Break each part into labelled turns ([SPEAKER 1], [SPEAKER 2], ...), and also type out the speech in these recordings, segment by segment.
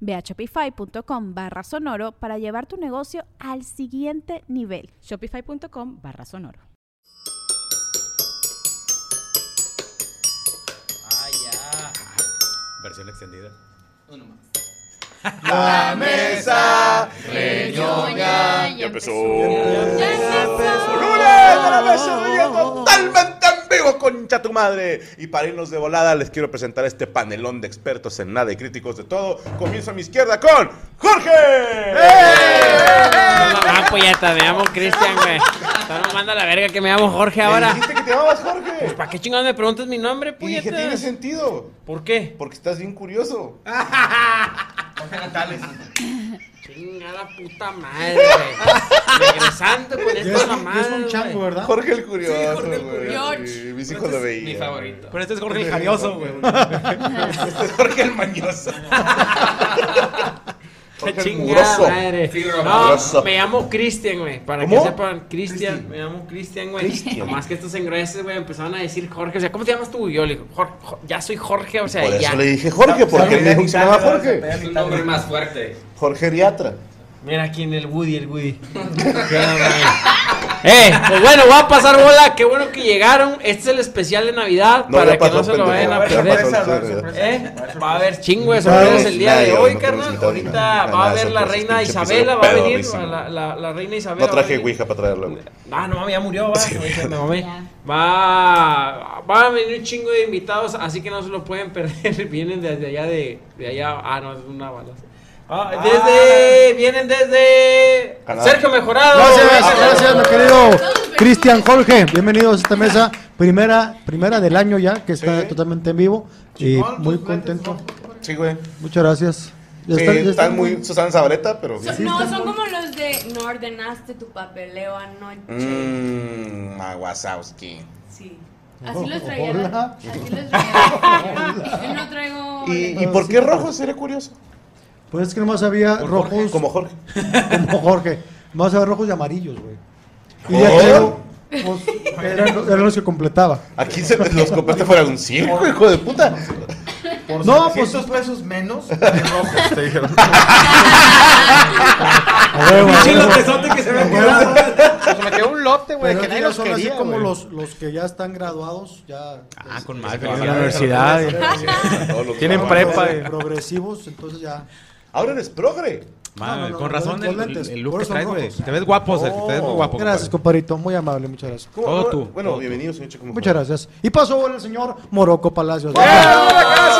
[SPEAKER 1] Ve a shopify.com barra sonoro para llevar tu negocio al siguiente nivel.
[SPEAKER 2] Shopify.com barra sonoro.
[SPEAKER 3] Ah, ya.
[SPEAKER 4] Versión extendida.
[SPEAKER 3] Uno más.
[SPEAKER 5] La mesa reñoña.
[SPEAKER 4] Ya empezó.
[SPEAKER 5] Lunes de la mesa reñoña totalmente en vivo, concha tu madre. Y para irnos de volada, les quiero presentar este panelón de expertos en nada y críticos de todo. Comienzo a mi izquierda con Jorge.
[SPEAKER 6] Ah, pues ya te me llamo Cristian, güey. Están mamando a la verga que me llamo Jorge
[SPEAKER 5] Me
[SPEAKER 6] ahora.
[SPEAKER 5] Dijiste que te llamabas Jorge.
[SPEAKER 6] ¿Para qué chingados me preguntas mi nombre,
[SPEAKER 5] Y dije, tiene
[SPEAKER 6] puñetas?
[SPEAKER 5] sentido.
[SPEAKER 6] ¿Por qué?
[SPEAKER 5] Porque estás bien curioso.
[SPEAKER 6] Chingada puta madre, güey. Regresando con esta mamada. güey.
[SPEAKER 7] ¿verdad?
[SPEAKER 5] Jorge el curioso.
[SPEAKER 3] Jorge el
[SPEAKER 5] güey.
[SPEAKER 3] curioso.
[SPEAKER 5] Sí, mis hijos lo veían.
[SPEAKER 3] Mi favorito.
[SPEAKER 4] Pero este es Jorge el Jarioso, güey.
[SPEAKER 5] Este es Jorge el mañoso.
[SPEAKER 6] Qué
[SPEAKER 5] Jorge el
[SPEAKER 6] chingada
[SPEAKER 5] mugroso.
[SPEAKER 6] madre.
[SPEAKER 3] Sí,
[SPEAKER 6] No,
[SPEAKER 5] mugroso.
[SPEAKER 6] me llamo Cristian, güey. Para
[SPEAKER 5] ¿Cómo?
[SPEAKER 6] que sepan, Cristian. Me llamo Cristian, güey.
[SPEAKER 5] Cristian.
[SPEAKER 6] Nomás que estos engrueses, güey, empezaron a decir Jorge. O sea, ¿cómo te llamas tú? Y yo le digo, Jorge, Jorge, ya soy Jorge, o sea,
[SPEAKER 5] Por
[SPEAKER 6] ya.
[SPEAKER 5] eso le dije Jorge, porque me dijo que se llamaba Jorge.
[SPEAKER 3] Es un nombre más fuerte.
[SPEAKER 5] Jorge Eriatra.
[SPEAKER 6] Mira aquí en el Woody, el Woody. eh, pues bueno, voy a pasar bola. Qué bueno que llegaron. Este es el especial de Navidad
[SPEAKER 5] No
[SPEAKER 6] para
[SPEAKER 5] le
[SPEAKER 6] que
[SPEAKER 5] pasó,
[SPEAKER 6] no se lo
[SPEAKER 5] pendejo.
[SPEAKER 6] vayan a
[SPEAKER 5] No le
[SPEAKER 6] perder.
[SPEAKER 5] pasó, sorry.
[SPEAKER 6] Eh, va a haber chingo de sorpresas el día de
[SPEAKER 5] Nadie,
[SPEAKER 6] hoy,
[SPEAKER 5] no
[SPEAKER 6] carnal.
[SPEAKER 5] conocimos
[SPEAKER 6] Ahorita
[SPEAKER 5] nada,
[SPEAKER 6] va a
[SPEAKER 5] nada,
[SPEAKER 6] haber la
[SPEAKER 5] sorpresas,
[SPEAKER 6] reina
[SPEAKER 5] pinche
[SPEAKER 6] Isabela, va a
[SPEAKER 5] episodio
[SPEAKER 6] venir.
[SPEAKER 5] pedorrísimo.
[SPEAKER 6] La, la, la reina Isabela. va
[SPEAKER 5] No
[SPEAKER 6] a
[SPEAKER 5] traje
[SPEAKER 6] venir.
[SPEAKER 5] Ouija para traerla, güey.
[SPEAKER 6] Ah, no mames, ya murió, va. Me mamé. Va, va a venir un chingo de invitados, así que no se lo pueden perder. Vienen desde allá de, de allá. Ah, no, es una bala. Ah, desde, vienen desde
[SPEAKER 5] Canadá.
[SPEAKER 6] Sergio Mejorado.
[SPEAKER 7] Gracias, gracias, mi querido Cristian Jorge. Bienvenidos a esta mesa. Primera, primera del año ya, que está
[SPEAKER 5] Sí.
[SPEAKER 7] totalmente en vivo. Y muy contento.
[SPEAKER 5] Sí, güey.
[SPEAKER 7] Muchas gracias. Ya
[SPEAKER 5] Sí,
[SPEAKER 7] está- ya está
[SPEAKER 5] están muy Susana Zabaleta, pero.
[SPEAKER 8] So- no, son como los de no ordenaste tu papeleo anoche.
[SPEAKER 5] Mmm, Aguasowski.
[SPEAKER 8] Sí. Así los
[SPEAKER 7] Hola.
[SPEAKER 8] traía. Así los traía. Yo no traigo.
[SPEAKER 5] ¿Y,
[SPEAKER 8] boleto.
[SPEAKER 5] ¿Y por qué rojo? Sería curioso.
[SPEAKER 7] Pues es que nomás había rojos
[SPEAKER 5] Como Jorge.
[SPEAKER 7] como Jorge. Más había rojos y amarillos, güey. Y
[SPEAKER 5] Oh.
[SPEAKER 7] ya creo, pues,
[SPEAKER 5] eh,
[SPEAKER 7] eran, los- eran los que completaba.
[SPEAKER 5] Aquí se los compraste fuera de un circo, hijo de puta.
[SPEAKER 7] Por no, pues
[SPEAKER 4] pesos menos de rojos, te dijeron.
[SPEAKER 7] a huevo, a huevo.
[SPEAKER 4] que se me
[SPEAKER 9] Se me quedó un lote, güey,
[SPEAKER 7] Pero esos
[SPEAKER 9] que nadie
[SPEAKER 7] ya
[SPEAKER 9] los
[SPEAKER 7] son
[SPEAKER 9] quería,
[SPEAKER 7] así como
[SPEAKER 9] güey.
[SPEAKER 7] los, los que ya están graduados, ya
[SPEAKER 4] Ah,
[SPEAKER 7] pues,
[SPEAKER 4] con
[SPEAKER 7] que
[SPEAKER 4] madre.
[SPEAKER 7] se
[SPEAKER 4] En
[SPEAKER 7] van
[SPEAKER 4] la
[SPEAKER 7] a
[SPEAKER 4] universidad.
[SPEAKER 7] graduar,
[SPEAKER 5] Todos los
[SPEAKER 9] Tienen
[SPEAKER 5] demás.
[SPEAKER 7] ya son
[SPEAKER 9] prepa, eh.
[SPEAKER 7] progresivos, entonces ya.
[SPEAKER 5] Ahora eres progre.
[SPEAKER 7] No,
[SPEAKER 4] Madre,
[SPEAKER 7] no, no,
[SPEAKER 4] con
[SPEAKER 7] no,
[SPEAKER 4] razón
[SPEAKER 7] los
[SPEAKER 4] el,
[SPEAKER 7] lentes,
[SPEAKER 4] el look
[SPEAKER 7] por
[SPEAKER 4] que
[SPEAKER 7] eso
[SPEAKER 4] traes,
[SPEAKER 7] son
[SPEAKER 4] güey.
[SPEAKER 7] rojos.
[SPEAKER 4] Te ves guapo, Sergio, te ves muy guapo.
[SPEAKER 7] oh, Gracias, compadrito, muy amable, muchas gracias.
[SPEAKER 5] ¿Cómo-
[SPEAKER 4] Todo
[SPEAKER 5] cómo-
[SPEAKER 4] tú,
[SPEAKER 5] Bueno,
[SPEAKER 4] todo
[SPEAKER 5] bienvenido, señor Checo.
[SPEAKER 7] Muchas gracias. Y pasó el señor Moroco Palacios.
[SPEAKER 4] compadre.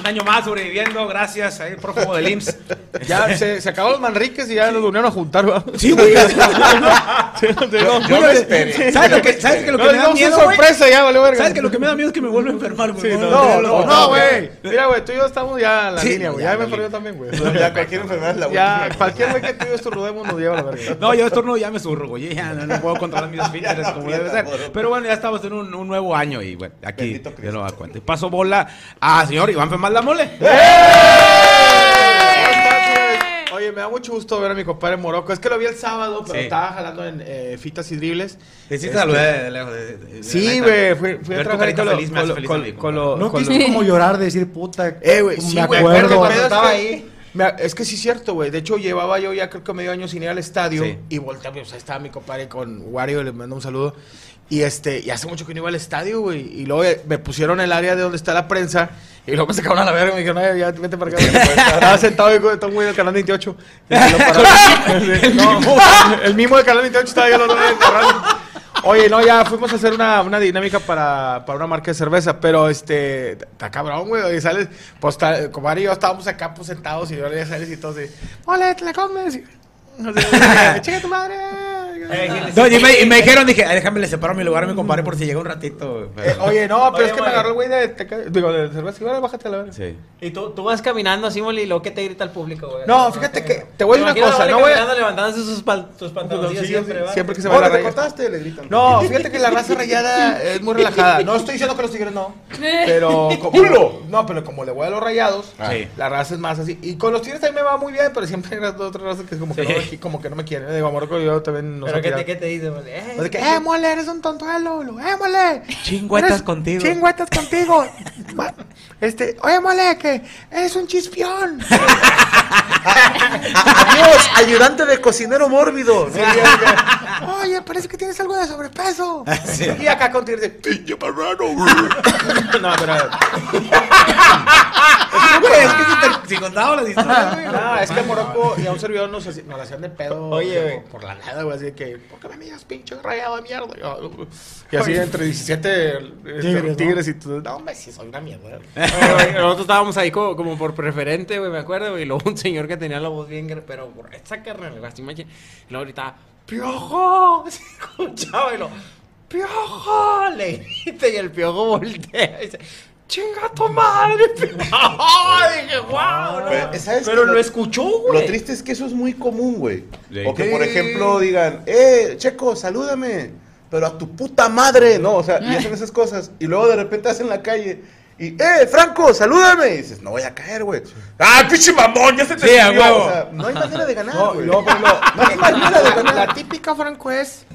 [SPEAKER 4] Un año más sobreviviendo, gracias ahí, prófugo del IMSS.
[SPEAKER 9] Ya se, se acabaron los manriques y ya nos volvieron a juntar, ¿verdad?
[SPEAKER 4] Sí, güey.
[SPEAKER 5] Yo, yo me esperé.
[SPEAKER 4] ¿Sabes lo que, sabes que lo que
[SPEAKER 9] No,
[SPEAKER 4] me da
[SPEAKER 9] no,
[SPEAKER 4] miedo,
[SPEAKER 9] fue
[SPEAKER 4] güey?
[SPEAKER 9] sorpresa ya, vale, verga.
[SPEAKER 4] ¿Sabes que lo que me da miedo es que me vuelva a enfermar, güey?
[SPEAKER 9] No, no,
[SPEAKER 5] no,
[SPEAKER 9] no, güey. Mira, güey, tú y yo estamos ya en la
[SPEAKER 4] Sí,
[SPEAKER 9] línea, güey.
[SPEAKER 4] ya,
[SPEAKER 9] Ya,
[SPEAKER 4] la
[SPEAKER 9] me perdí yo también, güey.
[SPEAKER 5] Ya, cualquier enfermedad es la
[SPEAKER 9] Ya,
[SPEAKER 5] última.
[SPEAKER 9] cualquier güey que tú y yo estornudemos nos lleva a la verga.
[SPEAKER 4] No, yo estornudo ya me zurro, güey. Ya no, no puedo controlar mis esfínteres como debe ser. Pero bueno, ya estamos en un, un nuevo año y bueno, aquí
[SPEAKER 5] Bendito Cristo.
[SPEAKER 4] yo no me cuenta. Y paso bola a señor Iván Femás la mole.
[SPEAKER 9] ¡Eh! Oye, me da mucho gusto ver a mi compadre Morocco. Es que lo vi el sábado, pero
[SPEAKER 4] Sí.
[SPEAKER 9] estaba jalando en eh, fitas y dribles. Este,
[SPEAKER 4] Necesito saludar de lejos. de- de- de- de-
[SPEAKER 9] Sí,
[SPEAKER 4] de-
[SPEAKER 9] güey, fui, fui
[SPEAKER 4] Ver
[SPEAKER 9] a
[SPEAKER 4] tu
[SPEAKER 9] trabajar ahí
[SPEAKER 4] carita
[SPEAKER 9] con lo-
[SPEAKER 4] feliz me hace
[SPEAKER 9] con
[SPEAKER 4] feliz
[SPEAKER 9] lo- con
[SPEAKER 4] también,
[SPEAKER 9] lo- con lo-
[SPEAKER 7] No
[SPEAKER 9] con lo-
[SPEAKER 7] quisiste como llorar, decir puta.
[SPEAKER 9] Eh, güey,
[SPEAKER 7] me
[SPEAKER 9] sí, güey,
[SPEAKER 7] acuerdo.
[SPEAKER 9] cuando
[SPEAKER 7] Pero
[SPEAKER 9] estaba
[SPEAKER 7] es que-
[SPEAKER 9] ahí. Me- es que sí es cierto, güey. De hecho, llevaba yo ya creo que medio año sin ir al estadio.
[SPEAKER 4] Sí.
[SPEAKER 9] Y volteaba, o sea, estaba mi compadre con Wario, le mando un saludo. Y este, y hace mucho que no iba al estadio, güey. Y luego eh, me pusieron el área de donde está la prensa. Y luego me sacaron a la verga y me dijeron, "Ay, ya, vete para acá. Estaba sentado y güey, estaba muy en el canal 28. Y lo pararon. No, el mismo del canal 28 estaba ya lo Oye, no, ya fuimos a hacer una, una dinámica para, para una marca de cerveza, pero este, está cabrón, güey. Y sales, pues, ta- comadre y yo estábamos acá, pues, sentados, y yo le sales y todo así, hola, te la comes. Y, o sea, chica tu madre.
[SPEAKER 4] No, y me, y me dijeron, dije, "Ah, déjame le separo mi lugar a mi compadre por si llega un ratito. Pero-
[SPEAKER 9] Eh, oye, no, pero
[SPEAKER 6] Oye,
[SPEAKER 9] es que
[SPEAKER 6] güey.
[SPEAKER 9] me agarró el güey de, teca- digo, de cerveza, y ahora bájate a la verga.
[SPEAKER 4] Sí.
[SPEAKER 6] Y tú, tú vas caminando así, mole, y luego que te grita el público, güey.
[SPEAKER 9] No, fíjate que- te voy a decir una
[SPEAKER 6] Imagino
[SPEAKER 9] cosa,
[SPEAKER 6] la
[SPEAKER 9] no
[SPEAKER 6] mole
[SPEAKER 9] voy a- Pues,
[SPEAKER 6] caminando, levantándose sus, pal- sus pantaloncillos siempre, ¿va?
[SPEAKER 9] siempre que se va
[SPEAKER 5] Ahora
[SPEAKER 9] la
[SPEAKER 5] te
[SPEAKER 9] raya.
[SPEAKER 5] cortaste, le gritan.
[SPEAKER 9] No, fíjate que la raza rayada es muy relajada. No estoy diciendo que los tigres no. Pero como.
[SPEAKER 5] ¡Culo!
[SPEAKER 9] No, pero como le voy a los rayados,
[SPEAKER 4] Ah. Sí.
[SPEAKER 9] la raza es más así. Y con los tigres también me va muy bien, pero siempre hay raz- otras razas que como que, no, me- como que no me quieren. Digo, amor, yo también no sé.
[SPEAKER 6] Pero ¿qué te, ¿qué te dice, mole? Eh,
[SPEAKER 9] que, eh, mole, eres un tontuelo, lo- eh, mole.
[SPEAKER 4] Chingüetas
[SPEAKER 9] Eres-
[SPEAKER 4] contigo.
[SPEAKER 9] Chingüetas contigo. Ma- este, oye, mole, que eres un chispión.
[SPEAKER 5] Adiós, ayudante de cocinero mórbido.
[SPEAKER 9] Sí, oye, Oye, parece que tienes algo de sobrepeso. Y acá con tigres de,
[SPEAKER 5] Pinche marrano.
[SPEAKER 9] No, pero.
[SPEAKER 4] Güey, es que si, te- si contaba las historias, güey.
[SPEAKER 9] No, es que a Morocco y a un servidor nos, haci- nos la hacían de pedo.
[SPEAKER 6] Oye,
[SPEAKER 9] por-
[SPEAKER 6] güey.
[SPEAKER 9] Por la nada, güey. Así de que, ¿por qué me miras, pinche rayado de mierda? Yo, uh, Y así entre 17 este,
[SPEAKER 7] Tigres, ¿no?
[SPEAKER 9] tigres y todo. No, hombre, sí, soy una mierda.
[SPEAKER 6] Oye, güey, Nosotros estábamos ahí como, como por preferente, güey, me acuerdo, güey. Y luego un señor que tenía la voz bien, gr- pero esa carnal, güey, así machín. Y luego gritaba, ¡Piojo! Se escuchaba y lo, ¡Piojo! Le grita y el piojo voltea y dice, ¡Chinga tu madre, piojo! Dije, ¡Wow! no
[SPEAKER 5] Pero,
[SPEAKER 6] mames".
[SPEAKER 5] ¿sabes
[SPEAKER 6] Pero
[SPEAKER 5] qué?
[SPEAKER 6] lo escuchó, güey.
[SPEAKER 5] Lo triste es que eso es muy común, güey.
[SPEAKER 4] Sí.
[SPEAKER 5] O que, por
[SPEAKER 6] Sí.
[SPEAKER 5] ejemplo, digan, eh, Checo, salúdame, pero a tu puta madre, ¿no? O sea, y hacen esas cosas. Y luego de repente hacen la calle y, eh, Franco, salúdame. Y dices, no voy a caer, güey. ¡Ah, pinche mamón! Ya se te
[SPEAKER 4] Sí, a
[SPEAKER 5] subió".
[SPEAKER 4] huevo.
[SPEAKER 5] O sea, no hay manera de ganar,
[SPEAKER 9] No,
[SPEAKER 5] güey.
[SPEAKER 9] no, pero no.
[SPEAKER 5] No hay manera de ganar.
[SPEAKER 9] La típica, Franco, es.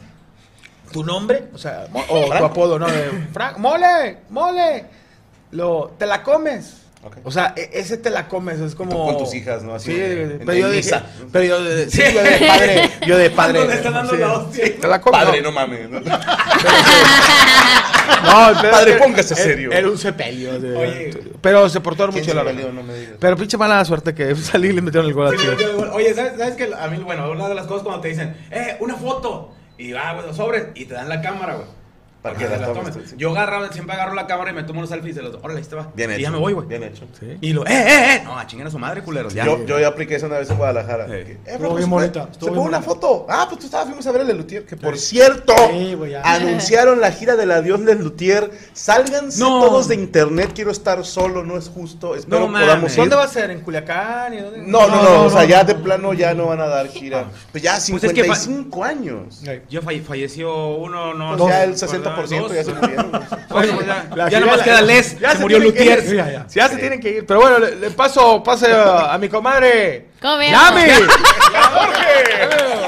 [SPEAKER 9] Tu nombre, o sea, mo- o tu apodo, ¿no? De, Franco, mole, mole. Lo, te la comes.
[SPEAKER 5] Ok.
[SPEAKER 9] O sea, e- ese te la comes, es como.
[SPEAKER 5] Con tus hijas, ¿no? Así,
[SPEAKER 9] sí,
[SPEAKER 5] en-
[SPEAKER 9] pero
[SPEAKER 5] en
[SPEAKER 9] yo dije.
[SPEAKER 5] misa.
[SPEAKER 9] Pero yo de, sí, yo de padre. Yo de padre.
[SPEAKER 4] Cuando le están dando
[SPEAKER 9] sí.
[SPEAKER 4] la hostia.
[SPEAKER 9] Te la comes.
[SPEAKER 5] Padre, no mames. ¿no?
[SPEAKER 9] No, el pedo
[SPEAKER 5] Padre,
[SPEAKER 9] es que
[SPEAKER 5] póngase
[SPEAKER 9] era-
[SPEAKER 5] serio.
[SPEAKER 9] Era un sepelio. de- pero se portaron
[SPEAKER 5] ¿Quién
[SPEAKER 9] mucho
[SPEAKER 5] se
[SPEAKER 9] la
[SPEAKER 5] peleó?
[SPEAKER 9] verdad.
[SPEAKER 5] No eh, me digas.
[SPEAKER 9] Pero pinche mala suerte que salí y le metieron el gol a Chivas.
[SPEAKER 4] Oye, ¿sabes, ¿sabes que A mí, bueno, una de las cosas cuando te dicen, eh, una foto. Y va, güey, los sobres. Y te dan la cámara, güey.
[SPEAKER 5] Para
[SPEAKER 4] Para
[SPEAKER 5] que
[SPEAKER 4] que
[SPEAKER 5] la
[SPEAKER 4] te la
[SPEAKER 5] tomes,
[SPEAKER 4] tomes.
[SPEAKER 5] sí.
[SPEAKER 4] Yo agarraba, siempre agarro la cámara y me tomo los selfies y se los doy. Órale, ahí te va.
[SPEAKER 5] Bien hecho.
[SPEAKER 4] Y ya me voy, güey.
[SPEAKER 5] Bien hecho.
[SPEAKER 4] Y lo, eh, eh, eh. No, a chingar a su madre, culeros. Ya.
[SPEAKER 5] Yo, yo ya apliqué eso una vez en Guadalajara.
[SPEAKER 4] Sí.
[SPEAKER 5] Que, eh,
[SPEAKER 7] Estuvo
[SPEAKER 5] bro,
[SPEAKER 7] bien
[SPEAKER 5] ¿se
[SPEAKER 7] bonita,
[SPEAKER 5] puede- ¿Se
[SPEAKER 7] estuvo
[SPEAKER 5] puede
[SPEAKER 7] bien
[SPEAKER 5] una
[SPEAKER 7] bonita.
[SPEAKER 5] foto? Ah, pues tú estabas, fuimos a ver el Lutier. Que por cierto,
[SPEAKER 7] Sí, güey, ya.
[SPEAKER 5] anunciaron la gira del adiós del Lutier. Sálganse
[SPEAKER 4] No.
[SPEAKER 5] todos de internet. Quiero estar solo, no es justo. Espero
[SPEAKER 4] mames.
[SPEAKER 5] podamos ir.
[SPEAKER 9] ¿Dónde va a ser? ¿En Culiacán? ¿Y dónde?
[SPEAKER 5] No, no,
[SPEAKER 7] No,
[SPEAKER 5] no,
[SPEAKER 7] no,
[SPEAKER 5] O sea,
[SPEAKER 7] no,
[SPEAKER 5] ya
[SPEAKER 7] no.
[SPEAKER 5] de plano ya no van a dar gira. Pues ya
[SPEAKER 4] Pues es que fa-
[SPEAKER 5] 55 años.
[SPEAKER 4] Yo falle- falleció uno, no.
[SPEAKER 5] Pues ya el
[SPEAKER 4] dos,
[SPEAKER 5] 60%
[SPEAKER 4] dos.
[SPEAKER 5] ya se murieron.
[SPEAKER 4] Oye, pues ya, ya
[SPEAKER 9] La gira-
[SPEAKER 4] nomás
[SPEAKER 9] la-
[SPEAKER 4] queda Les.
[SPEAKER 9] ya
[SPEAKER 4] se
[SPEAKER 9] se
[SPEAKER 4] murió
[SPEAKER 9] tiene que
[SPEAKER 4] Lutier.
[SPEAKER 9] ir.
[SPEAKER 7] Ya, ya.
[SPEAKER 9] Sí, Ya se tienen que ir. Pero bueno, le, le paso, pase a, a mi comadre.
[SPEAKER 10] Come.
[SPEAKER 9] ¡Yami!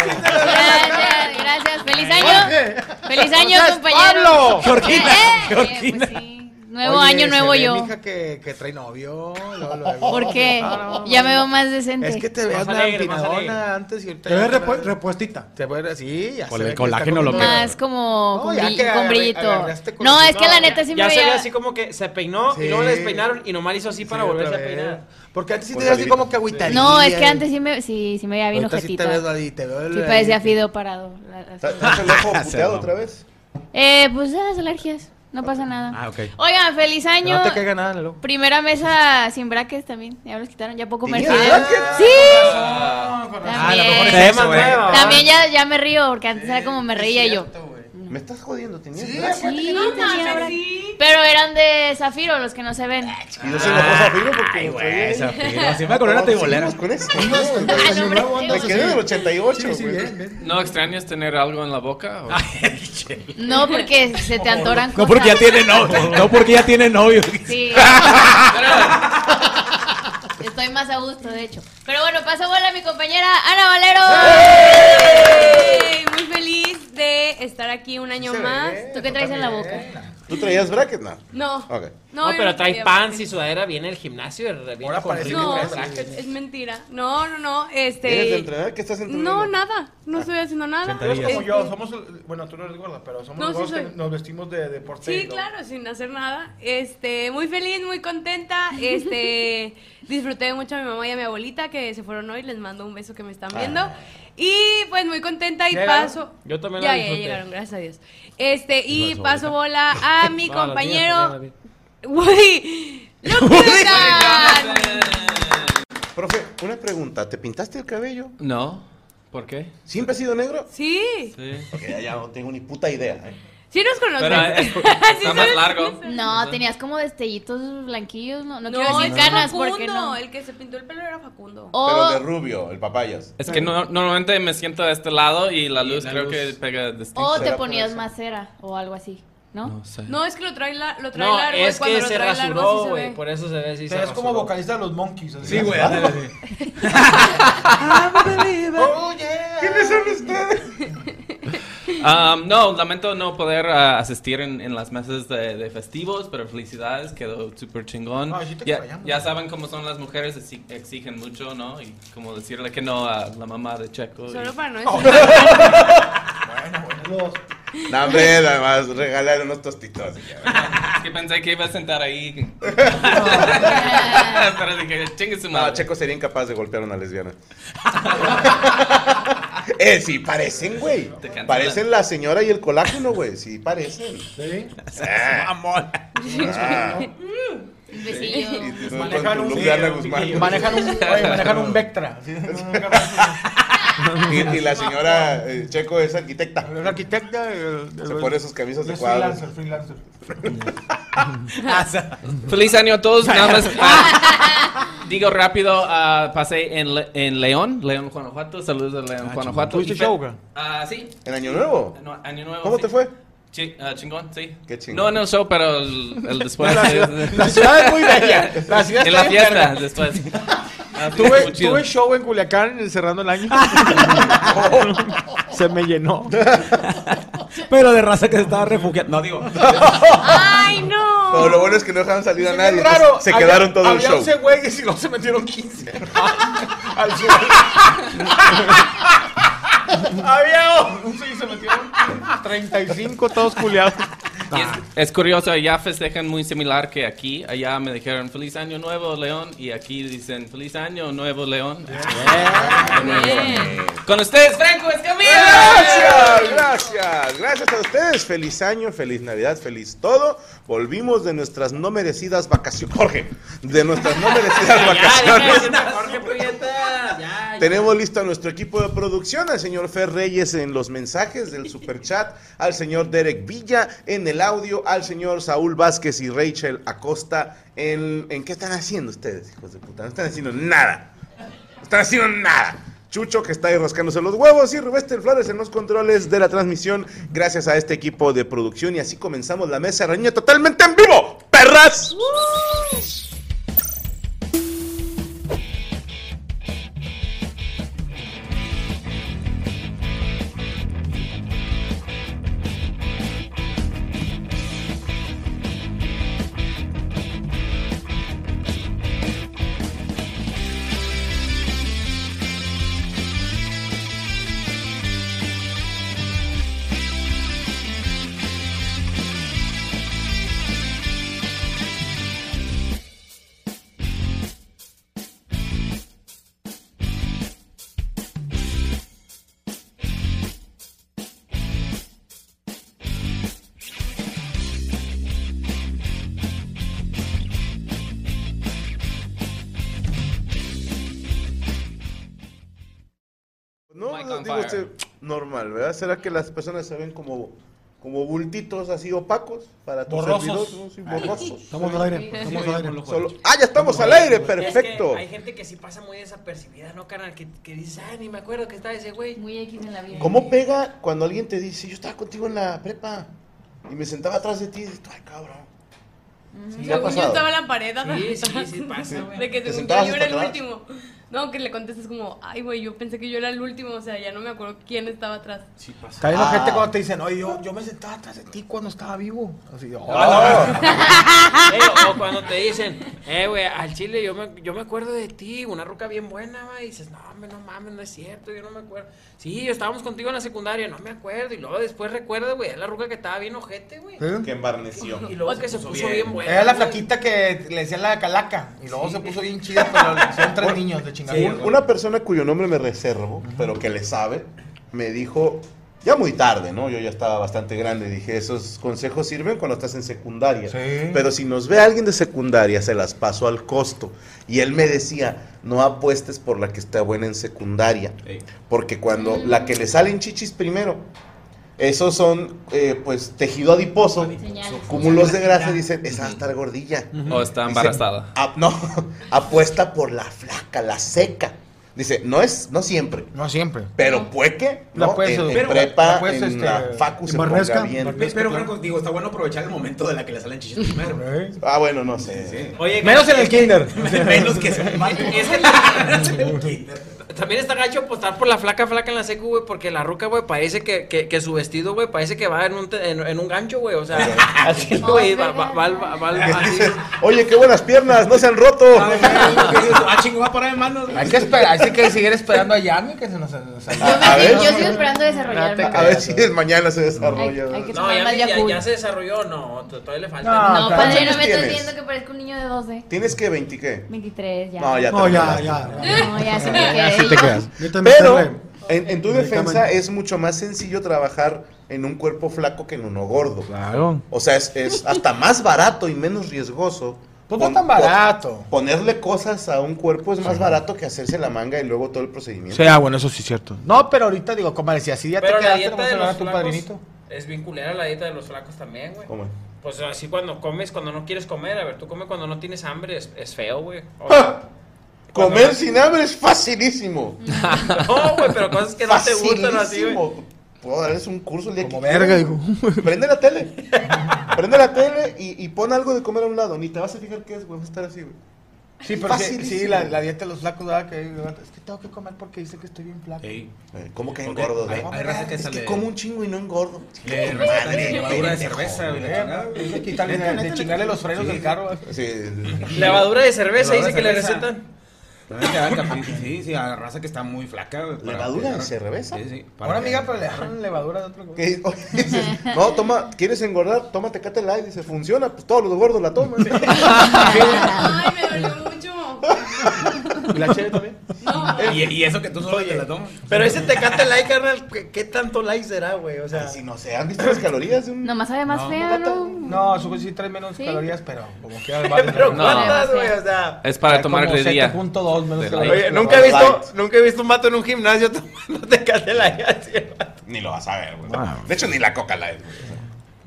[SPEAKER 10] Gracias, gracias. ¡Feliz año! ¡Feliz año,
[SPEAKER 9] Entonces,
[SPEAKER 10] compañero!
[SPEAKER 9] Pablo.
[SPEAKER 4] Georgina,
[SPEAKER 10] Eh,
[SPEAKER 4] Georgina.
[SPEAKER 10] pues sí. Nuevo año, nuevo yo.
[SPEAKER 9] Mi hija que, que trae novio. luego, luego.
[SPEAKER 10] ¿Por qué?
[SPEAKER 9] Ah, no,
[SPEAKER 10] ya
[SPEAKER 9] no,
[SPEAKER 10] me
[SPEAKER 9] no.
[SPEAKER 10] veo más decente.
[SPEAKER 9] Es que te
[SPEAKER 6] Más
[SPEAKER 9] veas una
[SPEAKER 6] alegre, más alegre.
[SPEAKER 9] empinadona antes y ahorita.
[SPEAKER 7] Te ves
[SPEAKER 9] ya-
[SPEAKER 7] repu- repuestita.
[SPEAKER 9] Te ves así, ya
[SPEAKER 4] Con
[SPEAKER 9] se
[SPEAKER 4] el
[SPEAKER 9] ve que
[SPEAKER 4] colágeno
[SPEAKER 9] está
[SPEAKER 4] lo
[SPEAKER 9] como-
[SPEAKER 4] que-
[SPEAKER 10] más como
[SPEAKER 9] No,
[SPEAKER 10] con,
[SPEAKER 9] ya
[SPEAKER 10] bri-
[SPEAKER 9] que
[SPEAKER 10] con
[SPEAKER 9] agarré-
[SPEAKER 10] brillito.
[SPEAKER 9] agarraste con
[SPEAKER 10] No,
[SPEAKER 9] los-
[SPEAKER 10] es que la neta sí me
[SPEAKER 6] ya se ve
[SPEAKER 10] veía-
[SPEAKER 6] así como que se peinó y luego
[SPEAKER 9] Sí.
[SPEAKER 6] le despeinaron y nomás le hizo así para
[SPEAKER 9] Sí,
[SPEAKER 6] volverse a
[SPEAKER 9] otra vez.
[SPEAKER 6] peinar.
[SPEAKER 9] Porque antes sí
[SPEAKER 5] Con
[SPEAKER 9] te veías así
[SPEAKER 5] salivita.
[SPEAKER 9] como que agüitadita.
[SPEAKER 10] No, es que antes sí me, sí, sí me veía bien
[SPEAKER 9] Ahorita sí te
[SPEAKER 10] ojetita.
[SPEAKER 9] ves,
[SPEAKER 10] Sí,
[SPEAKER 9] Daddy, te veo.
[SPEAKER 10] parecía Fideo parado. la- la-
[SPEAKER 5] ¿Estás el ojo
[SPEAKER 4] Se
[SPEAKER 5] puteado
[SPEAKER 4] mamó.
[SPEAKER 5] otra vez?
[SPEAKER 10] Eh, pues eh, las alergias. No pasa nada.
[SPEAKER 4] Ah, ok.
[SPEAKER 10] Oigan, feliz
[SPEAKER 9] Que
[SPEAKER 10] año.
[SPEAKER 9] No te caiga nada, Lalo.
[SPEAKER 10] Primera mesa sin brackets también. Ya me los quitaron. Ya puedo comer
[SPEAKER 5] ¿Tenía
[SPEAKER 10] fideo.
[SPEAKER 5] brackets?
[SPEAKER 10] Sí.
[SPEAKER 4] Ah, lo mejor es
[SPEAKER 10] También.
[SPEAKER 4] eso, güey.
[SPEAKER 6] nueva.
[SPEAKER 10] También ya, ya me río porque antes era como me reía yo.
[SPEAKER 5] Me estás jodiendo, tenías.
[SPEAKER 10] Sí,
[SPEAKER 8] No
[SPEAKER 10] tenía
[SPEAKER 8] mames,
[SPEAKER 10] brackets.
[SPEAKER 8] sí.
[SPEAKER 10] Pero eran de zafiro los que no se ven.
[SPEAKER 8] Ah,
[SPEAKER 5] Y no se enojó
[SPEAKER 9] Ah.
[SPEAKER 5] Zafiro porque.
[SPEAKER 4] Ay,
[SPEAKER 5] lo
[SPEAKER 4] güey,
[SPEAKER 5] traía
[SPEAKER 4] esa
[SPEAKER 5] ahí.
[SPEAKER 4] piro. Si me acuerdo, era tribolera.
[SPEAKER 5] Seguimos con eso.
[SPEAKER 10] Ah, no, hombre,
[SPEAKER 5] Me quedé en el 88, güey.
[SPEAKER 11] ¿No extrañas tener algo en la boca? o-
[SPEAKER 10] No, porque se te antoran
[SPEAKER 4] No porque ya
[SPEAKER 10] cosas.
[SPEAKER 4] tiene novio. No porque ya tiene novio.
[SPEAKER 10] Sí. Estoy más a gusto, de hecho. Pero bueno, pasa bola mi compañera Ana Valero.
[SPEAKER 8] Ey, Muy feliz de estar aquí un año más.
[SPEAKER 10] ¿Tú qué traes en la boca?
[SPEAKER 5] ¿Tú traías bracket? No.
[SPEAKER 8] No.
[SPEAKER 5] Ok.
[SPEAKER 6] No,
[SPEAKER 8] yo
[SPEAKER 6] pero
[SPEAKER 8] no
[SPEAKER 6] trae
[SPEAKER 8] traía
[SPEAKER 6] pants
[SPEAKER 8] brackets.
[SPEAKER 6] y sudadera, viene el gimnasio. Viene
[SPEAKER 9] Ahora
[SPEAKER 6] con
[SPEAKER 9] parece
[SPEAKER 6] ritmo,
[SPEAKER 8] No,
[SPEAKER 9] que
[SPEAKER 6] trae
[SPEAKER 8] es,
[SPEAKER 6] brackets.
[SPEAKER 8] es mentira. No, no, no.
[SPEAKER 5] ¿Eres de
[SPEAKER 8] Este.
[SPEAKER 5] entrenar? ¿Qué estás entrenando?
[SPEAKER 8] No, nada. No estoy haciendo nada.
[SPEAKER 9] Eres como
[SPEAKER 8] Este,
[SPEAKER 9] yo, somos, bueno, tú no eres gorda, pero somos
[SPEAKER 8] No,
[SPEAKER 9] los
[SPEAKER 8] sí
[SPEAKER 9] gordos
[SPEAKER 8] soy.
[SPEAKER 9] que nos vestimos de deporte.
[SPEAKER 8] Sí, claro, sin hacer nada. Este, muy feliz, muy contenta. Este, disfruté mucho a mi mamá y a mi abuelita que se fueron hoy. Les mando un beso que me están viendo. Y pues muy contenta y
[SPEAKER 6] Ah. ¿Llegaron?
[SPEAKER 8] paso.
[SPEAKER 6] Yo también la
[SPEAKER 8] Ya, ya
[SPEAKER 6] disfruté.
[SPEAKER 8] llegaron, gracias a Dios. Este, y
[SPEAKER 6] Igual,
[SPEAKER 8] paso bola a Ah, mi
[SPEAKER 6] No, la mía, la
[SPEAKER 8] compañero.
[SPEAKER 6] mía,
[SPEAKER 8] Woody Lupitan.
[SPEAKER 5] Profe, una pregunta. ¿Te pintaste el cabello?
[SPEAKER 11] No. ¿Por qué?
[SPEAKER 5] ¿Siempre has sido negro?
[SPEAKER 8] Sí.
[SPEAKER 11] Sí.
[SPEAKER 5] Ok, ya, ya no tengo ni puta idea. ¿eh?
[SPEAKER 8] Sí nos conoces.
[SPEAKER 11] Pero, eh,
[SPEAKER 8] Sí
[SPEAKER 11] está más
[SPEAKER 8] sabes-
[SPEAKER 11] largo.
[SPEAKER 10] No, tenías como destellitos blanquillos, no, no,
[SPEAKER 8] No,
[SPEAKER 10] quiero
[SPEAKER 8] es
[SPEAKER 10] decir canas
[SPEAKER 8] Facundo.
[SPEAKER 10] porque no.
[SPEAKER 8] El que se pintó el pelo era Facundo.
[SPEAKER 10] O-
[SPEAKER 5] Pero de rubio, el papayas.
[SPEAKER 11] Es que no- normalmente me siento de este lado y la luz creo que pega distinto.
[SPEAKER 8] Oh,
[SPEAKER 10] o te
[SPEAKER 5] Será por
[SPEAKER 10] ponías
[SPEAKER 5] eso.
[SPEAKER 10] más cera o algo así, ¿no?
[SPEAKER 11] No sé.
[SPEAKER 8] No, es que lo trae, la- lo trae
[SPEAKER 6] No,
[SPEAKER 8] largo. y
[SPEAKER 6] es
[SPEAKER 8] cuando
[SPEAKER 6] que
[SPEAKER 8] lo
[SPEAKER 6] se
[SPEAKER 8] trae largo,
[SPEAKER 6] rasuró,
[SPEAKER 8] sí se
[SPEAKER 6] güey.
[SPEAKER 8] ve.
[SPEAKER 6] Por eso se ve así.
[SPEAKER 9] Pero es como vocalista de los Monkeys. así.
[SPEAKER 6] Sí, güey. ándale, sí.
[SPEAKER 5] ¿Quiénes son ustedes?
[SPEAKER 11] Um, no, lamento no poder ah, asistir en, en las mesas de, de festivos, pero felicidades, quedó súper chingón.
[SPEAKER 9] Ay, sí te
[SPEAKER 11] ya,
[SPEAKER 9] extrañamos.
[SPEAKER 11] ya saben cómo son las mujeres, exi- exigen mucho, ¿no? Y como decirle que no a la mamá de Checo. y-
[SPEAKER 8] Solo para no decir.
[SPEAKER 5] No, hombre, nada más regalaron unos tostitos. y ya, ¿verdad?
[SPEAKER 11] Es que pensé que iba a sentar ahí.
[SPEAKER 8] Ah.
[SPEAKER 11] pero dije, chingue su
[SPEAKER 5] No,
[SPEAKER 11] madre.
[SPEAKER 5] Checo sería incapaz de golpear a una lesbiana. eh, sí, parecen, güey.
[SPEAKER 11] Te cancelan.
[SPEAKER 5] Parecen la señora y el colágeno, güey. Sí, parecen. Ah.
[SPEAKER 10] Un besillo.
[SPEAKER 9] Manejan un,
[SPEAKER 5] Luciana Guzmán.
[SPEAKER 9] manejan un, güey, manejan un Vectra. así.
[SPEAKER 5] Y, y la señora eh, Checo es arquitecta.
[SPEAKER 9] El arquitecta. el-
[SPEAKER 5] Se
[SPEAKER 9] el-
[SPEAKER 5] pone sus camisas de
[SPEAKER 9] es
[SPEAKER 5] cuadros.
[SPEAKER 9] freelancer, freelancer. Ah,
[SPEAKER 11] Feliz año a todos. Nada más ah, digo rápido, ah, pasé en, Le- en León, León, Guanajuato. Saludos a León, Guanajuato.
[SPEAKER 9] Ah, ¿Tuviste
[SPEAKER 11] Y fe-
[SPEAKER 9] show, güey?
[SPEAKER 11] Ah, sí.
[SPEAKER 5] ¿En Año Nuevo?
[SPEAKER 11] No, año nuevo.
[SPEAKER 5] ¿Cómo
[SPEAKER 11] sí.
[SPEAKER 5] te fue?
[SPEAKER 11] Chi- ah, chingón, sí.
[SPEAKER 5] Qué chingón.
[SPEAKER 11] No en el show, pero el, el después.
[SPEAKER 9] La ciudad, la ciudad es muy bella. La ciudad
[SPEAKER 11] en
[SPEAKER 9] está
[SPEAKER 11] la
[SPEAKER 9] bien
[SPEAKER 11] fiesta,
[SPEAKER 9] verga.
[SPEAKER 11] después. Ah,
[SPEAKER 9] Tuve,
[SPEAKER 11] muy chido.
[SPEAKER 9] tuve show en Culiacán eh, cerrando el año. Se me llenó.
[SPEAKER 12] Pero de raza que se estaba refugiando. No, digo.
[SPEAKER 8] ¡Ay, no!
[SPEAKER 5] Pero lo bueno es que no dejaron salir a
[SPEAKER 9] Se me
[SPEAKER 5] nadie.
[SPEAKER 9] hizo raro.
[SPEAKER 5] entonces Se
[SPEAKER 9] Había-
[SPEAKER 5] quedaron todo el
[SPEAKER 9] había
[SPEAKER 5] show.
[SPEAKER 9] 11 güeyes y luego se metieron 15. Al sur. había 11 y se metieron 35 todos culiados.
[SPEAKER 11] Y es, es curioso, allá festejan muy similar que aquí. Allá me dijeron feliz año nuevo, León. Y aquí dicen feliz año nuevo, León.
[SPEAKER 8] Bien.
[SPEAKER 11] Con ustedes, Franco Escamilla.
[SPEAKER 5] Gracias, gracias, gracias a ustedes. Feliz año, feliz Navidad, feliz todo. Volvimos de nuestras no merecidas vacaciones. Jorge, de nuestras no merecidas vacaciones. Tenemos listo a nuestro equipo de producción, al señor Fer Reyes en los mensajes del superchat, al señor Derek Villa en el audio, al señor Saúl Vázquez y Rachel Acosta en... ¿En qué están haciendo ustedes, hijos de puta? No están haciendo nada. No están haciendo nada. Chucho que está ahí rascándose los huevos y Rubén Flores en los controles de la transmisión gracias a este equipo de producción y así comenzamos la mesa reña totalmente en vivo, perras. No,
[SPEAKER 11] Mike
[SPEAKER 5] no,
[SPEAKER 11] on
[SPEAKER 5] digo,
[SPEAKER 11] fire.
[SPEAKER 5] este, normal, ¿verdad? ¿Será que las personas se ven como, como bultitos así opacos para tu
[SPEAKER 12] Borrosos.
[SPEAKER 5] servidor? ¿no? Sí, borrosos.
[SPEAKER 7] Estamos al aire. Estamos al aire.
[SPEAKER 5] Solo- ¡Ah, ya estamos al aire! ¡Perfecto!
[SPEAKER 6] hay gente que sí pasa muy desapercibida, ¿no, carnal? Que, que dices, ay, ni me acuerdo que estaba ese güey.
[SPEAKER 10] Muy X en la vida.
[SPEAKER 5] ¿Cómo pega cuando alguien te dice, yo estaba contigo en la prepa y me sentaba atrás de ti y dices, ay, cabrón? ¿Sí te ha
[SPEAKER 8] Según yo
[SPEAKER 5] pasado?
[SPEAKER 8] estaba en la pared. ¿no?
[SPEAKER 6] Sí, sí, sí pasa, güey.
[SPEAKER 8] De que
[SPEAKER 5] ¿Te
[SPEAKER 8] según
[SPEAKER 5] sentabas
[SPEAKER 8] yo, yo era el
[SPEAKER 5] hasta
[SPEAKER 8] último. No, que le contestas como, ay, güey, yo pensé que yo era el último, o sea, ya no me acuerdo quién estaba atrás.
[SPEAKER 6] Sí pasa.
[SPEAKER 9] Está bien
[SPEAKER 5] Ah.
[SPEAKER 9] gente cuando te dicen, oye, yo, yo me sentaba atrás de ti cuando estaba vivo. Así, oh.
[SPEAKER 6] Eh, o cuando te dicen, eh, güey, al chile yo me, yo me acuerdo de ti, una ruca bien buena, güey. Y dices, no, hombre, no mames, no es cierto, yo no me acuerdo. Sí, yo estábamos contigo en la secundaria, no me
[SPEAKER 9] ¿Eh?
[SPEAKER 6] acuerdo. Y luego después recuerdo, güey, la ruca que estaba bien ojete, güey.
[SPEAKER 5] Que embarneció.
[SPEAKER 6] Y luego que se puso bien, güey.
[SPEAKER 9] Era la flaquita que le decían la calaca. Y luego se puso bien chida, pero le- son tres niños de chingada.
[SPEAKER 5] Un- Una persona cuyo nombre me reservo, pero que le sabe, me dijo, ya muy tarde, ¿no? Yo ya estaba bastante grande. Dije, esos consejos sirven cuando estás en secundaria. Pero si nos ve alguien de secundaria, se las paso al costo. Y él me decía, no apuestes por la que está buena en secundaria. Porque cuando la que le salen chichis primero, esos son, eh, pues, tejido adiposo, cúmulos de grasa, dicen, esa va a estar gordilla.
[SPEAKER 11] O está
[SPEAKER 5] Dice,
[SPEAKER 11] embarazada.
[SPEAKER 5] "Ah, no, apuesta por la flaca, la seca. Dice, no es, no siempre.
[SPEAKER 9] No siempre.
[SPEAKER 5] Pero puede que,
[SPEAKER 9] La
[SPEAKER 5] ¿no?
[SPEAKER 9] puedes-
[SPEAKER 5] en, en
[SPEAKER 9] pero-
[SPEAKER 5] prepa,
[SPEAKER 9] la puedes,
[SPEAKER 5] en
[SPEAKER 9] este,
[SPEAKER 5] la facu se ponga bien.
[SPEAKER 12] Pero, Franco, digo, está bueno aprovechar el momento de la que le salen chichis primero.
[SPEAKER 5] Ah, bueno, no sé.
[SPEAKER 6] Oye,
[SPEAKER 9] Menos en el kinder.
[SPEAKER 12] Menos que sea un vato.
[SPEAKER 6] Es que también, también está gacho apostar por la flaca, flaca en la secu, güey, porque la ruca, güey, parece que, que, que su vestido, güey, parece que va en un, te- en, en un gancho, güey. O sea, así, güey, va, va, va, va, va- así.
[SPEAKER 5] Oye, qué buenas piernas, no se han roto.
[SPEAKER 12] Ah, chingo, va a parar de manos.
[SPEAKER 9] Hay que esperar, hay que seguir esperando a Yami que se nos, nos
[SPEAKER 5] A ver,
[SPEAKER 10] Yo sigo esperando desarrollarme.
[SPEAKER 5] a ver si el mañana se desarrolla.
[SPEAKER 10] Hay- hay que-
[SPEAKER 6] No, ya,
[SPEAKER 10] Más de
[SPEAKER 6] ya,
[SPEAKER 10] Yakult.
[SPEAKER 6] ya se desarrolló, no, t- todavía le falta.
[SPEAKER 10] No, padre, no
[SPEAKER 5] No,
[SPEAKER 10] me
[SPEAKER 5] ¿Cuántos años
[SPEAKER 10] estás
[SPEAKER 5] tienes?
[SPEAKER 10] viendo que parezco un niño de 12.
[SPEAKER 5] ¿Tienes que 20 qué?
[SPEAKER 10] 23, ya.
[SPEAKER 5] No, ya
[SPEAKER 7] No, ya,
[SPEAKER 5] quedaste.
[SPEAKER 7] ya.
[SPEAKER 10] No, ya se me quedé.
[SPEAKER 7] Así te quedas. Yo también
[SPEAKER 5] Pero
[SPEAKER 7] estoy
[SPEAKER 5] en, en tu
[SPEAKER 7] en la
[SPEAKER 5] defensa
[SPEAKER 7] cama.
[SPEAKER 5] es mucho más sencillo trabajar en un cuerpo flaco que en uno gordo.
[SPEAKER 9] Claro.
[SPEAKER 5] O sea, es, es hasta más barato y menos riesgoso.
[SPEAKER 9] Pues no
[SPEAKER 5] Pon-
[SPEAKER 9] tan barato.
[SPEAKER 5] pon- Ponerle cosas a un cuerpo es más barato que hacerse la manga y luego todo el procedimiento.
[SPEAKER 9] Sí, ah, bueno, eso sí es cierto. No, pero ahorita digo, como decía, si ya
[SPEAKER 6] Pero
[SPEAKER 9] te
[SPEAKER 6] la
[SPEAKER 9] quedaste,
[SPEAKER 6] dieta
[SPEAKER 9] vamos a
[SPEAKER 6] de
[SPEAKER 9] hablar
[SPEAKER 6] los
[SPEAKER 9] a tu
[SPEAKER 6] flacos
[SPEAKER 9] padrinito.
[SPEAKER 6] es vinculera a la dieta de los flacos también, güey.
[SPEAKER 5] ¿Cómo?
[SPEAKER 6] Pues así cuando comes, cuando no quieres comer, a ver, tú comes cuando no tienes hambre, es, es feo, güey. O sea, cuando
[SPEAKER 5] Comer
[SPEAKER 6] no-
[SPEAKER 5] sin hambre es facilísimo.
[SPEAKER 6] No, güey, pero cosas que no te gustan así, güey.
[SPEAKER 5] Facilísimo. Puedo darles un curso el día que
[SPEAKER 9] verga,
[SPEAKER 5] quieran. Prende la tele. Prende la tele y, y pon algo de comer a un lado. Ni te vas a fijar qué es, güey. Vas a estar así, güey.
[SPEAKER 9] Sí, pero sí,
[SPEAKER 5] Facilísimo.
[SPEAKER 9] sí, la, la dieta de los flacos, ¿verdad? Que, es que tengo que comer porque dice que estoy bien flaco.
[SPEAKER 12] Ey.
[SPEAKER 5] Eh, ¿Cómo que
[SPEAKER 12] Porque
[SPEAKER 5] engordo?
[SPEAKER 12] hay-
[SPEAKER 5] no?
[SPEAKER 12] hay raza que
[SPEAKER 5] es
[SPEAKER 12] sale-
[SPEAKER 5] que como un chingo y no engordo.
[SPEAKER 12] Le
[SPEAKER 5] Madre,
[SPEAKER 12] recetan
[SPEAKER 5] güey,
[SPEAKER 12] levadura de
[SPEAKER 5] te
[SPEAKER 12] cerveza, güey, la
[SPEAKER 5] jodes.
[SPEAKER 12] chingada.
[SPEAKER 9] Hay que quitarle
[SPEAKER 12] Neta,
[SPEAKER 9] de-
[SPEAKER 12] neta,
[SPEAKER 9] de
[SPEAKER 12] neta.
[SPEAKER 9] chingarle los frenos
[SPEAKER 12] Sí.
[SPEAKER 9] del carro. güey.
[SPEAKER 5] Sí.
[SPEAKER 6] Levadura de cerveza,
[SPEAKER 12] Levadura
[SPEAKER 6] dice que le
[SPEAKER 12] cerveza.
[SPEAKER 6] recetan.
[SPEAKER 12] Ah, capaz, Sí, sí, a la raza que está muy flaca. güey, para
[SPEAKER 5] ¿Levadura de
[SPEAKER 12] que-
[SPEAKER 5] cerveza?
[SPEAKER 12] Sí, sí. para
[SPEAKER 9] Una
[SPEAKER 12] que-
[SPEAKER 9] amiga, pero le dejaron levadura de otro. güey.
[SPEAKER 5] Que- oye, dices, no, toma, ¿quieres engordar? Toma Tecate Light. Dice, funciona, pues todos los gordos la toman.
[SPEAKER 8] Ay, me dolió mucho.
[SPEAKER 9] ¿Y la chévere también?
[SPEAKER 12] Y, y eso que tú solo te la tomas.
[SPEAKER 6] Pero ese tecate like, carnal, ¿qué, qué tanto like será, güey? O sea,
[SPEAKER 5] si no sé, ¿han visto las calorías? de un-
[SPEAKER 10] Nomás sabe más
[SPEAKER 9] No,
[SPEAKER 10] fea, ¿no?
[SPEAKER 9] No, su güey sí trae menos
[SPEAKER 10] Sí.
[SPEAKER 9] calorías, pero como que vale.
[SPEAKER 6] pero
[SPEAKER 11] No.
[SPEAKER 6] ¿cuántas, güey? O sea.
[SPEAKER 11] Es para
[SPEAKER 9] Trae como
[SPEAKER 11] tomarle día.
[SPEAKER 9] 7.2 menos
[SPEAKER 11] De
[SPEAKER 9] calorías.
[SPEAKER 11] light.
[SPEAKER 6] Oye,
[SPEAKER 9] que la
[SPEAKER 6] nunca he
[SPEAKER 9] barra
[SPEAKER 6] visto,
[SPEAKER 9] light.
[SPEAKER 6] nunca he visto un mato en un gimnasio tomando tecate like. así, güey.
[SPEAKER 5] Ni lo vas a ver, güey.
[SPEAKER 9] Ah.
[SPEAKER 5] De hecho, ni la coca light. güey.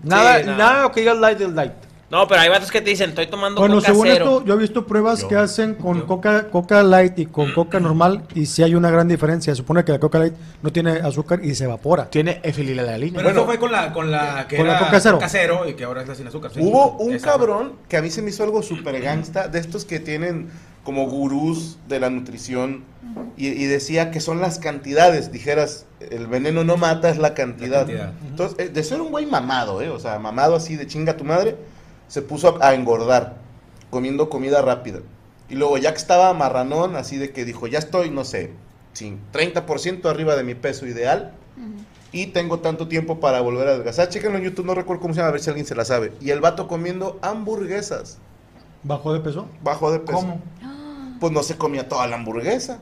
[SPEAKER 9] Nada,
[SPEAKER 6] Sí, nada.
[SPEAKER 9] nada que diga light del light.
[SPEAKER 6] No, pero hay vatos que te dicen, estoy tomando
[SPEAKER 7] Bueno,
[SPEAKER 6] coca
[SPEAKER 7] según
[SPEAKER 6] cero.
[SPEAKER 7] esto, yo he visto pruebas que hacen con coca, coca light y con coca
[SPEAKER 5] Mm.
[SPEAKER 7] normal y si hay una gran diferencia. Supone que la coca light no tiene azúcar y se evapora.
[SPEAKER 9] Tiene efililalina.
[SPEAKER 12] Pero eso fue con la, con la que
[SPEAKER 7] Con la
[SPEAKER 12] era
[SPEAKER 7] Coca Cero.
[SPEAKER 12] Coca Cero y que ahora es la sin azúcar. sí.
[SPEAKER 5] Hubo un
[SPEAKER 12] Esa,
[SPEAKER 5] cabrón que a mí se me hizo algo super gangsta, de estos que tienen como gurús de la nutrición, y, y decía que son las cantidades. Dijeras, el veneno no mata, es la cantidad.
[SPEAKER 12] cantidad.
[SPEAKER 5] Entonces, eh, de ser un güey mamado, ¿eh? O sea, mamado así de chinga tu madre, se puso a, a engordar, comiendo comida rápida. Y luego, ya que estaba marranón, así de que dijo, ya estoy, no sé, sin 30% arriba de mi peso ideal. Y tengo tanto tiempo para volver a adelgazar. Chéquenlo en YouTube, no recuerdo cómo se llama, a ver si alguien se la sabe. Y el vato comiendo hamburguesas.
[SPEAKER 7] ¿Bajó de peso?
[SPEAKER 5] Bajó de peso.
[SPEAKER 9] ¿Cómo?
[SPEAKER 5] Pues no se comía toda la hamburguesa.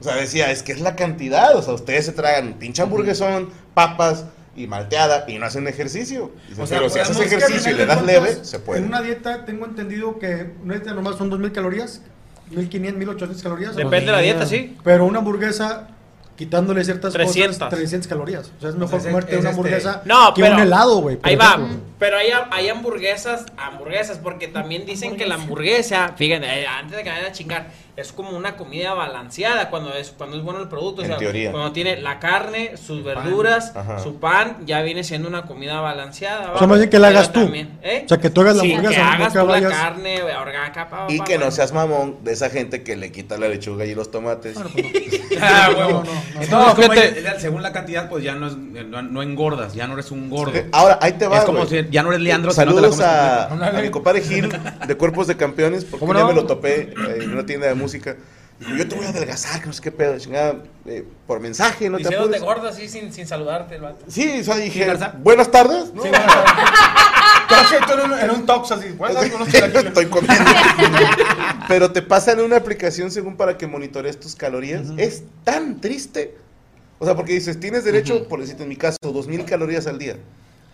[SPEAKER 5] O sea, decía, es que es la cantidad. O sea, ustedes se tragan un pinche hamburguesón, papas y malteada y no hacen ejercicio. Dice,
[SPEAKER 12] O sea,
[SPEAKER 5] pero si
[SPEAKER 12] podemos
[SPEAKER 5] haces
[SPEAKER 12] decir que al
[SPEAKER 5] ejercicio y
[SPEAKER 12] final
[SPEAKER 5] le
[SPEAKER 12] de
[SPEAKER 5] das
[SPEAKER 12] cuentas,
[SPEAKER 5] leve, se puede.
[SPEAKER 7] En una dieta tengo entendido que una dieta normal son 2.000 calorías, 1.500, 1.800 calorías.
[SPEAKER 6] Depende de la dieta, sí.
[SPEAKER 7] Pero una hamburguesa, quitándole ciertas
[SPEAKER 6] 300.
[SPEAKER 7] cosas, 300 calorías. O sea, es mejor
[SPEAKER 12] O sea, es-
[SPEAKER 7] comerte
[SPEAKER 12] es
[SPEAKER 7] una
[SPEAKER 12] este-
[SPEAKER 7] hamburguesa
[SPEAKER 6] No,
[SPEAKER 7] que
[SPEAKER 6] pero-
[SPEAKER 7] un helado, güey. por
[SPEAKER 6] Ahí va.
[SPEAKER 7] ejemplo.
[SPEAKER 6] Pero hay, hay hamburguesas, hamburguesas, porque también dicen que la hamburguesa, fíjense, eh, antes de que vayan a chingar, es como una comida balanceada cuando es, cuando es bueno el producto.
[SPEAKER 5] En
[SPEAKER 6] o sea,
[SPEAKER 5] teoría.
[SPEAKER 6] Cuando tiene la carne, sus verduras,
[SPEAKER 5] Ajá.
[SPEAKER 6] su pan, ya viene siendo una comida balanceada.
[SPEAKER 7] O sea, más bien que la hagas tú.
[SPEAKER 6] ¿eh?
[SPEAKER 7] O sea, que tú hagas la
[SPEAKER 6] Sí,
[SPEAKER 7] hamburguesa,
[SPEAKER 6] que
[SPEAKER 7] no
[SPEAKER 6] hagas
[SPEAKER 7] que
[SPEAKER 6] tú la
[SPEAKER 7] vayas-
[SPEAKER 6] carne güey, orgánica. pa, pa,
[SPEAKER 5] Y
[SPEAKER 6] pa,
[SPEAKER 5] que
[SPEAKER 6] güey.
[SPEAKER 5] no seas mamón de esa gente que le quita la lechuga y los tomates.
[SPEAKER 12] Ah, huevo.
[SPEAKER 9] No,
[SPEAKER 12] Entonces, como
[SPEAKER 9] fíjate.
[SPEAKER 12] es- según la cantidad, pues ya no, es, no, no engordas, ya no eres un gordo.
[SPEAKER 5] Ahora, ahí te va.
[SPEAKER 12] es como
[SPEAKER 5] güey.
[SPEAKER 12] si ya no eres Leandro. si no te la
[SPEAKER 5] Saludos
[SPEAKER 12] comes
[SPEAKER 5] a,
[SPEAKER 12] completa.
[SPEAKER 5] a mi compadre Gil de Cuerpos de Campeones, porque
[SPEAKER 9] ¿Cómo
[SPEAKER 5] un día
[SPEAKER 9] no?
[SPEAKER 5] me lo topé eh, en una tienda de música. Dijo, yo te voy a adelgazar, que no sé qué pedo, chingada, eh, por mensaje, no te
[SPEAKER 6] Diciéndote
[SPEAKER 5] apures.
[SPEAKER 6] gordo así sin, sin saludarte el vato.
[SPEAKER 5] Sí, o sea, dije,
[SPEAKER 12] Garza?
[SPEAKER 5] buenas tardes, ¿no?
[SPEAKER 12] Sí, bueno,
[SPEAKER 5] Café
[SPEAKER 9] tú en un, en un tops así. Bueno, unos chilaquiles.
[SPEAKER 5] Estoy comiendo. Pero te pasan una aplicación según para que monitorees tus calorías. Es tan triste. O sea, porque dices, tienes derecho, por decirte en mi caso, 2000 calorías al día.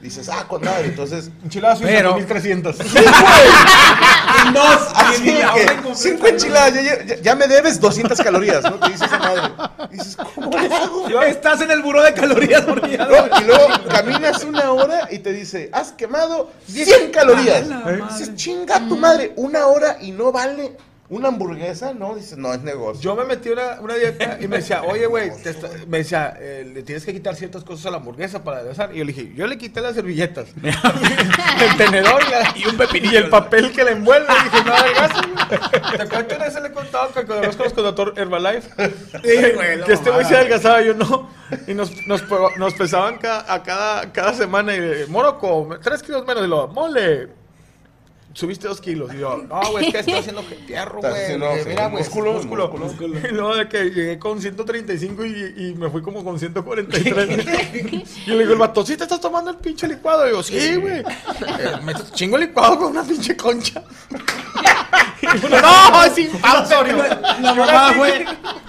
[SPEAKER 5] Dices, ah, con madre. Entonces,
[SPEAKER 9] Enchiladas suizas,
[SPEAKER 5] Pero-
[SPEAKER 9] 1300.
[SPEAKER 5] dos,
[SPEAKER 9] así de que,
[SPEAKER 5] cinco enchiladas, ya, ya- ya- ya me debes 200 calorías, ¿no? Te dices esa madre. Dices, ¿cómo le hago?
[SPEAKER 12] Estás en el buró de calorías por día.
[SPEAKER 5] No, y luego caminas una hora y te dice, has quemado 100 calorías.
[SPEAKER 12] A la
[SPEAKER 5] Dices, chinga tu madre, una hora y no vale una hamburguesa, ¿no? Dices, no, es negocio.
[SPEAKER 9] Yo me metí una, una dieta y me decía, oye, güey, te está- me decía, eh, le tienes que quitar ciertas cosas a la hamburguesa para adelgazar. Y yo le dije, yo le quité las servilletas, el tenedor y, la-
[SPEAKER 12] Y un pepinillo.
[SPEAKER 9] y el papel que le envuelve. Y dije, no adelgazo. güey". ¿Te acuerdas que una vez le he contado que cuando conozco con doctor Herbalife? Y dije,
[SPEAKER 12] Güey, la
[SPEAKER 9] que este güey
[SPEAKER 12] mamada.
[SPEAKER 9] se adelgazaba, yo no. Y nos, nos, pe- nos pesaban ca- a cada, cada semana. Y de, Moroco, tres kilos menos. Y lo, mole. Subiste dos kilos. Y yo, no, güey, es que estoy haciendo fierro,
[SPEAKER 5] Estás
[SPEAKER 9] güey.
[SPEAKER 5] haciendo,
[SPEAKER 9] de
[SPEAKER 5] sí,
[SPEAKER 9] veras, güey,
[SPEAKER 5] músculo,
[SPEAKER 9] músculo, músculo.
[SPEAKER 5] músculo.
[SPEAKER 9] Y luego de que llegué con 135 y, y me fui como con 143. y le digo, el vato, ¿sí te estás tomando el pinche licuado? Y yo, sí, güey. Eh, Me chingo el licuado con una pinche concha. Y yo, no, es impacto.
[SPEAKER 12] La mamá fue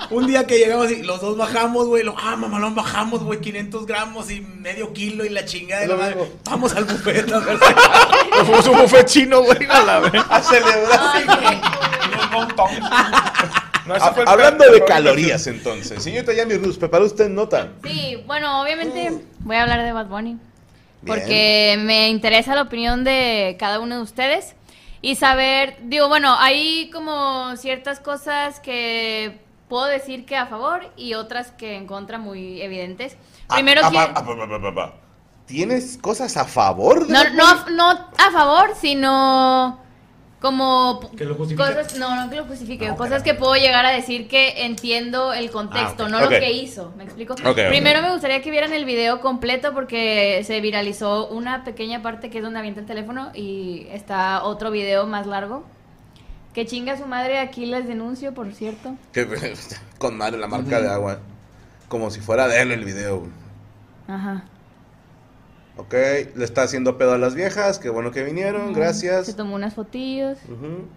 [SPEAKER 12] un día que llegamos y los dos bajamos, güey. Lo, ah, mamalón, bajamos, güey, 500 gramos y medio kilo y la chingada de la madre. Vamos al buffet. a ver.
[SPEAKER 9] Nos fuimos a un buffet chino, güey, a la vez.
[SPEAKER 5] A celebrar.
[SPEAKER 9] No,
[SPEAKER 5] Ha- "Ah, Hablando de calorías, entonces. Señorita Yami Rus, ¿preparó usted nota?
[SPEAKER 10] Sí, bueno, obviamente voy a hablar de Bad Bunny.
[SPEAKER 5] Bien.
[SPEAKER 10] Porque me interesa la opinión de cada uno de ustedes. Y saber, digo, bueno, hay como ciertas cosas que puedo decir que a favor y otras que en contra muy evidentes. Primero
[SPEAKER 5] Ah, ah,
[SPEAKER 10] quiero-
[SPEAKER 5] ah, ah, ah, ah, ah, ah. ¿Tienes cosas a favor de
[SPEAKER 10] No,
[SPEAKER 5] Bad
[SPEAKER 10] no,
[SPEAKER 5] Bunny?
[SPEAKER 10] a- no a favor, sino como p-
[SPEAKER 5] Que lo justifique.
[SPEAKER 10] cosas, no, no que lo justifique, cosas que puedo llegar a decir que entiendo el contexto,
[SPEAKER 5] Ah, ok.
[SPEAKER 10] no
[SPEAKER 5] Ok.
[SPEAKER 10] lo que hizo, ¿me explico?
[SPEAKER 5] Ok, ok.
[SPEAKER 10] Primero me gustaría que vieran el video completo porque se viralizó una pequeña parte que es donde avienta el teléfono y está otro video más largo. Que chinga su madre, aquí les denuncio, por cierto.
[SPEAKER 5] Que- Con madre la marca de agua. Como si fuera de él el video. güey.
[SPEAKER 10] Ajá.
[SPEAKER 5] Ok, le está haciendo pedo a las viejas. Qué bueno que vinieron, gracias.
[SPEAKER 10] Se tomó unas fotillos.
[SPEAKER 5] Ujú.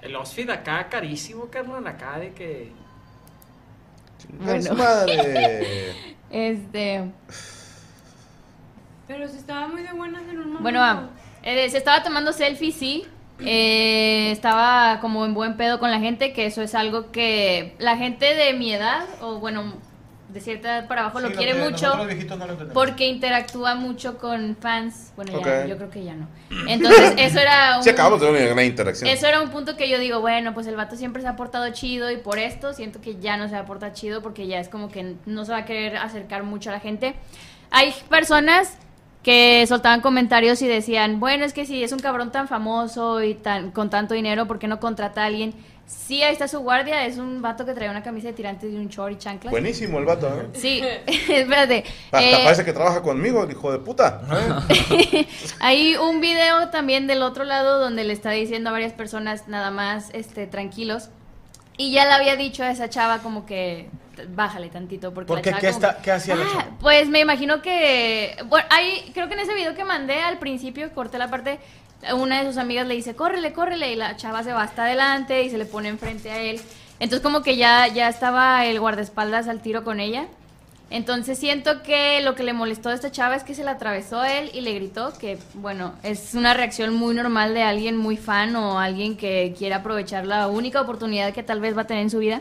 [SPEAKER 6] El outfit acá carísimo, carnal, acá de que...
[SPEAKER 5] Chingar su madre.
[SPEAKER 10] Este,
[SPEAKER 8] Pero si estaba muy de buenas en un momento.
[SPEAKER 10] Bueno, va. Eh, se estaba tomando selfie, sí. Eh, estaba como en buen pedo con la gente, que eso es algo que la gente de mi edad, o bueno, de cierta edad para abajo, lo quiere mucho porque interactúa mucho con fans. Bueno, ya,
[SPEAKER 5] Ok.
[SPEAKER 10] yo creo que ya no. Entonces, eso era un...
[SPEAKER 5] Sí, acabamos de tener una gran interacción.
[SPEAKER 10] Eso era un punto que yo digo, bueno, pues el vato siempre se ha portado chido y por esto siento que ya no se va a portar chido porque ya es como que no se va a querer acercar mucho a la gente. Hay personas que soltaban comentarios y decían, bueno, es que si es un cabrón tan famoso y tan con tanto dinero, ¿por qué no contrata a alguien? Sí, ahí está su guardia, es un vato que trae una camisa de tirantes y un short y chanclas.
[SPEAKER 5] Buenísimo el vato, ¿eh?
[SPEAKER 10] Sí, espérate.
[SPEAKER 5] Hasta
[SPEAKER 10] Eh,
[SPEAKER 5] parece que trabaja conmigo, el hijo de puta. ¿Eh?
[SPEAKER 10] Hay un video también del otro lado donde le está diciendo a varias personas nada más, este, tranquilos. Y ya le había dicho a esa chava como que t- bájale tantito porque la
[SPEAKER 9] Porque,
[SPEAKER 10] chava
[SPEAKER 9] ¿qué,
[SPEAKER 10] como
[SPEAKER 9] está, ¿qué hacía la
[SPEAKER 10] Ah,
[SPEAKER 9] chava?
[SPEAKER 10] Pues me imagino que. Bueno, ahí, creo que en ese video que mandé al principio, corté la parte. Una de sus amigas le dice, córrele, córrele. Y la chava se va hasta adelante y se le pone enfrente a él. Entonces, como que ya, ya estaba el guardaespaldas al tiro con ella. Entonces, siento que lo que le molestó a esta chava es que se la atravesó a él y le gritó. Que, bueno, es una reacción muy normal de alguien muy fan o alguien que quiere aprovechar la única oportunidad que tal vez va a tener en su vida.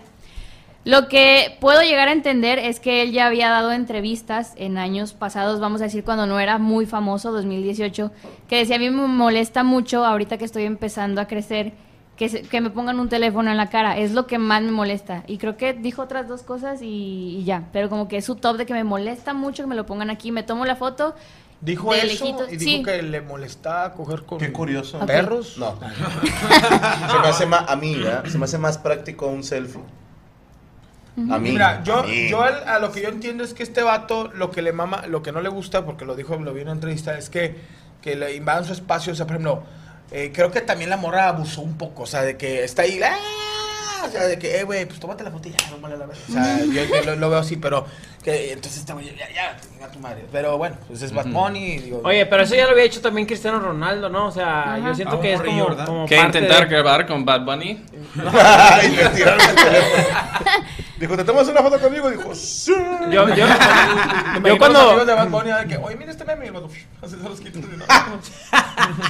[SPEAKER 10] Lo que puedo llegar a entender es que él ya había dado entrevistas en años pasados, vamos a decir cuando no era muy famoso, 2018, que decía, a mí me molesta mucho ahorita que estoy empezando a crecer, que, se- que me pongan un teléfono en la cara, es lo que más me molesta. Y creo que dijo otras dos cosas y, y ya, pero como que es su top de que me molesta mucho que me lo pongan aquí, me tomo la foto.
[SPEAKER 9] Dijo
[SPEAKER 10] de
[SPEAKER 9] eso
[SPEAKER 10] lejitos,
[SPEAKER 9] y dijo
[SPEAKER 10] sí.
[SPEAKER 9] que le molestaba coger con
[SPEAKER 5] Qué curioso.
[SPEAKER 9] perros.
[SPEAKER 5] No. se me hace más, a mí, ¿verdad? Se me hace más práctico un selfie. A mí.
[SPEAKER 9] Mira, yo,
[SPEAKER 5] a mí.
[SPEAKER 9] yo al- a lo que yo entiendo es que este vato, lo que le mama, lo que no le gusta, porque lo dijo, lo vi en una entrevista, es que, que le invadan su espacio. O sea, por ejemplo, eh, creo que también la morra abusó un poco, o sea, de que está ahí, ¡ah! ah, o sea, de que, eh, güey, pues tómate la foto y ya, no vale la verga. O
[SPEAKER 7] Mm.
[SPEAKER 9] sea, yo, yo lo, lo veo así, pero que, entonces este güey, ya, ya, chinga tu madre. Pero bueno, pues es Bad Bunny. Digo,
[SPEAKER 6] Oye, pero eso ya lo había hecho también Cristiano Ronaldo, ¿no? O sea, yo siento
[SPEAKER 9] Ah,
[SPEAKER 6] que es
[SPEAKER 9] morrillo,
[SPEAKER 6] como,
[SPEAKER 9] ¿verdad?
[SPEAKER 6] como
[SPEAKER 11] ¿Qué
[SPEAKER 6] parte
[SPEAKER 11] intentar
[SPEAKER 6] de-
[SPEAKER 11] grabar con Bad Bunny?
[SPEAKER 5] y le tiraron el teléfono. Dijo, ¿te tomas una foto conmigo? Dijo, sí.
[SPEAKER 6] Yo- yo-
[SPEAKER 9] yo
[SPEAKER 6] cuando-
[SPEAKER 9] cuando. de Bad Bunny, de que, oye, mira este meme. Y luego, así se los quito.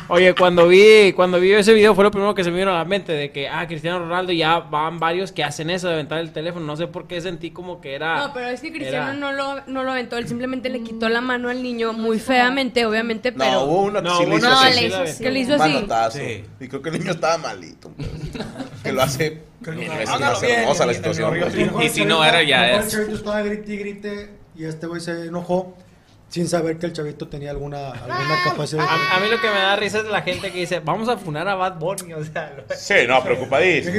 [SPEAKER 6] Oye, cuando vi, cuando vi ese video fue lo primero que se me vino a la mente de que, ah, Cristiano Ronaldo ya van varios que hacen eso de aventar el teléfono. No sé por qué sentí como que
[SPEAKER 5] Ah.
[SPEAKER 6] era.
[SPEAKER 8] No, pero es que Cristiano
[SPEAKER 6] era-
[SPEAKER 8] no lo, no lo aventó, él simplemente le quitó la mano al niño muy feamente, obviamente, pero...
[SPEAKER 5] No, hubo una que
[SPEAKER 6] No,
[SPEAKER 5] sí
[SPEAKER 6] hubo
[SPEAKER 5] le hizo
[SPEAKER 6] una
[SPEAKER 5] así.
[SPEAKER 6] que sí la aventó.
[SPEAKER 8] Que le hizo así.
[SPEAKER 5] Manotazo. Y creo que el niño estaba malito. pero- que lo hace mil veces más hermosa la situación. pues. güey.
[SPEAKER 11] Y si no era, ya
[SPEAKER 7] Igual El
[SPEAKER 11] es.
[SPEAKER 7] chavito estaba grite y grite y este güey se enojó sin saber que el chavito tenía alguna,
[SPEAKER 10] Ah.
[SPEAKER 7] alguna capacidad.
[SPEAKER 6] A, a mí lo que me da risa es la gente que dice, vamos a funar a Bad Bunny, o sea. lo-
[SPEAKER 5] Sí, no, preocupadísimo.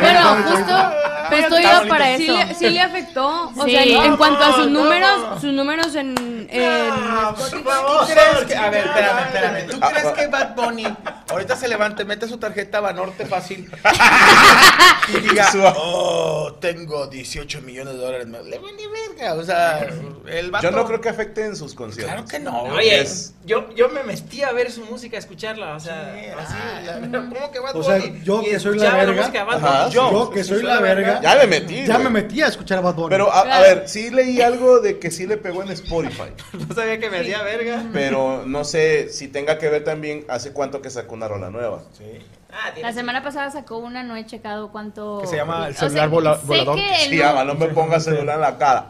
[SPEAKER 8] Pero
[SPEAKER 6] Pero
[SPEAKER 8] justo, justo
[SPEAKER 6] está
[SPEAKER 8] iba
[SPEAKER 6] bonito.
[SPEAKER 8] para
[SPEAKER 6] Sí
[SPEAKER 8] eso.
[SPEAKER 6] le-
[SPEAKER 8] sí le afectó. O
[SPEAKER 6] Sí.
[SPEAKER 8] sea, en- en cuanto a sus
[SPEAKER 6] Vamos,
[SPEAKER 8] números, sus números en. en-
[SPEAKER 5] Ah,
[SPEAKER 9] ¿Tú crees que, a ver, espérame, espérame. ¿Tú crees que Bad Bunny ahorita se levante, mete su tarjeta a Banorte fácil y diga, oh, tengo 18 millones de dólares más? Le vale verga, o sea, el vato...
[SPEAKER 5] Yo no creo que afecte en sus conciertos.
[SPEAKER 9] Claro que no.
[SPEAKER 6] Oye,
[SPEAKER 5] Es-
[SPEAKER 6] yo, yo me metí a ver su música, a escucharla, o sea, así, la- ¿cómo que Bad Bunny?
[SPEAKER 7] O sea, yo que soy la
[SPEAKER 6] escuchaba la
[SPEAKER 7] verga.
[SPEAKER 6] música de Bad
[SPEAKER 5] ah. Ajá.
[SPEAKER 6] Bunny.
[SPEAKER 7] Yo, que soy la verga.
[SPEAKER 5] Ya le metí,
[SPEAKER 7] Ya
[SPEAKER 5] güey.
[SPEAKER 7] me metí a escuchar a Bad Bunny.
[SPEAKER 5] Pero, a, a ver, sí leí algo de que sí le pegó en Spotify.
[SPEAKER 6] No sabía que me hacía verga.
[SPEAKER 5] Pero no sé si tenga que ver también hace cuánto que sacó una rola nueva. Sí.
[SPEAKER 10] La semana pasada sacó una, no he checado cuánto.
[SPEAKER 5] Que se llama el
[SPEAKER 10] O sea,
[SPEAKER 5] celular vola-
[SPEAKER 10] sé
[SPEAKER 5] volador.
[SPEAKER 10] que el
[SPEAKER 5] Sí, ah, ama, no me pongas celular en la cara.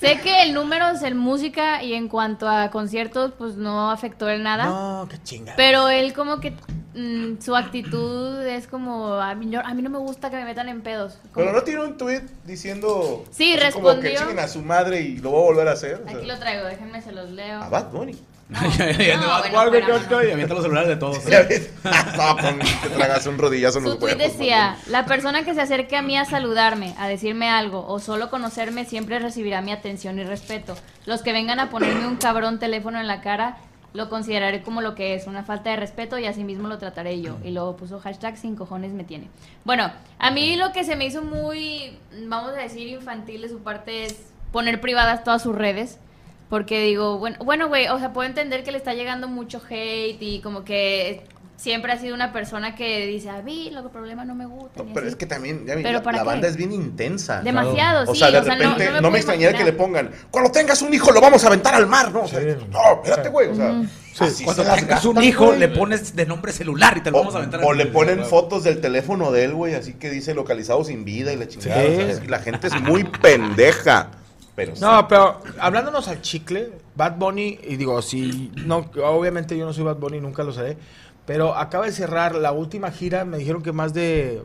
[SPEAKER 10] Sé que el número es en música y en cuanto a conciertos, pues no afectó en nada.
[SPEAKER 9] No, qué chinga.
[SPEAKER 10] Pero él como que mm, su actitud es como, a mí, no, a mí no me gusta que me metan en pedos. Como-
[SPEAKER 5] Pero no tiró un tweet diciendo.
[SPEAKER 10] Sí,
[SPEAKER 5] así Como que
[SPEAKER 10] respondió.
[SPEAKER 5] chinguen a su madre y lo voy a volver a hacer. o sea,
[SPEAKER 10] Aquí lo traigo, déjenme se los leo.
[SPEAKER 9] Ah,
[SPEAKER 5] a Bad Bunny.
[SPEAKER 10] No, bueno, pero no.
[SPEAKER 12] Y avienta los celulares de todos.
[SPEAKER 5] Ya ves. Ah, no, pon- te tragas un rodillazo en
[SPEAKER 10] Su
[SPEAKER 5] los
[SPEAKER 10] tweet
[SPEAKER 5] huevos.
[SPEAKER 10] decía, la persona que se acerque a mí a saludarme, a decirme algo o solo conocerme siempre recibirá mi atención y respeto. Los que vengan a ponerme un cabrón teléfono en la cara, lo consideraré como lo que es, una falta de respeto y así mismo lo trataré yo. Y luego puso hashtag sin cojones me tiene. Bueno, a mí lo que se me hizo muy, vamos a decir, infantil de su parte es poner privadas todas sus redes. Porque digo, bueno, bueno, güey, o sea, puedo entender que le está llegando mucho hate y como que siempre ha sido una persona que dice, a mí lo que problema no me gusta. y
[SPEAKER 5] Pero
[SPEAKER 10] así".
[SPEAKER 5] es que también, ya vi,
[SPEAKER 10] ¿Pero
[SPEAKER 5] la,
[SPEAKER 10] para
[SPEAKER 5] la
[SPEAKER 10] qué?
[SPEAKER 5] banda es bien intensa.
[SPEAKER 10] Demasiado,
[SPEAKER 5] O
[SPEAKER 10] sí,
[SPEAKER 5] sea, de
[SPEAKER 10] o sea, no-
[SPEAKER 5] repente,
[SPEAKER 10] no me
[SPEAKER 5] no, me,
[SPEAKER 10] puedo
[SPEAKER 5] extrañaría que
[SPEAKER 10] imaginar.
[SPEAKER 5] le pongan, cuando tengas un hijo lo vamos a aventar al mar, ¿no? O sea, no, espérate, güey. O sea, así
[SPEAKER 12] Cuando
[SPEAKER 5] se las
[SPEAKER 12] tengas un
[SPEAKER 5] gastan,
[SPEAKER 12] hijo,
[SPEAKER 5] güey.
[SPEAKER 12] le pones de nombre celular y te lo vamos a aventar.
[SPEAKER 5] O le ponen fotos del teléfono de él, güey, así que dice localizado sin vida y la chingada.
[SPEAKER 9] Sí.
[SPEAKER 5] o sea, es que la gente es muy pendeja. Pero
[SPEAKER 9] No, pero hablándonos al chicle, Bad Bunny, y digo, si, no, obviamente yo no soy Bad Bunny, nunca lo seré, pero acaba de cerrar la última gira, me dijeron que más de...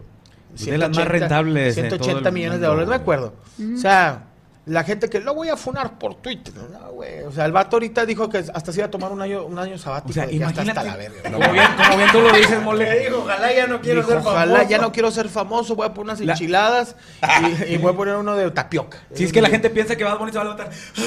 [SPEAKER 12] De las más rentables de todo el
[SPEAKER 9] 180 millones de
[SPEAKER 12] mundo,
[SPEAKER 9] dólares, no me
[SPEAKER 12] güey.
[SPEAKER 9] acuerdo. O sea, la gente que lo voy a funar por Twitter, no, güey. O sea, el vato ahorita dijo que hasta se iba a tomar un año, un año sabático.
[SPEAKER 12] O sea,
[SPEAKER 9] de que hasta-
[SPEAKER 12] imagínate.
[SPEAKER 9] hasta la verga.
[SPEAKER 12] Como bien- como bien tú lo dices, mole.
[SPEAKER 9] Dijo, ojalá ya no
[SPEAKER 12] quiero ser
[SPEAKER 9] Ojalá
[SPEAKER 12] famoso".
[SPEAKER 9] ya no quiero ser famoso, voy a poner unas
[SPEAKER 12] La-
[SPEAKER 9] enchiladas y, y voy a poner uno de tapioca.
[SPEAKER 12] Si es que la gente piensa que Bad Bunny se va a levantar.
[SPEAKER 4] "Ah,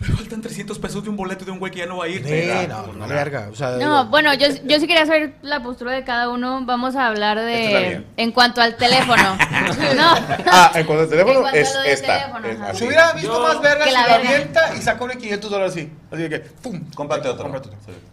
[SPEAKER 12] Me faltan 300 pesos de un boleto de un güey que ya no va a ir.
[SPEAKER 9] Sí, no,
[SPEAKER 5] pues
[SPEAKER 9] una verga. O sea,
[SPEAKER 10] No, bueno, yo, yo sí quería saber la postura de cada uno. Vamos a hablar
[SPEAKER 5] Esta es la
[SPEAKER 10] de...
[SPEAKER 5] mía.
[SPEAKER 10] en cuanto al teléfono. no,
[SPEAKER 5] Ah, en cuanto al teléfono
[SPEAKER 10] En cuanto a
[SPEAKER 5] es
[SPEAKER 10] lo del
[SPEAKER 5] esta.
[SPEAKER 10] teléfono,
[SPEAKER 5] es
[SPEAKER 10] ajá.
[SPEAKER 5] así.
[SPEAKER 9] Si hubiera visto más vergas,
[SPEAKER 10] que
[SPEAKER 9] se
[SPEAKER 10] la
[SPEAKER 9] la
[SPEAKER 10] verga.
[SPEAKER 9] avienta y saca unos 500 dólares así. Así de que, ¡pum!
[SPEAKER 5] Cómprate otro.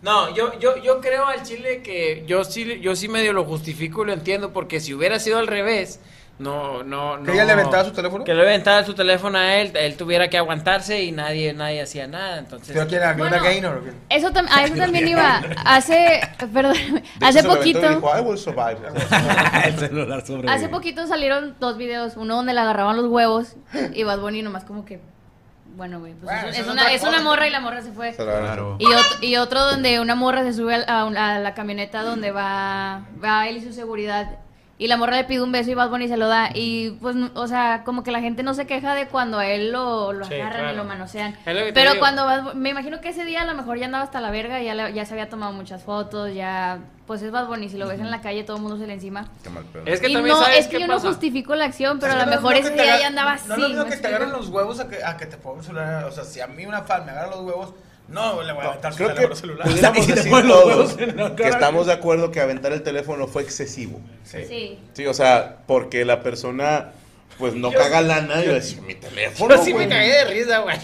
[SPEAKER 6] No, yo, yo, yo creo al Chile que yo sí, yo sí medio lo justifico y lo entiendo, porque si hubiera sido al revés, no, no, no.
[SPEAKER 9] ¿Que ella le aventaba su teléfono?
[SPEAKER 6] Que le aventaba su teléfono a él, él tuviera que aguantarse y nadie, nadie hacía nada, entonces.
[SPEAKER 9] ¿Pero quién era? ¿Gloria
[SPEAKER 10] Bueno.
[SPEAKER 9] Gaynor o qué?
[SPEAKER 10] eso tam- a eso también iba. Hace, perdón,
[SPEAKER 5] De hecho,
[SPEAKER 10] hace
[SPEAKER 5] se lo aventó y
[SPEAKER 10] poquito...
[SPEAKER 5] dijo, "I will survive".
[SPEAKER 12] El celular sobre.
[SPEAKER 10] Hace poquito salieron dos videos, uno donde le agarraban los huevos y Bad Bunny nomás como que, bueno, güey, pues
[SPEAKER 9] Bueno,
[SPEAKER 10] es,
[SPEAKER 9] eso
[SPEAKER 10] es
[SPEAKER 9] es
[SPEAKER 10] una,
[SPEAKER 9] otra
[SPEAKER 10] es
[SPEAKER 9] cosa.
[SPEAKER 10] una morra y la morra se fue.
[SPEAKER 5] Se lo aventó.
[SPEAKER 10] Y, ot- y otro donde una morra se sube al- a, un- a la camioneta donde va, va él y su seguridad. Y la morra le pide un beso y Bad Bunny se lo da. Y pues, no- o sea, como que la gente no se queja de cuando a él lo, lo
[SPEAKER 6] Sí,
[SPEAKER 10] agarran
[SPEAKER 6] claro.
[SPEAKER 10] y lo manosean.
[SPEAKER 6] Es lo que te
[SPEAKER 10] Pero
[SPEAKER 6] digo.
[SPEAKER 10] cuando Bad Bu- me imagino que ese día a lo mejor ya andaba hasta la verga, ya, le- ya se había tomado muchas fotos, ya. Pues es Bad Bunny, si lo ves en la calle todo el mundo se le encima.
[SPEAKER 5] Qué mal pedo.
[SPEAKER 6] Es que
[SPEAKER 10] Y
[SPEAKER 6] también
[SPEAKER 10] no,
[SPEAKER 6] sabes
[SPEAKER 10] es que
[SPEAKER 6] qué
[SPEAKER 10] yo
[SPEAKER 6] pasa.
[SPEAKER 10] no justifico la acción, pero a
[SPEAKER 9] No
[SPEAKER 10] lo
[SPEAKER 9] es
[SPEAKER 10] mejor
[SPEAKER 9] que
[SPEAKER 10] ese
[SPEAKER 9] te
[SPEAKER 10] día
[SPEAKER 9] agar-
[SPEAKER 10] ya andaba así. Este
[SPEAKER 9] No es lo
[SPEAKER 10] ¿me
[SPEAKER 9] mismo que te
[SPEAKER 10] explico?
[SPEAKER 9] agarren los huevos a que, a que te pongan un celular. O sea, si a mí una fan me agarra los huevos,
[SPEAKER 4] No, le voy a aventar su
[SPEAKER 5] Creo
[SPEAKER 4] celular.
[SPEAKER 5] que
[SPEAKER 4] celular. Y
[SPEAKER 5] pudiéramos
[SPEAKER 4] le
[SPEAKER 5] decir
[SPEAKER 4] ponen los
[SPEAKER 5] todos
[SPEAKER 4] huevos en la
[SPEAKER 5] que
[SPEAKER 4] cara.
[SPEAKER 5] estamos de acuerdo que aventar el teléfono fue excesivo.
[SPEAKER 4] Sí.
[SPEAKER 10] Sí.
[SPEAKER 5] Sí, o sea, porque la persona pues no
[SPEAKER 4] Yo-
[SPEAKER 5] caga lana y
[SPEAKER 4] yo-
[SPEAKER 5] va a decir, mi teléfono.
[SPEAKER 4] Yo sí me
[SPEAKER 5] güey".
[SPEAKER 4] cagué de risa, güey.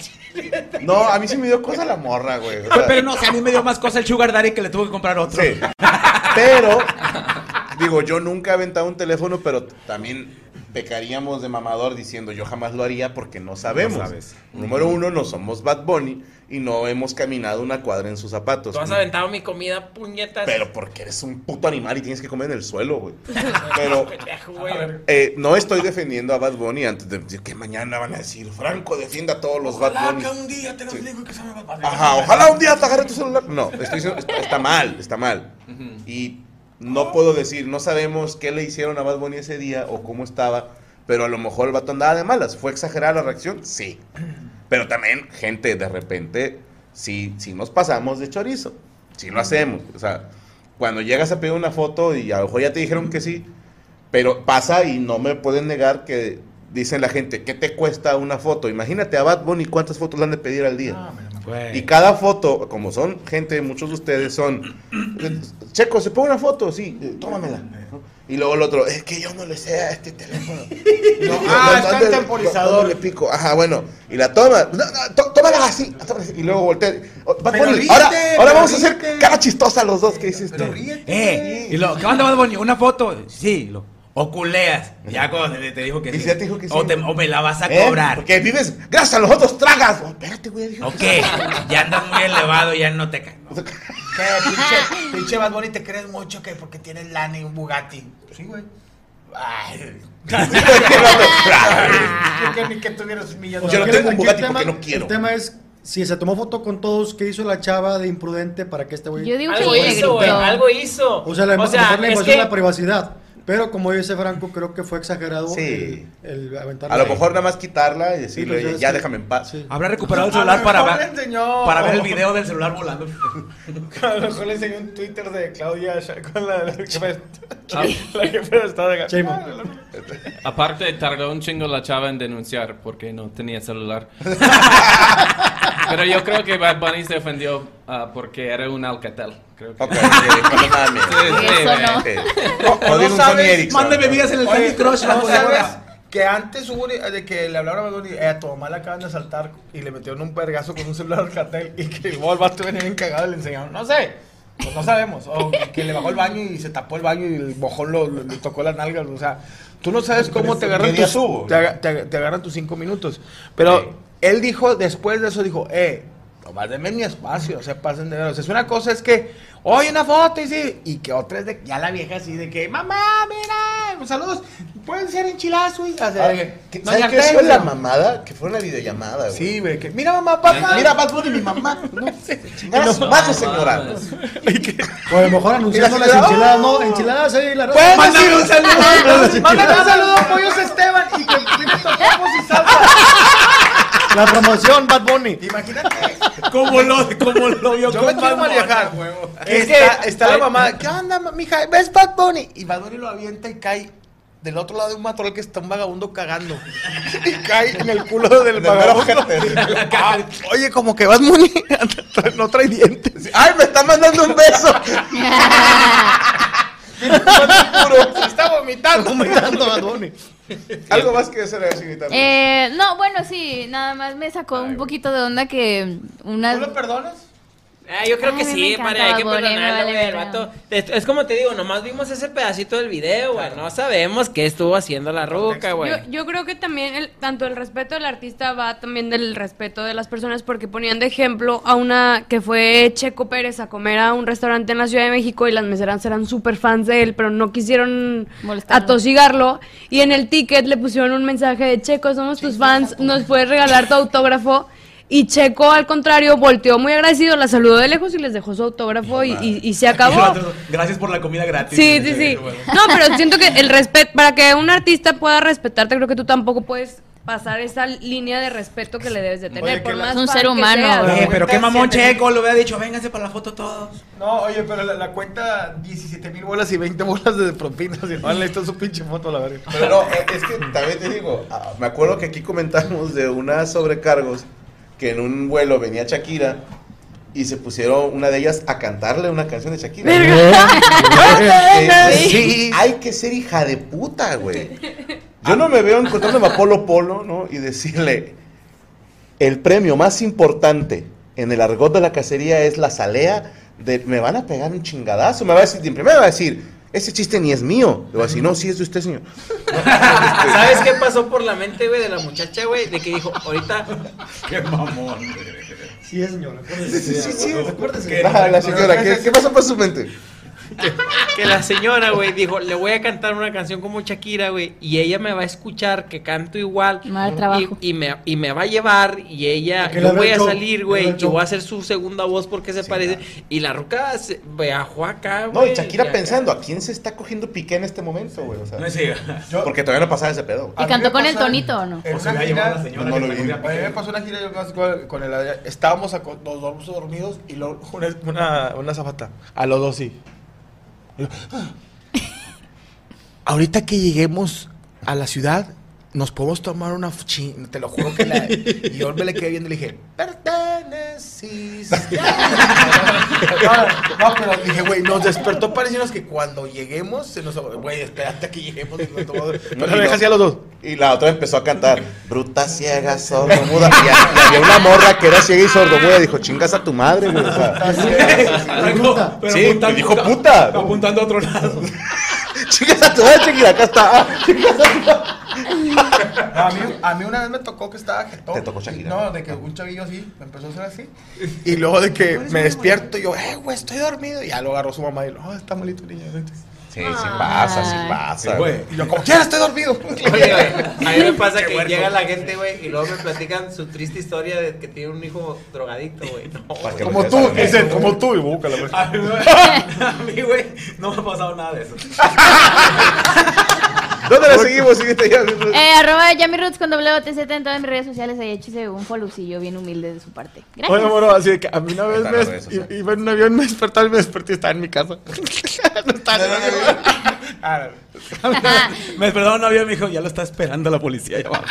[SPEAKER 5] No, a mí sí me dio cosa la morra, güey. o sea,
[SPEAKER 4] Pero no, o sea, a mí me dio más cosa el Sugar Daddy que le tuve que comprar otro.
[SPEAKER 5] Sí. Pero, digo, yo nunca he aventado un teléfono, pero t- también pecaríamos de mamador diciendo yo jamás lo haría porque no sabemos.
[SPEAKER 13] No sabes.
[SPEAKER 5] Número uno, no somos Bad Bunny y no hemos caminado una cuadra en sus zapatos.
[SPEAKER 6] Tú has aventado mi comida, puñetas.
[SPEAKER 5] Pero porque eres un puto animal y tienes que comer en el suelo, güey. Pero
[SPEAKER 6] Pendejo, güey.
[SPEAKER 5] eh, no estoy defendiendo a Bad Bunny antes de decir que mañana van a decir, Franco, defienda a todos los Bad
[SPEAKER 4] Ojalá
[SPEAKER 5] Bunny.
[SPEAKER 4] que un día tengas un hijo que se me va a
[SPEAKER 5] Ajá, ojalá un día te agarre tu celular. No, estoy diciendo, está, está mal, está mal. Y
[SPEAKER 4] Oh.
[SPEAKER 5] no puedo decir, no sabemos qué le hicieron a Bad Bunny ese día o cómo estaba, pero a lo mejor el vato andaba de malas. ¿Fue exagerada la reacción? Sí. Pero también, gente, de repente, sí, sí nos pasamos de chorizo. Sí lo hacemos. O sea, cuando llegas a pedir una foto y a lo mejor ya te dijeron que sí, pero pasa y no me pueden negar que dicen la gente, ¿qué te cuesta una foto? Imagínate a Bad Bunny cuántas fotos le han de pedir al día.
[SPEAKER 14] Ah.
[SPEAKER 5] Y cada foto, como son gente, muchos de ustedes son. Checo, ¿se pone una foto? Sí, eh, tómamela. ¿no? Y luego el otro, es que yo no le sé a este teléfono. No,
[SPEAKER 14] ah, está en
[SPEAKER 5] le-
[SPEAKER 14] temporizador.
[SPEAKER 5] no le pico. Ajá, bueno. Y la toma. No, no, tó- tómala así. tómala así. Y luego voltea. Oh, Bad
[SPEAKER 4] Pero
[SPEAKER 5] Bunny,
[SPEAKER 4] ríete,
[SPEAKER 5] ahora,
[SPEAKER 4] pero
[SPEAKER 5] ahora vamos a hacer cara chistosa los dos. ¿Qué dices tú?
[SPEAKER 4] Eh, y lo, ¿qué onda, Bad Bunny? ¿Una foto? Sí, lo. O culeas. Ya cuando te, te dijo que sí. O, te- o me la vas a
[SPEAKER 5] ¿Eh?
[SPEAKER 4] cobrar.
[SPEAKER 5] Porque vives, gracias a los otros tragas. Oh, espérate, güey. dijo.
[SPEAKER 4] Ok, ya andas muy elevado, ya no te caes.
[SPEAKER 9] ¿Qué, pinche, pinche Bad Bunny, te crees mucho que porque tienes lana y un Bugatti? Sí, güey. Ay. Yo que ni que tuvieras un millón de
[SPEAKER 5] Yo no
[SPEAKER 9] dólares.
[SPEAKER 5] tengo un
[SPEAKER 9] Aquí
[SPEAKER 5] Bugatti
[SPEAKER 9] el tema-
[SPEAKER 5] porque no quiero.
[SPEAKER 7] El tema es, si se tomó foto con todos, ¿qué hizo la chava de imprudente para que este güey...
[SPEAKER 10] Yo digo
[SPEAKER 7] Algo
[SPEAKER 10] que le
[SPEAKER 7] hizo,
[SPEAKER 10] gritó.
[SPEAKER 7] güey, algo
[SPEAKER 10] hizo.
[SPEAKER 7] O sea, la,
[SPEAKER 10] O sea,
[SPEAKER 7] mejor la
[SPEAKER 10] es
[SPEAKER 7] invasión
[SPEAKER 10] que-
[SPEAKER 7] de la privacidad. Pero como dice Franco, creo que fue exagerado
[SPEAKER 5] Sí.
[SPEAKER 7] el, el aventar
[SPEAKER 5] A lo mejor nada más quitarla y
[SPEAKER 7] Sí,
[SPEAKER 5] decirle,
[SPEAKER 7] pues,
[SPEAKER 5] oye,
[SPEAKER 7] ya
[SPEAKER 5] ya
[SPEAKER 7] está.
[SPEAKER 5] déjame en paz.
[SPEAKER 4] Habrá recuperado el
[SPEAKER 9] A lo
[SPEAKER 4] celular para
[SPEAKER 9] mejor
[SPEAKER 4] ver,
[SPEAKER 9] le enseñó-
[SPEAKER 4] para ver el video del celular volando.
[SPEAKER 9] A lo mejor le enseñó un Twitter de Claudia Sheinbaum con la, la, jefa- la jefa de Estado de Ah,
[SPEAKER 11] Aparte, tardó un chingo la chava en denunciar porque no tenía celular. Pero yo creo que Bad Bunny se ofendió ah, porque era un Alcatel. Creo que.
[SPEAKER 9] Eso
[SPEAKER 11] no.
[SPEAKER 9] O no sabes,
[SPEAKER 4] Mande bebidas en el
[SPEAKER 9] Oye,
[SPEAKER 4] Candy Crush.
[SPEAKER 9] ¿no
[SPEAKER 4] vamos,
[SPEAKER 9] sabes
[SPEAKER 4] ahora.
[SPEAKER 9] que antes hubo un- de que le hablaron a Bad Bunny, eh, a tu mamá la acaban de asaltar y le metieron un vergazo con un celular al cartel y que igual el vato venía bien cagado y le enseñaron, no sé, pues no sabemos, o que le bajó el baño y se tapó el baño y el mojón lo, lo- le tocó las nalgas, o sea, tú no sabes cómo te agarran
[SPEAKER 5] Media
[SPEAKER 9] tus,
[SPEAKER 5] subo.
[SPEAKER 9] te, aga- te aga- te agarran tus cinco minutos, pero él dijo, después de eso dijo, eh, nomás denme mi espacio, o sea, pasen de ver, o sea, es una cosa es que, oye, una foto y sí, y que otra es de, ya la vieja así de que, mamá, mira, pues, saludos, pueden ser enchiladas suizas,
[SPEAKER 5] Ah, ¿qué- ¿Sabes qué fue la
[SPEAKER 9] mamá?
[SPEAKER 5] mamada? Que fue una videollamada, güey.
[SPEAKER 9] Sí, güey, que mira mamá, papá,
[SPEAKER 5] Mira,
[SPEAKER 9] mira Bad Bunny, mi mamá, no sé,
[SPEAKER 5] Chingada su madre, señora.
[SPEAKER 7] O a lo mejor anunciando las enchiladas, no, enchiladas ahí, la
[SPEAKER 9] ¡Oh! Pueden
[SPEAKER 7] Mándame
[SPEAKER 9] decir un saludo, mándame un saludo a
[SPEAKER 7] enchiladas.
[SPEAKER 9] Pollos Esteban y que pide topos y salsa.
[SPEAKER 7] La promoción, Bad Bunny.
[SPEAKER 4] ¿Cómo lo, cómo lo vio
[SPEAKER 9] Yo
[SPEAKER 4] con
[SPEAKER 9] me quiero
[SPEAKER 4] Bad Bunny?
[SPEAKER 9] manejar.
[SPEAKER 4] Es que-
[SPEAKER 9] Está, está la
[SPEAKER 4] Ay,
[SPEAKER 9] mamá. ¿Qué onda, ma- mija? ¿Ves Bad Bunny? Y Bad Bunny lo avienta y cae del otro lado de un matorral que está un vagabundo cagando. y cae en el culo del vagabundo. Ah, Oye, como que Bad Bunny no trae dientes. ¡Ay, me está mandando un beso! está vomitando.
[SPEAKER 7] Vomitando Bad Bunny.
[SPEAKER 5] Algo más que hacer así, mi tarde.
[SPEAKER 10] Eh, no, bueno, sí, nada más me sacó un poquito de onda que una... ¿Tú lo
[SPEAKER 9] perdonas?
[SPEAKER 6] Ah, yo creo
[SPEAKER 10] Ay,
[SPEAKER 6] que
[SPEAKER 10] me
[SPEAKER 6] sí,
[SPEAKER 10] encanta
[SPEAKER 6] padre, hay que
[SPEAKER 10] Bad Bunny, me
[SPEAKER 6] perdonarlo,
[SPEAKER 10] vale
[SPEAKER 6] güey, el
[SPEAKER 10] verga.
[SPEAKER 6] vato. Es, es como te digo, nomás vimos ese pedacito del video, güey. No sabemos qué estuvo haciendo la ruca, güey.
[SPEAKER 8] Yo, yo creo que también el, tanto el respeto del artista va también del respeto de las personas porque ponían de ejemplo a una que fue Checo Pérez a comer a un restaurante en la Ciudad de México y las meseras eran súper fans de él, pero no quisieron atosigarlo y en el ticket le pusieron un mensaje de Checo, somos tus fans, nos puedes regalar tu autógrafo. Y Checo, al contrario, volteó muy agradecido, la saludó de lejos y les dejó su autógrafo y, y- y se acabó.
[SPEAKER 4] Gracias por la comida gratis.
[SPEAKER 8] Sí, sí, sí.
[SPEAKER 4] Bueno.
[SPEAKER 8] No, pero siento que el respeto, para que un artista pueda respetarte, creo que tú tampoco puedes pasar esa línea de respeto que le debes de tener.
[SPEAKER 9] que
[SPEAKER 8] por
[SPEAKER 9] la-
[SPEAKER 8] más
[SPEAKER 9] Es un
[SPEAKER 8] fan
[SPEAKER 9] ser
[SPEAKER 8] que
[SPEAKER 9] humano,
[SPEAKER 8] seas.
[SPEAKER 9] güey.
[SPEAKER 4] Eh, pero qué mamón
[SPEAKER 9] Siete mil.
[SPEAKER 4] checo, lo hubiera dicho, vénganse para la foto todos.
[SPEAKER 9] No, oye, pero la, la cuenta 17 mil bolas y 20 bolas de propinas. Y no, le está su pinche foto a la verga.
[SPEAKER 5] Pero no, eh, es que también te digo, ah, me acuerdo que aquí comentamos de unas sobrecargos que en un vuelo venía Shakira y se pusieron una de ellas a cantarle una canción de Shakira.
[SPEAKER 15] Verga.
[SPEAKER 5] Eh,
[SPEAKER 15] Sí.
[SPEAKER 5] sí, hay que ser hija de puta, güey. Yo no me veo encontrándome a Polo Polo, ¿no? Y decirle, el premio más importante en el argot de la cacería es la salea de, me van a pegar un chingadazo. Me va a decir, primero me va a decir, ese chiste ni es mío. Le voy a decir, no, sí es de usted, señor.
[SPEAKER 6] ¿Sabes qué pasó por la mente, güey, de la muchacha, güey? De que dijo, ahorita. Qué mamón,
[SPEAKER 16] Sí, señora.
[SPEAKER 5] Sí, sí, sí, sí. Ah, la señora, ¿qué, qué pasó por su mente?
[SPEAKER 6] Que la señora, güey, dijo, le voy a cantar una canción como Shakira, güey, y ella me va a escuchar que canto igual. Y, y me, y me va a llevar, y ella,
[SPEAKER 4] Que
[SPEAKER 6] yo
[SPEAKER 4] la
[SPEAKER 6] voy a
[SPEAKER 4] Nacho,
[SPEAKER 6] salir,
[SPEAKER 4] la
[SPEAKER 6] güey, y
[SPEAKER 4] Nacho.
[SPEAKER 6] voy a hacer su segunda voz porque se parece. Y la roca se viajó acá, Ah, güey.
[SPEAKER 5] No, y Shakira
[SPEAKER 6] acá.
[SPEAKER 5] pensando, ¿a quién se está cogiendo Piqué en este momento, güey? O sea,
[SPEAKER 6] No siga.
[SPEAKER 5] Porque todavía no pasaba ese pedo.
[SPEAKER 10] ¿Y cantó con el tonito o no?
[SPEAKER 9] En
[SPEAKER 5] se
[SPEAKER 9] una
[SPEAKER 5] la llevó
[SPEAKER 9] gira-
[SPEAKER 5] la señora
[SPEAKER 9] no, no
[SPEAKER 5] que
[SPEAKER 9] lo
[SPEAKER 5] la
[SPEAKER 9] vi.
[SPEAKER 5] comía
[SPEAKER 9] A mí me pasó una gira yo con- con- con el Adrián. Estábamos aco- los dos dormidos y luego una, una, una zapata. A los dos sí. Y yo, "Ah". Ahorita que lleguemos a la ciudad, nos podemos tomar una f- chin- Te lo juro que la. y yo me le quedé viendo y le dije. Perteneciste. no, no, pero dije, güey, nos despertó pareciéndonos que cuando lleguemos, se nos. Güey, espérate a que lleguemos. Y nos tomamos- Pero me deja así a los dos.
[SPEAKER 5] Y la otra empezó a cantar, bruta ciega, sordomuda. Y, ha- y había una morra que era ciega y sordomuda. Dijo, chingas a tu madre, güey. O sea, sí, y dijo puta.
[SPEAKER 4] Apuntando a otro lado.
[SPEAKER 5] chingas a tu madre, Shakira, acá está. Ah, chingas a tu madre.
[SPEAKER 9] No, a, mí, a mí una vez me tocó que estaba jetón.
[SPEAKER 5] Te tocó Shakira.
[SPEAKER 9] No, de que un chavillo así me empezó a hacer así. Y luego de que me despierto, yo, eh, güey, estoy dormido. Y ya lo agarró su mamá y lo, oh, está malito el niño.
[SPEAKER 5] Sí, sí pasa, sí pasa.
[SPEAKER 9] güey. Y yo, como quiera, estoy dormido.
[SPEAKER 6] Oye, güey, a mí me pasa
[SPEAKER 9] Qué
[SPEAKER 6] que
[SPEAKER 9] bueno.
[SPEAKER 6] llega la gente, güey, y luego me platican su triste historia de que tiene un hijo drogadicto, güey. No, güey.
[SPEAKER 9] Como tú, dicen, como tú, y búscala. güey.
[SPEAKER 6] A mí, güey, a mí, güey, no me ha pasado nada de eso.
[SPEAKER 5] ¿Dónde la seguimos? Siguiente ya.
[SPEAKER 10] Eh, arroba Yami Roots con doble OTZ en todas mis redes sociales. Ahí échese un folucillo bien humilde de su parte. Gracias.
[SPEAKER 9] Oye, moro, así de que a mí una vez
[SPEAKER 5] Están
[SPEAKER 9] me
[SPEAKER 5] las
[SPEAKER 9] des-
[SPEAKER 5] redes
[SPEAKER 9] i- iba en un avión, me despertaba y me desperté y estaba en mi casa.
[SPEAKER 5] Ah,
[SPEAKER 4] Me despertaba un avión y me dijo, ya lo está esperando la policía. Ya vamos.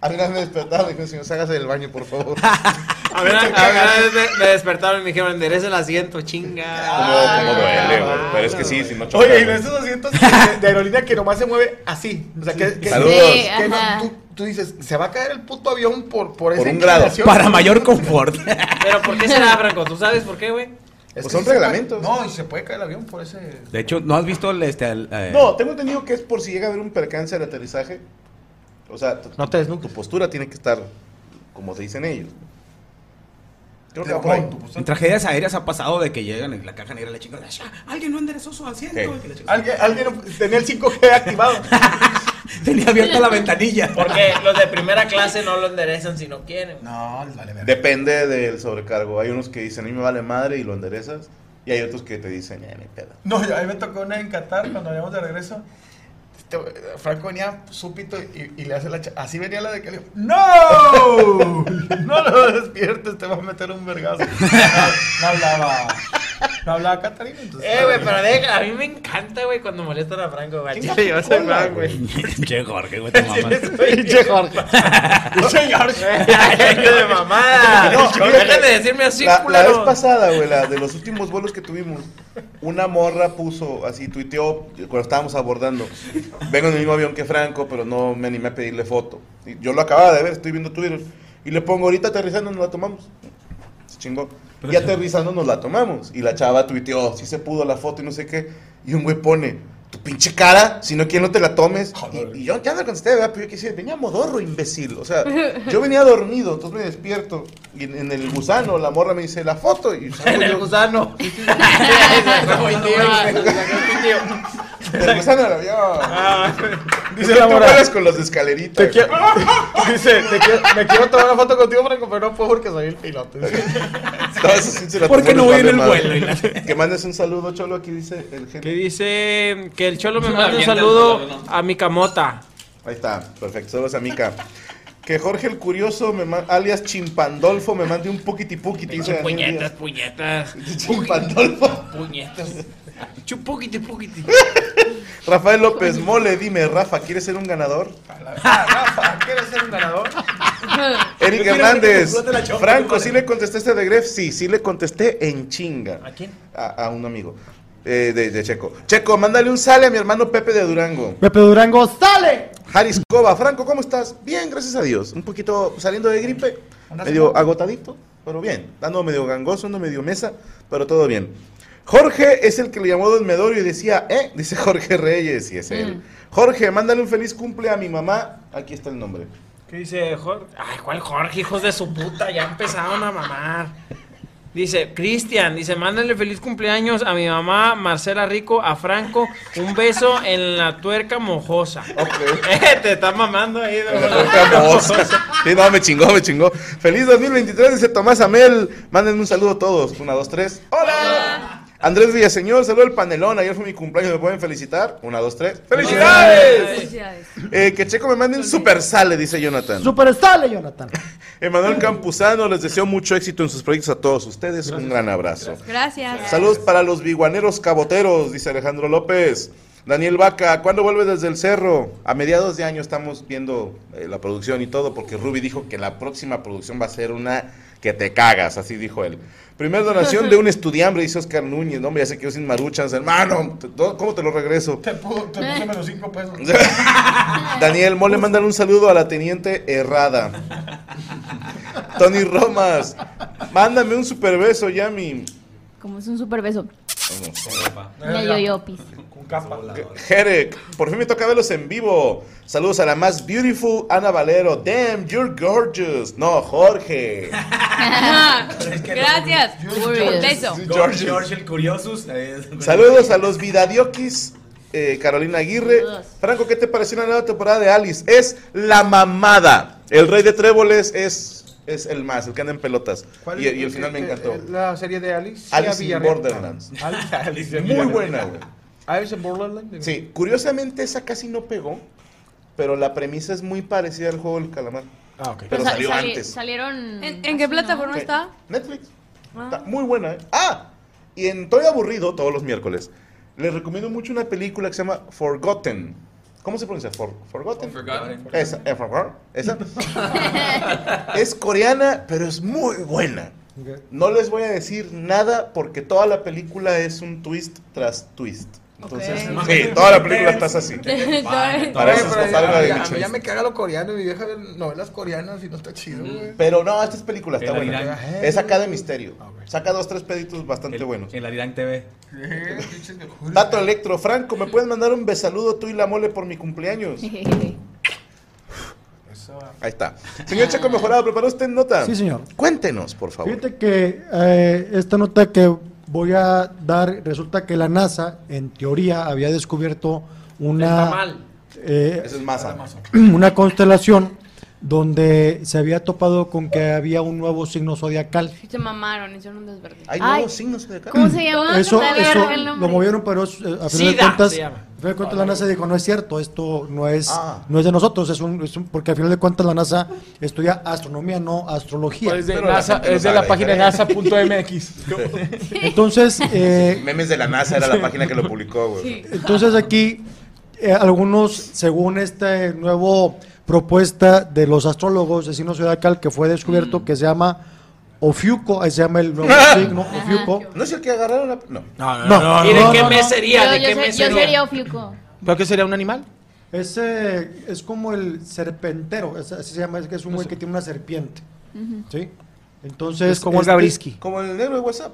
[SPEAKER 5] A mí una vez me despertaron y dijo, señor, ságase del baño, por favor.
[SPEAKER 6] A ver, a ver, a ver, me, me despertaron y me dijeron, endereza el asiento, chinga. Ah,
[SPEAKER 5] Como duele, güey. Pero es que sí, si no choca.
[SPEAKER 9] Oye, y de esos asientos de, de aerolínea que nomás se mueve así. O sea, que, que-
[SPEAKER 5] Saludos.
[SPEAKER 9] que-
[SPEAKER 5] Sí,
[SPEAKER 9] no-
[SPEAKER 5] ajá.
[SPEAKER 9] tú, tú dices, se va a caer el puto avión por,
[SPEAKER 4] Pues
[SPEAKER 9] por, esa
[SPEAKER 5] un grado.
[SPEAKER 9] inclinación?
[SPEAKER 4] Para mayor confort.
[SPEAKER 6] Pero ¿por qué será, Franco? ¿Tú sabes por qué, güey?
[SPEAKER 9] Es
[SPEAKER 5] Pues
[SPEAKER 9] que
[SPEAKER 5] son
[SPEAKER 9] sí se
[SPEAKER 5] reglamentos.
[SPEAKER 9] puede- No, y se puede caer el avión por ese.
[SPEAKER 4] De hecho, ¿no has visto el, este, el, eh,
[SPEAKER 5] No, tengo entendido que es por si llega a haber un percance al aterrizaje. O sea, tu-
[SPEAKER 9] No te desnudo.
[SPEAKER 5] tu postura tiene que estar como se dicen ellos. Creo que va por ahí.
[SPEAKER 4] En tragedias aéreas ha pasado de que llegan en la caja negra la chingada. "Ya, Alguien no enderezó su asiento.
[SPEAKER 5] Sí.
[SPEAKER 4] y que la chingada.
[SPEAKER 9] Alguien, alguien tenía el 5G activado.
[SPEAKER 4] Tenía abierta la ventanilla.
[SPEAKER 6] Porque los de primera clase no lo enderezan si no quieren.
[SPEAKER 9] No, les vale ver.
[SPEAKER 5] Depende del sobrecargo. Hay unos que dicen, a mí me vale madre y lo enderezas. Y hay otros que te dicen, eh, ni pedo.
[SPEAKER 9] No, yo- a mí me tocó una en Qatar cuando veníamos de regreso. Este, Franco venía súpito y, y le hace la cha- Así venía la de que le dijo, ¡No! No lo despiertes, te va a meter un vergazo. No, no hablaba. No hablaba Catarina. Entonces,
[SPEAKER 6] Eh, güey, pero deja, a mí me encanta, güey, cuando molestan a Franco, güey.
[SPEAKER 9] Chinga
[SPEAKER 6] Chile, yo
[SPEAKER 9] tu
[SPEAKER 6] soy
[SPEAKER 9] cola,
[SPEAKER 6] fan, güey.
[SPEAKER 4] Che, Jorge, güey, te mamas.
[SPEAKER 9] Pinche Jorge. Pinche
[SPEAKER 6] Gente de mamada.
[SPEAKER 5] No,
[SPEAKER 6] Dejen de
[SPEAKER 5] fíjate,
[SPEAKER 6] decirme así,
[SPEAKER 5] la, la vez
[SPEAKER 6] culero.
[SPEAKER 5] pasada, güey, la de los últimos vuelos que tuvimos, una morra puso, así tuiteó cuando estábamos abordando. Vengo en el mismo avión que Franco, pero no me animé a pedirle foto. Y yo lo acababa de ver, estoy viendo Twitter. Y le pongo, ahorita aterrizando nos la tomamos. Se chingó. Y aterrizando nos la tomamos. Y la chava tuiteó, sí se pudo la foto y no sé qué. Y un güey pone, tu pinche cara, si no, ¿quién no te la tomes?
[SPEAKER 6] Ah,
[SPEAKER 5] Y, y yo ya no le contesté, ¿verdad? Pero yo quise, venía modorro, imbécil. O sea, yo venía dormido, entonces me despierto. Y en, en el gusano, la morra me dice, la foto. Y salgo
[SPEAKER 6] En el
[SPEAKER 5] yo-
[SPEAKER 6] gusano.
[SPEAKER 5] en el gusano del avión.
[SPEAKER 6] Ah,
[SPEAKER 9] Dice la morada.
[SPEAKER 5] moral. con los de escalerita.
[SPEAKER 9] Te quiero, dice, te quiero- me quiero tomar una foto contigo, Franco, pero no puedo porque soy el piloto.
[SPEAKER 5] No, eso sí se la
[SPEAKER 4] ¿Por qué no
[SPEAKER 5] tomó
[SPEAKER 4] voy en
[SPEAKER 5] vale
[SPEAKER 4] el
[SPEAKER 5] madre.
[SPEAKER 4] vuelo? Y la-
[SPEAKER 5] Que mandes un saludo, Cholo, aquí dice el
[SPEAKER 6] Que
[SPEAKER 5] gente.
[SPEAKER 6] dice que el cholo me manda un
[SPEAKER 17] Avienta el
[SPEAKER 6] saludo
[SPEAKER 17] teléfono.
[SPEAKER 6] a mi camota.
[SPEAKER 5] Ahí está, perfecto, saludos a Mica. Que Jorge el Curioso, me ma- alias Chimpandolfo, me mande un poquiti poquiti. dice Daniel
[SPEAKER 6] Puñetas, puñetas.
[SPEAKER 5] Díaz. Chimpandolfo.
[SPEAKER 6] Puñetas. Chupoquiti, poquiti.
[SPEAKER 5] Rafael López Mole, dime, Rafa, ¿quieres ser un ganador?
[SPEAKER 9] Ah, Rafa, ¿quieres ser un ganador?
[SPEAKER 5] Eric
[SPEAKER 12] Yo quiero que te
[SPEAKER 5] Hernández.
[SPEAKER 12] explote la chompa,
[SPEAKER 5] Franco,
[SPEAKER 12] compadre.
[SPEAKER 5] ¿sí le contestaste de Gref? Sí, sí le contesté en chinga. ¿A
[SPEAKER 12] quién?
[SPEAKER 5] A, un amigo. eh, de, de Checo. Checo, mándale un sale a mi hermano Pepe de Durango.
[SPEAKER 7] Pepe Durango, ¡sale!
[SPEAKER 5] Haris Cova, Franco, ¿cómo estás? Bien, gracias a Dios. Un poquito saliendo de gripe, medio agotadito, pero bien. Ando medio gangoso, ando medio mesa, pero todo bien. Jorge es el que le llamó Don Medorio y decía, ¿eh? Dice Jorge Reyes, y es él.
[SPEAKER 7] Mm.
[SPEAKER 5] Jorge, mándale un feliz cumple a mi mamá. Aquí está el nombre.
[SPEAKER 6] ¿Qué dice Jorge? Ay, ¿cuál Jorge? Hijos de su puta, ya empezaron a mamar. Dice, Cristian, dice, mándale feliz cumpleaños a mi mamá, Marcela Rico, a Franco, un beso en la tuerca mojosa. Eh, te está mamando ahí. don
[SPEAKER 5] Vamos. Sí, no, me chingó, me chingó. Feliz 2023, dice Tomás Amel. Mándenme un saludo a todos. Una, dos, tres. ¡Hola! Andrés Villaseñor, saludo al panelón. Ayer fue mi cumpleaños, ¿me pueden felicitar? Una, dos, tres. ¡Felicidades! Eh, que Checo me mande un super sale, dice Jonathan.
[SPEAKER 7] Super sale, Jonathan.
[SPEAKER 5] Emanuel Campuzano, les deseo mucho éxito en sus proyectos a todos ustedes. Un gran abrazo.
[SPEAKER 10] Gracias.
[SPEAKER 5] Saludos para los biguaneros caboteros, dice Alejandro López. Daniel Vaca, ¿cuándo vuelve desde el cerro? A mediados de año estamos viendo eh, la producción y todo, porque Ruby dijo que la próxima producción va a ser una que te cagas, así dijo él. Primer donación de un estudiambre, dice Oscar Núñez. No, hombre, ya se quedó sin maruchas, hermano. te- do- ¿Cómo te lo regreso?
[SPEAKER 18] Te puse menos 5 pesos.
[SPEAKER 5] Daniel Mole, mandan un saludo a la teniente errada. Tony Romas, mándame un super beso, Yami.
[SPEAKER 10] Como es un super beso.
[SPEAKER 5] Vamos.
[SPEAKER 10] yo yopis.
[SPEAKER 18] Con capa.
[SPEAKER 5] Jerek, por fin me toca verlos en vivo. Saludos a la más beautiful Ana Valero. Damn, you're gorgeous. No, Jorge.
[SPEAKER 8] Gracias.
[SPEAKER 10] Curious.
[SPEAKER 8] Beso.
[SPEAKER 5] George.
[SPEAKER 12] George, George el Curiosus.
[SPEAKER 5] Saludos a los Vidadiokis. eh, Carolina Aguirre. Franco, ¿qué te pareció la nueva temporada de Alice? Es la mamada. El rey de tréboles es, es el más, el que anda en pelotas. Y, y el final me encantó.
[SPEAKER 18] La serie de Alice.
[SPEAKER 5] Alice in Borderlands.
[SPEAKER 18] Alice
[SPEAKER 5] Muy buena, güey.
[SPEAKER 18] Alice in Ah, Borderlands.
[SPEAKER 5] Sí, curiosamente esa casi no pegó, pero la premisa es muy parecida al juego del calamar.
[SPEAKER 18] Ah, ok.
[SPEAKER 5] Pero salió
[SPEAKER 10] Sali-
[SPEAKER 5] antes.
[SPEAKER 10] Salieron.
[SPEAKER 8] ¿En, en qué plataforma
[SPEAKER 5] Sí.
[SPEAKER 8] está?
[SPEAKER 5] Netflix. Está muy buena, ¿eh? ¡Ah! Y en Estoy Aburrido, todos los miércoles, les recomiendo mucho una película que se llama Forgotten. ¿Cómo se pronuncia? For- Forgotten.
[SPEAKER 11] Forgotten.
[SPEAKER 5] Esa, eh, forgotten, esa. es coreana, pero es muy buena. No les voy a decir nada porque toda la película es un twist tras twist. Entonces,
[SPEAKER 18] Ok.
[SPEAKER 5] sí, toda la película estás así. Para eso
[SPEAKER 18] Oye,
[SPEAKER 5] es
[SPEAKER 18] pero
[SPEAKER 5] algo de
[SPEAKER 18] ya-
[SPEAKER 5] Michelle.
[SPEAKER 18] Ya me caga lo coreano y mi vieja ve novelas coreanas y no está chido, güey.
[SPEAKER 5] Pero no, esta es película, está
[SPEAKER 18] El
[SPEAKER 5] buena.
[SPEAKER 18] Arirang.
[SPEAKER 5] Es acá de misterio. Saca dos, tres peditos bastante buenos. El Arirang TV. Tato
[SPEAKER 6] Eh,
[SPEAKER 5] Electro, Franco, ¿me puedes mandar un besaludo tú y la mole por mi cumpleaños? Ahí está. Señor Checo Mejorado, ¿preparó usted nota?
[SPEAKER 7] Sí, señor.
[SPEAKER 5] Cuéntenos, por favor.
[SPEAKER 7] Fíjate que eh, esta nota que voy a dar, resulta que la NASA, en teoría, había descubierto una, eh,
[SPEAKER 5] Esa es masa.
[SPEAKER 7] una constelación donde se había topado con que había un nuevo signo zodiacal.
[SPEAKER 8] Se mamaron, hicieron un desverde.
[SPEAKER 5] Hay nuevos signos de acá.
[SPEAKER 8] ¿Cómo se llama?
[SPEAKER 7] Eso,
[SPEAKER 8] Está bien,
[SPEAKER 7] eso
[SPEAKER 8] verga el nombre.
[SPEAKER 7] lo movieron, pero es, eh, a final de
[SPEAKER 8] Sida,
[SPEAKER 7] cuentas,
[SPEAKER 8] se llama.
[SPEAKER 7] a final de cuentas la NASA dijo, no es cierto, esto no es,
[SPEAKER 5] Ah.
[SPEAKER 7] no es de nosotros, es un, es un- porque a final de cuentas la NASA estudia astronomía, no astrología.
[SPEAKER 9] Es Pues de, NASA, es de la página nasa.mx.
[SPEAKER 7] Entonces, eh,
[SPEAKER 5] Memes de la NASA era la página que lo publicó, güey.
[SPEAKER 7] Entonces aquí eh, algunos, según esta nuevo propuesta de los astrólogos de signo zodiacal que fue descubierto,
[SPEAKER 8] Mm.
[SPEAKER 7] que se llama Ofiuco, ahí se llama el nuevo signo Ofiuco.
[SPEAKER 5] ¿No es el que agarraron la.? No.
[SPEAKER 9] No,
[SPEAKER 7] No.
[SPEAKER 9] ¿Y de
[SPEAKER 7] No,
[SPEAKER 9] qué
[SPEAKER 7] no,
[SPEAKER 9] mes
[SPEAKER 7] no.
[SPEAKER 9] sería?
[SPEAKER 10] Yo-
[SPEAKER 9] ¿De
[SPEAKER 10] yo
[SPEAKER 9] qué
[SPEAKER 10] sé-
[SPEAKER 9] mes
[SPEAKER 10] yo
[SPEAKER 9] sería?
[SPEAKER 10] sería Ofiuco.
[SPEAKER 9] ¿Pero qué sería un animal?
[SPEAKER 7] Ese es como el serpentero, es- así se llama, es que es un güey que tiene una serpiente, ¿sí? Entonces
[SPEAKER 9] Es como el
[SPEAKER 7] este-
[SPEAKER 9] Gabriski.
[SPEAKER 5] Como el negro de WhatsApp.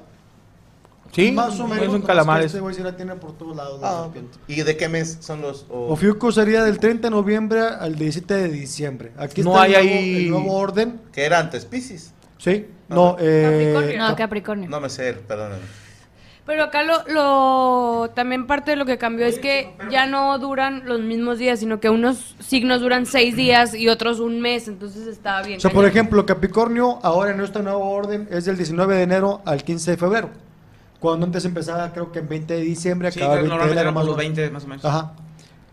[SPEAKER 9] Sí,
[SPEAKER 7] más o menos.
[SPEAKER 9] Es
[SPEAKER 7] nomás
[SPEAKER 9] un
[SPEAKER 7] que
[SPEAKER 9] calamar.
[SPEAKER 7] Este güey sí la tiene por todos lados. la serpiente.
[SPEAKER 5] Ah, ¿Y de qué mes son los.? o-
[SPEAKER 7] Ofiuco sería del 30 de noviembre al 17 de diciembre. Aquí
[SPEAKER 5] No
[SPEAKER 7] está el
[SPEAKER 5] hay
[SPEAKER 7] nuevo-
[SPEAKER 5] ahí-
[SPEAKER 7] el nuevo orden.
[SPEAKER 5] Que era antes, Pisces.
[SPEAKER 7] Sí, no, eh,
[SPEAKER 8] No,
[SPEAKER 5] Capricornio. No me sé, perdóname.
[SPEAKER 8] Pero acá lo, lo- también parte de lo que cambió es que ya no duran los mismos días, sino que unos signos duran seis días y otros un mes, entonces está bien.
[SPEAKER 7] o sea, por
[SPEAKER 8] cañón.
[SPEAKER 7] ejemplo, Capricornio ahora en esta nueva orden es del 19 de enero al 15 de febrero. Cuando antes empezaba, creo que en 20 de diciembre,
[SPEAKER 12] Sí,
[SPEAKER 7] acababa
[SPEAKER 12] creo que
[SPEAKER 7] 20 de
[SPEAKER 12] normalmente
[SPEAKER 7] enero
[SPEAKER 12] eran
[SPEAKER 7] más
[SPEAKER 12] como
[SPEAKER 7] o
[SPEAKER 12] los
[SPEAKER 7] menos.
[SPEAKER 12] 20 más o menos.
[SPEAKER 7] Ajá.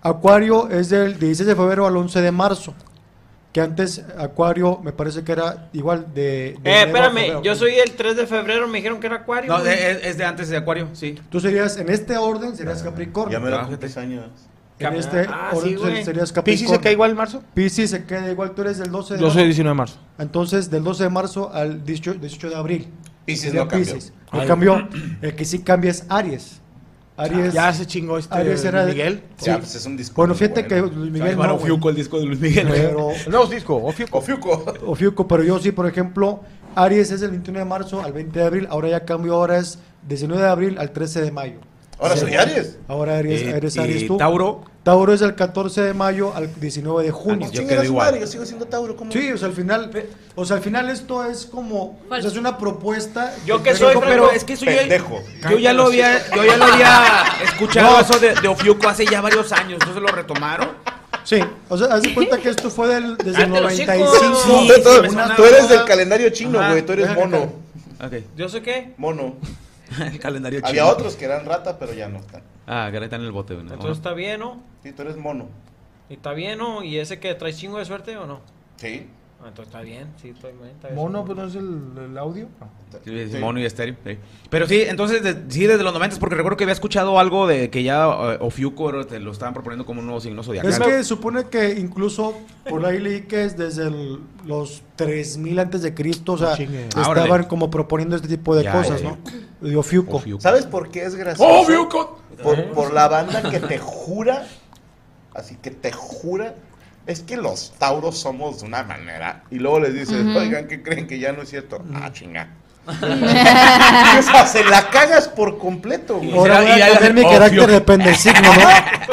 [SPEAKER 7] Acuario es del 16 de febrero al 11 de marzo. Que antes Acuario me parece que era igual de. de
[SPEAKER 6] Eh,
[SPEAKER 7] enero a
[SPEAKER 6] espérame,
[SPEAKER 7] febrero.
[SPEAKER 6] yo soy el 3 de febrero, me dijeron que era Acuario.
[SPEAKER 12] No,
[SPEAKER 6] güey.
[SPEAKER 12] de- es, es de antes de Acuario, sí.
[SPEAKER 7] Tú serías, en este orden, serías Capricornio.
[SPEAKER 5] Ya me lo cumples años.
[SPEAKER 7] En
[SPEAKER 9] Cap-
[SPEAKER 7] este
[SPEAKER 9] Ah,
[SPEAKER 7] orden
[SPEAKER 9] sí, güey.
[SPEAKER 7] serías
[SPEAKER 9] ¿Piscis se
[SPEAKER 7] Capricornio.
[SPEAKER 9] queda igual en marzo?
[SPEAKER 7] Piscis se queda igual, tú eres del 12 de
[SPEAKER 9] Yo soy 19 de marzo.
[SPEAKER 7] Entonces, del 12 de marzo al 18, 18 de abril.
[SPEAKER 9] Piscis
[SPEAKER 7] Sería
[SPEAKER 9] no cambió.
[SPEAKER 7] Piscis. No
[SPEAKER 9] Ay.
[SPEAKER 7] cambió. El que sí cambia es Aries. Aries
[SPEAKER 9] Ya se chingó este Luis Miguel.
[SPEAKER 7] Sí.
[SPEAKER 9] Ya, pues es un disco
[SPEAKER 7] Bueno,
[SPEAKER 9] muy
[SPEAKER 7] fíjate
[SPEAKER 9] bueno.
[SPEAKER 7] que Luis
[SPEAKER 9] Se
[SPEAKER 7] Miguel.
[SPEAKER 9] llama
[SPEAKER 7] No,
[SPEAKER 9] Ofiuco
[SPEAKER 7] güey.
[SPEAKER 9] el disco de Luis Miguel.
[SPEAKER 7] Pero,
[SPEAKER 9] El nuevo disco, Ofiuco. Ofiuco.
[SPEAKER 7] Ofiuco, pero yo sí, por ejemplo, Aries es del 21 de marzo al 20 de abril, ahora ya cambió, ahora es 19 de abril al 13 de mayo.
[SPEAKER 5] Ahora
[SPEAKER 7] Sí,
[SPEAKER 5] soy Aries.
[SPEAKER 7] Ahora Aries,
[SPEAKER 5] Y-
[SPEAKER 7] eres
[SPEAKER 5] y
[SPEAKER 7] Aries tú.
[SPEAKER 5] Tauro.
[SPEAKER 7] Tauro es del 14 de mayo al 19 de junio.
[SPEAKER 5] Chinga a su madre, yo sigo siendo Tauro. ¿cómo?
[SPEAKER 7] Sí, o sea, al final, o sea, al final esto es como, o sea, es una propuesta.
[SPEAKER 6] Yo que soy, pero es que soy el- Yo ya lo había, yo ya lo había escuchado
[SPEAKER 7] No.
[SPEAKER 6] eso de, de Ofiuco hace ya varios años. Entonces lo retomaron.
[SPEAKER 7] Sí, o sea, haz de cuenta que esto fue del, desde el
[SPEAKER 6] Cállate los
[SPEAKER 7] 95.
[SPEAKER 6] chicos.
[SPEAKER 5] No,
[SPEAKER 7] Sí,
[SPEAKER 5] tú,
[SPEAKER 7] sí,
[SPEAKER 5] tú
[SPEAKER 7] una
[SPEAKER 5] eres
[SPEAKER 7] moda.
[SPEAKER 5] del calendario chino,
[SPEAKER 7] Ajá.
[SPEAKER 5] güey. Tú eres
[SPEAKER 7] Déjame
[SPEAKER 5] mono.
[SPEAKER 6] ¿Yo sé qué?
[SPEAKER 5] Mono.
[SPEAKER 12] El calendario chino.
[SPEAKER 5] Había otros que eran rata, pero ya no están.
[SPEAKER 12] Ah, que ahora está en el bote, güey. ¿no?
[SPEAKER 6] Entonces está bien, ¿no?
[SPEAKER 5] Sí, tú eres mono.
[SPEAKER 6] ¿Y está bien, no? ¿Y ese que trae chingo de suerte o no?
[SPEAKER 5] Sí.
[SPEAKER 6] Ah, entonces está bien, sí, estoy bien. está bien.
[SPEAKER 9] Mono, pues no es el, el audio.
[SPEAKER 12] Sí, es Mono y estéreo. sí. Pero sí, entonces, de- sí, desde los 90, porque recuerdo que había escuchado algo de que ya eh, Ofiuco era- te lo estaban proponiendo como un nuevo signo zodiacal.
[SPEAKER 7] Es que supone que incluso por ahí leí que es desde el- los 3000 antes de Cristo, o sea,
[SPEAKER 9] Ah,
[SPEAKER 5] No chingue.
[SPEAKER 7] estaban
[SPEAKER 5] Órale.
[SPEAKER 7] como proponiendo este tipo de
[SPEAKER 5] Ya,
[SPEAKER 7] cosas,
[SPEAKER 5] ya,
[SPEAKER 7] ¿no? De Ofiuco.
[SPEAKER 5] ¿Sabes por qué es gracioso?
[SPEAKER 7] Obvio,
[SPEAKER 6] ¿Eh?
[SPEAKER 5] Por, por la banda que te jura, así que te jura, es que los tauros somos de una manera. Y luego les dices,
[SPEAKER 19] Ujú.
[SPEAKER 5] oigan, ¿qué creen que ya no es cierto? Ah, chinga. o sea, se la cagas por completo. güey.
[SPEAKER 7] Ahora voy a cambiar mi carácter depende del signo, ¿no?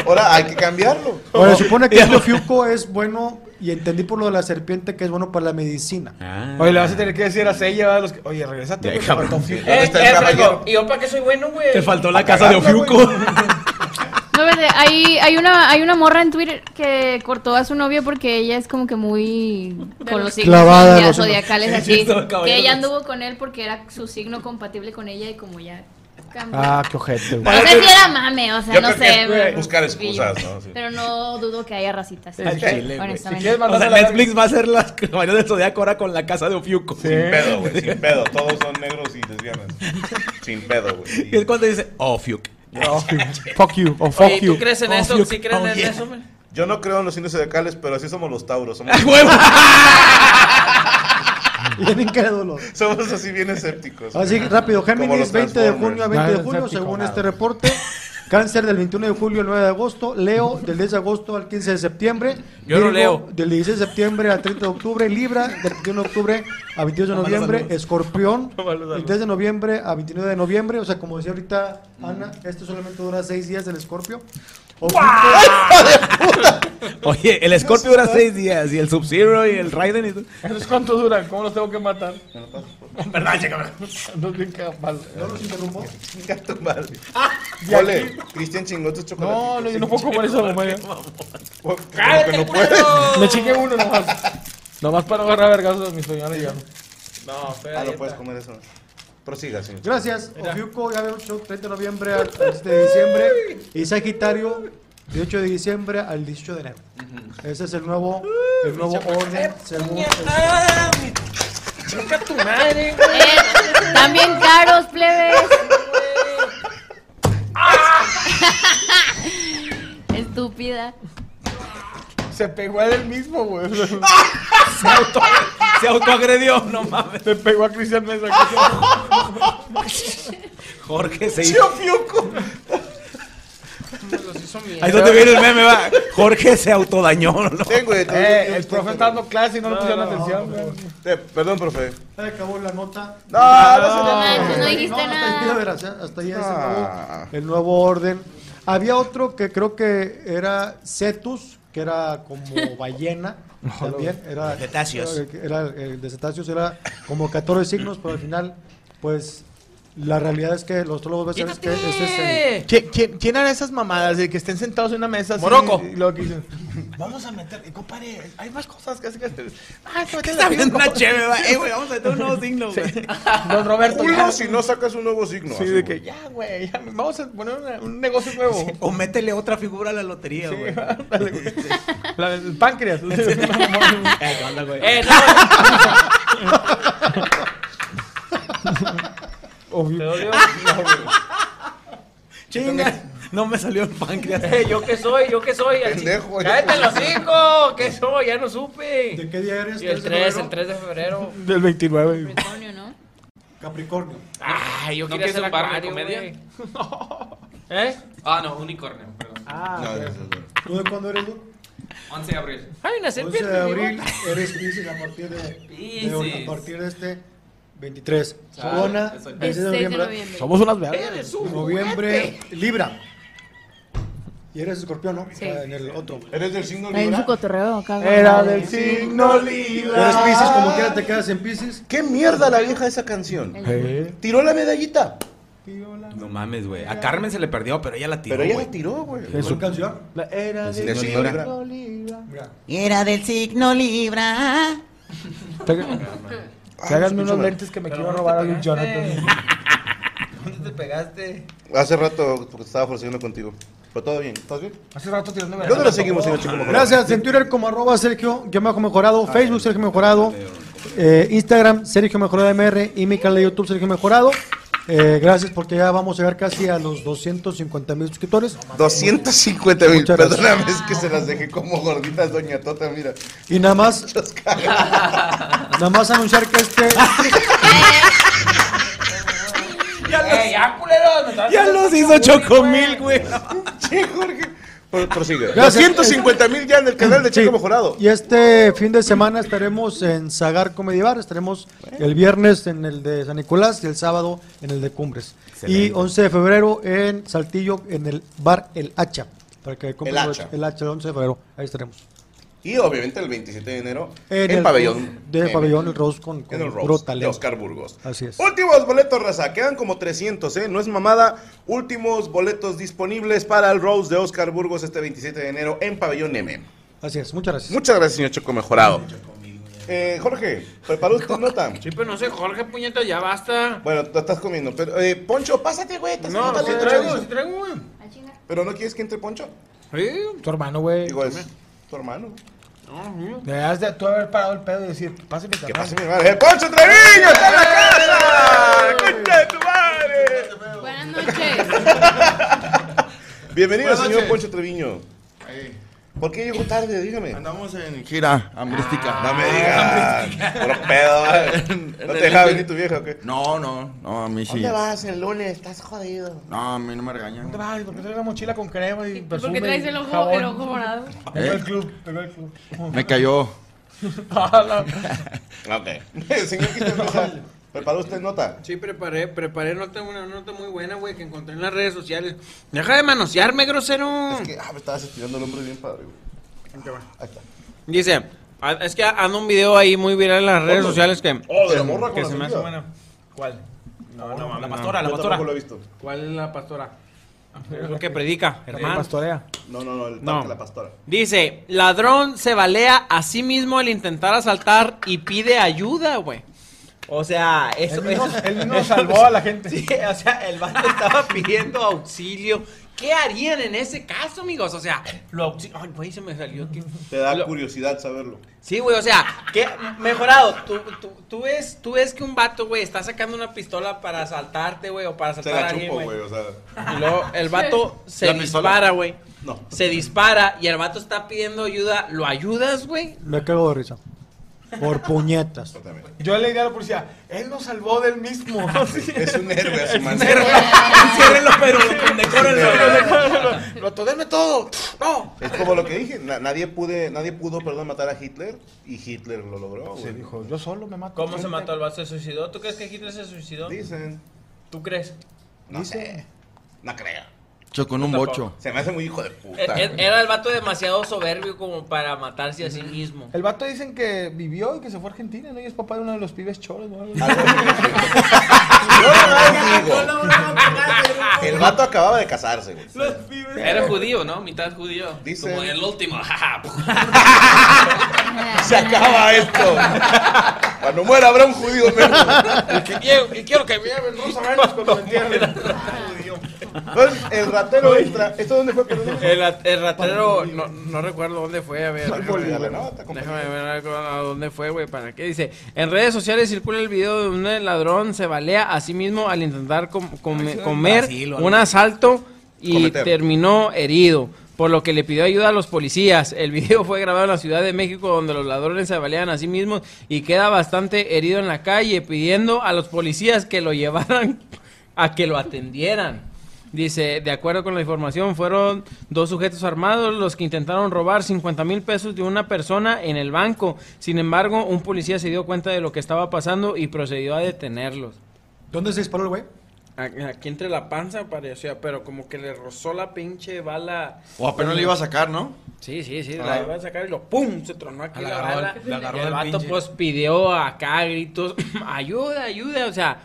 [SPEAKER 5] Ahora hay que cambiarlo.
[SPEAKER 7] Bueno, supone que este Ofiuco es bueno, y entendí por lo de la serpiente que es bueno para la medicina.
[SPEAKER 5] Ah.
[SPEAKER 9] Oye, le vas a tener que decir a Seiya, ¿verdad? los que- Oye, regresate. güey, te faltó-
[SPEAKER 6] Eh, eh, Franco, ¿y yo para qué soy bueno, güey?
[SPEAKER 9] Te faltó la casa de Ofiuco.
[SPEAKER 10] No, vete, hay, hay, una, hay una morra en Twitter que cortó a su novio porque ella es como que muy con los signos
[SPEAKER 7] Clavada en
[SPEAKER 10] ya
[SPEAKER 7] los signos.
[SPEAKER 10] zodiacales
[SPEAKER 7] Sí,
[SPEAKER 10] así.
[SPEAKER 7] cierto, caballeros.
[SPEAKER 10] que ella anduvo con él porque era su signo compatible con ella y como ya cambió.
[SPEAKER 9] Ah, qué ojete,
[SPEAKER 10] no sé si era mame, o sea,
[SPEAKER 5] Yo
[SPEAKER 10] no
[SPEAKER 5] creo que
[SPEAKER 10] sé.
[SPEAKER 5] es, güey,
[SPEAKER 10] pero-
[SPEAKER 5] buscar excusas, ¿no? Sí.
[SPEAKER 10] Pero no dudo que haya racitas.
[SPEAKER 5] Al chile, güey.
[SPEAKER 10] honestamente.
[SPEAKER 5] Si quieres
[SPEAKER 12] O sea, Netflix va a hacer las caballeros del Zodiaco ahora con la casa de Ofiuco.
[SPEAKER 5] Sin pedo, güey, sin pedo. Todos son negros y lesbianas. Sin pedo, güey.
[SPEAKER 12] Y es cuando dice Ofiuco.
[SPEAKER 9] Fuck you, o
[SPEAKER 6] "Oh, fuck Oh, Oye, ¿tú you. crees en eso? ¿Sí crees en eso, güey?
[SPEAKER 5] Yo no creo en los signos zodiacales, pero así somos los tauros. Somos
[SPEAKER 6] Ah,
[SPEAKER 7] Bien incrédulo.
[SPEAKER 5] Somos así bien escépticos.
[SPEAKER 6] Ah,
[SPEAKER 7] Así
[SPEAKER 5] güey.
[SPEAKER 7] rápido,
[SPEAKER 5] Como
[SPEAKER 7] Géminis,
[SPEAKER 5] los
[SPEAKER 7] 20 de
[SPEAKER 5] Transformers.
[SPEAKER 7] junio a 20 de julio, según este reporte. Cáncer del 21 de julio al 9 de agosto. Leo del 10 de agosto al 15 de septiembre.
[SPEAKER 6] Yo no
[SPEAKER 7] Virgo, Del 16 de septiembre al 30 de octubre. Libra del 21 de octubre a 22 de
[SPEAKER 6] Nomás los
[SPEAKER 7] noviembre.
[SPEAKER 6] saludos.
[SPEAKER 7] Escorpión
[SPEAKER 6] Nomás los
[SPEAKER 7] del 3 de noviembre a 29 de noviembre. O sea, como decía ahorita Ana, esto solamente dura 6 días del Escorpio. Ofiuco-
[SPEAKER 12] Oye, el Scorpio dura seis días y el Sub-Zero y el Raiden y todo.
[SPEAKER 9] ¿Esos cuánto duran? ¿Cómo los tengo que matar?
[SPEAKER 5] En verdad, chécame.
[SPEAKER 9] No bien capaz.
[SPEAKER 7] ¿No los interrumpo?
[SPEAKER 5] Chinga tu madre.
[SPEAKER 9] y
[SPEAKER 5] Ah, Ole,
[SPEAKER 9] aquí-
[SPEAKER 5] Cristian chingó tus chocolates.
[SPEAKER 9] No, no, yo no puedo comer eso, mamá.
[SPEAKER 5] ¡Cállate, no puedes.
[SPEAKER 9] Me chingué uno nomás. Nomás para no agarrar vergazos a mis señores y ya.
[SPEAKER 6] No, espera.
[SPEAKER 5] Ah, no puedes comer eso. Prosiga, señor.
[SPEAKER 7] Gracias. Ofiuco ya había hecho 30 de noviembre al 11 de diciembre. Y Sagitario, 18 de diciembre al 18 de enero. Ese es el nuevo, el nuevo orden según.
[SPEAKER 6] Chinga tu madre,
[SPEAKER 10] Eh, También caros, plebes. Estúpida.
[SPEAKER 9] Se pegó a él mismo, güey. se, auto, se autoagredió, no mames. Se pegó a Cristian Mesa.
[SPEAKER 12] Jorge se
[SPEAKER 9] Sí,
[SPEAKER 12] hizo. Ahí es donde viene el meme, va. Jorge se autodañó, ¿no?
[SPEAKER 5] Sí, güey. tú-
[SPEAKER 9] Eh,
[SPEAKER 5] tú-
[SPEAKER 9] el
[SPEAKER 5] tú-
[SPEAKER 9] profe está dando clase y no le pusieron atención, güey.
[SPEAKER 5] Eh, Perdón, profe.
[SPEAKER 7] Se acabó la nota.
[SPEAKER 5] No, no
[SPEAKER 7] se
[SPEAKER 5] se- No, no dijiste
[SPEAKER 7] Hasta ahí,
[SPEAKER 5] nada.
[SPEAKER 7] verás, ya, hasta ahí es el
[SPEAKER 5] Ah.
[SPEAKER 7] nuevo- el, nuevo, orden. Había otro que creo que era Cetus, que era como ballena. también era.
[SPEAKER 12] De cetáceos.
[SPEAKER 7] Era, eh, de cetáceos era como 14 signos, pero al final, pues. La realidad es que los astrólogos ves que este es el-
[SPEAKER 9] ¿Quién, quién, quién hará esas mamadas de que estén sentados en una mesa? así,
[SPEAKER 12] Morocco.
[SPEAKER 9] y luego que dicen,
[SPEAKER 18] Vamos a meter, eh, compadre, hay más cosas que hace que.
[SPEAKER 9] Ah, esto
[SPEAKER 12] Está viendo una chévere, va. Eh, güey, vamos a meter un nuevo signo, güey.
[SPEAKER 9] Don Roberto.
[SPEAKER 5] Culo
[SPEAKER 9] ya.
[SPEAKER 5] si no sacas un nuevo signo.
[SPEAKER 9] Sí,
[SPEAKER 5] así,
[SPEAKER 9] de
[SPEAKER 5] güey.
[SPEAKER 9] que ya, Ah, güey, ya, vamos a poner una- un negocio nuevo.
[SPEAKER 12] O métele otra figura a la lotería,
[SPEAKER 9] Sí,
[SPEAKER 12] güey.
[SPEAKER 9] ándale, güey. La del páncreas.
[SPEAKER 12] Eh, ¿qué onda, güey?
[SPEAKER 6] Eh,
[SPEAKER 9] Obvio.
[SPEAKER 12] Chinga. No me salió el páncreas.
[SPEAKER 6] Eh, ¿Yo qué soy? ¿Yo qué soy?
[SPEAKER 12] Pendejo, eh.
[SPEAKER 6] ¡Cállate los cinco! ¿Qué soy? Ya no supe. ¿De
[SPEAKER 7] qué día eres?
[SPEAKER 6] El 3, el 3 de febrero.
[SPEAKER 9] Del 29.
[SPEAKER 7] Capricornio.
[SPEAKER 6] Ah, yo
[SPEAKER 11] ¿No
[SPEAKER 6] quería
[SPEAKER 11] quieres
[SPEAKER 6] ser
[SPEAKER 11] un par de
[SPEAKER 6] acuario,
[SPEAKER 11] comedia?
[SPEAKER 6] güey. ¿Eh?
[SPEAKER 11] Ah, no, unicornio, perdón.
[SPEAKER 6] Ah,
[SPEAKER 11] No,
[SPEAKER 6] ok.
[SPEAKER 11] eso es bueno.
[SPEAKER 7] ¿Tú de cuándo eres, Lu?
[SPEAKER 11] 11 de abril.
[SPEAKER 6] Hay una
[SPEAKER 7] 11
[SPEAKER 6] serpiente.
[SPEAKER 7] de abril eres Pisces a partir de, de-
[SPEAKER 11] Piscis.
[SPEAKER 7] a partir de este 23.
[SPEAKER 11] Chale,
[SPEAKER 7] Zona,
[SPEAKER 11] eso es.
[SPEAKER 7] 26 de
[SPEAKER 11] 16 de
[SPEAKER 7] noviembre.
[SPEAKER 11] noviembre. Somos unas vergas. Eres un
[SPEAKER 7] Noviembre, Libra. Y eres escorpión, ¿no? Ah, En el otro.
[SPEAKER 5] Eres del signo
[SPEAKER 1] Ahí en su cotorreo, cabrón.
[SPEAKER 7] Eres Pisces, como quiera te quedas en Pisces.
[SPEAKER 5] ¿Qué mierda la vieja esa canción? Tiró la medallita.
[SPEAKER 4] No mames, güey. A Carmen se le perdió, pero ella la tiró.
[SPEAKER 5] Pero ella
[SPEAKER 4] güey.
[SPEAKER 5] la tiró, güey.
[SPEAKER 7] ¿Es su canción?
[SPEAKER 9] La era
[SPEAKER 4] del signo Libra.
[SPEAKER 19] Era del signo Libra.
[SPEAKER 9] Háganme
[SPEAKER 5] escúchame.
[SPEAKER 9] unos lentes que me
[SPEAKER 6] Pero
[SPEAKER 9] quiero
[SPEAKER 6] no te
[SPEAKER 9] robar a un
[SPEAKER 6] pegaste.
[SPEAKER 9] Jonathan.
[SPEAKER 6] ¿Dónde te pegaste?
[SPEAKER 5] Hace rato porque estaba forceando contigo. Pero todo bien. ¿Estás bien?
[SPEAKER 9] Hace rato tirándome.
[SPEAKER 5] ¿Dónde lo seguimos, señor Chico? Mejorado?
[SPEAKER 7] Gracias. En Twitter como arroba Sergio, yo me mejorado. Facebook, Sergio Mejorado. eh, Instagram, Sergio Mejorado MR. Y mi canal de YouTube, Sergio Mejorado. Eh, gracias porque ya vamos a llegar casi a los 250 mil suscriptores.
[SPEAKER 5] 250 mil.
[SPEAKER 7] Muchas gracias.
[SPEAKER 5] Perdóname, es que se las dejé como gorditas, doña Tota, mira.
[SPEAKER 7] Y nada más. nada más anunciar que este.
[SPEAKER 6] Eh, ya, culeros. me
[SPEAKER 5] Ya los hizo Chocomil, güey. Che, Jorge. Pro- Prosigue. 250 mil ya en el canal de Chico Mejorado.
[SPEAKER 7] Y este fin de semana estaremos en Zagar Comedy Bar, estaremos el viernes en el de San Nicolás y el sábado en el de Cumbres. Y
[SPEAKER 5] Excelente.
[SPEAKER 7] 11 de febrero en Saltillo en el bar El Hacha. Para que compren
[SPEAKER 5] El
[SPEAKER 7] los-
[SPEAKER 5] Hacha.
[SPEAKER 7] el Hacha, el 11 de febrero, ahí estaremos.
[SPEAKER 5] Y obviamente el 27 de enero
[SPEAKER 7] En
[SPEAKER 5] en
[SPEAKER 7] el-
[SPEAKER 5] el pabellón.
[SPEAKER 7] de
[SPEAKER 5] M.
[SPEAKER 7] pabellón, el Rose con- con
[SPEAKER 5] en el Rose,
[SPEAKER 7] puro talento.
[SPEAKER 5] de Oscar Burgos.
[SPEAKER 7] Así es.
[SPEAKER 5] Últimos boletos, raza. Quedan como 300, ¿eh? No es mamada. Últimos boletos disponibles para el Rose de Oscar Burgos este 27 de enero en pabellón M.
[SPEAKER 7] Así es, muchas gracias.
[SPEAKER 5] Muchas gracias, señor Choco Mejorado. Eh, Jorge, ¿preparó tu nota?
[SPEAKER 6] Sí, pero no sé, Jorge Puñeta, ya basta.
[SPEAKER 5] Bueno, tú estás comiendo. Pero, eh, Poncho, pásate, güey. estás
[SPEAKER 6] No,
[SPEAKER 5] anotando
[SPEAKER 6] sí
[SPEAKER 5] mucho
[SPEAKER 6] traigo,
[SPEAKER 5] eso.
[SPEAKER 6] sí traigo, güey.
[SPEAKER 5] ¿Pero no quieres que entre Poncho?
[SPEAKER 6] Sí,
[SPEAKER 9] tu hermano, güey.
[SPEAKER 5] Digo, es tu hermano.
[SPEAKER 9] Deberías de tú haber parado el pedo y decir, que pase mi carnal. ¡Eh! Que
[SPEAKER 5] pase mi carnal. ¡Eh, Poncho Treviño está en la casa! ¡Concha de tu madre!
[SPEAKER 8] Buenas noches.
[SPEAKER 5] Bienvenido,
[SPEAKER 20] Buenas
[SPEAKER 5] señor
[SPEAKER 20] noches.
[SPEAKER 5] Poncho Treviño. ¿Por qué llegó tarde? Dígame. Ah,
[SPEAKER 20] Andamos en gira hambrística.
[SPEAKER 5] No me digas. Puro pedo, güey. ¿No te dejaba venir tu vieja o qué?
[SPEAKER 20] No, no, no, a mí sí.
[SPEAKER 5] ¿Dónde vas el lunes? Estás jodido.
[SPEAKER 20] No, a mí no me regañan.
[SPEAKER 9] ¿Dónde vas? ¿Por qué traes la mochila con crema y perfume?
[SPEAKER 8] Porque traes el
[SPEAKER 9] y
[SPEAKER 8] ojo,
[SPEAKER 9] jabón?
[SPEAKER 8] el ojo morado.
[SPEAKER 9] Pegó
[SPEAKER 20] ¿Eh?
[SPEAKER 9] el club, pegó el club.
[SPEAKER 20] Me cayó.
[SPEAKER 6] Ah,
[SPEAKER 5] ok. Señor Quintanilla, ¿preparó usted nota?
[SPEAKER 6] Sí, preparé, preparé nota, una nota muy buena, güey, que encontré en las redes sociales. Deja de manosearme, grosero.
[SPEAKER 5] Es que, ah, me estabas estirando el hombro bien padre, güey. Ahí está.
[SPEAKER 6] Dice, a- es que anda un video ahí muy viral en las redes sociales que...
[SPEAKER 5] Oh, de la morra con
[SPEAKER 6] que
[SPEAKER 5] la
[SPEAKER 6] se me hace
[SPEAKER 5] comida.
[SPEAKER 6] buena. ¿Cuál? No, no,
[SPEAKER 5] no,
[SPEAKER 6] la
[SPEAKER 5] no.
[SPEAKER 6] pastora, la
[SPEAKER 5] Yo
[SPEAKER 6] pastora.
[SPEAKER 5] tampoco lo he visto.
[SPEAKER 6] ¿Cuál es la pastora? Es lo que predica, hermano.
[SPEAKER 9] pastorea.
[SPEAKER 5] No, no, no, el parque
[SPEAKER 6] No.
[SPEAKER 5] de la pastora.
[SPEAKER 6] Dice, ladrón se balea a sí mismo al intentar asaltar y pide ayuda, güey. O sea, eso...
[SPEAKER 9] Él mismo-
[SPEAKER 6] eso-
[SPEAKER 9] él mismo
[SPEAKER 6] eso-
[SPEAKER 9] salvó a la gente.
[SPEAKER 6] Sí, o sea, el vato estaba pidiendo auxilio. ¿Qué harían en ese caso, amigos? O sea, lo auxilio... Ay, güey, se me salió aquí.
[SPEAKER 5] Te da curiosidad saberlo.
[SPEAKER 6] Sí, güey, o sea, que mejorado, tú, tú, tú ves, tú ves que un vato, güey, está sacando una pistola para asaltarte, güey, o para
[SPEAKER 5] Te
[SPEAKER 6] asaltar a
[SPEAKER 5] la
[SPEAKER 6] alguien,
[SPEAKER 5] chupo,
[SPEAKER 6] güey.
[SPEAKER 5] güey, o sea.
[SPEAKER 6] Y luego el vato se
[SPEAKER 5] ¿La pistola?
[SPEAKER 6] dispara, güey.
[SPEAKER 5] No.
[SPEAKER 6] Se dispara y el vato está pidiendo ayuda. ¿Lo ayudas, güey?
[SPEAKER 7] Me cago de risa. Por puñetas.
[SPEAKER 9] Yo le diré a la policía, él nos salvó del mismo.
[SPEAKER 5] Es un héroe a su
[SPEAKER 9] Es un
[SPEAKER 5] manera.
[SPEAKER 9] héroe.
[SPEAKER 12] Enciérrenlo, pero condecórenlo.
[SPEAKER 9] Condecórenlo. Lo atódenme todo. No.
[SPEAKER 5] Es como lo que dije, na- nadie, pude, nadie pudo perdón, matar a Hitler y Hitler lo logró.
[SPEAKER 9] Se
[SPEAKER 5] güey.
[SPEAKER 9] dijo, yo solo me mato.
[SPEAKER 6] ¿Cómo se mató el vato? ¿Se suicidó? ¿Tú crees que Hitler se suicidó?
[SPEAKER 5] Dicen.
[SPEAKER 6] ¿Tú crees?
[SPEAKER 5] No sé. No creo.
[SPEAKER 20] Chocó en un bocho.
[SPEAKER 5] Se me hace muy hijo de
[SPEAKER 6] E-
[SPEAKER 5] puta.
[SPEAKER 6] e- Era el vato demasiado soberbio como para matarse a sí mismo.
[SPEAKER 9] El vato dicen que vivió y que se fue a Argentina, ¿no? Y es papá de uno de los pibes choros, ¿no?
[SPEAKER 5] El vato acababa de casarse, güey.
[SPEAKER 11] Era judío, ¿no? Mitad judío.
[SPEAKER 5] Dice-
[SPEAKER 11] Como el último.
[SPEAKER 5] Se acaba esto. Cuando muera habrá un judío menos.
[SPEAKER 6] Y quiero, y quiero que me lleven dos años cuando me entierren.
[SPEAKER 5] Entonces, el ratero entra. ¿Esto dónde fue? Perdón.
[SPEAKER 6] El, at- el ratero, no, no recuerdo dónde fue, a ver.
[SPEAKER 5] Al
[SPEAKER 6] déjame
[SPEAKER 5] Bolívar,
[SPEAKER 6] ver.
[SPEAKER 5] ¿no? Te acompañé.
[SPEAKER 6] Déjame ver a ver a dónde fue, güey, para qué. Dice, en redes sociales circula el video de un eh, ladrón se balea a sí mismo al intentar com- come-
[SPEAKER 12] en
[SPEAKER 6] comer
[SPEAKER 12] Brasil o algo
[SPEAKER 6] un
[SPEAKER 12] así.
[SPEAKER 6] asalto y
[SPEAKER 11] Cometer.
[SPEAKER 6] terminó herido, por lo que le pidió ayuda a los policías. El video fue grabado en la Ciudad de México, donde los ladrones se balean a sí mismos y queda bastante herido en la calle, pidiendo a los policías que lo llevaran a que lo atendieran. Dice, de acuerdo con la información, fueron dos sujetos armados los que intentaron robar 50 mil pesos de una persona en el banco. Sin embargo, un policía se dio cuenta de lo que estaba pasando y procedió a detenerlos.
[SPEAKER 7] ¿Dónde se disparó el güey?
[SPEAKER 6] Aquí entre la panza parecía, pero como que le rozó la pinche bala.
[SPEAKER 20] O apenas le iba a sacar, ¿no?
[SPEAKER 6] Sí, sí, sí,
[SPEAKER 20] Ah.
[SPEAKER 6] la iba a sacar y lo pum, se tronó aquí
[SPEAKER 20] Ah,
[SPEAKER 6] la,
[SPEAKER 20] la agarró
[SPEAKER 6] bala.
[SPEAKER 20] el- la agarró
[SPEAKER 6] Y el
[SPEAKER 20] el
[SPEAKER 6] vato
[SPEAKER 20] pinche.
[SPEAKER 6] pues pidió acá a gritos, ayuda, ayuda, o sea,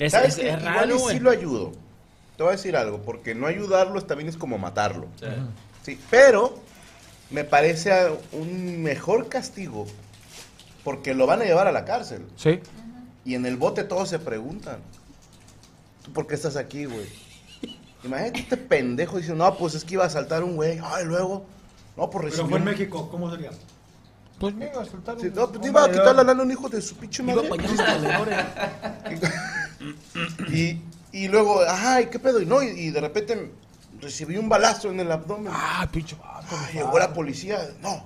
[SPEAKER 6] es,
[SPEAKER 5] ¿Sabes
[SPEAKER 6] es-
[SPEAKER 5] qué?
[SPEAKER 6] es
[SPEAKER 5] Igual
[SPEAKER 6] raro,
[SPEAKER 5] y
[SPEAKER 6] güey.
[SPEAKER 5] sí lo ayudo. Te voy a decir algo, porque no ayudarlo también es como matarlo. Sí, pero me parece a- un mejor castigo porque lo van a llevar a la cárcel.
[SPEAKER 6] Sí.
[SPEAKER 5] Y en el bote todos se preguntan, ¿tú por qué estás aquí, güey? Imagínate este pendejo diciendo, no, pues es que iba a saltar un güey. Ay, luego, no, pues
[SPEAKER 7] Pero
[SPEAKER 5] recibió...
[SPEAKER 7] fue en México, ¿cómo sería?
[SPEAKER 5] Pues
[SPEAKER 7] me
[SPEAKER 5] iba a saltar
[SPEAKER 7] un-
[SPEAKER 5] Sí, no, pues
[SPEAKER 7] un
[SPEAKER 5] iba a
[SPEAKER 7] valedor.
[SPEAKER 5] quitar la lana a un hijo de su pinche
[SPEAKER 7] Iba
[SPEAKER 5] madre.
[SPEAKER 7] a apañar los valedores.
[SPEAKER 5] y, y luego, ay, ¿qué pedo? Y no, y, y de repente recibí un balazo en el abdomen. Ah, pinche Llegó la policía, no.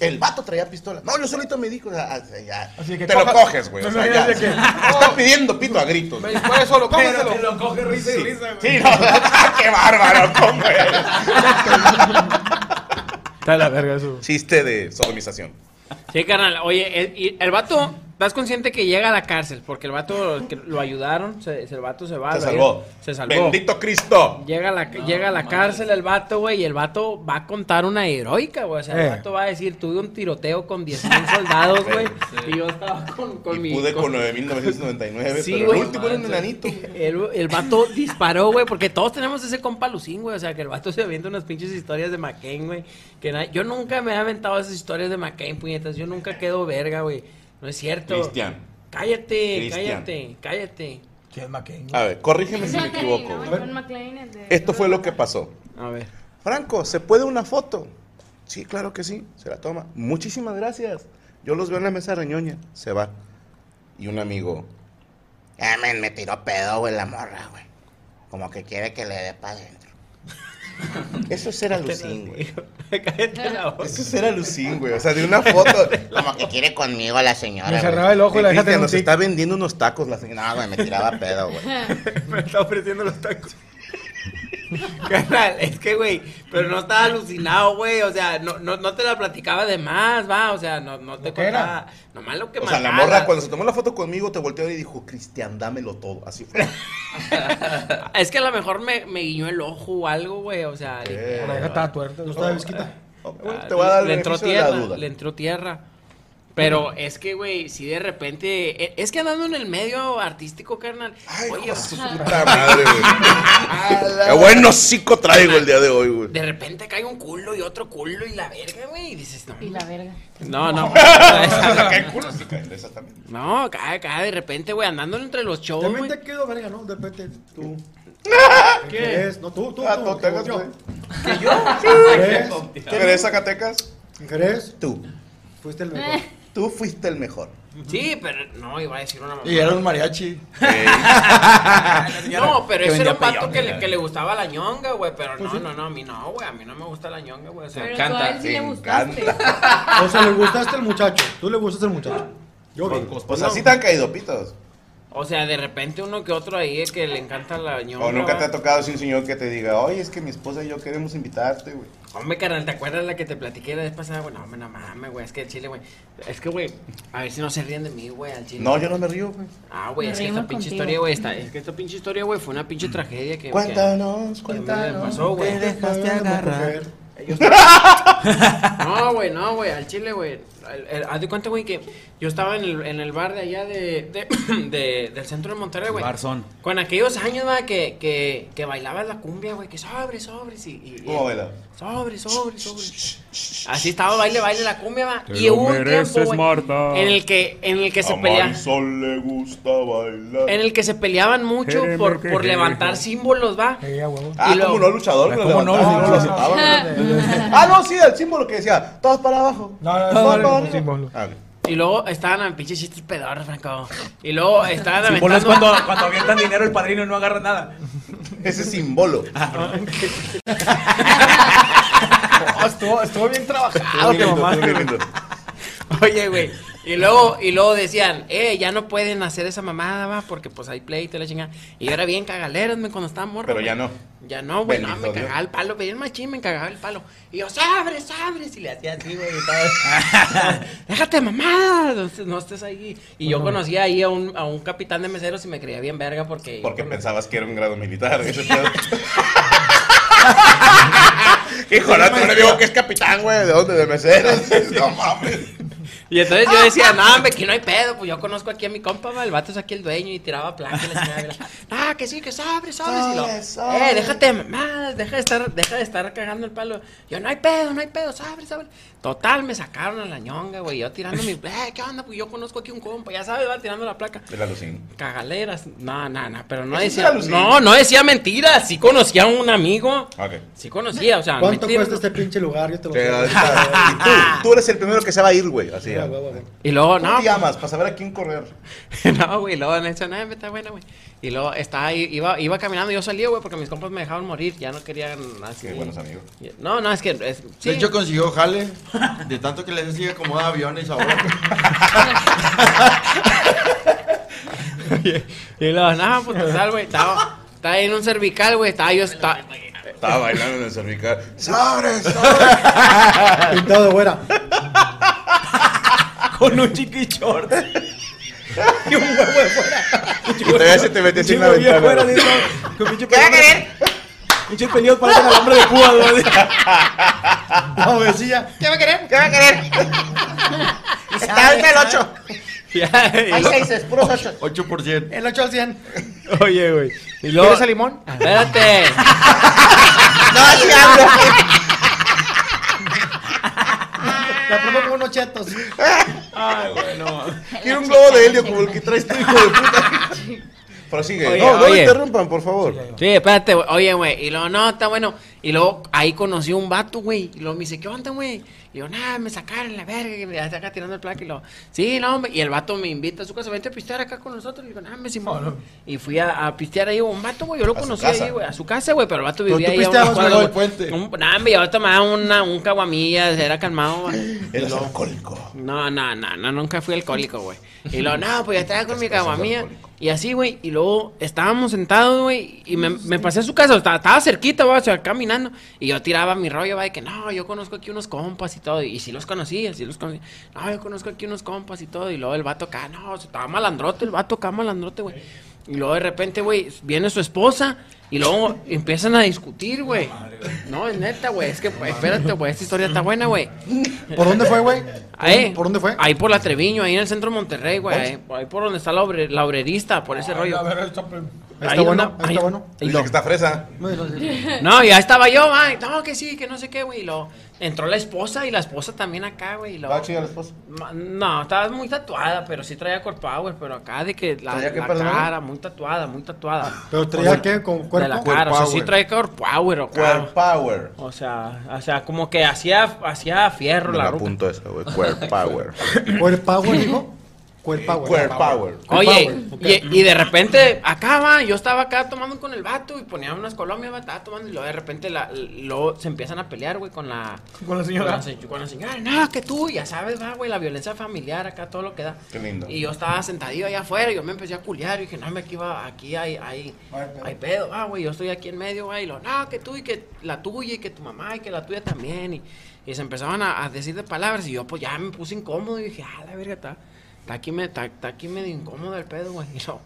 [SPEAKER 5] El vato traía pistola. No, yo solito me dijo, o sea, o sea, ya.
[SPEAKER 18] Así que
[SPEAKER 5] te
[SPEAKER 18] coja-
[SPEAKER 5] lo coges, güey. o
[SPEAKER 18] No,
[SPEAKER 5] sea,
[SPEAKER 18] no,
[SPEAKER 5] ya,
[SPEAKER 18] ya sé
[SPEAKER 5] sí.
[SPEAKER 18] que-
[SPEAKER 5] Está pidiendo pito a gritos.
[SPEAKER 18] Me dispare solo,
[SPEAKER 5] Pero
[SPEAKER 18] cógeselo.
[SPEAKER 5] te lo coge risa y risa,
[SPEAKER 18] güey.
[SPEAKER 5] Sí, no, qué bárbaro, ¿cómo eres?
[SPEAKER 9] Está la verga eso.
[SPEAKER 5] Chiste de sodomización.
[SPEAKER 6] Sí, carnal, oye, el, y el vato, ¿estás consciente que llega a la cárcel? Porque el vato, que lo ayudaron, se, el vato se va.
[SPEAKER 5] Se
[SPEAKER 6] lo
[SPEAKER 5] salvó.
[SPEAKER 6] ayudan, Se salvó.
[SPEAKER 5] Bendito Cristo.
[SPEAKER 6] Llega a la, llega a la cárcel el vato, güey, y el vato va a contar una heroica, güey. O sea,
[SPEAKER 5] Eh.
[SPEAKER 6] el vato va a decir, tuve un tiroteo con 10.000 soldados, güey. Y yo estaba con, con mi...
[SPEAKER 5] Pude con 9.999,
[SPEAKER 6] Sí,
[SPEAKER 5] pero
[SPEAKER 6] güey.
[SPEAKER 5] el último era un enanito.
[SPEAKER 6] El, el vato disparó, güey, porque todos tenemos ese compa Lucín, güey. O sea, que el vato se avienta unas pinches historias de McCain, güey. Que na- yo nunca me he aventado esas historias de McCain, puñetas. Yo nunca quedo verga, güey. No es cierto.
[SPEAKER 5] Cristian.
[SPEAKER 6] Cállate,
[SPEAKER 5] Cristian.
[SPEAKER 6] cállate, cállate. ¿Quién es McCain?
[SPEAKER 5] A ver, corrígeme si me equivoco. Esto fue lo que pasó.
[SPEAKER 6] A ver.
[SPEAKER 5] Franco, ¿se puede una foto? Sí, claro que sí, se la toma. Muchísimas gracias. Yo los veo en la mesa reñoña. Se va. Y un amigo. "Ah, men, me tiró pedo, güey, la morra, güey. Como que quiere que le dé para adentro. Eso es ser alucín, güey. Eso es ser alucín, güey. O sea, de una foto. Como que quiere conmigo la señora.
[SPEAKER 9] Me
[SPEAKER 5] güey.
[SPEAKER 9] cerraba el ojo y la
[SPEAKER 5] Cristian,
[SPEAKER 9] dejaste en un
[SPEAKER 5] nos
[SPEAKER 9] tic.
[SPEAKER 5] está vendiendo unos tacos la señora. No, güey, me tiraba pedo, güey.
[SPEAKER 6] Me está ofreciendo los tacos. Carnal, es que, güey, pero no estaba alucinado, güey. O sea, no, no, no te la platicaba de más, va. O sea, no, no te
[SPEAKER 5] que era?
[SPEAKER 6] contaba. Nomás lo que
[SPEAKER 5] O sea, la
[SPEAKER 6] mandaba.
[SPEAKER 5] morra cuando se tomó la foto conmigo te volteó y dijo, Cristian, dámelo todo. Así fue.
[SPEAKER 6] Es que a lo mejor me, me guiñó el ojo o algo, güey. O sea, dije,
[SPEAKER 9] La deja estaba tuerta. No estaba visquita.
[SPEAKER 6] ah,
[SPEAKER 9] te voy a dar el
[SPEAKER 6] le entró
[SPEAKER 9] beneficio de la
[SPEAKER 6] tierra.
[SPEAKER 9] duda.
[SPEAKER 6] Le entró tierra. Pero es que, güey, si de repente. e- Es que andando en el medio artístico, carnal. oye,
[SPEAKER 5] Puta madre, güey. Qué buen hocico traigo el día de hoy, güey.
[SPEAKER 6] de repente cae un culo y otro culo y la verga, güey. Y dices, no.
[SPEAKER 10] Y la verga.
[SPEAKER 6] No, no.
[SPEAKER 5] Caen culos y caen de esas también.
[SPEAKER 6] No, cae, cae de repente, güey, andando entre los shows.
[SPEAKER 7] También
[SPEAKER 6] güey.
[SPEAKER 7] te quedo verga, ¿no? De repente tú.
[SPEAKER 6] ¿Qué?
[SPEAKER 7] ¿Qué es? No, tú, tú.
[SPEAKER 5] Ah,
[SPEAKER 7] tú,
[SPEAKER 5] tú,
[SPEAKER 7] que
[SPEAKER 5] Texas,
[SPEAKER 7] yo.
[SPEAKER 5] güey.
[SPEAKER 7] ¿Que yo?
[SPEAKER 5] ¿Crees?
[SPEAKER 7] ¿Crees?
[SPEAKER 5] ¿Crees, Zacatecas?
[SPEAKER 7] ¿Crees?
[SPEAKER 5] Tú.
[SPEAKER 7] Fuiste el
[SPEAKER 5] mejor. Tú fuiste el mejor.
[SPEAKER 6] Sí, pero no, iba a decir una mamá.
[SPEAKER 20] Y era un mariachi.
[SPEAKER 6] No, pero
[SPEAKER 20] Que
[SPEAKER 6] ese era
[SPEAKER 20] vendía
[SPEAKER 6] un vato
[SPEAKER 20] peyote,
[SPEAKER 6] que
[SPEAKER 20] la
[SPEAKER 6] le, que le gustaba la ñonga, güey. Pero no, no, no, a mí no, güey. A mí no me gusta la ñonga, güey. O sea,
[SPEAKER 10] Pero tú a él sí le gustaste.
[SPEAKER 7] O sea, le gustaste al muchacho. Tú le gustaste al muchacho. Yo vi.
[SPEAKER 5] O sea, sí Pues, te han caído pitos.
[SPEAKER 6] O sea, de repente uno que otro ahí es que le encanta la ñonga.
[SPEAKER 5] O nunca te
[SPEAKER 6] va.
[SPEAKER 5] ha tocado así un señor que te diga, oye, es que mi esposa y yo queremos invitarte, güey.
[SPEAKER 6] Hombre, carnal, ¿te acuerdas la que te platiqué la vez pasada? Güey, no, hombre, no mames, güey. Es que el chile, güey. Es que, güey, a ver si no se ríen de mí, güey, al chile.
[SPEAKER 5] No, yo no me río, güey.
[SPEAKER 6] Ah, güey, es
[SPEAKER 5] Nos
[SPEAKER 6] que esta
[SPEAKER 5] reímos
[SPEAKER 6] pinche
[SPEAKER 5] contigo.
[SPEAKER 6] historia, güey, está, es que esta pinche historia, güey, fue una pinche tragedia que...
[SPEAKER 5] Cuéntanos,
[SPEAKER 6] que a mí me
[SPEAKER 5] cuéntanos.
[SPEAKER 6] pasó, güey.
[SPEAKER 5] Te dejaste agarrar.
[SPEAKER 6] Ellos- No, güey, no, güey, al chile, güey. El- el- Haz de cuenta, güey, que yo estaba en el, en el bar de allá de, de- de- del centro de Monterrey, güey.
[SPEAKER 12] Barzón.
[SPEAKER 6] Con aquellos años, va, que, que, que bailaba la cumbia, güey, que sobre, sobre, sí. Y, y-
[SPEAKER 12] ¿Cómo baila?
[SPEAKER 6] Sobre, sobre, sobre. Así estaba, baile, baile la cumbia, va.
[SPEAKER 12] Te
[SPEAKER 6] Y
[SPEAKER 12] lo
[SPEAKER 6] hubo un
[SPEAKER 12] mereces,
[SPEAKER 6] tiempo, güey,
[SPEAKER 12] Marta.
[SPEAKER 6] en el que, en el que se
[SPEAKER 12] A
[SPEAKER 6] peleaba.
[SPEAKER 5] Marisol le gusta bailar.
[SPEAKER 6] En el que se peleaban mucho
[SPEAKER 5] Créeme
[SPEAKER 6] por,
[SPEAKER 5] que
[SPEAKER 6] por
[SPEAKER 5] sí,
[SPEAKER 6] levantar
[SPEAKER 5] hijo.
[SPEAKER 6] símbolos, va.
[SPEAKER 5] Ah,
[SPEAKER 6] Y
[SPEAKER 5] como
[SPEAKER 6] luego-
[SPEAKER 5] no luchador, que lo
[SPEAKER 6] ¿Cómo no? No,
[SPEAKER 5] levantaban y no
[SPEAKER 6] no,
[SPEAKER 5] lo sentaban.
[SPEAKER 6] no.
[SPEAKER 5] Ah, no, sí, el símbolo que decía, todos para abajo.
[SPEAKER 9] No,
[SPEAKER 5] Todos para
[SPEAKER 9] no,
[SPEAKER 5] arriba.
[SPEAKER 9] símbolo.
[SPEAKER 6] Y luego estaban a pinches chistes pedorros, Franco. Y luego estaban
[SPEAKER 12] Símbolo es
[SPEAKER 6] aventando.
[SPEAKER 12] cuando, cuando avientan dinero el padrino y no agarra nada.
[SPEAKER 5] Ese simbolo.
[SPEAKER 6] Oh,
[SPEAKER 18] No, estuvo, estuvo bien
[SPEAKER 6] Ah,
[SPEAKER 18] trabajado.
[SPEAKER 5] Estuvo lindo,
[SPEAKER 18] mamá.
[SPEAKER 5] estuvo lindo.
[SPEAKER 6] Oye, güey. Y luego, y luego decían, eh, ya no pueden hacer esa mamada, va, porque pues hay pleito y la chingada. Y yo era bien cagaleros, me cuando estaba morro.
[SPEAKER 5] Pero
[SPEAKER 6] güey.
[SPEAKER 5] ya no.
[SPEAKER 6] Ya no, güey, no,
[SPEAKER 5] Bendito
[SPEAKER 6] me
[SPEAKER 5] Dios.
[SPEAKER 6] cagaba el palo, veía el machín, me cagaba el palo. Y yo, sabres, sabres, y le hacía así, güey, y todo. Déjate mamada, no estés- no estés ahí. Y yo
[SPEAKER 5] Ajá.
[SPEAKER 6] conocía ahí a un, a un capitán de meseros y me creía bien verga porque...
[SPEAKER 5] Porque pensabas que era un grado militar. ese pedo. Hijo, no te digo que es capitán, güey. ¿De dónde? ¿De meseros? No mames.
[SPEAKER 6] Y entonces yo decía, no, hombre, aquí no hay pedo, pues yo conozco aquí a mi compa, va, el vato es aquí el dueño y tiraba placa y la chingada, y la- Ah, que sí, que sabres, sabres. y lo-
[SPEAKER 12] Sobres, sobres.
[SPEAKER 6] Eh, déjate de mamadas, deja de estar, deja de estar cagando el palo. Yo, no hay pedo, no hay pedo, sabres, sabres. Total, me sacaron a la ñonga, güey, yo tirando mi, eh, ¿qué onda? Pues yo conozco aquí un compa, ya sabes, va tirando la placa.
[SPEAKER 5] El alucín.
[SPEAKER 6] Cagaleras, no, no, no, pero no
[SPEAKER 5] Eso es
[SPEAKER 6] decía,
[SPEAKER 5] alucin.
[SPEAKER 6] no, no decía mentiras, sí conocía a un amigo,
[SPEAKER 5] Ok.
[SPEAKER 6] sí conocía, o sea,
[SPEAKER 7] ¿Cuánto
[SPEAKER 6] mentiras
[SPEAKER 7] cuesta
[SPEAKER 6] no.
[SPEAKER 7] este pinche lugar? Yo te lo
[SPEAKER 5] Sí,
[SPEAKER 7] sé.
[SPEAKER 5] ahorita- y tú, tú eres el primero que se va a ir, güey. Así ¿eh? ya.
[SPEAKER 6] Y luego,
[SPEAKER 5] ¿Cómo
[SPEAKER 6] no,
[SPEAKER 5] te llamas? Para saber a quién correr.
[SPEAKER 6] No, güey, luego en eso, no, está buena, güey. Y luego estaba ahí, iba, iba caminando, yo salía, güey, porque mis compas me dejaban morir, ya no querían así.
[SPEAKER 20] Qué buenos amigos.
[SPEAKER 6] No, no, es que. es- sí.
[SPEAKER 20] De hecho, consiguió jale. De tanto que les sigue como aviones ahora.
[SPEAKER 6] Y luego, no, pues total, güey, estaba, estaba ahí en un cervical, güey, estaba yo. Estaba, eh.
[SPEAKER 5] Estaba bailando en el cervical. ¡Sabres!
[SPEAKER 7] Pintado de güera.
[SPEAKER 12] Con un chiqui short. Y un huevo de fuera.
[SPEAKER 5] Y todavía se te metió así en la
[SPEAKER 12] Chico,
[SPEAKER 5] ventana.
[SPEAKER 12] bien fuera, así, ¿no? Con pinche pelín. Pinche pelín para el alambre de púa, güey.
[SPEAKER 7] La obesidad.
[SPEAKER 12] ¿Qué va a querer? ¿Qué va a querer?
[SPEAKER 6] Está ahorita el ocho.
[SPEAKER 12] Hay seises,
[SPEAKER 20] puros 8. 8%.
[SPEAKER 7] El 8 al 100.
[SPEAKER 6] Oye, güey. Y luego-
[SPEAKER 20] ¿Quieres el limón?
[SPEAKER 6] Espérate.
[SPEAKER 7] La promo con unos chetos.
[SPEAKER 5] Ay, güey, no. Quiero un globo de helio como el que traes tú, hijo de puta. Prosigue.
[SPEAKER 6] Oye,
[SPEAKER 5] no, no
[SPEAKER 6] oye.
[SPEAKER 5] me interrumpan, por favor.
[SPEAKER 6] Sí, espérate, güey. Oye, güey. Y luego, no, está bueno. Y luego ahí conocí a un vato, güey. Y luego me dice, ¿qué onda, güey? Y yo, nada, me sacaron la verga. Que me acá tirando el placa. Y luego, sí, no, hombre. Y el vato me invita a su casa, vente a pistear acá con nosotros. Y digo, nada, me Simón. Y fui a, a pistear ahí, un vato, güey. Yo lo
[SPEAKER 12] A su
[SPEAKER 6] conocí
[SPEAKER 12] casa.
[SPEAKER 6] ahí, güey. A su casa, güey. Pero el vato
[SPEAKER 12] Pero
[SPEAKER 6] vivía
[SPEAKER 12] tú
[SPEAKER 6] ahí. a
[SPEAKER 12] pisteabas
[SPEAKER 6] una cuadra,
[SPEAKER 12] al lado del
[SPEAKER 6] güey. Un- Nada, hombre. Yo tomaba una, un caguamilla, era calmado, güey. Y
[SPEAKER 5] Eres
[SPEAKER 6] luego-
[SPEAKER 5] alcohólico.
[SPEAKER 6] no, no, no, no, nunca fui alcohólico, güey. Y luego, no, pues ya estaba con mi caguamía. Y así, güey. Y luego estábamos sentados, güey. Y me, me pasé a su casa. Estaba, estaba cerquita, güey, o sea, caminando. Y yo tiraba mi rollo, va, de que no, yo conozco aquí unos compas y todo. Y sí los conocía, sí los conocía. No, yo conozco aquí unos compas y todo. Y luego el vato acá, no, estaba malandrote, el vato acá malandrote, güey. Y luego de repente, güey, viene su esposa. Y luego empiezan a discutir, güey. No, es neta, güey. Es que, pues, espérate, güey. Esta historia está buena, güey.
[SPEAKER 7] ¿Por dónde fue, güey?
[SPEAKER 6] Ahí,
[SPEAKER 7] ¿Por dónde fue?
[SPEAKER 6] Ahí por la Treviño, ahí en el centro de Monterrey, güey. Ahí, ahí por donde está la, obre- la obrerista, por ese rollo.
[SPEAKER 7] Ahí
[SPEAKER 6] Ahí
[SPEAKER 7] está bueno,
[SPEAKER 6] anda-
[SPEAKER 7] ahí está bueno.
[SPEAKER 5] Dice que está fresa.
[SPEAKER 6] No, ya estaba yo, ay, no, que sí, que no sé qué, güey. Y luego entró la esposa y la esposa también acá, güey. y luego-
[SPEAKER 5] ¿Va chida la esposa?
[SPEAKER 6] Ma- No, estaba muy tatuada, pero sí traía core power, pero acá de que la,
[SPEAKER 5] ¿Traía qué,
[SPEAKER 6] la
[SPEAKER 5] perdón?
[SPEAKER 6] cara, muy tatuada, muy tatuada.
[SPEAKER 7] ¿Pero traía qué, con
[SPEAKER 6] De la
[SPEAKER 7] cuerpo?
[SPEAKER 6] cara, o sea,
[SPEAKER 7] Core
[SPEAKER 6] sí
[SPEAKER 7] power.
[SPEAKER 6] traía core power, o
[SPEAKER 5] Core power.
[SPEAKER 6] O sea, o sea, como que hacía, hacía fierro
[SPEAKER 5] Me
[SPEAKER 6] la
[SPEAKER 5] la
[SPEAKER 6] ruca.
[SPEAKER 5] apunto esa, güey. Core power.
[SPEAKER 7] ¿Cuerpo power, dijo? Cuerpo power.
[SPEAKER 5] Core power.
[SPEAKER 6] Oye, y, y de repente acaba, yo estaba acá tomando con el vato y ponía unas colombias, va, estaba tomando y luego de repente la, luego se empiezan a pelear, güey, con la...
[SPEAKER 18] Con la señora.
[SPEAKER 6] Con la, se- con la señora, no, que tú, ya sabes, va, güey, la violencia familiar acá, todo lo que da.
[SPEAKER 5] Qué lindo.
[SPEAKER 6] Y yo estaba sentadillo allá afuera, yo me empecé a culiar, y dije, no, me aquí va, aquí hay, hay, hay pedo, ah, güey, yo estoy aquí en medio, güey, y lo, no, que tú y que la tuya y que tu mamá y que la tuya también, y, y se empezaban a, a decir de palabras, y yo pues ya me puse incómodo y dije, ah, la verga, está, está aquí, me, está, está aquí medio incómodo el pedo, güey, y lo,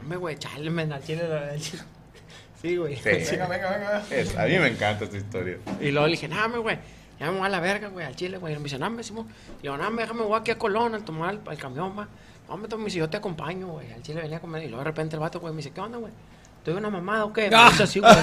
[SPEAKER 6] hombre, güey, chale, me al chile, la- al chile. Sí, güey.
[SPEAKER 5] Sí. Venga, venga, Es- a mí me encanta esta historia.
[SPEAKER 6] Y luego le dije, nah, me, güey, ya me voy a la verga, güey, al chile, güey. Y me dice, nah, me decimos, le digo, nah, me déjame, voy aquí a Colón a tomar el, el camión, va. No, me me dice, yo te acompaño, güey. Al chile venía a comer. Y luego de repente el vato, güey, me dice, ¿qué onda, güey? ¿Tuve una mamada o qué? Me dice así, güey.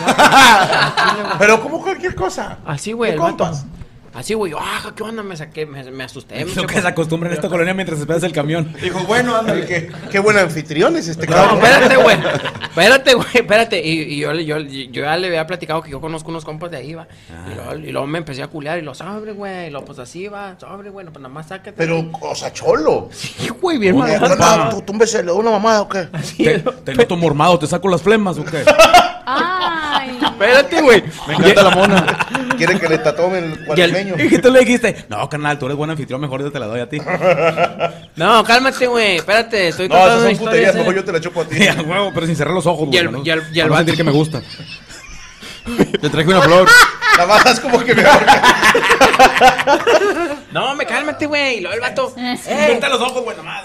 [SPEAKER 5] Pero como cualquier cosa.
[SPEAKER 6] Así, güey,
[SPEAKER 5] ¿Qué
[SPEAKER 6] el vato.
[SPEAKER 5] compas?
[SPEAKER 6] Así, güey, yo, ah, ¿qué onda? Me saqué, me, me asusté. me
[SPEAKER 12] Lo que se acostumbra en esta colonia mientras esperas el camión.
[SPEAKER 20] Dijo, bueno, ándale.
[SPEAKER 5] Qué, qué buen anfitrión es este
[SPEAKER 6] No,
[SPEAKER 5] cabrón.
[SPEAKER 6] espérate, güey. Espérate, güey, espérate. Y, y yo, le- yo, yo ya le había platicado que yo conozco unos compas de ahí, va. Y, luego, y luego me empecé a culear y lo sobre, güey. Y lo pues así va, sobre, güey. no, Pues nada más sácate.
[SPEAKER 5] Pero, o sea, cholo.
[SPEAKER 6] Sí, güey, bien
[SPEAKER 5] Una,
[SPEAKER 12] mamado.
[SPEAKER 5] mamá, tú, tú un beso, le doy una mamada o qué?
[SPEAKER 12] Te, te noto mormado, te saco las flemas o qué.
[SPEAKER 10] Ah,
[SPEAKER 6] Espérate, güey.
[SPEAKER 5] Me encanta la mona. Quiere que le tatomen el
[SPEAKER 4] Y, el-
[SPEAKER 5] cuaresmeño.
[SPEAKER 4] y tú le dijiste, no, carnal, tú eres buen anfitrión, mejor yo te la doy a ti.
[SPEAKER 6] No, cálmate, güey. Espérate, estoy
[SPEAKER 4] No,
[SPEAKER 6] contando
[SPEAKER 4] esas
[SPEAKER 6] una
[SPEAKER 4] son
[SPEAKER 6] historia.
[SPEAKER 4] puterías,
[SPEAKER 6] seria.
[SPEAKER 4] mejor yo te
[SPEAKER 5] la chupo a ti.
[SPEAKER 4] a huevo, pero sin cerrar los ojos,
[SPEAKER 6] Y
[SPEAKER 4] güey.
[SPEAKER 6] al-
[SPEAKER 4] ¿no?
[SPEAKER 6] y al- y al
[SPEAKER 4] Para
[SPEAKER 6] vato-
[SPEAKER 4] sentir que me gusta. Te traje una flor.
[SPEAKER 5] La bajas como que me
[SPEAKER 6] No, me cálmate, güey. Y luego el vato.
[SPEAKER 12] sí.
[SPEAKER 6] "Ey,
[SPEAKER 12] Vete a los ojos, güey, nomás.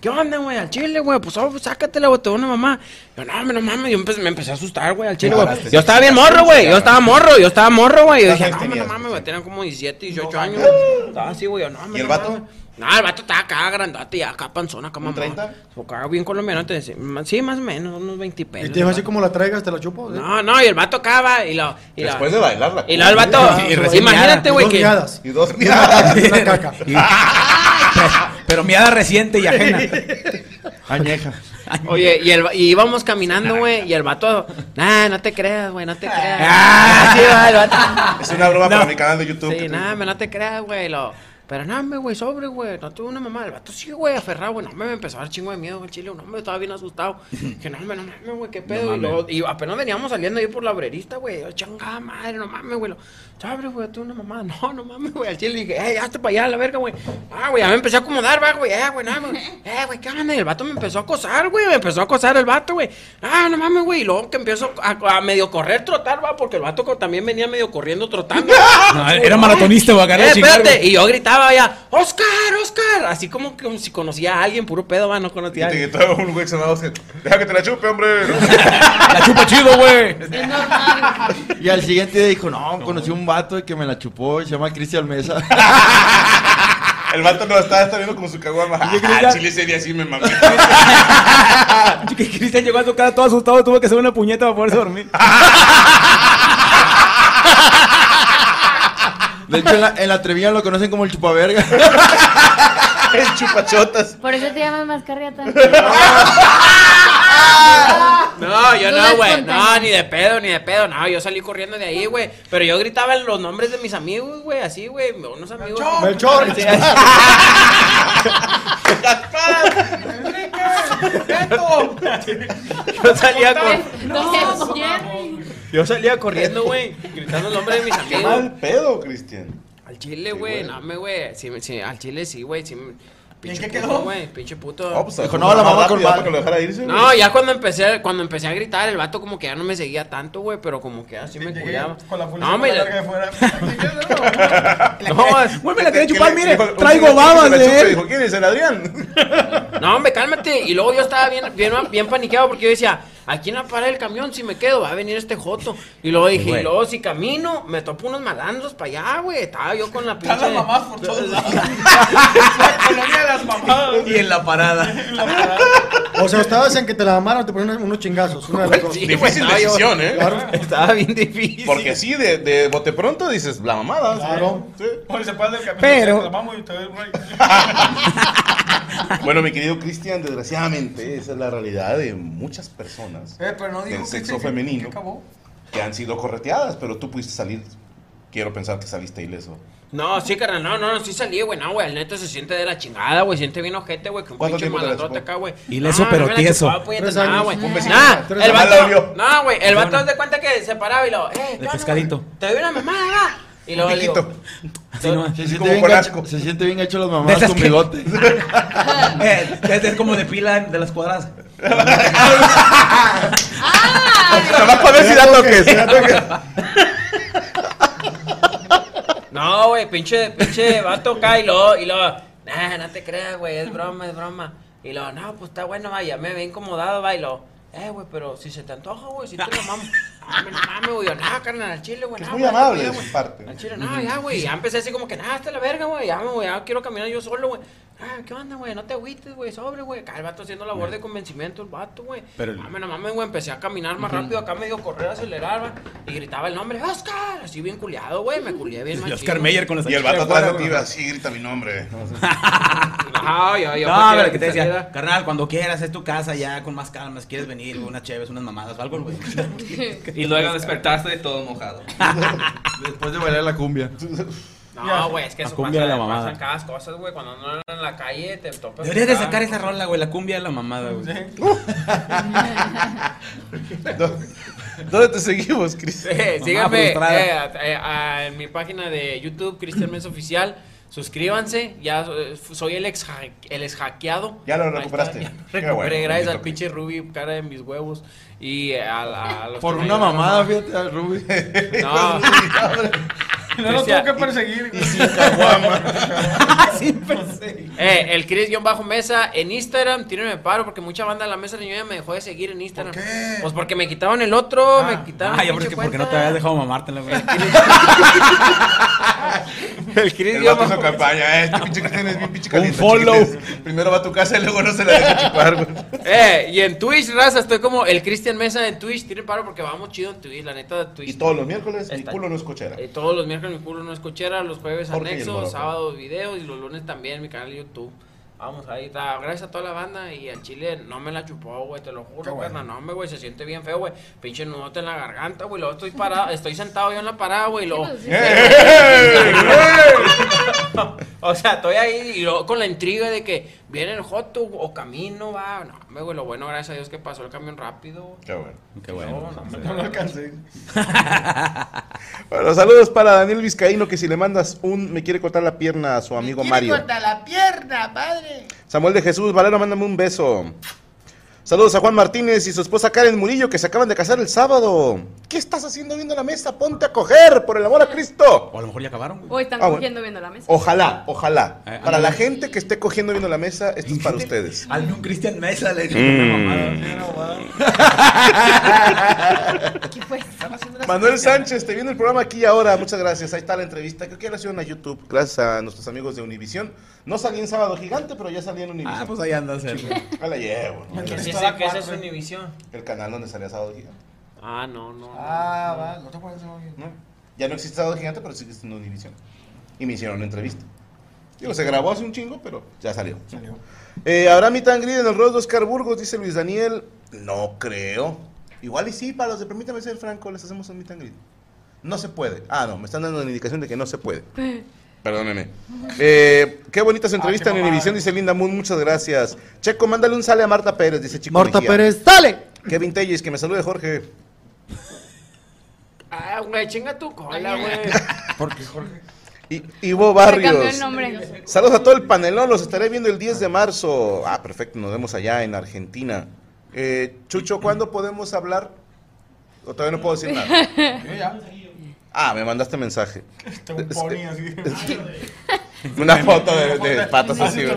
[SPEAKER 6] ¿Qué onda, güey? Al chile, güey. Pues, oh, pues, sácatela, güey. Te doy una mamá. Yo, no, hombre, no mames. Yo empe- me empecé a asustar, güey, al chile, güey.
[SPEAKER 12] cagaste.
[SPEAKER 6] Yo estaba bien morro, güey. Yo estaba morro, yo estaba morro, güey. Yo
[SPEAKER 12] ¿Cuántos
[SPEAKER 6] dije,
[SPEAKER 12] años
[SPEAKER 6] no, hombre, no
[SPEAKER 12] tenías,
[SPEAKER 6] mames, güey. Tenían como 17, 18 años, güey. Estaba así, güey. Yo, no, hombre.
[SPEAKER 12] el
[SPEAKER 6] no
[SPEAKER 12] vato?
[SPEAKER 6] mames. No, el vato estaba acá grandote y acá panzona, acá mamá. ¿30? Acá bien colombiano. te decía, Sí, más o menos, unos 20 pesos.
[SPEAKER 7] Y te dijo así como la traigas, te la chupo. ¿sí?
[SPEAKER 6] No, no, y el vato acaba y lo. Y
[SPEAKER 7] Después
[SPEAKER 6] lo-
[SPEAKER 7] de bailarla.
[SPEAKER 6] Y luego el vato.
[SPEAKER 7] Sí, y recién miada.
[SPEAKER 6] imagínate, güey,
[SPEAKER 7] Y dos
[SPEAKER 6] que.
[SPEAKER 7] miadas.
[SPEAKER 5] Y dos
[SPEAKER 4] miradas. Pero miada reciente y ajena. Añeja.
[SPEAKER 6] Oye, y, el, va- y íbamos caminando, güey, y el vato, nah, no te creas, güey, no te creas. Ah, Sí, va, el vato.
[SPEAKER 5] Es una broma para mi canal de YouTube. que
[SPEAKER 6] Sí,
[SPEAKER 5] te-
[SPEAKER 6] nada, me no te creas, güey, lo... Pero nada, me, güey, sobre, güey, no tuve una mamá. El vato sí, güey, aferrado, güey, no, me empezó a dar chingo de miedo, güey, el chile, no, me estaba bien asustado. Que no, me, no mames, güey, qué pedo.
[SPEAKER 12] No
[SPEAKER 6] y,
[SPEAKER 12] mames.
[SPEAKER 6] luego- y apenas veníamos saliendo ahí por la brerista, güey, yo, chingada madre, no mames, güey, lo... Sobre, güey, tuve una mamá, no, no mames, güey, al chile, dije, eh, hazte para allá, a la verga, güey. Ah, güey, ya me empecé a acomodar, va, güey, eh, güey, nada, güey. Eh, güey, ¿qué onda? Y el vato me empezó a acosar, güey. Me empezó a acosar el vato, güey. Ah, no mames, güey. Y luego que empiezo a, a medio correr, trotar, va, porque el vato co- también venía medio corriendo, trotando.
[SPEAKER 4] No, era maratonista, güey, agarré
[SPEAKER 6] Eh,
[SPEAKER 4] a chingar,
[SPEAKER 6] espérate.
[SPEAKER 4] güey.
[SPEAKER 6] Y yo gritaba ya, Oscar, Oscar. Así como que como si conocía a alguien, puro pedo, va, no conocía a
[SPEAKER 5] Te
[SPEAKER 6] alguien.
[SPEAKER 5] gritaba un güey que se llamaba Oscar. Deja que te la chupe, hombre.
[SPEAKER 20] La chupa chido, güey.
[SPEAKER 10] Es normal.
[SPEAKER 20] Y al siguiente día dijo, no, conocí un vato que me la chupó, se llama Cristian Mesa.
[SPEAKER 5] El vato no estaba, está viendo como su caguama. Ah, chile ese día sí me mamé.
[SPEAKER 4] Que Cristian llegó a su casa todo asustado, tuvo que hacer una puñeta para poderse dormir.
[SPEAKER 20] De hecho, en la, en la Treviño lo conocen como el chupaverga.
[SPEAKER 5] el chupachotas.
[SPEAKER 10] Por eso te llamas mascarriata.
[SPEAKER 6] No, yo
[SPEAKER 10] Tú
[SPEAKER 6] no,
[SPEAKER 10] las
[SPEAKER 6] güey. No,
[SPEAKER 10] contaste.
[SPEAKER 6] ni de pedo, ni de pedo. No, yo salí corriendo de ahí, güey. Pero yo gritaba los nombres de mis amigos, güey, así, güey. Unos amigos.
[SPEAKER 7] Melchor.
[SPEAKER 6] Sí, así. Yo salía con.
[SPEAKER 10] No,
[SPEAKER 6] Yo salía corriendo, güey, gritando el nombre de mis
[SPEAKER 5] Qué
[SPEAKER 6] amigos.
[SPEAKER 5] mal pedo, Cristian.
[SPEAKER 6] Al chile, güey, no me, güey. Sí, sí, al chile sí, güey. Sí, me- pinche
[SPEAKER 5] qué
[SPEAKER 6] puto,
[SPEAKER 5] quedó?
[SPEAKER 6] güey. Pinche puto.
[SPEAKER 5] pues, Dijo, no, la mamá con mal. para que lo dejara irse, güey.
[SPEAKER 6] No, ya cuando empecé, cuando empecé a gritar, el vato como que ya no me seguía tanto, güey, pero como que así me cuidaba.
[SPEAKER 18] Con la
[SPEAKER 6] No,
[SPEAKER 18] policía
[SPEAKER 6] me-
[SPEAKER 18] con la larga de fuera.
[SPEAKER 6] güey, me la quería chupar, mire, ¿eh?
[SPEAKER 5] traigo babas de él. Dijo, ¿quién es el Adrián?
[SPEAKER 6] No, hombre, cálmate. Y luego yo estaba bien, bien, bien paniqueado porque yo decía, ¿a quién la para el camión si me quedo? Va a venir este joto. Y luego dije,
[SPEAKER 12] Güey.
[SPEAKER 6] y luego si camino, me topo unos malandros para allá, güey. Estaba yo con la pinche...
[SPEAKER 12] Están las mamás por todos lados. La colonia de las mamás.
[SPEAKER 4] Y en la parada.
[SPEAKER 7] O sea, estabas en que te la amaron, te ponían unos chingazos. Una de las
[SPEAKER 5] Pues
[SPEAKER 7] dos.
[SPEAKER 5] difícil
[SPEAKER 7] Ay,
[SPEAKER 5] decisión, ¿eh?
[SPEAKER 6] Estaba bien difícil.
[SPEAKER 5] Porque sí, de, de bote pronto dices, la mamada.
[SPEAKER 7] Claro.
[SPEAKER 5] Sí.
[SPEAKER 18] Oye, se puede del camino.
[SPEAKER 5] Pero-
[SPEAKER 18] Te la mamo y te doy el break.
[SPEAKER 5] Bueno, mi querido Cristian, desgraciadamente, esa es la realidad de muchas personas
[SPEAKER 18] Eh, pero no dijo
[SPEAKER 5] del
[SPEAKER 18] que
[SPEAKER 5] sexo
[SPEAKER 18] sí, que-
[SPEAKER 5] femenino
[SPEAKER 18] que acabó.
[SPEAKER 5] que han sido correteadas, pero tú pudiste salir. Quiero pensar que saliste ileso.
[SPEAKER 6] No, sí, carnal, no, no, no, sí salí, güey, no, güey, el neto se siente de la chingada, güey, siente bien ojete, güey, que un
[SPEAKER 5] ¿Cuánto
[SPEAKER 6] pinche
[SPEAKER 5] tiempo te la
[SPEAKER 6] malandrote
[SPEAKER 5] chupó?
[SPEAKER 6] acá, güey.
[SPEAKER 4] Ileso,
[SPEAKER 6] No,
[SPEAKER 4] pero
[SPEAKER 6] no me la
[SPEAKER 4] tieso.
[SPEAKER 6] chupaba, puñeta,
[SPEAKER 4] Tres
[SPEAKER 6] no,
[SPEAKER 4] años.
[SPEAKER 6] güey.
[SPEAKER 4] Un besito.
[SPEAKER 6] Nah,
[SPEAKER 4] Tres
[SPEAKER 6] el
[SPEAKER 4] años.
[SPEAKER 6] vato,
[SPEAKER 4] Ah, la olió.
[SPEAKER 6] no, güey, el vato
[SPEAKER 4] Perdona.
[SPEAKER 6] haz de cuenta que se paraba y lo, eh,
[SPEAKER 4] De
[SPEAKER 6] ¿qué onda,
[SPEAKER 4] pescadito.
[SPEAKER 6] güey? te doy una mamada, va. Y luego le digo,
[SPEAKER 20] Así no, se, siente bien
[SPEAKER 4] con
[SPEAKER 20] gacho- se siente bien hecho las mamás
[SPEAKER 4] esas
[SPEAKER 20] con
[SPEAKER 4] que-
[SPEAKER 20] bigote.
[SPEAKER 4] Eh, es, es como de pila de las cuadras.
[SPEAKER 5] Nomás para ver si da toques.
[SPEAKER 6] No, güey, pinche, pinche vato acá y luego, y luego, nah, no te creas, güey, es broma, es broma. Y luego, no, pues está bueno, vaya, me ve incomodado, va, y luego, eh, güey, pero si se te antoja, güey, si te lo mamo. Ah, me lo mamo, güey, yo, nah, carnal, al chile, güey,
[SPEAKER 5] Es
[SPEAKER 6] nah,
[SPEAKER 5] muy
[SPEAKER 18] Ah,
[SPEAKER 6] güey,
[SPEAKER 5] amable
[SPEAKER 6] güey,
[SPEAKER 5] de su parte.
[SPEAKER 6] Al chile, no, ya, güey, ya empecé así como que, nada, hasta la verga, güey, ya, güey, ya quiero caminar yo solo, güey. Ah, ¿qué onda, güey? No te agüites, güey, sobre, güey. Acá el vato haciendo labor de convencimiento, el vato, güey.
[SPEAKER 4] Pero-
[SPEAKER 6] Mame, no mames, güey, empecé a caminar más rápido, acá medio correr, acelerar, va, y gritaba el nombre, Oscar, así bien culiado, güey, me culié bien
[SPEAKER 4] Y
[SPEAKER 6] machín,
[SPEAKER 4] Oscar
[SPEAKER 6] güey.
[SPEAKER 4] Meyer con las
[SPEAKER 5] Y el
[SPEAKER 4] salchichas
[SPEAKER 5] vato
[SPEAKER 4] de
[SPEAKER 5] atrás de
[SPEAKER 4] fuera,
[SPEAKER 5] ti
[SPEAKER 4] güey.
[SPEAKER 5] así grita mi nombre.
[SPEAKER 6] No, yo, yo.
[SPEAKER 4] No, pero
[SPEAKER 6] prefiero
[SPEAKER 4] que te decía,
[SPEAKER 6] saliera.
[SPEAKER 4] carnal, cuando quieras, es tu casa ya, con más calma, si quieres venir, unas chéves, unas mamadas o algo, güey.
[SPEAKER 11] Y luego despertaste todo mojado.
[SPEAKER 20] Después de bailar la cumbia.
[SPEAKER 6] No, güey, es que
[SPEAKER 4] La
[SPEAKER 6] eso
[SPEAKER 4] cumbia
[SPEAKER 6] pasa,
[SPEAKER 4] de la mamada.
[SPEAKER 6] pasan cada cosas, güey. Cuando andan en la calle te topas.
[SPEAKER 4] Deberías de
[SPEAKER 6] con
[SPEAKER 4] sacar
[SPEAKER 6] cada-
[SPEAKER 4] esa rola, güey, la cumbia de la mamada, güey.
[SPEAKER 5] ¿Dó- ¿Dónde te seguimos, Cris?
[SPEAKER 6] Eh, síganme eh, a- a- a- en mi página de YouTube, Cristian Mesa Oficial. Suscríbanse, ya eh, soy el ex, ha- el ex hackeado.
[SPEAKER 5] Ya lo
[SPEAKER 6] Ahí está,
[SPEAKER 5] recuperaste.
[SPEAKER 6] ya lo
[SPEAKER 5] Qué
[SPEAKER 6] recuperé,
[SPEAKER 5] bueno,
[SPEAKER 6] gracias
[SPEAKER 5] bonito.
[SPEAKER 6] al pinche Ruby, cara de mis huevos. Y a, la- a los
[SPEAKER 20] Por
[SPEAKER 6] que me
[SPEAKER 20] una
[SPEAKER 6] ayudaron.
[SPEAKER 20] mamada, fíjate, al Ruby.
[SPEAKER 6] No.
[SPEAKER 20] No lo tuvo que
[SPEAKER 6] perseguir.
[SPEAKER 20] Y sin caguama.
[SPEAKER 18] Ah,
[SPEAKER 6] sin
[SPEAKER 18] pues.
[SPEAKER 6] perseguir. Eh, el Chris-Mesa en Instagram, tírenme paro porque mucha banda de la mesa niña me dejó de seguir en Instagram. Pues porque me quitaron el otro, me quitaron.
[SPEAKER 12] Ah, yo porque, porque no te habías dejado mamártela, güey.
[SPEAKER 6] El Cris
[SPEAKER 5] El vato hizo campaña, eh, este pinche Cristian es bien pinche caliente.
[SPEAKER 6] follow.
[SPEAKER 5] chiquites. Primero va a tu casa y luego no se la deja chupar, güey.
[SPEAKER 6] Eh, y en Twitch, raza, estoy como el Cristian Mesa en Twitch, tiren paro porque vamos chido en Twitch, la neta de Twitch.
[SPEAKER 5] Y todos los miércoles, mi culo no es cochera.
[SPEAKER 6] Eh, todos los miércoles mi culo no es cochera, los jueves
[SPEAKER 5] Jorge y el
[SPEAKER 6] anexos,
[SPEAKER 5] Morocco.
[SPEAKER 6] sábados videos y los lunes también mi canal de YouTube. Vamos, ahí está. Gracias a toda la banda y al chile no me la chupó, güey, te lo
[SPEAKER 18] Qué
[SPEAKER 6] juro,
[SPEAKER 18] bueno.
[SPEAKER 6] carnal, no, hombre, güey, se siente bien feo, güey. Pinche nudote en la garganta, güey, luego estoy parado, estoy sentado yo en la parada, güey, y luego...
[SPEAKER 18] Sí, pues,
[SPEAKER 6] O sea, estoy ahí y luego con la intriga de que viene el hot dog o camino, va. No, hombre, güey, lo bueno, gracias a Dios que pasó el camión rápido.
[SPEAKER 5] Qué bueno.
[SPEAKER 12] Qué bueno.
[SPEAKER 6] No, no, hombre,
[SPEAKER 18] No lo alcancé.
[SPEAKER 5] Bueno, saludos para Daniel Vizcaíno, que si le mandas un me quiere cortar la pierna a su amigo Mario.
[SPEAKER 18] Corta la pierna, padre.
[SPEAKER 5] Samuel de Jesús, Valero, mándame un beso. Saludos a Juan Martínez y su esposa Karen Murillo, que se acaban de casar el sábado. ¿Qué estás haciendo viendo la mesa? Ponte a coger, por el amor a Cristo.
[SPEAKER 12] O a lo mejor ya acabaron, güey.
[SPEAKER 8] O están
[SPEAKER 5] Ah, bueno.
[SPEAKER 8] cogiendo viendo la mesa.
[SPEAKER 5] Ojalá, ojalá.
[SPEAKER 12] Eh,
[SPEAKER 5] Para
[SPEAKER 12] ándale.
[SPEAKER 5] la gente que esté cogiendo viendo la mesa, esto es para ustedes.
[SPEAKER 12] Hazme un Cristian Mesa, le
[SPEAKER 5] Mm.
[SPEAKER 18] pues.
[SPEAKER 5] Manuel Sánchez, te viene el programa aquí y ahora. Muchas gracias. Ahí está la entrevista. Creo que la hicieron a YouTube. Gracias a nuestros amigos de Univisión. No salí en Sábado Gigante, pero ya salí en Univisión.
[SPEAKER 12] Ah, pues ahí andas, eh.
[SPEAKER 5] Chido. Ahí la llevo. ¿no?
[SPEAKER 6] ¿Qué es
[SPEAKER 5] El-
[SPEAKER 6] ese, ¿Qué es ese Univisión?
[SPEAKER 5] El canal donde salía Sábado Gigante.
[SPEAKER 6] Ah, no, no.
[SPEAKER 18] Ah, va, no te acuerdas de alguien.
[SPEAKER 5] Ya no existe Sábado Gigante, pero sí existe en Univisión. Y me hicieron una entrevista. Digo, se grabó hace un chingo, pero ya salió.
[SPEAKER 18] Salió.
[SPEAKER 5] Eh, ¿Habrá mi tangrid en el rostro de Oscar Burgos? Dice Luis Daniel. No creo. Igual y sí, para los de Permítame ser franco, les hacemos un meet and greet. No se puede. Ah, no, me están dando la indicación de que no se puede. Perdónenme. Eh, qué bonita su entrevista en Univisión, dice Linda Moon. Muchas gracias. Checo, mándale un sale a Marta Pérez, dice Chico.
[SPEAKER 7] Marta
[SPEAKER 5] Mejía.
[SPEAKER 7] Pérez, dale.
[SPEAKER 5] Kevin Telles, que me salude Jorge.
[SPEAKER 6] Ah, güey, chinga tu cola, güey.
[SPEAKER 5] Porque Jorge. Y, Ivo Barrios.
[SPEAKER 6] el nombre.
[SPEAKER 5] Saludos a todo el panelón, los estaré viendo el 10 de marzo. Ah, perfecto, nos vemos allá en Argentina. Eh, Chucho, ¿cuándo podemos hablar? O todavía no puedo decir nada.
[SPEAKER 18] Yo ya.
[SPEAKER 5] Ah, me mandaste mensaje.
[SPEAKER 18] Tengo un pony así.
[SPEAKER 5] Una foto de, de patas así. güey.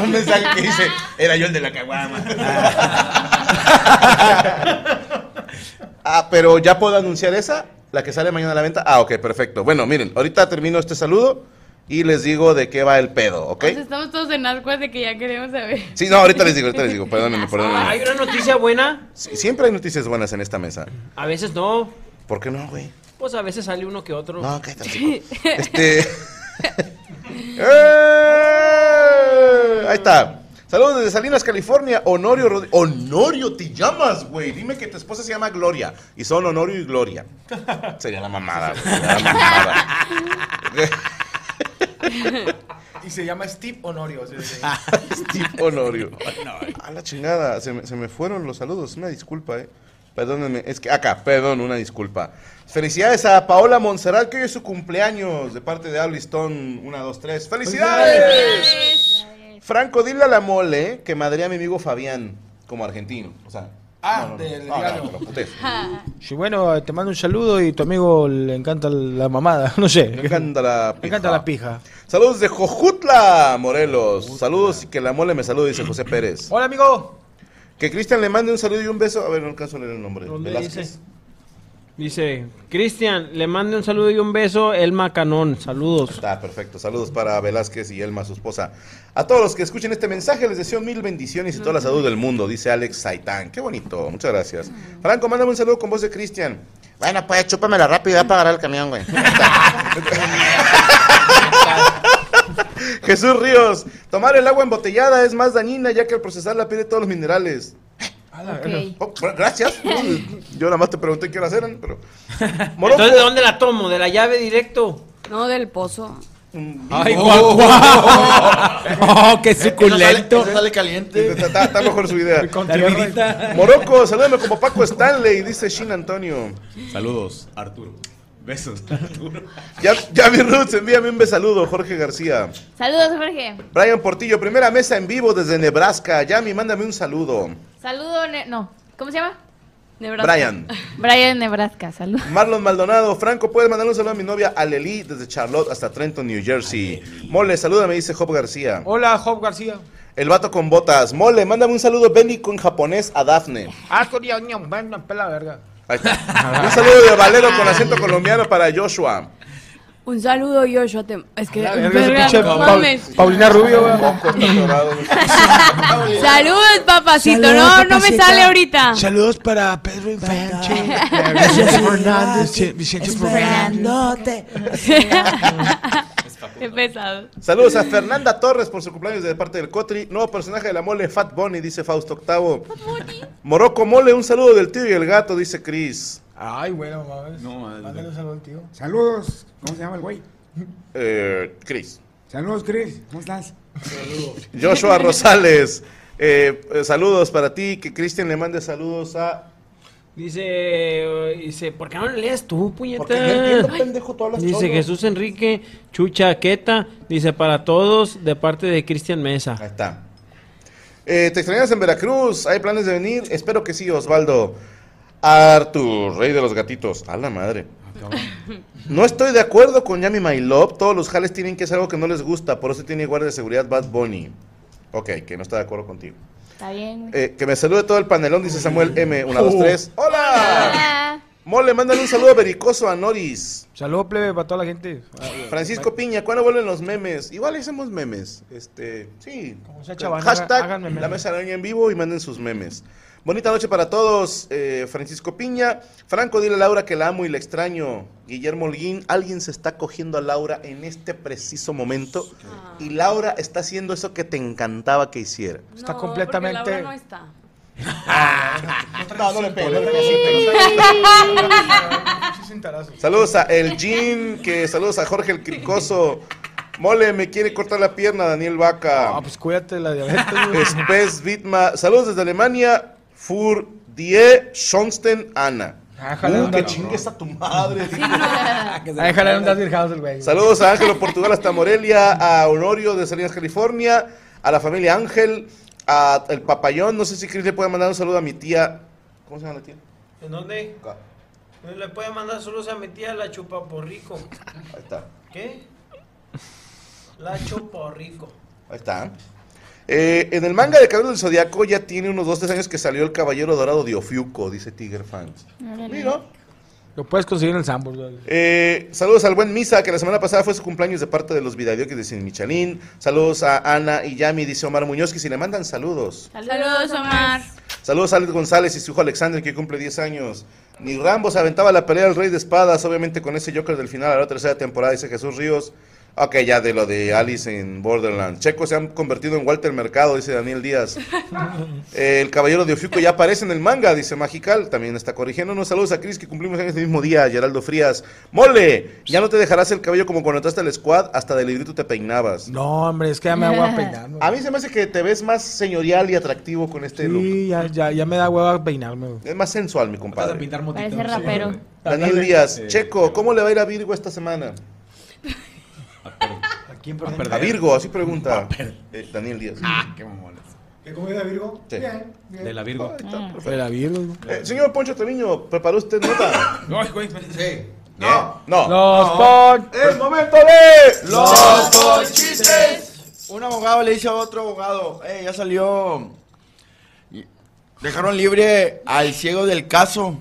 [SPEAKER 5] Un mensaje que dice, era yo el de la caguama. Ah, pero ya puedo anunciar esa, la que sale mañana a la venta. Ah, ok, perfecto. Bueno, miren, ahorita termino este saludo y les digo de qué va el pedo, ¿ok?
[SPEAKER 8] O sea, Pues estamos todos en ascuas de que ya queremos saber.
[SPEAKER 5] Sí, no, ahorita les digo, ahorita les digo, perdónenme,
[SPEAKER 6] Ah, Hay
[SPEAKER 5] perdónenme.
[SPEAKER 6] una noticia buena,
[SPEAKER 5] Sí, Siempre hay noticias buenas en esta mesa.
[SPEAKER 6] a veces no,
[SPEAKER 5] ¿Por qué no, güey?
[SPEAKER 6] pues a veces sale uno que otro.
[SPEAKER 5] No, qué tal, chico. Este. ¡Eh! Ahí está. Saludos desde Salinas, California. Honorio Rod- Honorio, te llamas, güey. Dime que tu esposa se llama Gloria. Y son Honorio y Gloria. Ah, Sería la mamada, güey. Sería la mamada.
[SPEAKER 18] Y se llama Steve Honorio. así de-
[SPEAKER 5] Ah, Steve Honorio. A la chingada, se me, se me fueron los saludos. Una disculpa, eh. Perdónenme, es que acá, perdón, una disculpa. Felicidades a Paola Monserrat, que hoy es su cumpleaños de parte de Ablistón 1, 2, 3. ¡Felicidades! Franco, dile a la mole que madre a mi amigo Fabián como argentino. O sea,
[SPEAKER 18] Ah,
[SPEAKER 5] no, no, no.
[SPEAKER 18] del
[SPEAKER 5] No, no,
[SPEAKER 18] diario.
[SPEAKER 5] no, no, putes.
[SPEAKER 9] Sí, bueno, te mando un saludo y tu amigo le encanta la mamada, no sé.
[SPEAKER 5] Me encanta la pija.
[SPEAKER 9] Me encanta la pija.
[SPEAKER 5] Saludos de Jojutla, Morelos. Saludos y que la mole me salude, dice José Pérez.
[SPEAKER 9] Hola, amigo.
[SPEAKER 5] Que Cristian le mande un saludo y un beso. A ver, no alcanzo a leer el nombre.
[SPEAKER 6] ¿Dónde
[SPEAKER 5] Velázquez.
[SPEAKER 6] dice? Dice, Cristian, le mande un saludo y un beso, el macanón. Saludos.
[SPEAKER 5] Está perfecto. Saludos para Velázquez y Elma, su esposa. A todos los que escuchen este mensaje, les deseo mil bendiciones y toda la salud del mundo, dice Alex Saitán. Qué bonito, muchas gracias. Franco, mándame un saludo con voz de Cristian. Bueno, pues chúpamela rápido y va a pagar el camión, güey. Jesús Ríos, tomar el agua embotellada es más dañina ya que al procesarla pierde todos los minerales. Oh, bueno, gracias. Yo nada más te pregunté qué horas eran, pero. Morocco.
[SPEAKER 6] Entonces, ¿de dónde la tomo? ¿De la llave directo?
[SPEAKER 8] No, del pozo.
[SPEAKER 20] un.
[SPEAKER 4] Ay, guau, guau. Oh, qué suculento.
[SPEAKER 20] Eso Eh, sale, eso sale caliente.
[SPEAKER 5] Está, está mejor su idea.
[SPEAKER 20] Con tierra. Hervidita.
[SPEAKER 5] Morocco, salúdame como Paco Stanley, dice Shin Antonio.
[SPEAKER 4] Saludos, Arturo. Besos, Arturo.
[SPEAKER 5] Ya, ya vi Roots, envíame un besaludo, Jorge García.
[SPEAKER 10] Saludos, Jorge.
[SPEAKER 5] Brian Portillo, primera mesa en vivo desde Nebraska. Yami, mándame un saludo.
[SPEAKER 10] Saludo, ne- no. ¿Cómo se llama? Nebraska.
[SPEAKER 5] Brian.
[SPEAKER 10] Brian Nebraska, saludos.
[SPEAKER 5] Marlon Maldonado, Franco, puedes mandarle un saludo a mi novia Aleli desde Charlotte hasta Trenton, New Jersey. Mole, salúdame, dice Job García.
[SPEAKER 9] Hola, Job García.
[SPEAKER 5] El vato con botas. Mole, mándame un saludo bélico en japonés a Dafne.
[SPEAKER 9] Ah, con ya, ñam, van, ñam, pela verga.
[SPEAKER 5] Ahí está. Un saludo de Valero con acento colombiano para Joshua.
[SPEAKER 8] Un saludo, Joshua. te- Es que.
[SPEAKER 5] verga,
[SPEAKER 8] verga,
[SPEAKER 5] ese pinche
[SPEAKER 8] no
[SPEAKER 5] Paul-
[SPEAKER 8] mames.
[SPEAKER 9] Paulina Rubio,
[SPEAKER 5] Ah,
[SPEAKER 9] güey.
[SPEAKER 8] Saludos, papacito. no, no me sale ahorita.
[SPEAKER 9] Saludos para Pedro Infante.
[SPEAKER 8] Vicente
[SPEAKER 9] Fernández. Vicente
[SPEAKER 8] Qué pesado.
[SPEAKER 5] Saludos a Fernanda Torres por su cumpleaños de parte del Cotri. Nuevo personaje de la mole, Fat Bunny, dice Fausto Octavo. Morocco Mole, un saludo del tío y el gato, dice Chris.
[SPEAKER 9] Ay, bueno, mames. No, Mándale un saludo al tío.
[SPEAKER 21] Saludos. ¿Cómo se llama el güey?
[SPEAKER 5] Eh, Chris.
[SPEAKER 21] Saludos, Chris. ¿Cómo estás? Saludos.
[SPEAKER 5] Joshua Rosales, eh, eh, saludos para ti. Que Cristian le mande saludos a.
[SPEAKER 6] Dice, eh, dice, ¿por qué no lees tú, puñeta?
[SPEAKER 5] Porque no entiendo, pendejo, tú hablas
[SPEAKER 6] Dice
[SPEAKER 5] solo.
[SPEAKER 6] Jesús Enrique, Chuchaqueta, dice para todos de parte de Cristian Mesa. Ahí
[SPEAKER 5] está. Eh, ¿Te extrañas en Veracruz? ¿Hay planes de venir? Espero que sí, Osvaldo. Arthur, rey de los gatitos. A la madre. No estoy de acuerdo con Yami My Love. Todos los jales tienen que hacer algo que no les gusta. Por eso tiene guardia de seguridad Bad Bunny. Ok, que no está de acuerdo contigo.
[SPEAKER 10] Está bien.
[SPEAKER 5] Eh, que me salude todo el panelón, dice Samuel M. 1, 2,
[SPEAKER 9] Oh.
[SPEAKER 5] 3. ¡Hola! Mole, mándale un saludo bericoso a Noris.
[SPEAKER 9] Saludos, plebe, para toda la gente.
[SPEAKER 5] Francisco Piña, ¿cuándo vuelven los memes? Igual hacemos memes. Este, sí.
[SPEAKER 9] sea, chaval,
[SPEAKER 5] Hashtag
[SPEAKER 9] hagan- háganme
[SPEAKER 5] la
[SPEAKER 9] memes.
[SPEAKER 5] mesa araña en vivo y manden sus memes. Bonita noche para todos. eh, Francisco Piña. Franco, dile a Laura que la amo y la extraño. Guillermo Holguín, alguien se está cogiendo a Laura en este preciso momento. Y Laura está haciendo eso que te encantaba que hiciera.
[SPEAKER 9] Está completamente.
[SPEAKER 8] Laura no está.
[SPEAKER 9] No, no le pegues, no le
[SPEAKER 5] Saludos a El Jean, que saludos a Jorge el Cricoso. Mole, me quiere cortar la pierna, Daniel Vaca. Ah,
[SPEAKER 9] pues cuídate de la diabetes.
[SPEAKER 5] Spes Vitma. Saludos desde Alemania. Fur Die Schonsten Ana.
[SPEAKER 9] jalaron
[SPEAKER 5] Uh, que
[SPEAKER 9] la-
[SPEAKER 5] chingues a tu madre.
[SPEAKER 9] Ahí jalaron Daniel House, el güey.
[SPEAKER 5] Saludos a Ángelo Portugal hasta Morelia, a Honorio de Salinas, California, a la familia Ángel, a el Papayón. No sé si Chris le puede mandar un saludo a mi tía. ¿Cómo se llama la tía?
[SPEAKER 6] ¿En dónde? No le puede mandar solos a mi tía la chupaporrico.
[SPEAKER 5] Ahí está.
[SPEAKER 6] ¿Qué? La chupaporrico.
[SPEAKER 5] Ahí está. Eh, en el manga de Cabello del Zodiaco ya tiene unos 2-3 años que salió el Caballero Dorado de Ofiuco, dice Tiger Fans. Mira.
[SPEAKER 9] Lo puedes conseguir en el Sambor, güey.
[SPEAKER 5] Eh, saludos al buen Misa, que la semana pasada fue su cumpleaños de parte de los videojuegos de Sin Michalín. Saludos a Ana y Yami, dice Omar Muñoz, que si le mandan saludos.
[SPEAKER 8] Saludos, Omar.
[SPEAKER 5] Saludos a Alex González y su hijo Alexander, que hoy cumple 10 años. Ni Rambo se aventaba la pelea del Rey de Espadas, obviamente con ese Joker del final a la tercera temporada, dice Jesús Ríos. Ok, ya de lo de Alice en Borderlands. Checo se han convertido en Walter Mercado, dice Daniel Díaz. Eh, el caballero de Ofiuco ya aparece en el manga, dice Magical. También está corrigiendo. Unos saludos a Chris, que cumplimos años el mismo día. Geraldo Frías. Mole, ya no te dejarás el cabello como cuando entraste al squad. Hasta de librito te peinabas.
[SPEAKER 9] No, hombre, es que ya me da hueva peinarme.
[SPEAKER 5] A mí se me hace que te ves más señorial y atractivo con este look.
[SPEAKER 9] Sí, ya, ya, ya me da hueva peinarme, güey.
[SPEAKER 5] Es más sensual, mi compadre.
[SPEAKER 10] Parece sí. rapero.
[SPEAKER 5] Daniel
[SPEAKER 4] eh,
[SPEAKER 5] Díaz. Checo, ¿cómo le va a ir a Virgo esta semana?
[SPEAKER 7] ¿A quién
[SPEAKER 5] A Virgo, así pregunta eh, Daniel Días. Ah, qué
[SPEAKER 7] ¿Qué comida, Virgo?
[SPEAKER 5] Sí.
[SPEAKER 7] Bien, bien.
[SPEAKER 5] De la Virgo.
[SPEAKER 7] Mm.
[SPEAKER 9] De la Virgo.
[SPEAKER 5] Eh, señor Poncho Treviño, ¿preparó usted nota?
[SPEAKER 12] No, güey, sí.
[SPEAKER 5] No, no.
[SPEAKER 9] Los
[SPEAKER 5] Pon. Es momento de.
[SPEAKER 20] Los ponchistes. Un abogado le dice a otro abogado, eh, ya salió. Y Dejaron libre al ciego del caso.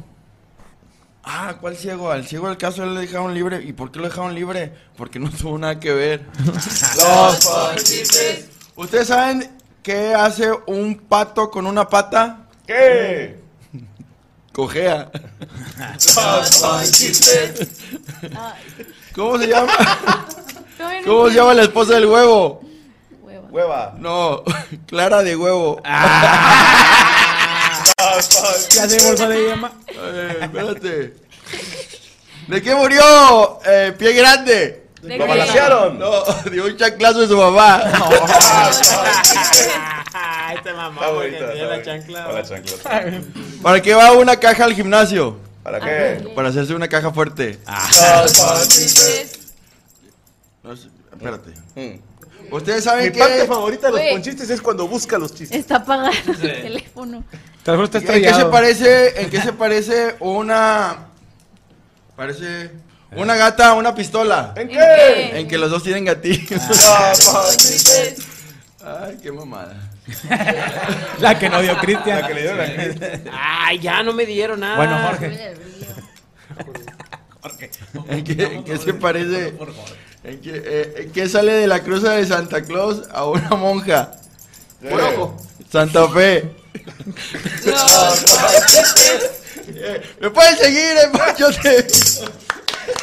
[SPEAKER 20] Ah, ¿cuál ciego? Al ciego del caso le dejaron libre. ¿Y por qué lo dejaron libre? Porque no tuvo nada que ver. Los ponchistes. ¿Ustedes saben qué hace un pato con una pata?
[SPEAKER 5] ¿Qué?
[SPEAKER 20] Cojea. ¿Cómo se llama? ¿Cómo se llama la esposa del huevo?
[SPEAKER 5] Eh, Hueva.
[SPEAKER 20] No, Clara de huevo.
[SPEAKER 9] Ya se bolsa de llama.
[SPEAKER 20] Eh, espérate. ¿De qué murió? Eh, pie grande.
[SPEAKER 8] ¿De
[SPEAKER 20] ¿Lo
[SPEAKER 8] qué?
[SPEAKER 20] balacearon? No, dio un chanclazo de su mamá.
[SPEAKER 6] Ay, te mamá, porque tenía la chancla.
[SPEAKER 5] la chancla.
[SPEAKER 20] ¿Para qué va una caja al gimnasio?
[SPEAKER 5] ¿Para qué?
[SPEAKER 20] Para hacerse una caja fuerte.
[SPEAKER 9] Ah.
[SPEAKER 20] No sé, espérate.
[SPEAKER 5] Mm.
[SPEAKER 20] Ustedes saben
[SPEAKER 5] Mi
[SPEAKER 20] que.
[SPEAKER 5] parte favorita de los
[SPEAKER 10] Oye.
[SPEAKER 5] ponchistes es cuando busca los chistes.
[SPEAKER 10] Está apagado el teléfono.
[SPEAKER 20] ¿En qué se parece? ¿En qué se parece una? Parece una
[SPEAKER 6] Eh.
[SPEAKER 20] gata a una pistola. ¿En
[SPEAKER 5] qué?
[SPEAKER 20] En que los dos tienen gatillos.
[SPEAKER 6] Ah. pues.
[SPEAKER 20] Ay, qué mamada.
[SPEAKER 6] La que no dio Cristian.
[SPEAKER 20] La que le dio la
[SPEAKER 6] Ay, ya no me dieron nada.
[SPEAKER 20] Bueno, Jorge. ¿En qué, en qué se parece? ¿En qué, eh, en qué sale de la cruza de Santa Claus a una monja?
[SPEAKER 5] Por ojo.
[SPEAKER 20] Santa Fe. Eh, ¿Me pueden seguir eh? en Pachote?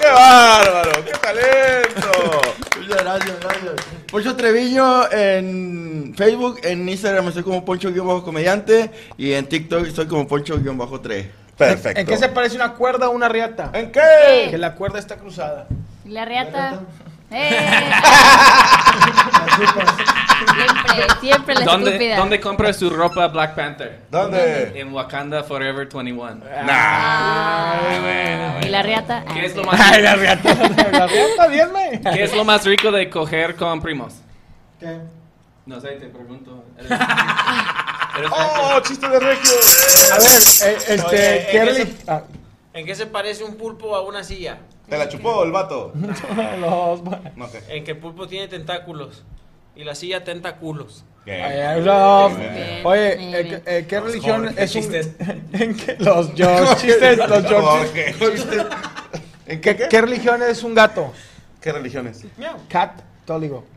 [SPEAKER 5] ¡Qué bárbaro! ¡Qué talento!
[SPEAKER 20] Muchas gracias, gracias. Poncho Treviño en Facebook, en Instagram estoy como Poncho-comediante y en TikTok estoy como Poncho-3.
[SPEAKER 5] Perfecto.
[SPEAKER 18] ¿En qué se parece una cuerda a una riata? ¿En
[SPEAKER 5] qué?
[SPEAKER 18] Que la cuerda está cruzada.
[SPEAKER 10] Y La reata. ¡Eh! siempre, siempre la
[SPEAKER 11] ¿Dónde,
[SPEAKER 10] estúpida.
[SPEAKER 11] ¿Dónde compra su ropa Black Panther?
[SPEAKER 5] ¿Dónde? Ah,
[SPEAKER 11] En Wakanda Forever 21.
[SPEAKER 10] Ah. Y la reata.
[SPEAKER 11] ¿Qué es lo más
[SPEAKER 6] Ay, la riata.
[SPEAKER 18] La riata, vienme.
[SPEAKER 11] ¿Qué es lo más rico de coger con primos?
[SPEAKER 18] ¿Qué?
[SPEAKER 11] No sé, te pregunto.
[SPEAKER 5] Ah, ¡Oh, chiste de regio!
[SPEAKER 18] A ver, eh, este,
[SPEAKER 6] Oye, ¿en
[SPEAKER 18] Kerly.
[SPEAKER 6] qué se-
[SPEAKER 18] Ah.
[SPEAKER 6] ¿En qué se parece un pulpo a una silla?
[SPEAKER 5] ¿Te la chupó el vato?
[SPEAKER 18] Los-
[SPEAKER 5] No sé.
[SPEAKER 6] En que el pulpo tiene tentáculos y la silla tentáculos.
[SPEAKER 18] Ay, ay, no.
[SPEAKER 6] Bien,
[SPEAKER 18] Oye,
[SPEAKER 6] bien,
[SPEAKER 18] eh,
[SPEAKER 6] bien.
[SPEAKER 18] ¿qué- eh, ¿qué
[SPEAKER 6] Los
[SPEAKER 18] religión
[SPEAKER 6] Jorge,
[SPEAKER 18] es un...
[SPEAKER 6] chistes.
[SPEAKER 18] ¿En qué? Los George chistes, los George chistes. ¿En qué, qué religión es un gato?
[SPEAKER 5] ¿Qué religiones?
[SPEAKER 18] Cat, tóligo.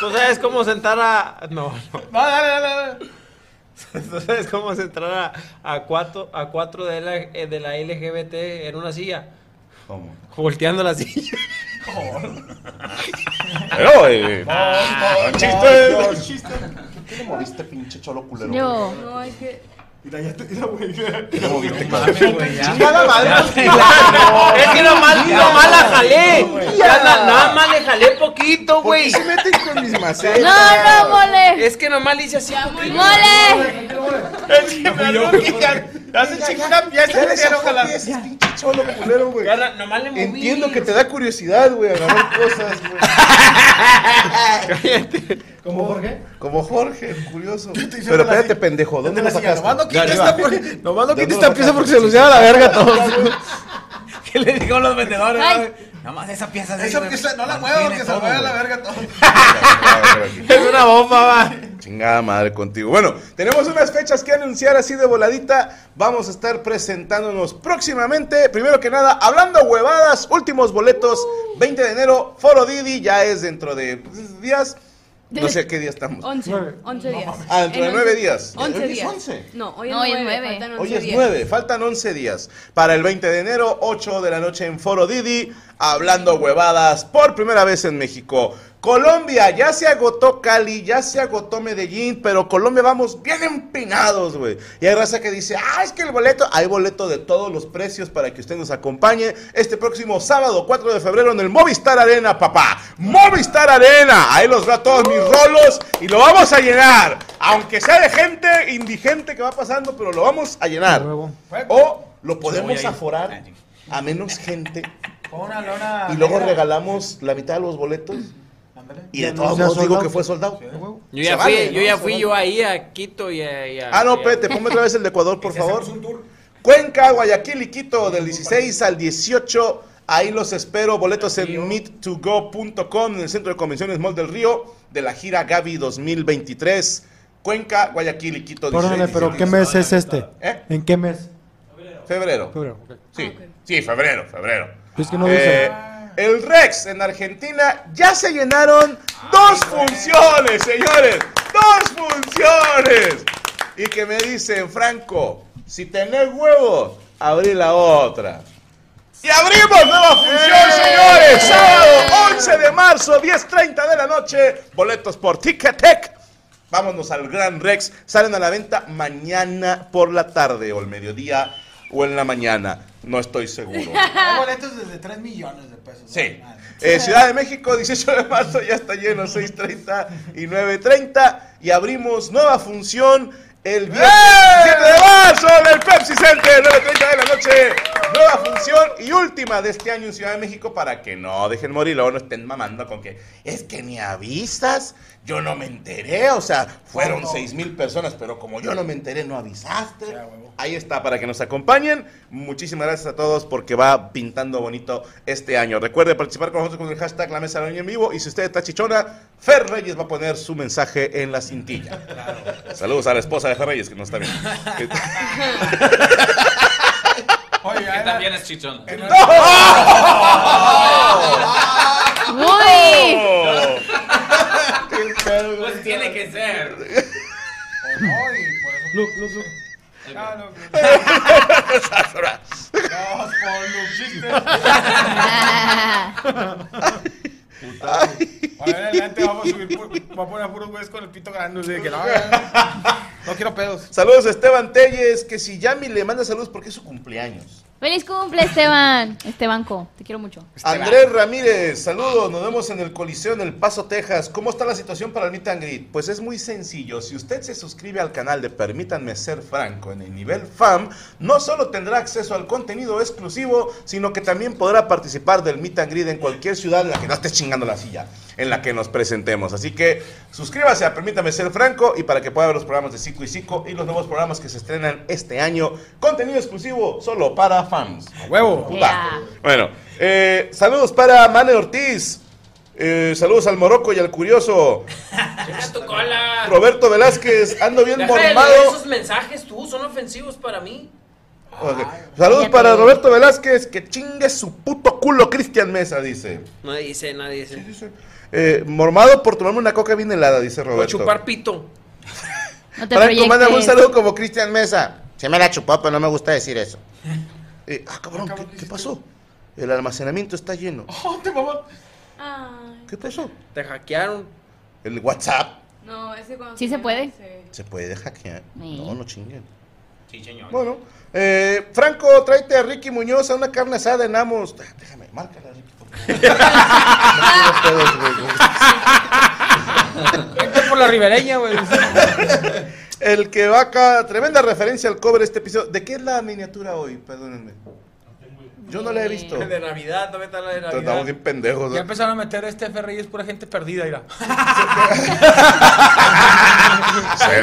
[SPEAKER 6] ¿Tú sabes cómo sentar a.? No, no.
[SPEAKER 18] No, dale, dale, dale.
[SPEAKER 6] ¿Tú sabes cómo sentar a, a, cuatro, a cuatro de la, eh, de la LGBT en una silla?
[SPEAKER 5] ¿Cómo?
[SPEAKER 6] Volteando la silla.
[SPEAKER 5] Pero, eh,
[SPEAKER 6] Ah,
[SPEAKER 5] chiste.
[SPEAKER 18] ¿Por
[SPEAKER 5] qué le moviste, pinche cholo culero?
[SPEAKER 10] Yo.
[SPEAKER 8] No, es que.
[SPEAKER 5] Mira, ya te. Mira, güey. Te moviste,
[SPEAKER 18] Chingada madre, pues, claro.
[SPEAKER 6] Es que nomás,
[SPEAKER 18] Ya,
[SPEAKER 6] nomás la jalé.
[SPEAKER 18] güey.
[SPEAKER 6] Ya na- nada más le jalé poquito,
[SPEAKER 18] qué
[SPEAKER 6] güey.
[SPEAKER 18] se meten con mis macetas?
[SPEAKER 10] No, no, mole.
[SPEAKER 6] Es que nomás le hice así. poquito.
[SPEAKER 10] ¡Mole!
[SPEAKER 18] Es que me Hace chingada pieza entera, ojalá.
[SPEAKER 5] pinche cholo culero, güey.
[SPEAKER 6] Nomás le moví.
[SPEAKER 5] Entiendo que te da curiosidad, güey, agarrar cosas, güey.
[SPEAKER 18] ¿Cómo Jorge?
[SPEAKER 5] Como Jorge, el curioso.
[SPEAKER 18] diciendo
[SPEAKER 5] Pero
[SPEAKER 18] la
[SPEAKER 5] espérate, pendejo,
[SPEAKER 18] Date
[SPEAKER 5] ¿dónde lo
[SPEAKER 18] la silla,
[SPEAKER 5] sacaste?
[SPEAKER 18] nomás no quita
[SPEAKER 5] Ya,
[SPEAKER 18] esta
[SPEAKER 5] arriba.
[SPEAKER 18] porque- nomás no
[SPEAKER 5] ¿Dónde
[SPEAKER 18] quita
[SPEAKER 5] lo
[SPEAKER 18] esta pieza
[SPEAKER 5] sacaste?
[SPEAKER 18] porque se los lleva a la verga a todos.
[SPEAKER 12] ¿Qué le digo a los vendedores?
[SPEAKER 18] Ay.
[SPEAKER 12] Nada más esa pieza.
[SPEAKER 18] Esa pieza no la muevo porque se mueve la verga todo.
[SPEAKER 5] Es una bomba, va. Chingada madre contigo. Bueno, tenemos unas fechas que anunciar así de voladita. Vamos a estar presentándonos próximamente. Primero que nada, hablando huevadas, últimos boletos, 20 de enero, Foro Didi, ya es dentro de pues, días. No sé qué día estamos.
[SPEAKER 8] 11, 11 días.
[SPEAKER 5] Ah, dentro de
[SPEAKER 8] En
[SPEAKER 5] nueve
[SPEAKER 8] once-
[SPEAKER 5] días. ¿Hoy
[SPEAKER 8] 11
[SPEAKER 5] es
[SPEAKER 8] días.
[SPEAKER 5] 11?
[SPEAKER 8] No, hoy es
[SPEAKER 10] No, hoy es
[SPEAKER 8] 9.
[SPEAKER 10] nueve.
[SPEAKER 8] faltan 11
[SPEAKER 5] Hoy es
[SPEAKER 8] días.
[SPEAKER 5] 9, faltan 11 días. Para el 20 de enero, 8 de la noche en Foro Didi, hablando huevadas por primera vez en México. Colombia, ya se agotó Cali, ya se agotó Medellín, pero Colombia vamos bien empinados, güey. Y hay raza que dice, ah, es que el boleto, hay boleto de todos los precios para que usted nos acompañe este próximo sábado 4 de febrero en el Movistar Arena, papá. Movistar Arena, ahí los veo a todos mis rolos y lo vamos a llenar. Aunque sea de gente indigente que va pasando, pero lo vamos a llenar. O lo
[SPEAKER 18] Voy a
[SPEAKER 5] podemos
[SPEAKER 18] ir. Ah,
[SPEAKER 5] aforar a menos gente
[SPEAKER 18] Con una lona.
[SPEAKER 5] y luego
[SPEAKER 18] negra.
[SPEAKER 5] regalamos la mitad de los boletos. Y de
[SPEAKER 18] Ya no
[SPEAKER 5] todos
[SPEAKER 18] sea
[SPEAKER 5] modos digo
[SPEAKER 18] soldado.
[SPEAKER 5] que fue soldado.
[SPEAKER 6] Yo ya
[SPEAKER 5] Se
[SPEAKER 6] fui,
[SPEAKER 5] vale,
[SPEAKER 6] yo
[SPEAKER 5] ¿no?
[SPEAKER 6] ya
[SPEAKER 5] Se
[SPEAKER 6] fui
[SPEAKER 5] vale.
[SPEAKER 6] yo ahí a Quito y a. y a-
[SPEAKER 5] Ah, no,
[SPEAKER 6] y a-
[SPEAKER 5] espérate, ponme otra vez el de Ecuador, por favor. Cuenca, Guayaquil y Quito, del 16 al 18. Ahí los espero. Boletos en meet2go.com, en el Centro de Convenciones Mall del Río, de la gira Gaby 2023. Cuenca, Guayaquil y Quito, 16,
[SPEAKER 7] Perdóname, pero
[SPEAKER 5] 17.
[SPEAKER 7] ¿qué mes es este?
[SPEAKER 5] ¿Eh?
[SPEAKER 7] ¿En qué mes?
[SPEAKER 5] Febrero.
[SPEAKER 7] Febrero,
[SPEAKER 5] Sí, sí, febrero, febrero.
[SPEAKER 7] Es que no
[SPEAKER 5] Eh,
[SPEAKER 7] dice.
[SPEAKER 5] el Rex en Argentina ya se llenaron dos funciones, señores. Dos funciones. Y que me dicen, Franco, si tenés huevo, abrí la otra. Y abrimos nueva
[SPEAKER 18] ¡Eh!
[SPEAKER 9] ¡Eh!
[SPEAKER 5] función, señores. Sábado 11 de marzo, 10.30 de la noche. Boletos por Ticketek. Vámonos al Gran Rex. Salen a la venta mañana por la tarde o el mediodía. o en la mañana. No estoy seguro.
[SPEAKER 18] Hay boletos desde 3 millones de pesos.
[SPEAKER 5] Sí. Eh, Ciudad de México, 18 de marzo, ya está lleno, 6.30 y 9.30. Y abrimos nueva función el viernes 7 de marzo en el Pepsi Center, 9.30 de la noche. Nueva función y última de este año en Ciudad de México para que no dejen morir, luego no estén mamando con que es que ni avisas, yo no me enteré, o sea, fueron seis mil personas, pero como yo no me enteré, no avisaste. Ahí está, para que nos acompañen. Muchísimas gracias a todos porque va pintando bonito este año. Recuerde participar con nosotros con el hashtag La Mesa Reña en Vivo y si usted está chichona, Fer Reyes va a poner su mensaje en la cintilla. Saludos a la esposa de Fer Reyes que nos está viendo.
[SPEAKER 11] que también es chichón.
[SPEAKER 5] ¡Uy!
[SPEAKER 11] Pues tiene que ser.
[SPEAKER 18] Look, look, look. Ah, no, no. Dos por Luke, chistes. A ver, adelante vamos a subir. pu- Voy a poner a puros güeyes con el pito grande. así de que no, no quiero pedos.
[SPEAKER 5] Saludos a Esteban Telles, que si Yami le manda saludos porque es su cumpleaños.
[SPEAKER 10] Feliz cumple, Esteban. Esteban Co. Te quiero mucho.
[SPEAKER 5] Andrés Ramírez, saludos, nos vemos en el Coliseo en El Paso, Texas. ¿Cómo está la situación para el Meet and Greet? Pues es muy sencillo, si usted se suscribe al canal de Permítanme Ser Franco en el nivel FAM, no solo tendrá acceso al contenido exclusivo, sino que también podrá participar del Meet and Greet en cualquier ciudad en la que no esté chingando la silla, en la que nos presentemos. Así que suscríbase a Permítame Ser Franco y para que pueda ver los programas de Cico y Cico y los nuevos programas que se estrenan este año, contenido exclusivo solo para fans. ¡A huevo! Bueno, eh, saludos para Mane Ortiz. Eh, saludos al Morocco y al Curioso.
[SPEAKER 6] tu cola.
[SPEAKER 5] Roberto Velázquez, ando bien
[SPEAKER 6] Deja de leer
[SPEAKER 5] mormado.
[SPEAKER 6] esos mensajes tú, son ofensivos para mí.
[SPEAKER 5] Ok. Saludos para Roberto Velázquez, que chingue su puto culo Cristian Mesa, dice.
[SPEAKER 6] No dice, no dice.
[SPEAKER 5] Eh, mormado por tomarme una coca bien helada, dice
[SPEAKER 6] Por
[SPEAKER 5] Roberto.
[SPEAKER 6] chupar pito.
[SPEAKER 10] No
[SPEAKER 5] Franco, manda un saludo como Cristian Mesa. Se me la chupó, pero no me gusta decir eso. Eh, ah, cabrón, ¿qué, qué pasó? El almacenamiento está lleno.
[SPEAKER 18] Oh, te mamó.
[SPEAKER 5] ¿Qué pasó?
[SPEAKER 6] Te hackearon.
[SPEAKER 5] El WhatsApp
[SPEAKER 8] No, es que cuando.
[SPEAKER 10] Sí se puede.
[SPEAKER 5] se puede hackear. No, no chinguen.
[SPEAKER 11] Sí, señor.
[SPEAKER 5] Bueno, eh, Franco, tráete a Ricky Muñoz a una carne asada en Amos. Ah, Déjame, márcala, Ricky. por favor. No quiero pedos, güey, güey.
[SPEAKER 6] por la ribereña, güey.
[SPEAKER 5] El que va acá, tremenda referencia al cover este episodio. ¿De qué es la miniatura hoy? Perdónenme. Yo no la he visto.
[SPEAKER 6] De Navidad, no metan la de Navidad.
[SPEAKER 5] Estamos bien pendejos.
[SPEAKER 18] Ya
[SPEAKER 5] ¿no? Eh,
[SPEAKER 18] empezaron a meter este Ferrey es pura gente perdida, mira.
[SPEAKER 5] Sí,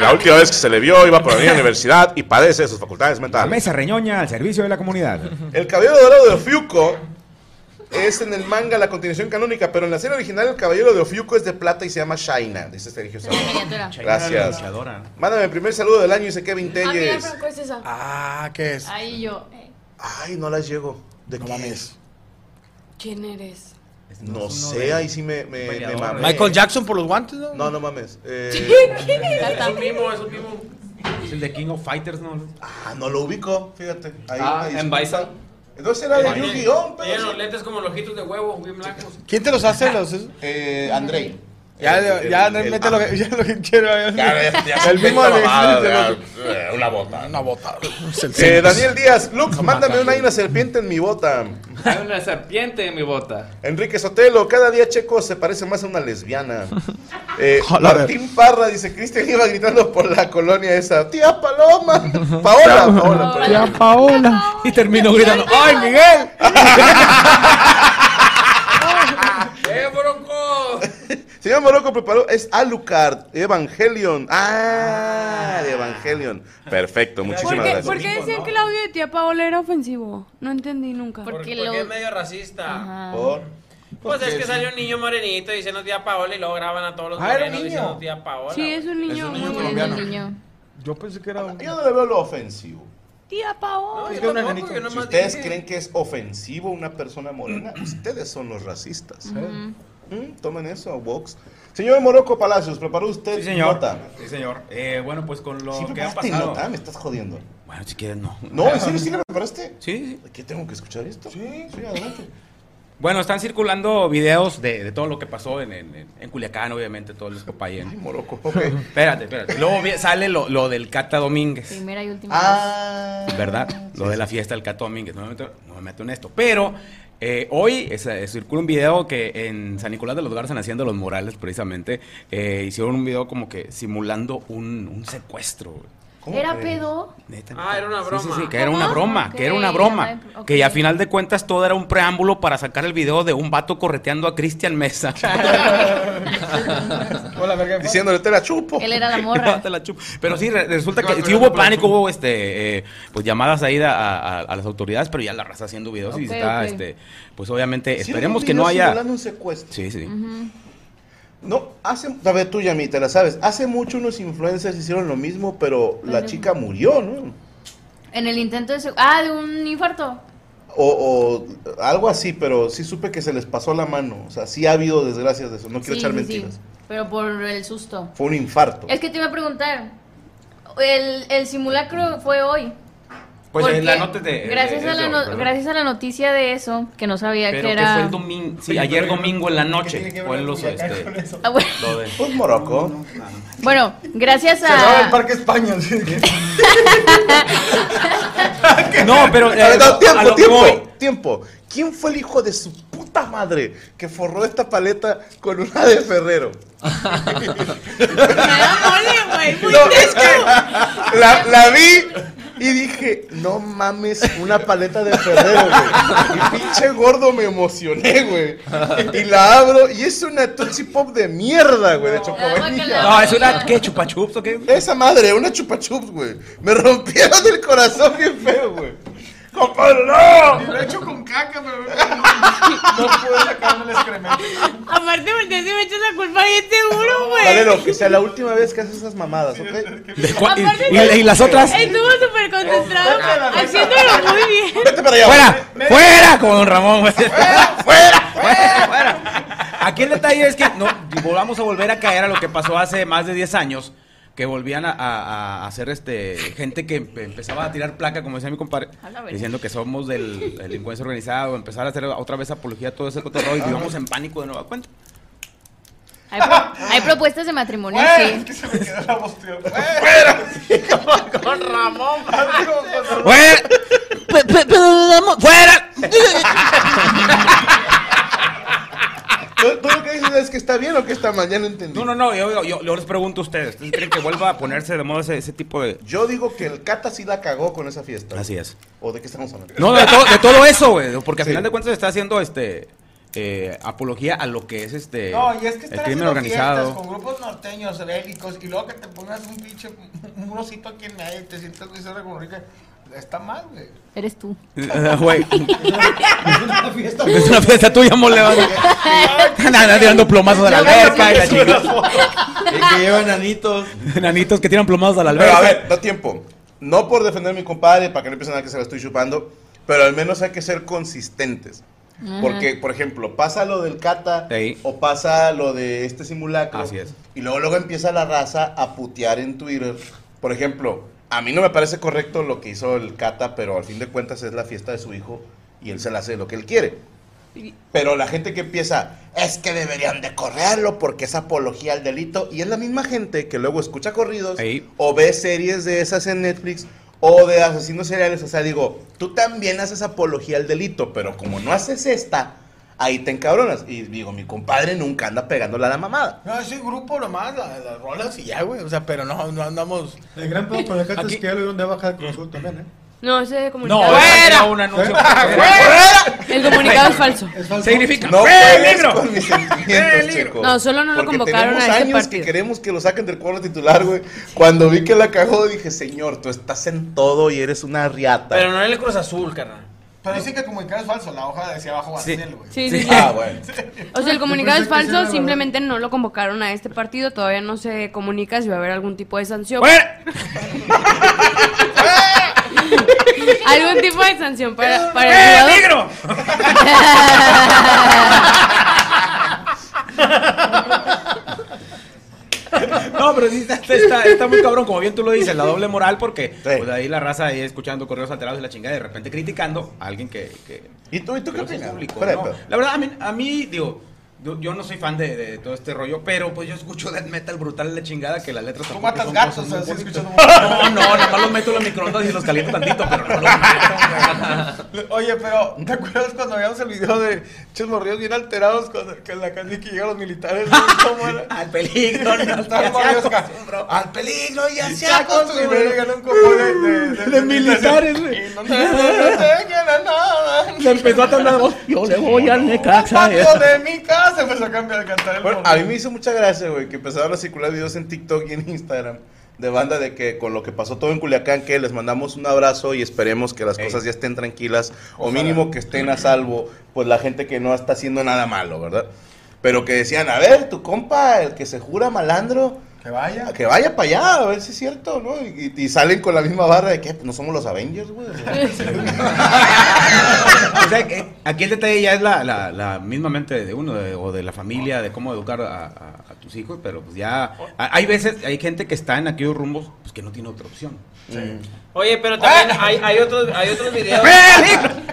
[SPEAKER 5] La última vez que se le vio iba por la misma universidad y padece de sus facultades
[SPEAKER 21] La
[SPEAKER 5] mentales.
[SPEAKER 21] mesa reñoña al servicio de la comunidad.
[SPEAKER 5] El caballero dorado de Ofiuco es en el manga la continuación canónica, pero en la serie original el caballero de Ofiuco es de plata y se llama Shaina, dice Sergio Sánchez. Gracias. Mándame el primer saludo del año, dice Kevin
[SPEAKER 8] Ah, mira,
[SPEAKER 5] Telles.
[SPEAKER 8] Franco, es esa.
[SPEAKER 5] Ah, ¿qué
[SPEAKER 8] Ahí yo. eh,
[SPEAKER 5] Ay, no las llego. ¿De qué es?
[SPEAKER 8] ¿Quién eres?
[SPEAKER 5] No
[SPEAKER 18] es uno
[SPEAKER 5] sé,
[SPEAKER 18] de-
[SPEAKER 5] ahí sí me, me, me
[SPEAKER 18] Peleador,
[SPEAKER 5] mamé.
[SPEAKER 18] ¿no? Michael Jackson por los guantes, ¿no?
[SPEAKER 5] No, no mames. Eh,
[SPEAKER 6] Es un mimo, es un mimo.
[SPEAKER 12] Es el de King of Fighters, ¿no?
[SPEAKER 5] Ah, no lo ubico, fíjate. Ahí,
[SPEAKER 12] Ah,
[SPEAKER 5] ahí
[SPEAKER 12] en
[SPEAKER 5] sí.
[SPEAKER 12] Bison.
[SPEAKER 5] Entonces era de
[SPEAKER 6] Tiene-
[SPEAKER 5] Yu-Gi-Oh!
[SPEAKER 6] Tiene los lentes como los ojitos de huevo, bien blancos.
[SPEAKER 18] ¿Quién te los hace? Los,
[SPEAKER 5] eh, Andrei.
[SPEAKER 18] Ya,
[SPEAKER 5] El-
[SPEAKER 18] ya,
[SPEAKER 5] el- el-
[SPEAKER 18] mete lo que, ya lo que quiero.
[SPEAKER 5] Ya, ya,
[SPEAKER 18] el mismo
[SPEAKER 5] ya,
[SPEAKER 18] Alexis,
[SPEAKER 5] ya,
[SPEAKER 18] ya lo-
[SPEAKER 5] ya, Una bota. Una bota.
[SPEAKER 18] Eh,
[SPEAKER 5] Daniel Díaz, Luke, mándame una, hay una serpiente en mi bota.
[SPEAKER 11] Hay una serpiente en mi bota.
[SPEAKER 5] Enrique Sotelo, cada día Checo se parece más a una lesbiana. Eh,
[SPEAKER 11] Hola, a ver.
[SPEAKER 5] Martín Parra dice, Cristian iba gritando por la colonia esa, tía Paloma, Paola, Paola. perdón.
[SPEAKER 21] Ya, Paola. Y termino gritando, ¡ay, Miguel!
[SPEAKER 6] ¡Eh, bronco!
[SPEAKER 5] Señor Morocco preparó, es Alucard, Evangelion. Ah, de Evangelion. Perfecto, muchísimas
[SPEAKER 8] ¿Por qué,
[SPEAKER 5] gracias.
[SPEAKER 8] por qué decían que el audio de tía Paola era ofensivo? No entendí nunca.
[SPEAKER 6] Porque, es medio racista.
[SPEAKER 5] Por-
[SPEAKER 6] Pues
[SPEAKER 5] Porque
[SPEAKER 6] es que
[SPEAKER 5] sí.
[SPEAKER 6] sale un niño morenito diciendo tía Paola y luego graban a todos los
[SPEAKER 18] Ah, era un
[SPEAKER 6] morenos
[SPEAKER 18] niño.
[SPEAKER 6] diciendo tía Paola.
[SPEAKER 8] Sí, es un niño
[SPEAKER 18] Es un niño
[SPEAKER 8] muy
[SPEAKER 18] colombiano.
[SPEAKER 8] bonito. niño.
[SPEAKER 18] Yo pensé que era un.
[SPEAKER 5] Yo no le veo lo ofensivo.
[SPEAKER 8] Tía Paola.
[SPEAKER 18] Es que una nenita.
[SPEAKER 5] Si ustedes creen que es ofensivo una persona morena, ustedes son los racistas. Mm, Tomen eso, Vox. Señor Morocco Palacios, ¿preparó usted
[SPEAKER 21] Sí, señor.
[SPEAKER 5] nota?
[SPEAKER 21] Sí, señor. Eh, bueno, pues con lo
[SPEAKER 5] ¿Sí
[SPEAKER 21] que ha
[SPEAKER 5] preparaste
[SPEAKER 21] pasado.
[SPEAKER 5] nota? Me estás jodiendo.
[SPEAKER 21] Bueno, si quieres, no.
[SPEAKER 5] No, ¿en serio sí la preparaste?
[SPEAKER 21] Sí,
[SPEAKER 5] ¿Qué tengo que escuchar esto? Sí, sí, adelante.
[SPEAKER 4] Bueno, están circulando videos de, de todo lo que pasó en, en- en- en Culiacán, obviamente, todo el escopayén. Ay,
[SPEAKER 5] moroco.
[SPEAKER 4] Espérate, espérate. Luego vi- sale lo, lo del Cata Domínguez,
[SPEAKER 10] Primera y última
[SPEAKER 5] Ah.
[SPEAKER 4] ¿verdad? Lo de la fiesta del Cata Domínguez. No me meto, no me meto en esto. Pero eh, hoy es- eh, circula un video que en San Nicolás de los Garzas, haciendo los Morales, precisamente, eh, hicieron un video como que simulando un, un secuestro. güey.
[SPEAKER 10] vez. ¿Era pedo?
[SPEAKER 4] Neta,
[SPEAKER 6] Ah, era una
[SPEAKER 4] Sí,
[SPEAKER 6] broma.
[SPEAKER 4] Sí, sí, que era una broma, que era una
[SPEAKER 10] Ok,
[SPEAKER 4] broma.
[SPEAKER 10] ya, ok.
[SPEAKER 4] Que ya a final de cuentas todo era un preámbulo para sacar el video de un vato correteando a Cristian Mesa.
[SPEAKER 5] Diciéndole, te la chupo.
[SPEAKER 10] Él era la morra.
[SPEAKER 4] Te la chupo. Pero sí, re- resulta que sí hubo pánico, hubo este, eh, pues llamadas ahí a, a- a las autoridades, pero ya la raza haciendo videos y
[SPEAKER 5] Ok,
[SPEAKER 4] está,
[SPEAKER 5] ok.
[SPEAKER 4] este, pues obviamente,
[SPEAKER 5] Hicieron
[SPEAKER 4] esperemos
[SPEAKER 5] un
[SPEAKER 4] que no
[SPEAKER 5] video
[SPEAKER 4] haya...
[SPEAKER 5] simulando un secuestro.
[SPEAKER 4] Sí, sí.
[SPEAKER 5] No, hace, a ver tú, Yamita, la sabes, hace mucho unos influencers hicieron lo mismo, pero la
[SPEAKER 10] Pero-
[SPEAKER 5] chica murió, ¿no?
[SPEAKER 10] En el intento de... sec- Ah, de un infarto.
[SPEAKER 5] O, o algo así, pero sí supe que se les pasó la mano. O sea, sí ha habido desgracias de eso, no quiero
[SPEAKER 10] Sí,
[SPEAKER 5] echar
[SPEAKER 10] sí, sí.
[SPEAKER 5] mentiras.
[SPEAKER 10] Pero por el susto.
[SPEAKER 5] Fue un infarto.
[SPEAKER 10] Es que te iba a preguntar. El, el simulacro fue hoy.
[SPEAKER 4] Pues
[SPEAKER 10] Porque
[SPEAKER 4] en la nota
[SPEAKER 18] Eh,
[SPEAKER 4] de...
[SPEAKER 10] Gracias,
[SPEAKER 4] de-
[SPEAKER 10] a la
[SPEAKER 4] de-
[SPEAKER 10] no-
[SPEAKER 4] perdón.
[SPEAKER 10] gracias a la noticia de eso, que no sabía
[SPEAKER 4] Pero
[SPEAKER 10] que
[SPEAKER 4] que
[SPEAKER 10] era.
[SPEAKER 4] fue el domingo, sí, ayer domingo en la noche, fue en los, este,
[SPEAKER 10] Ah, bueno.
[SPEAKER 4] lo de...
[SPEAKER 5] Pues moroco.
[SPEAKER 10] Bueno, gracias
[SPEAKER 18] Cerraba el
[SPEAKER 10] a.
[SPEAKER 18] Parque España. así de que-
[SPEAKER 4] No, pero. eh,
[SPEAKER 5] A ver, no,
[SPEAKER 4] a
[SPEAKER 5] tiempo,
[SPEAKER 4] lo que
[SPEAKER 5] tiempo, tiempo. ¿Quién fue el hijo de su puta madre que forró esta paleta con una de Ferrero? No, es que la, la vi y dije, no mames, una paleta de Ferrero, güey. Y pinche gordo me emocioné, güey. Y la abro y es una Tootsie Pop de mierda, güey, de chocobanilla.
[SPEAKER 4] No, es una. ¿Qué? ¿Chupachups o qué?
[SPEAKER 5] Esa madre, una chupachups, güey. Me rompieron el corazón bien feo, güey. Compadre,
[SPEAKER 18] Y
[SPEAKER 5] no.
[SPEAKER 18] lo he hecho con caca, pero no pude sacarme el excremento.
[SPEAKER 22] Aparte, porque si me echas la culpa bien seguro, güey.
[SPEAKER 5] Valero, que sea la última vez que haces esas mamadas, ¿ok?
[SPEAKER 22] Aparte, Estuvo súper
[SPEAKER 8] Ah,
[SPEAKER 22] concentrado haciéndolo muy bien.
[SPEAKER 5] Vete para allá.
[SPEAKER 4] ¡Fuera! ¡Fuera con Don Ramón! güey! Aquí el detalle es que no, volvamos a volver a caer a lo que pasó hace más de 10 años, que volvían a, a- a hacer este gente que empe- empezaba a tirar placa, como decía mi compadre, diciendo que somos del delincuencia organizado, empezar a hacer otra vez apología a todo ese cotorreo y vivíamos en pánico de nueva cuenta.
[SPEAKER 10] Hay, pro- hay propuestas de matrimonio, sí.
[SPEAKER 18] que se me quedó la hostia.
[SPEAKER 6] Con Ramón.
[SPEAKER 4] ¡Fuera!
[SPEAKER 19] ¡Fuera!
[SPEAKER 5] ¿Tú, tú lo que dices es que está bien o que está mal, ya no entendí.
[SPEAKER 4] No, no, no, yo, yo- yo- yo les pregunto a ustedes, ¿ustedes creen que vuelva a ponerse de moda ese, ese tipo de...?
[SPEAKER 5] Yo digo que el Cata sí la cagó con esa fiesta.
[SPEAKER 4] Así es.
[SPEAKER 5] ¿O de qué estamos hablando?
[SPEAKER 4] No, de, to- de todo eso, güey, porque al
[SPEAKER 5] Sí.
[SPEAKER 4] final de cuentas se está haciendo este eh, apología a lo que es este
[SPEAKER 18] No, y es que
[SPEAKER 4] el
[SPEAKER 18] están
[SPEAKER 4] crimen
[SPEAKER 18] haciendo fiestas
[SPEAKER 4] organizado.
[SPEAKER 18] con grupos norteños, bélicos, y luego que te pongas un pinche, un osito aquí en medio y te sientas muy cerca con rica. Está mal, güey.
[SPEAKER 10] Eres tú.
[SPEAKER 4] Eh, Güey,
[SPEAKER 18] Es una fiesta.
[SPEAKER 4] es una fiesta tuya, mole. Nada, tirando plomazos a la alberca y la chingada.
[SPEAKER 5] que llevan nanitos.
[SPEAKER 4] Nanitos que tiran plomazos a la
[SPEAKER 5] Pero
[SPEAKER 4] alberca.
[SPEAKER 5] a ver, da tiempo. No por defender a mi compadre, para que no empiecen a que se la estoy chupando, pero al menos hay que ser consistentes. Porque, por ejemplo, pasa lo del Cata o pasa lo de este simulacro.
[SPEAKER 4] Así es.
[SPEAKER 5] Y luego, luego empieza la raza a putear en Twitter. Por ejemplo, a mí no me parece correcto lo que hizo el Cata, pero al fin de cuentas es la fiesta de su hijo y él se la hace lo que él quiere. Pero la gente que empieza, es que deberían de correrlo porque es apología al delito. Y es la misma gente que luego escucha corridos o ve series de esas en Netflix o de asesinos seriales. O sea, digo, tú también haces apología al delito, pero como no haces esta, ahí te encabronas. Y digo, mi compadre nunca anda pegándole a la mamada.
[SPEAKER 18] No, ese grupo nomás, la- las rolas y ya, güey. O sea, pero no, no andamos.
[SPEAKER 7] El gran pedo con el Cata es que ya lo dieron de baja de Cruz Azul también, ¿eh?
[SPEAKER 8] No, ese
[SPEAKER 7] No,
[SPEAKER 8] comunicado.
[SPEAKER 7] era
[SPEAKER 4] un
[SPEAKER 7] anuncio.
[SPEAKER 8] El comunicado es falso.
[SPEAKER 4] Significa
[SPEAKER 5] No
[SPEAKER 8] peligro.
[SPEAKER 5] peligro. con mis sentimientos, chicos.
[SPEAKER 8] No, solo no lo
[SPEAKER 5] Porque
[SPEAKER 8] convocaron
[SPEAKER 5] tenemos
[SPEAKER 8] a este
[SPEAKER 5] años que queremos que lo saquen del cuadro titular, güey. Cuando vi que la cagó, dije, señor, tú estás en todo y eres una riata.
[SPEAKER 6] Pero no era el Cruz Azul, carnal.
[SPEAKER 18] Pero dicen que el comunicado es falso, la hoja decía abajo
[SPEAKER 6] Sí.
[SPEAKER 18] Bastel, güey.
[SPEAKER 8] Sí, sí, sí.
[SPEAKER 5] Ah, bueno.
[SPEAKER 8] O sea, el comunicado
[SPEAKER 18] Yo pensé que sí era
[SPEAKER 8] es falso,
[SPEAKER 18] verdad.
[SPEAKER 8] simplemente no lo convocaron a este partido, todavía no se comunica si va a haber algún tipo de sanción. algún tipo de sanción para,
[SPEAKER 18] ¡Eh,
[SPEAKER 8] para el
[SPEAKER 4] jugador. No, pero sí está, está- está muy cabrón, como bien tú lo dices, la doble moral, porque pues, ahí la raza ahí escuchando correos alterados y la chingada, y de repente criticando a alguien que. que
[SPEAKER 5] ¿Y tú,
[SPEAKER 4] qué
[SPEAKER 5] opinas?
[SPEAKER 4] Público,
[SPEAKER 5] Espera,
[SPEAKER 4] ¿no?
[SPEAKER 5] espera.
[SPEAKER 4] La verdad, a mí, a mí, digo. Yo, yo no soy fan de, de todo este rollo, pero pues yo escucho death metal brutal la chingada que las letras tampoco
[SPEAKER 18] matas
[SPEAKER 4] son
[SPEAKER 18] gatos,
[SPEAKER 4] cosas
[SPEAKER 18] o sea,
[SPEAKER 4] muy
[SPEAKER 18] sí
[SPEAKER 4] bonitas.
[SPEAKER 18] escuchas-
[SPEAKER 4] No, no, nomás los meto en los microondas y los caliento tantito, pero no los mato, güey.
[SPEAKER 18] Oye, pero ¿te acuerdas cuando veíamos el video de chos morrillos bien alterados cuando con la canción que llegan los militares? ¿Cómo era?
[SPEAKER 4] Al peligro, no,
[SPEAKER 18] Estaban
[SPEAKER 4] ya se
[SPEAKER 18] morrillos acá, Al peligro, ya se acostumbró. Y llegan un combo de, de, de, militares, güey. No te no te dejen a nada.
[SPEAKER 4] Le empezó a temblar la voz. Yo le voy al Necaxa.
[SPEAKER 18] Patio de mi casa empezó a cambiar a cantar el
[SPEAKER 5] Bueno,
[SPEAKER 18] combo.
[SPEAKER 5] a mí me hizo mucha gracia, güey, que empezaron a circular videos en TikTok y en Instagram de banda de que con lo que pasó todo en Culiacán, que les mandamos un abrazo y esperemos que las cosas ya estén tranquilas o mínimo que estén a salvo, pues la gente que no está haciendo nada malo, ¿verdad? Pero que decían, a ver, tu compa, el que se jura malandro,
[SPEAKER 18] Que vaya.
[SPEAKER 5] que vaya para allá, a ver si es cierto, ¿no? Y, y salen con la misma barra de que "Pues, no somos los Avengers, güey.
[SPEAKER 4] O sea, eh, aquí el detalle ya es la, la, la misma mente de uno de- o de la familia, de cómo educar a, a- a tus hijos, pero pues ya a- hay veces, hay gente que está en aquellos rumbos pues, que no tiene otra opción.
[SPEAKER 6] Oye, pero también hay, hay otros, hay otros videos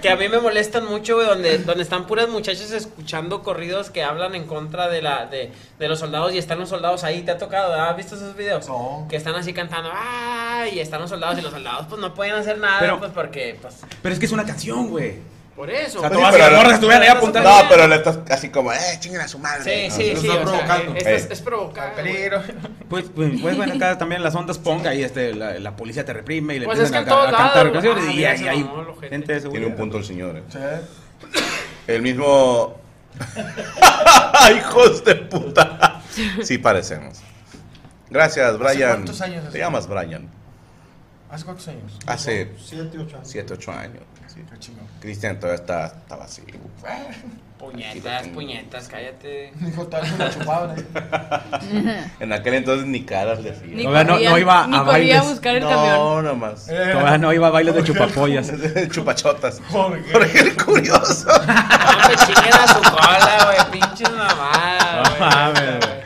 [SPEAKER 6] que a mí me molestan mucho, güey, donde, donde están puras muchachas escuchando corridos que hablan en contra de la de, de los soldados y están los soldados ahí. ¿Te ha tocado? ah, ¿Has visto esos videos? Que están así cantando, ¡ah! Y están los soldados y los soldados pues no pueden hacer nada,
[SPEAKER 4] Pero-
[SPEAKER 6] pues porque, pues,
[SPEAKER 4] Pero es que es una canción, güey.
[SPEAKER 6] por eso.
[SPEAKER 5] O sea,
[SPEAKER 6] Pues,
[SPEAKER 5] tú vas
[SPEAKER 6] sí,
[SPEAKER 5] y las
[SPEAKER 6] pero-
[SPEAKER 5] morras estuvieran ahí
[SPEAKER 6] pero
[SPEAKER 5] apuntando.
[SPEAKER 6] no
[SPEAKER 5] No,
[SPEAKER 6] se
[SPEAKER 5] pero
[SPEAKER 6] puede.
[SPEAKER 5] le estás así como, eh, chinguen a su madre.
[SPEAKER 6] Sí, sí, sí, o sea, eh, es, es, es provocar.
[SPEAKER 18] Peligro.
[SPEAKER 4] Pues, pues, pues, bueno, acá también las ondas ponga y este, la, la policía te reprime y le
[SPEAKER 6] Pues es
[SPEAKER 4] empiezan
[SPEAKER 6] que
[SPEAKER 4] a,
[SPEAKER 6] en
[SPEAKER 4] ca-
[SPEAKER 6] todos
[SPEAKER 4] a cantar
[SPEAKER 6] lados,
[SPEAKER 4] canciones
[SPEAKER 6] ah,
[SPEAKER 4] y
[SPEAKER 6] mira,
[SPEAKER 4] ahí
[SPEAKER 6] se
[SPEAKER 4] hay
[SPEAKER 6] mamó, lo gente.
[SPEAKER 4] gente de seguridad.
[SPEAKER 5] Tiene un punto el señor, eh.
[SPEAKER 18] Sí.
[SPEAKER 5] El mismo. ¡Hijos de puta! Sí, parecemos. Gracias, Brian.
[SPEAKER 18] cuántos años
[SPEAKER 5] Te
[SPEAKER 18] hace?
[SPEAKER 5] llamas Brian.
[SPEAKER 18] ¿Hace cuántos años?
[SPEAKER 5] Hace.
[SPEAKER 18] Siete, ocho años.
[SPEAKER 5] 7, 8 años.
[SPEAKER 18] Sí, qué chingón.
[SPEAKER 5] Cristian todavía está, estaba así.
[SPEAKER 6] Puñetas, puñetas, cállate.
[SPEAKER 18] Dijo tal como lo chupaban ahí.
[SPEAKER 5] en aquel entonces ni caras le hacía.
[SPEAKER 6] Ni Todavía no- corría- no iba ni a corría bailes. a buscar el
[SPEAKER 5] no,
[SPEAKER 6] camión.
[SPEAKER 5] nomás.
[SPEAKER 18] Eh. Todavía
[SPEAKER 4] no iba a bailes de chupapollas.
[SPEAKER 5] Chupachotas.
[SPEAKER 18] Jorge.
[SPEAKER 5] el curioso.
[SPEAKER 6] No me chinguen a su cola, güey, pinches mamadas.
[SPEAKER 4] No mames, güey.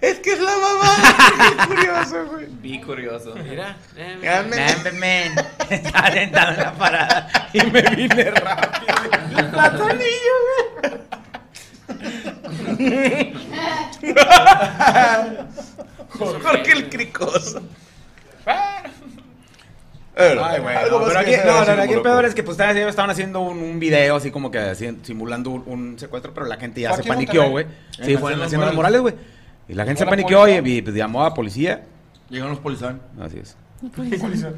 [SPEAKER 5] Es que es la mamá. curioso, güey.
[SPEAKER 11] Vi curioso.
[SPEAKER 6] Mira, eh,
[SPEAKER 11] Ya me-
[SPEAKER 4] Estaba sentado en la parada y me vine rápido.
[SPEAKER 5] Jorge, el cricoso. Ay, güey,
[SPEAKER 4] No, pero aquí, no, no, no, aquí el peor es que pues estaban haciendo- estaban haciendo un, un video así como que haciendo- simulando un, un secuestro, pero la gente ya
[SPEAKER 21] Fue
[SPEAKER 4] se
[SPEAKER 21] aquí en
[SPEAKER 4] paniqueó, güey.
[SPEAKER 21] Monterrey.
[SPEAKER 4] Sí,
[SPEAKER 21] En
[SPEAKER 4] fue
[SPEAKER 21] Hacienda
[SPEAKER 4] en la Hacienda de
[SPEAKER 21] Los
[SPEAKER 4] los Morales, güey. Y la gente se
[SPEAKER 21] Llegó la
[SPEAKER 4] paniqueó y, y, pues, llamó a policía.
[SPEAKER 20] Llegaron los policías.
[SPEAKER 4] Así es.
[SPEAKER 18] Policía.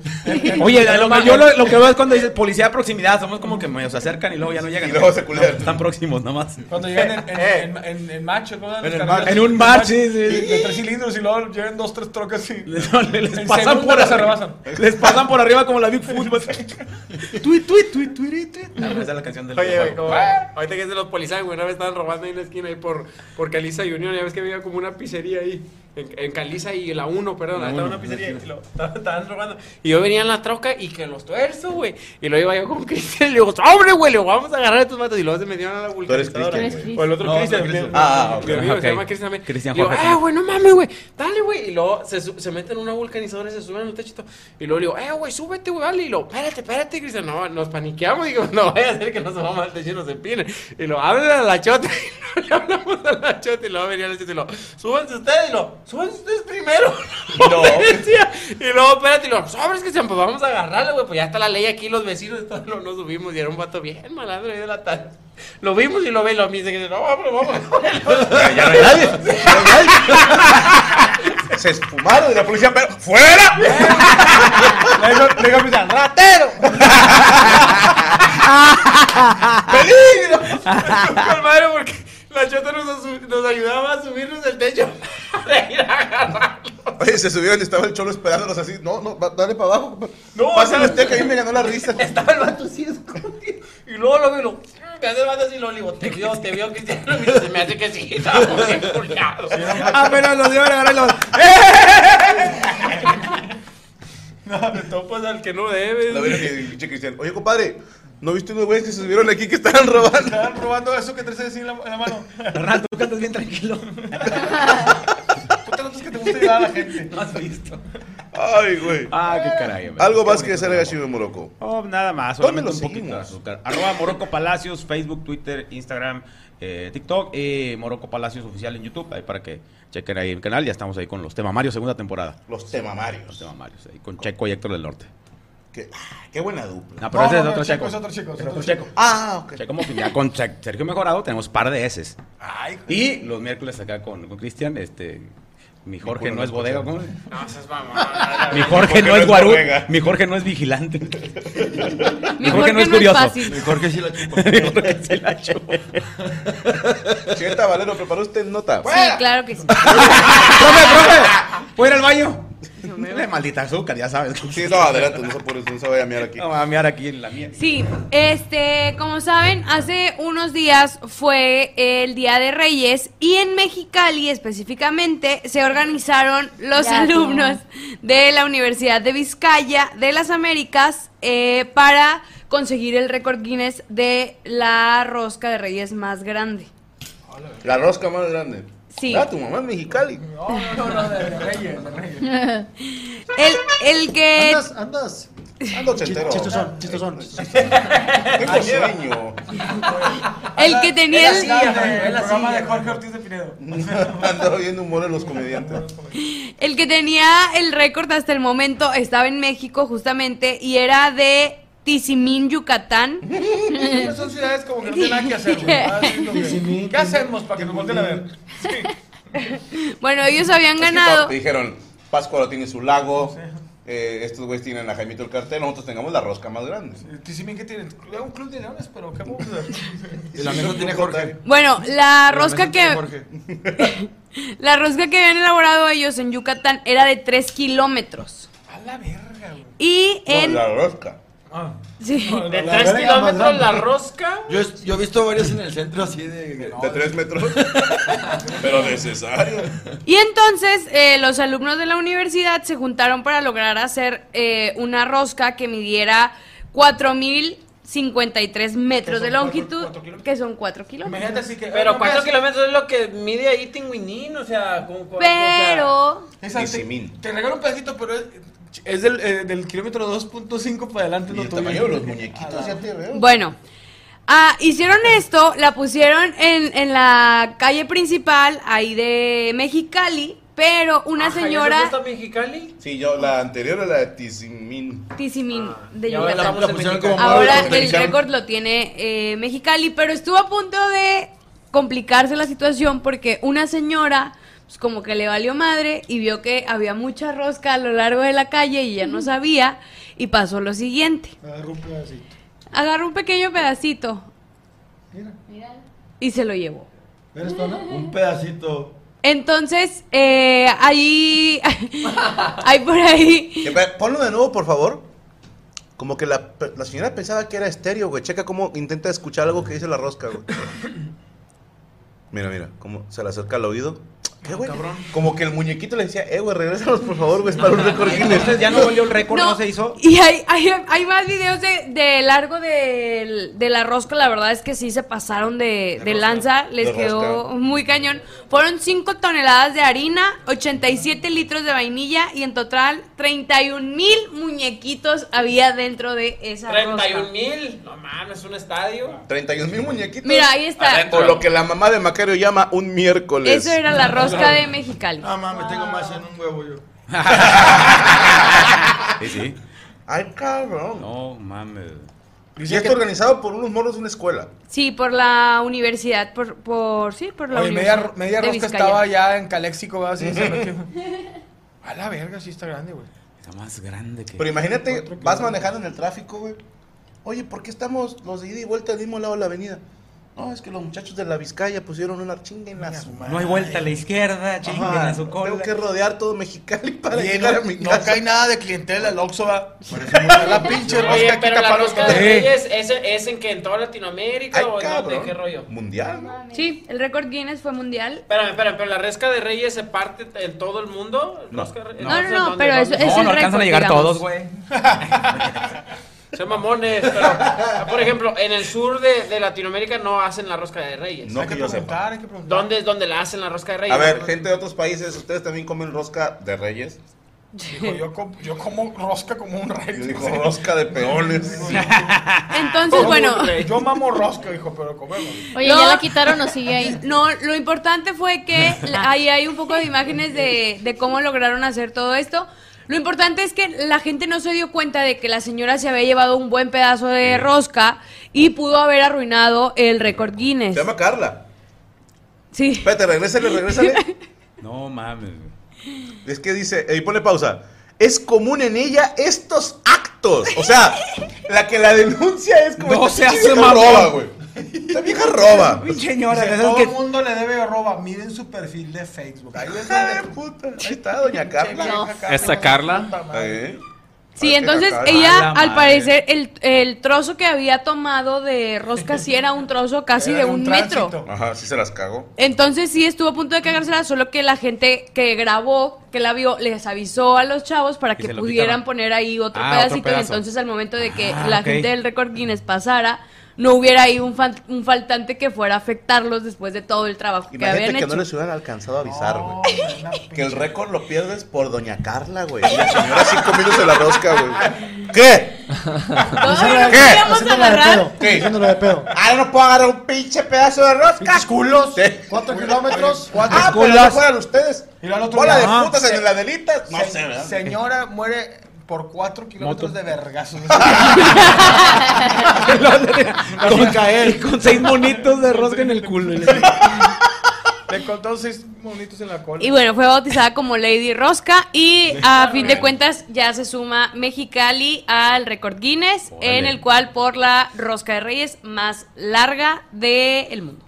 [SPEAKER 4] Oye, lo que yo lo, lo que veo es cuando dices policía de proximidad, somos como que medio se acercan y luego ya no llegan.
[SPEAKER 5] Y luego se culean.
[SPEAKER 4] No, Están próximos nomás.
[SPEAKER 18] Cuando llegan en,
[SPEAKER 5] Eh.
[SPEAKER 18] en, en, en, en macho, ¿cómo dan
[SPEAKER 4] En
[SPEAKER 18] los
[SPEAKER 4] el
[SPEAKER 18] carriles?
[SPEAKER 4] mar- en un mar, sí, sí.
[SPEAKER 18] De, de tres cilindros y luego llegan dos, tres trocas y.
[SPEAKER 4] No, le- les
[SPEAKER 18] en
[SPEAKER 4] pasan
[SPEAKER 18] segundo
[SPEAKER 4] por
[SPEAKER 18] se
[SPEAKER 4] arriba.
[SPEAKER 18] rebasan.
[SPEAKER 4] Les pasan por arriba como la Bigfoot. güey. Tuit, tuit, tuit, tuit, tuit. Ah, Esa es la canción del
[SPEAKER 6] Oye, güey, como,
[SPEAKER 4] Ah.
[SPEAKER 6] ahorita que es de los policías, güey, una vez estaban robando ahí en la esquina ahí por, por Caliza Union, ya ves que había como una pizzería ahí, en, en Caliza y la 1, perdón,
[SPEAKER 18] La
[SPEAKER 6] ahí estaba
[SPEAKER 18] uno.
[SPEAKER 6] una pizzería y lo estaban, estaban robando. Y yo venía en la troca y que los tuerzo, güey, y lo iba yo con Cristian y le digo, ¡hombre, güey, le digo, vamos a agarrar a estos matos! Y luego se metieron a la vulcanizadora.
[SPEAKER 5] Cristian, güey.
[SPEAKER 6] O el otro
[SPEAKER 5] No,
[SPEAKER 6] Cristian.
[SPEAKER 5] soy
[SPEAKER 6] mi- mi-
[SPEAKER 5] Cristian. Ah,
[SPEAKER 6] mi
[SPEAKER 5] ok.
[SPEAKER 6] amigo que se
[SPEAKER 5] Ok.
[SPEAKER 6] llama Cristian también.
[SPEAKER 4] Cristian
[SPEAKER 6] Y le digo,
[SPEAKER 4] Jorge.
[SPEAKER 6] ¡ah, güey, no mames, güey! ¡Dale, güey! Y luego se, su- se meten en una vulcanizadora y se suben al techito. Y luego le digo, ¡eh, güey, súbete, güey, dale! Y lo, espérate, espérate, Cristian. No, nos paniqueamos. Digo, no vaya a ser que nos subamos al techo y nos empinen. Y lo, háblenle a la chota. Y luego le hablamos a la chota. Y luego venía la chota y lo, súbanse ustedes. Y lo, súbanse ustedes primero. No. Decía. y luego, espérate, y lo, sobres, Cristian, pues vamos a agarrarle, güey. Pues ya está la ley aquí, los vecinos, y todo, lo, nos subimos. Y era un vato bien malandro ahí de la tarde. Lo vimos y lo ve y lo dice que no, vamos, vamos.
[SPEAKER 5] Ya no hay nadie. ya no hay nadie. Se espumaron de la policía, pero ¡fuera!
[SPEAKER 18] Le digo a Cristian, ¡ratero!
[SPEAKER 5] ¡Peligro!
[SPEAKER 6] Con madre, porque la chota nos, asu- nos ayudaba a subirnos del techo.
[SPEAKER 5] Oye, se subieron y estaba el cholo esperándolos así. No, no, va- dale para abajo.
[SPEAKER 6] No,
[SPEAKER 5] No, Pásenle
[SPEAKER 6] o sea,
[SPEAKER 5] usted que a mí me ganó la risa.
[SPEAKER 6] Estaba el vato así escondido. Y luego lo veo y lo. Me hace el vato así lo le digo, te vio, te vio, Cristiano. Y se me hace que sí, estábamos bien culiados.
[SPEAKER 4] Apenas Ah, los iban a agarrar y los. ¡eh!
[SPEAKER 6] No, me topas al que no debe.
[SPEAKER 5] La verdad que pinche Cristian. Oye, compadre, ¿no viste unos güeyes que se subieron aquí que estaban robando?
[SPEAKER 18] Estaban robando eso que traes así en la, en la mano.
[SPEAKER 4] Carnal, tú cantas bien tranquilo.
[SPEAKER 18] Puta, no, tú es que que te gusta ayudar a la gente.
[SPEAKER 4] No has visto.
[SPEAKER 5] Ay, güey.
[SPEAKER 4] Ah, qué caray. hombre.
[SPEAKER 5] Algo
[SPEAKER 4] Qué
[SPEAKER 5] más
[SPEAKER 4] bonito
[SPEAKER 5] que hacer Gashi de Morocco.
[SPEAKER 4] Oh, nada más,
[SPEAKER 5] ¿Dónde
[SPEAKER 4] solamente un
[SPEAKER 5] lo
[SPEAKER 4] poquito de
[SPEAKER 5] seguimos?
[SPEAKER 4] azúcar. Arroba Morocco Palacios, Facebook, Twitter, Instagram, eh, TikTok y Morocco Palacios oficial en YouTube, ahí para que chequen ahí el canal. Ya estamos ahí con los Temamarios, segunda temporada.
[SPEAKER 5] Los Temamarios.
[SPEAKER 4] Los Temamarios, ahí con Checo y Héctor del Norte.
[SPEAKER 5] Qué, ah, qué buena dupla.
[SPEAKER 4] No, pero ese es otro Checo.
[SPEAKER 18] Es otro chico, es
[SPEAKER 4] Es
[SPEAKER 18] otro
[SPEAKER 4] otro
[SPEAKER 18] chico.
[SPEAKER 5] Ah, ok.
[SPEAKER 4] Checo Mofín, ya con Che- Sergio Mejorado tenemos par de S. Y los miércoles acá con con Cristian, este... Mi Jorge no es bodega, ¿cómo?
[SPEAKER 6] No, seas mamá.
[SPEAKER 4] Mi Jorge no es guarú. Mi Jorge no es vigilante. Mi Jorge no es curioso.
[SPEAKER 5] Mi Jorge sí la chupa.
[SPEAKER 4] Mi Jorge sí la chupa.
[SPEAKER 5] Señorita Valero, ¿preparó usted nota?
[SPEAKER 8] Sí, claro que sí.
[SPEAKER 4] ¡Profe, profe! ¿Puedo ir al baño? Le maldita azúcar, ya sabes.
[SPEAKER 5] Sí, no, adelante, no se, apure, no se vaya a miar aquí.
[SPEAKER 4] No, va a miar aquí en la mía.
[SPEAKER 8] Sí, este, como saben, hace unos días fue el Día de Reyes y en Mexicali específicamente se organizaron los
[SPEAKER 10] Ya,
[SPEAKER 8] alumnos de la Universidad de Vizcaya de las Américas eh, para conseguir el récord Guinness de la rosca de Reyes más grande.
[SPEAKER 5] La rosca más grande.
[SPEAKER 8] Sí.
[SPEAKER 5] Ah, tu mamá es mexicali.
[SPEAKER 18] No, no, de de Reyes, de Reyes.
[SPEAKER 8] el, el que...
[SPEAKER 7] Andas, andas.
[SPEAKER 5] Ando ochentero.
[SPEAKER 7] Chistosón, chistosón.
[SPEAKER 5] pues, Tengo sueño.
[SPEAKER 8] El que tenía
[SPEAKER 18] Él
[SPEAKER 8] el...
[SPEAKER 18] hacía, güey, El programa de Jorge Ortiz de Pinedo.
[SPEAKER 5] Andaba viendo humor en los comediantes.
[SPEAKER 8] El que tenía el récord hasta el momento estaba en México justamente y era de Tizimín, Yucatán.
[SPEAKER 18] Esas Son ciudades como que no tienen nada que hacer. güey. Ah, sí, como que, ¿Qué hacemos para que nos volteen a ver?
[SPEAKER 8] bueno, ellos habían
[SPEAKER 5] Es que
[SPEAKER 8] ganado.
[SPEAKER 5] pa- dijeron, Pascuaro tiene su lago, eh, estos güeyes tienen a Jaimito el cartel, nosotros tengamos la rosca más grande.
[SPEAKER 18] Tizimín, ¿qué tienen? Era un club de leones, pero ¿qué vamos a hacer?
[SPEAKER 5] Y la mesa tiene Jorge.
[SPEAKER 8] Bueno, la
[SPEAKER 5] Pero
[SPEAKER 8] rosca
[SPEAKER 5] me
[SPEAKER 8] que la rosca que habían elaborado ellos en Yucatán era de 3 kilómetros.
[SPEAKER 18] A la verga, güey.
[SPEAKER 8] Y en
[SPEAKER 5] la rosca.
[SPEAKER 8] sí.
[SPEAKER 6] De tres kilómetros la rosca.
[SPEAKER 20] Yo, he- yo he visto varios en el centro así de. De
[SPEAKER 5] tres metros. Pero necesario.
[SPEAKER 8] Y entonces eh, los alumnos de la universidad se juntaron para lograr hacer eh, una rosca que midiera 4.053 metros de longitud, que son 4 kilómetros.
[SPEAKER 18] Imagínate así que.
[SPEAKER 6] Pero
[SPEAKER 18] no,
[SPEAKER 6] cuatro
[SPEAKER 18] veas.
[SPEAKER 6] kilómetros es lo que mide ahí Tinguinín, o sea, como como- o sea,
[SPEAKER 8] Pero...
[SPEAKER 18] Esa te, te regalo un pedacito, pero es, es del, eh, del kilómetro 2.5 para adelante. no
[SPEAKER 5] el tamaño de los muñequitos ya te veo.
[SPEAKER 8] Bueno, ah, hicieron esto, la pusieron en, en la calle principal, ahí de Mexicali, pero una
[SPEAKER 6] Ajá, ¿y
[SPEAKER 8] señora...
[SPEAKER 6] eso no está en Mexicali?
[SPEAKER 5] Sí, yo, la anterior era la de Tizimín.
[SPEAKER 8] Tizimín de
[SPEAKER 5] Ah, Ya ahora la-
[SPEAKER 8] Yucatán.
[SPEAKER 5] la pusieron como
[SPEAKER 8] Ahora
[SPEAKER 5] modelo
[SPEAKER 8] el
[SPEAKER 5] mexicano.
[SPEAKER 8] récord lo tiene eh, Mexicali, pero estuvo a punto de complicarse la situación porque una señora pues, como que le valió madre y vio que había mucha rosca a lo largo de la calle y ya no sabía y pasó lo siguiente.
[SPEAKER 7] Agarro un pedacito.
[SPEAKER 8] Agarró un pequeño pedacito y se lo llevó.
[SPEAKER 7] ¿Eres tú, no?
[SPEAKER 20] Un pedacito.
[SPEAKER 8] Entonces, eh, ahí, ahí por ahí,
[SPEAKER 5] Que ve- Ponlo de nuevo, por favor. Como que la, pe- la señora pensaba que era estéreo, güey. Checa cómo intenta escuchar algo que dice la rosca, güey. Mira, mira, cómo se le acerca al oído. ¿Qué, güey? Como que el muñequito le decía, eh, güey, regrésanos, por favor, güey, es para un récord Guinness.
[SPEAKER 4] Entonces ya no volvió el récord, no, se hizo.
[SPEAKER 8] y hay, hay, hay más videos de, de largo del- de la rosca, la verdad es que sí se pasaron de, de lanza, les
[SPEAKER 22] De
[SPEAKER 8] quedó
[SPEAKER 22] rosca.
[SPEAKER 8] muy cañón. Fueron 5 toneladas de harina, 87 litros de vainilla y en total 31 mil muñequitos había dentro de esa rosca.
[SPEAKER 6] 31 mil. No mames, un estadio.
[SPEAKER 5] 31 mil muñequitos.
[SPEAKER 8] Mira, ahí está.
[SPEAKER 5] O lo que la mamá de Macario llama un miércoles.
[SPEAKER 8] Eso era la rosca de Mexicali.
[SPEAKER 20] Ah, mames, tengo más en un huevo yo.
[SPEAKER 4] Sí, sí.
[SPEAKER 5] Ay, cabrón.
[SPEAKER 4] No mames.
[SPEAKER 5] Y esto organizado por unos morros de una escuela.
[SPEAKER 8] Sí, por la universidad, por, por sí, por la
[SPEAKER 18] Oye, media,
[SPEAKER 8] universidad.
[SPEAKER 18] media
[SPEAKER 8] de
[SPEAKER 18] rosca
[SPEAKER 8] Vizcaya.
[SPEAKER 18] estaba ya en Caléxico, ¿verdad? Así, se metió. A la verga, sí está grande, güey.
[SPEAKER 4] Está más grande que.
[SPEAKER 5] Pero imagínate, vas manejando en el tráfico, güey. Oye, ¿por qué estamos los de ida y vuelta al mismo lado de la avenida? No, es que los muchachos de la Vizcaya pusieron una chinga en la su madre.
[SPEAKER 4] No hay vuelta a la izquierda, chinguen
[SPEAKER 5] Ajá,
[SPEAKER 4] a su cola.
[SPEAKER 5] Tengo que rodear todo Mexicali para
[SPEAKER 18] Y
[SPEAKER 5] llegar
[SPEAKER 18] no-
[SPEAKER 5] a mi
[SPEAKER 18] no
[SPEAKER 5] casa.
[SPEAKER 18] cae nada de clientela, el Oxxo va. La pinche
[SPEAKER 6] Oye,
[SPEAKER 18] rosca aquí
[SPEAKER 6] pero la
[SPEAKER 18] taparon
[SPEAKER 6] rosca
[SPEAKER 18] con-
[SPEAKER 6] de Reyes es, es en que en toda Latinoamérica
[SPEAKER 18] Ay,
[SPEAKER 6] o en dónde,
[SPEAKER 18] cabrón.
[SPEAKER 6] qué rollo.
[SPEAKER 5] Mundial.
[SPEAKER 8] Sí, el récord Guinness fue mundial.
[SPEAKER 6] Espérame, espérame, pero la rosca de Reyes se parte en todo el mundo.
[SPEAKER 4] No.
[SPEAKER 6] Rosca de-
[SPEAKER 8] No, no, no,
[SPEAKER 6] ¿dónde,
[SPEAKER 8] pero
[SPEAKER 6] dónde?
[SPEAKER 8] eso- es No, el no alcanzan a récord, llegar digamos. todos,
[SPEAKER 4] güey.
[SPEAKER 6] Son mamones, pero por ejemplo, en el sur de, de Latinoamérica no hacen la rosca de reyes.
[SPEAKER 5] No que yo sepa.
[SPEAKER 6] ¿Dónde es donde la hacen la rosca de reyes?
[SPEAKER 5] A ver, gente de otros países, ¿ustedes también comen rosca de reyes?
[SPEAKER 18] Dijo, yo, com- yo como rosca como un rey.
[SPEAKER 5] Yo digo, rosca de peones.
[SPEAKER 8] Entonces, bueno.
[SPEAKER 18] Yo mamo rosca, dijo, pero comemos.
[SPEAKER 10] Oye, ya la quitaron o sigue ahí.
[SPEAKER 8] No, lo importante fue que la- ahí hay un poco de imágenes de, de cómo lograron hacer todo esto. Lo importante es que la gente no se dio cuenta de que la señora se había llevado un buen pedazo de rosca y pudo haber arruinado el récord Guinness.
[SPEAKER 5] Se llama Carla.
[SPEAKER 8] Sí.
[SPEAKER 5] Espérate, regrésale, regrésale. no mames. Es que dice, y ponle pausa. Es común en ella estos actos. O sea, la que la denuncia es como.
[SPEAKER 4] No
[SPEAKER 5] esta
[SPEAKER 4] se hace
[SPEAKER 5] vieja
[SPEAKER 4] mamón.
[SPEAKER 5] roba, güey. Esta vieja roba.
[SPEAKER 18] Señora,
[SPEAKER 5] Dice,
[SPEAKER 18] todo
[SPEAKER 5] "Todo
[SPEAKER 18] el mundo le debe roba. Miren su perfil de Facebook. Ahí es donde puta. Ahí
[SPEAKER 5] está doña Carla.
[SPEAKER 11] ¿Esa Carla?
[SPEAKER 5] ¿Eh?
[SPEAKER 8] Sí, entonces
[SPEAKER 11] acaba. A la
[SPEAKER 8] ella, al
[SPEAKER 11] madre.
[SPEAKER 8] parecer, el, el trozo que había tomado de rosca sí era un trozo casi de un metro.
[SPEAKER 5] Ajá, sí se las cago.
[SPEAKER 8] Entonces sí estuvo a punto de cagársela, solo que la gente que grabó, que la vio, les avisó a los chavos para
[SPEAKER 5] se
[SPEAKER 8] que
[SPEAKER 5] lo
[SPEAKER 8] pudieran
[SPEAKER 5] quitaron.
[SPEAKER 8] poner ahí otro
[SPEAKER 5] Ah, otro
[SPEAKER 8] pedacito. y
[SPEAKER 5] pedazo.
[SPEAKER 8] entonces al momento de que
[SPEAKER 5] Ah,
[SPEAKER 8] la
[SPEAKER 5] ok.
[SPEAKER 8] gente del récord Guinness pasara, no hubiera ahí un, fan- un faltante que fuera a afectarlos después de todo el trabajo que
[SPEAKER 5] Imagínate
[SPEAKER 8] habían
[SPEAKER 5] que
[SPEAKER 8] hecho.
[SPEAKER 5] no les hubieran alcanzado a avisar, güey. que el récord lo pierdes por doña Carla, güey. Y la señora cinco minutos de la rosca, güey. ¿Qué?
[SPEAKER 7] Haciéndola de pedo. Haciéndola de pedo.
[SPEAKER 5] Ah, no puedo agarrar un pinche pedazo de rosca. Pinches
[SPEAKER 7] culos. ¿Cuántos kilómetros?
[SPEAKER 5] ¿Cuántos ah, pero no
[SPEAKER 7] culos?
[SPEAKER 5] fueran ustedes.
[SPEAKER 18] Y lo al otro
[SPEAKER 5] Bola
[SPEAKER 18] día,
[SPEAKER 5] de
[SPEAKER 18] ah,
[SPEAKER 5] putas
[SPEAKER 18] se-
[SPEAKER 5] en las delitas. No
[SPEAKER 18] Se-
[SPEAKER 5] sé, ¿verdad?
[SPEAKER 18] Señora muere por 4 kilómetros de vergazos.
[SPEAKER 12] Con, y con seis monitos de rosca en el culo.
[SPEAKER 18] Le contó seis monitos en la cola.
[SPEAKER 8] Y bueno, fue bautizada como Lady Rosca y a fin de cuentas ya se suma Mexicali al récord Guinness, en el cual por la rosca de reyes más larga del mundo.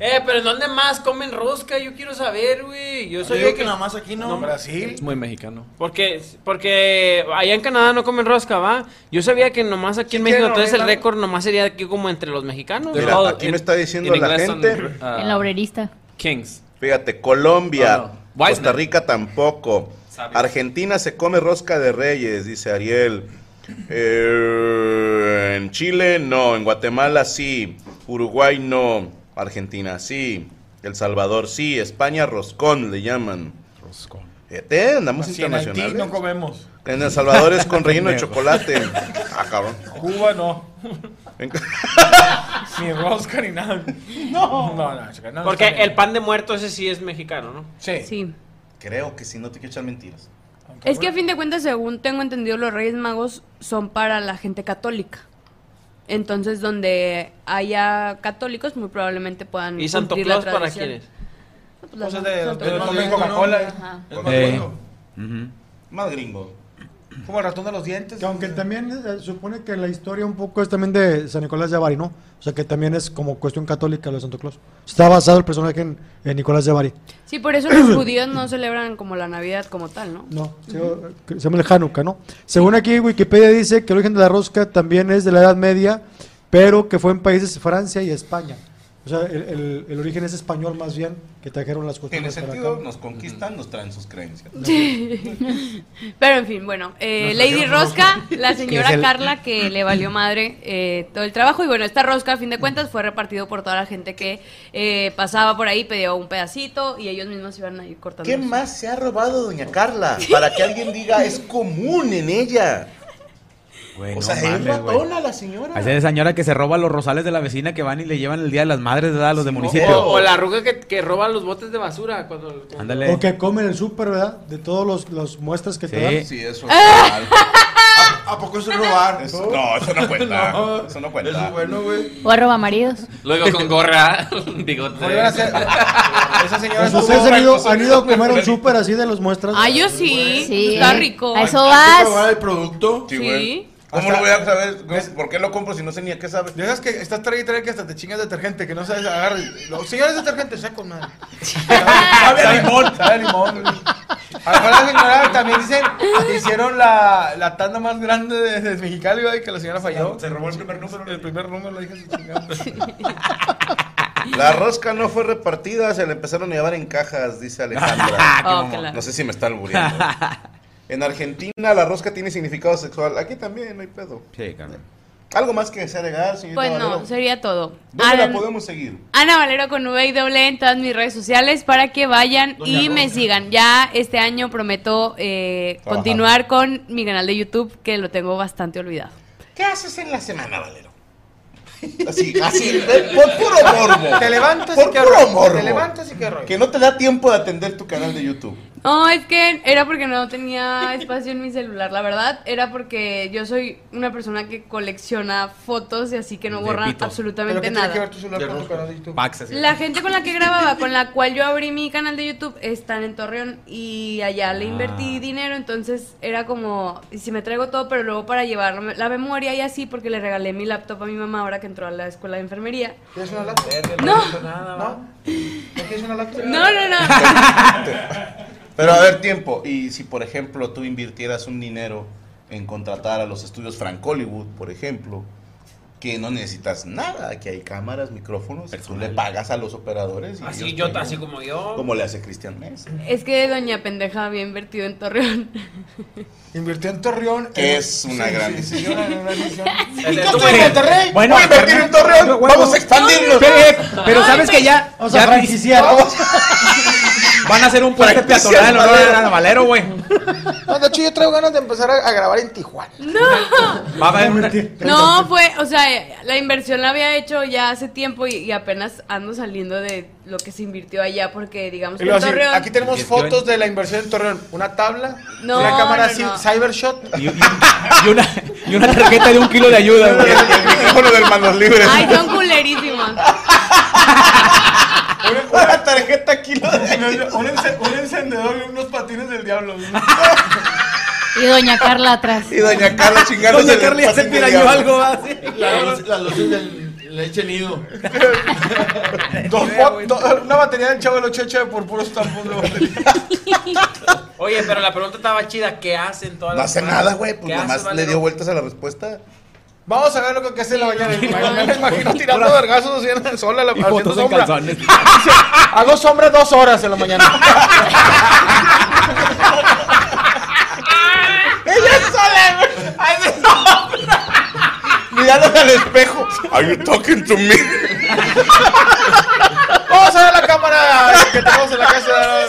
[SPEAKER 6] Eh, pero ¿en dónde más comen rosca? Yo quiero saber, güey. Yo soy
[SPEAKER 20] Yo digo
[SPEAKER 6] de
[SPEAKER 20] que nada más aquí, ¿no?
[SPEAKER 6] No,
[SPEAKER 20] Brasil.
[SPEAKER 11] Es muy mexicano.
[SPEAKER 6] Porque, porque allá en Canadá no comen rosca, ¿va? Yo sabía que nomás aquí en México,
[SPEAKER 18] quieren
[SPEAKER 6] entonces el
[SPEAKER 18] arreglar?
[SPEAKER 6] récord nomás sería aquí como entre los mexicanos.
[SPEAKER 5] Mira,
[SPEAKER 6] ¿no?
[SPEAKER 5] aquí me está diciendo
[SPEAKER 6] en
[SPEAKER 5] la
[SPEAKER 6] inglés
[SPEAKER 5] gente.
[SPEAKER 6] son, ah,
[SPEAKER 10] En la obrerista.
[SPEAKER 6] Kings. Oh,
[SPEAKER 5] Fíjate, Colombia,
[SPEAKER 6] No, no.
[SPEAKER 5] Costa Rica tampoco. Argentina se come rosca de reyes, dice Ariel. Eh, en Chile no, en Guatemala sí, Uruguay no, Argentina sí, El Salvador sí, España roscón le llaman. Roscón. andamos
[SPEAKER 18] Así en Haití
[SPEAKER 5] internacionales.
[SPEAKER 18] no comemos.
[SPEAKER 5] En El Salvador es con relleno de
[SPEAKER 18] Pendejo.
[SPEAKER 5] chocolate. Ah, cabrón.
[SPEAKER 18] Cuba no.
[SPEAKER 5] En-
[SPEAKER 18] ni rosca ni nada. No. No, no, chica, no.
[SPEAKER 6] Porque
[SPEAKER 18] está bien.
[SPEAKER 6] el pan de muerto ese sí es mexicano, ¿no?
[SPEAKER 18] Sí.
[SPEAKER 8] Sí.
[SPEAKER 5] Creo que si no te quiero echar mentiras.
[SPEAKER 8] Es que a fin de cuentas, según tengo entendido, los Reyes Magos son para la gente católica. Entonces, donde haya católicos, muy probablemente puedan
[SPEAKER 6] ¿Y Santo
[SPEAKER 8] cumplir la
[SPEAKER 6] Claus para
[SPEAKER 8] tradición.
[SPEAKER 6] quiénes?
[SPEAKER 8] No, pues, la-
[SPEAKER 18] Cosas de-
[SPEAKER 8] Santo
[SPEAKER 18] de-
[SPEAKER 8] Claus.
[SPEAKER 18] tomen Coca-Cola, ¿eh?
[SPEAKER 8] Ajá.
[SPEAKER 18] Es más
[SPEAKER 4] Eh.
[SPEAKER 18] gringo.
[SPEAKER 4] Ujú.
[SPEAKER 5] Más gringo.
[SPEAKER 18] Como el ratón de los dientes.
[SPEAKER 7] Que aunque también eh, supone que la historia un poco es también de San Nicolás de Bari, ¿no? O sea, que también es como cuestión católica lo de Santo Claus. Está basado el personaje en, en Nicolás de Bari.
[SPEAKER 8] Sí, por eso los judíos no celebran como la Navidad como tal, ¿no?
[SPEAKER 7] No, sí, o- que se llama el Hanukkah, ¿no? Según aquí Wikipedia dice que el origen de la rosca también es de la Edad Media, pero que fue en países de Francia y España. O sea, el, el- el origen es español más bien, que trajeron las
[SPEAKER 5] Tiene
[SPEAKER 7] costumbres para
[SPEAKER 5] sentido,
[SPEAKER 7] acá.
[SPEAKER 5] nos conquistan, nos traen sus creencias.
[SPEAKER 8] Pero en fin, bueno, eh,
[SPEAKER 5] Nos
[SPEAKER 8] Lady
[SPEAKER 5] trajeron
[SPEAKER 8] Rosca,
[SPEAKER 5] rosca.
[SPEAKER 8] la señora
[SPEAKER 5] Que es el-
[SPEAKER 8] Carla que le valió madre eh, todo el trabajo y bueno, esta rosca a fin de cuentas fue repartido por toda la gente que eh, pasaba por ahí, pedía un pedacito y ellos mismos iban a ir cortando.
[SPEAKER 5] ¿Qué más se ha robado doña Carla? Para que alguien diga, es común en ella.
[SPEAKER 4] Güey,
[SPEAKER 5] o
[SPEAKER 4] no
[SPEAKER 5] sea, es
[SPEAKER 4] mames, güey.
[SPEAKER 5] ratona la señora.
[SPEAKER 4] Así de señora que se roba los rosales de la vecina que van y le llevan el día de las madres ¿verdad? a los de municipio.
[SPEAKER 6] O, o la arruga que, que roba los botes de basura cuando...
[SPEAKER 4] Ándale.
[SPEAKER 7] O que comen el súper, ¿verdad? De todos los, los muestras que te
[SPEAKER 4] Sí.
[SPEAKER 7] dan.
[SPEAKER 5] Sí, eso.
[SPEAKER 20] ¿A poco eso es robar?
[SPEAKER 5] No, eso no cuenta. Eso no cuenta.
[SPEAKER 20] Eso es bueno, güey.
[SPEAKER 10] O arroba maridos.
[SPEAKER 11] Luego con gorra, bigote.
[SPEAKER 20] Volver a hacer-
[SPEAKER 18] Esa
[SPEAKER 7] Pues, ¿Ustedes
[SPEAKER 18] Ah.
[SPEAKER 7] han ido, han ido a comer un súper así de los muestras?
[SPEAKER 8] Ah, yo sí,
[SPEAKER 10] Sí.
[SPEAKER 8] está rico.
[SPEAKER 10] A eso
[SPEAKER 5] vas.
[SPEAKER 20] robar el producto?
[SPEAKER 5] Sí,
[SPEAKER 8] Sí.
[SPEAKER 5] güey. ¿Cómo lo voy a saber? ¿Por qué lo compro si no sé ni a qué sabe?
[SPEAKER 18] De esas que estás trae y trae que hasta te chingas detergente, que no sabes agarrar. y- Lo, señores detergente, saco, madre.
[SPEAKER 5] Sabe a limón.
[SPEAKER 18] Sabe a limón. güey. A lo mejor la señora también dicen, hicieron la, la tanda más grande de, de Mexicali, güey, que la señora falló.
[SPEAKER 5] Se robó el primer número.
[SPEAKER 18] El primer número, le dije su chingada.
[SPEAKER 5] La rosca no fue repartida, se la empezaron a llevar en cajas, dice Alejandra.
[SPEAKER 8] Ah, qué la-
[SPEAKER 5] No sé si me está albureando. En Argentina la rosca tiene significado sexual. Aquí también no hay pedo.
[SPEAKER 4] Sí, Carmen.
[SPEAKER 5] ¿Algo más que agregar, señorita
[SPEAKER 8] Pues
[SPEAKER 5] Valero?
[SPEAKER 8] no, sería todo.
[SPEAKER 5] ¿Dónde la
[SPEAKER 8] Alan-
[SPEAKER 5] podemos seguir?
[SPEAKER 8] Ana Valero con V y doble E en todas mis redes sociales para que vayan
[SPEAKER 5] Doña
[SPEAKER 8] y me sigan. Ya este año prometo eh,
[SPEAKER 5] Trabajar.
[SPEAKER 8] continuar con mi canal de YouTube que lo tengo bastante olvidado.
[SPEAKER 5] ¿Qué haces en la semana, Valero? Así, así, eh, por puro morbo.
[SPEAKER 9] Te levantas
[SPEAKER 5] por
[SPEAKER 9] y qué
[SPEAKER 5] puro
[SPEAKER 9] rollo.
[SPEAKER 5] morbo.
[SPEAKER 9] Te levantas y qué rollo.
[SPEAKER 5] Que no te da tiempo de atender tu canal de YouTube.
[SPEAKER 8] No, es que era porque no tenía espacio en mi celular, la verdad. Era porque yo soy una persona que colecciona fotos y así que no
[SPEAKER 4] De
[SPEAKER 8] borran
[SPEAKER 4] pitos.
[SPEAKER 8] absolutamente
[SPEAKER 9] ¿Pero qué tiene
[SPEAKER 8] nada.
[SPEAKER 9] que ver tu celular con tu canal de YouTube?
[SPEAKER 4] Pax, así.
[SPEAKER 8] La gente con la que grababa, con la cual yo abrí mi canal de YouTube, están en Torreón y allá le invertí
[SPEAKER 4] Ah.
[SPEAKER 8] dinero, entonces era como, y si me traigo todo, pero luego para llevar la memoria y así, porque le regalé mi laptop a mi mamá ahora que entró a la escuela de enfermería.
[SPEAKER 9] ¿Quieres una laptop?
[SPEAKER 8] No.
[SPEAKER 9] ¿No? ¿No quieres una laptop?
[SPEAKER 8] No, no, no.
[SPEAKER 5] Pero a ver, tiempo. Y si, por ejemplo, tú invirtieras un dinero en contratar a los estudios Frank Hollywood, por ejemplo, que no necesitas nada, que hay cámaras, micrófonos, y tú le pagas a los operadores. y
[SPEAKER 6] Así
[SPEAKER 5] ellos
[SPEAKER 6] Ah, yo,
[SPEAKER 5] te-
[SPEAKER 6] así como yo.
[SPEAKER 5] Como le hace Cristian Messi.
[SPEAKER 8] Es que doña pendeja había invertido en Torreón.
[SPEAKER 9] Invirtió en Torreón.
[SPEAKER 5] Que es una gran decisión.
[SPEAKER 9] ¿Y qué
[SPEAKER 5] tú,
[SPEAKER 9] estoy en
[SPEAKER 5] güey?
[SPEAKER 9] Monterrey?
[SPEAKER 5] Bueno,
[SPEAKER 9] Voy a invertir en Torreón.
[SPEAKER 5] Vamos a expandirnos.
[SPEAKER 4] Pero, eh, pero sabes que ya.
[SPEAKER 7] Vamos a
[SPEAKER 4] ya
[SPEAKER 7] franquiciar.
[SPEAKER 4] Vamos. Van a hacer un puente
[SPEAKER 9] Franquicias
[SPEAKER 4] peatonal en honor
[SPEAKER 9] Valero.
[SPEAKER 4] a Ana Valero, güey.
[SPEAKER 9] No, de hecho, yo traigo ganas de empezar a, a grabar en Tijuana.
[SPEAKER 8] No.
[SPEAKER 4] Va a haber
[SPEAKER 8] No, fue, o sea, la inversión la había hecho ya hace tiempo y, y apenas ando saliendo de lo que se invirtió allá porque digamos
[SPEAKER 9] Y
[SPEAKER 8] que
[SPEAKER 9] luego
[SPEAKER 8] en
[SPEAKER 9] así,
[SPEAKER 8] Torreón.
[SPEAKER 9] aquí tenemos fotos de la inversión en Torreón. Una tabla,
[SPEAKER 8] No,
[SPEAKER 9] una cámara
[SPEAKER 8] no, no.
[SPEAKER 9] ci- Cybershot.
[SPEAKER 4] Y, una, y una tarjeta de un kilo de ayuda, güey.
[SPEAKER 5] El micrófono del manos libres.
[SPEAKER 8] Ay, son culerísimas.
[SPEAKER 5] Una tarjeta kilo de
[SPEAKER 18] un, ence- un encendedor y unos patines del diablo.
[SPEAKER 10] Y doña Carla atrás.
[SPEAKER 5] Y doña Carla chingando.
[SPEAKER 18] Doña Carla ya se pirañó algo,
[SPEAKER 4] así.
[SPEAKER 20] Las luces- las luces del leche nido.
[SPEAKER 9] Dos fo- do- una batería del chavo del 88 por puros tampos de batería.
[SPEAKER 6] Oye, pero la pregunta estaba chida. ¿Qué hacen todas
[SPEAKER 5] No
[SPEAKER 6] las
[SPEAKER 5] hace
[SPEAKER 6] semanas?
[SPEAKER 5] nada, güey. Pues
[SPEAKER 6] ¿Qué hace,
[SPEAKER 5] nada más le
[SPEAKER 6] Valero?
[SPEAKER 5] dio vueltas a la respuesta.
[SPEAKER 9] Vamos a ver lo que hace en la mañana. Me lo imagino tirando vergazos así en el sol a la, haciendo
[SPEAKER 4] fotos en
[SPEAKER 9] sombra.
[SPEAKER 4] calzones.
[SPEAKER 9] Hago sombra dos horas en la mañana.
[SPEAKER 5] ¡Ella sola! ¡Ay, Mirándose al espejo. Are you talking to me?
[SPEAKER 9] Vamos a ver la cámara eh, que tenemos en la casa.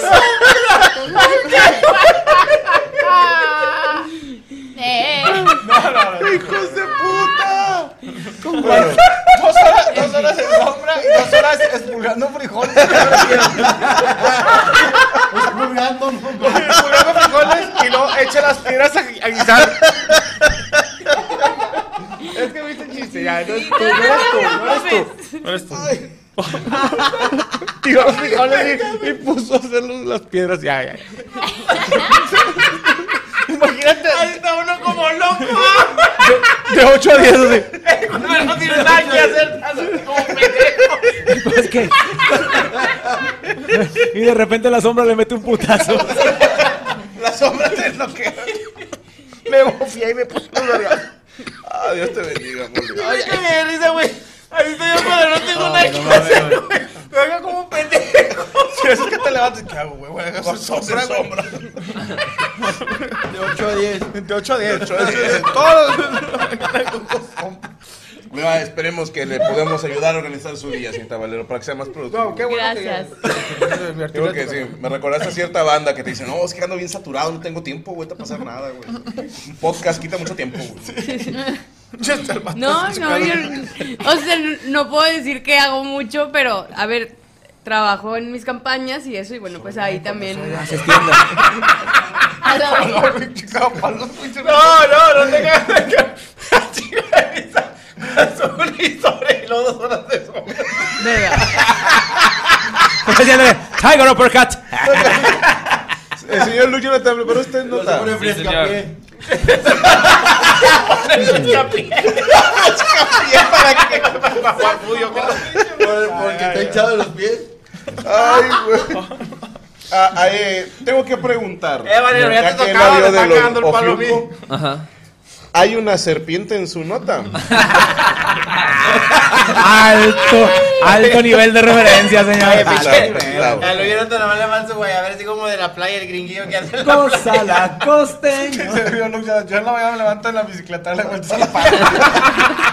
[SPEAKER 9] No, no, no.
[SPEAKER 5] ¡Hijos de puta!
[SPEAKER 9] Bueno, dos horas, dos horas en sombra y dos horas expulgando frijoles. Pues expulgando, expulgando frijoles y luego echa las piedras a, a guisar. es que viste el chiste, ya. No es tú, no eres tú, no eres tú. No eres tú. Tiró los frijoles y, y puso a hacer los- las piedras. Ya, ya. Imagínate. Ahí está uno como loco. De 8 a 10, así.
[SPEAKER 6] No, no tiene nada que hacer. Como pendejo.
[SPEAKER 4] Pues que- y de repente la sombra le mete un putazo.
[SPEAKER 5] La sombra te bloquea.
[SPEAKER 9] Me mofié y me puse un vergazo.
[SPEAKER 5] Ah, Dios te bendiga, amor.
[SPEAKER 9] Ay, ay, me da risa, güey. Ahí estoy yo cuando no tengo nada que hacer, güey. Me hago como un pendejo. Si eso es que te levantas, ¿qué hago, güey? Voy a hacer
[SPEAKER 5] Vamos a hacer
[SPEAKER 9] sombra, güey.
[SPEAKER 5] sombra.
[SPEAKER 9] De 8 a 10. De 8 a 10.
[SPEAKER 5] ocho a diez.
[SPEAKER 9] Todos.
[SPEAKER 5] Bueno, esperemos que le podamos ayudar a organizar su día, señorita Valero, para que sea más productivo.
[SPEAKER 9] No, pues, qué bueno que ya-
[SPEAKER 5] Creo que sí. Me recordaste a cierta banda que te dice, no, es que ando bien saturado, no tengo tiempo, güey, a pasar nada, güey. Un podcast quita mucho tiempo, güey.
[SPEAKER 9] Ya está el vato
[SPEAKER 8] No,
[SPEAKER 9] así,
[SPEAKER 8] no, yo,
[SPEAKER 9] chocando.
[SPEAKER 8] o sea, no- no puedo decir que hago mucho, pero a ver, trabajo en mis campañas y eso, y bueno, pues ahí también. A la-
[SPEAKER 9] No, güey, chocaba palos, güey, chocaba. No, no, no te cagas. te cagas. Chica, risa. Azul y sobre y luego dos horas de sombra.
[SPEAKER 4] Pues Tiger Uppercut.
[SPEAKER 5] El señor Lucho no te pero usted no está.
[SPEAKER 20] pone fresca, pie.
[SPEAKER 5] para que
[SPEAKER 20] Por- Porque
[SPEAKER 5] Ah,
[SPEAKER 20] está hinchado de los pies.
[SPEAKER 5] Ay, güey. Ah, ah, eh, tengo que preguntar.
[SPEAKER 9] Eh, Valero, ya te
[SPEAKER 5] que él
[SPEAKER 9] tocaba,
[SPEAKER 5] habló
[SPEAKER 9] le está
[SPEAKER 5] de lo
[SPEAKER 9] cagando el palo a mí.
[SPEAKER 5] ofiuco,
[SPEAKER 11] Ajá.
[SPEAKER 5] hay una serpiente en su nota.
[SPEAKER 4] Alto, alto nivel de referencia, señor.
[SPEAKER 5] Bravo.
[SPEAKER 18] Al oír otro nomás le falso, güey. A ver, así como de la playa, el gringuillo que hace en la
[SPEAKER 6] Cosa
[SPEAKER 18] playa.
[SPEAKER 6] la costeña.
[SPEAKER 18] Yo no- yo en la mañana me levanto en la bicicleta, le vuelto a la pared.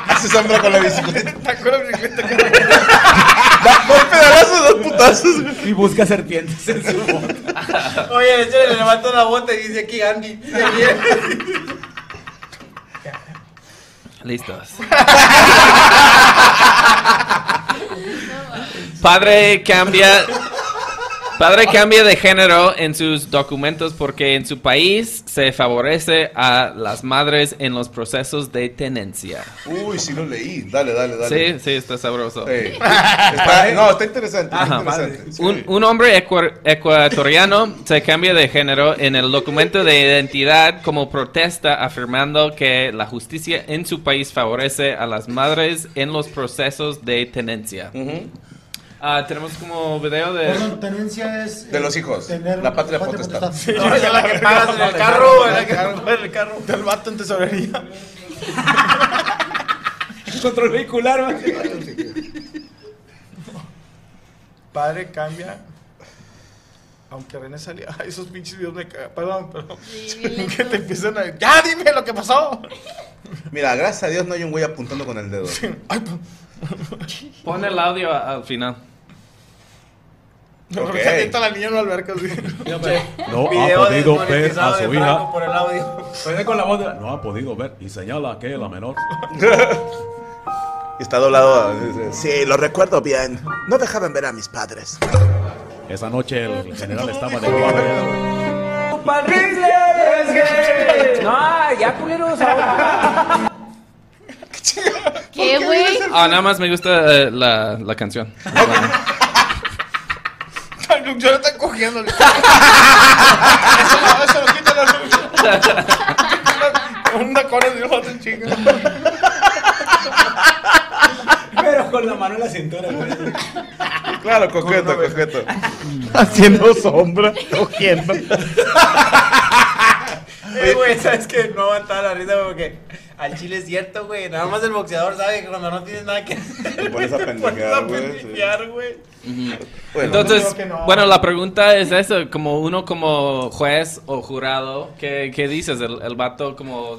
[SPEAKER 5] Hace sombra con la bicicleta.
[SPEAKER 18] Taco la bicicleta que
[SPEAKER 5] Dos pedalazos, dos putazos.
[SPEAKER 4] Y busca serpientes en su boca.
[SPEAKER 18] Oye, de hecho le levanto la bota y dice aquí Andy. De bien.
[SPEAKER 11] Listos. Padre cambia. Padre cambia de género en sus documentos porque en su país se favorece a las madres en los procesos de tenencia.
[SPEAKER 5] Uy, sí lo leí. Dale, dale, dale.
[SPEAKER 11] Sí, sí, está sabroso.
[SPEAKER 5] Sí. Está- no, está interesante. está
[SPEAKER 11] Ajá, padre.
[SPEAKER 5] interesante.
[SPEAKER 11] Un, un hombre ecua- ecuatoriano se cambia de género en el documento de identidad como protesta afirmando que la justicia en su país favorece a las madres en los procesos de tenencia. Ah, tenemos como video de...
[SPEAKER 7] Perdón, tenencia es.
[SPEAKER 11] De los hijos.
[SPEAKER 7] tener-
[SPEAKER 11] La patria potestad.
[SPEAKER 18] No, es la que pagas en el carro, en la que pagas en el carro. Del vato en tesorería.
[SPEAKER 12] Control vehicular,
[SPEAKER 18] Padre cambia. Aunque René salía. Ay, esos pinches videos me cagan. Perdón, perdón. que te empiezan a. ¡Ya dime lo que pasó!
[SPEAKER 5] Mira, gracias a Dios no hay un güey apuntando con el dedo.
[SPEAKER 11] Pon el audio a- al final.
[SPEAKER 18] No,
[SPEAKER 5] Ok.
[SPEAKER 18] porque avienta la niña en una alberca. así.
[SPEAKER 21] No
[SPEAKER 18] Video
[SPEAKER 21] ha podido ver
[SPEAKER 18] desmonetizado
[SPEAKER 21] a su
[SPEAKER 18] de
[SPEAKER 21] hija.
[SPEAKER 18] Franco Por el audio.
[SPEAKER 21] Oye, con la voz de la- No ha podido ver y señala que la menor.
[SPEAKER 5] Y está doblado. a- Oh, Sí, lo recuerdo bien. No dejaban ver a mis padres.
[SPEAKER 21] Esa noche el general estaba de guardia.
[SPEAKER 6] No, ya culeros. ahora.
[SPEAKER 10] ¿Qué, güey?
[SPEAKER 11] Ah, nada más me gusta eh, la, la canción.
[SPEAKER 18] Yo lo estoy cogiendo. Eso no, eso lo quita la Un tacón de un vato en chinga.
[SPEAKER 12] Pero con la mano en la cintura, güey.
[SPEAKER 5] Claro, coqueto, coqueto.
[SPEAKER 9] Haciendo sombra, cogiendo.
[SPEAKER 18] Eh, güey, ¿sabes qué? No aguantaba la risa, güey, porque al chile es cierto, güey. Nada más el boxeador sabe que cuando no tienes nada que hacer.
[SPEAKER 5] Te pones a pendejear, güey. sí.
[SPEAKER 18] pendejear, güey.
[SPEAKER 5] Bueno.
[SPEAKER 11] Entonces,
[SPEAKER 18] Yo creo que no.
[SPEAKER 11] bueno, la pregunta es eso, como uno como juez o jurado, ¿qué, qué dices? El, el vato como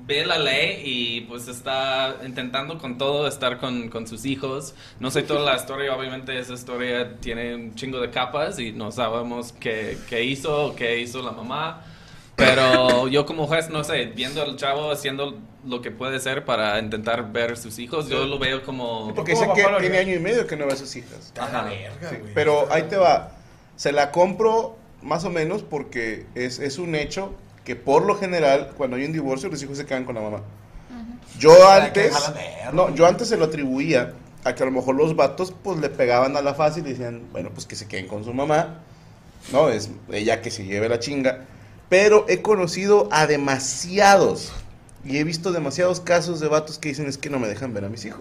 [SPEAKER 11] ve la ley y pues está intentando con todo estar con, con sus hijos. No sé toda la historia, obviamente esa historia tiene un chingo de capas y no sabemos qué, qué hizo o qué hizo la mamá. Pero yo como juez, no sé, viendo al chavo haciendo lo que puede ser para intentar ver sus hijos, yo lo veo como...
[SPEAKER 5] Porque dice que tiene año y medio que no ve a sus hijas.
[SPEAKER 11] Ajá.
[SPEAKER 5] Sí, pero ahí te va. Se la compro más o menos porque es, es un hecho que por lo general, cuando hay un divorcio, los hijos se quedan con la mamá. Yo
[SPEAKER 9] Ah,
[SPEAKER 5] antes, no, yo antes se lo atribuía a que a lo mejor los vatos pues le pegaban a la fácil y decían, bueno, pues que se queden con su mamá, ¿no? Es ella que se lleve la chinga. Pero he conocido a demasiados y he visto demasiados casos de vatos que dicen, es que no me dejan ver a mis hijos.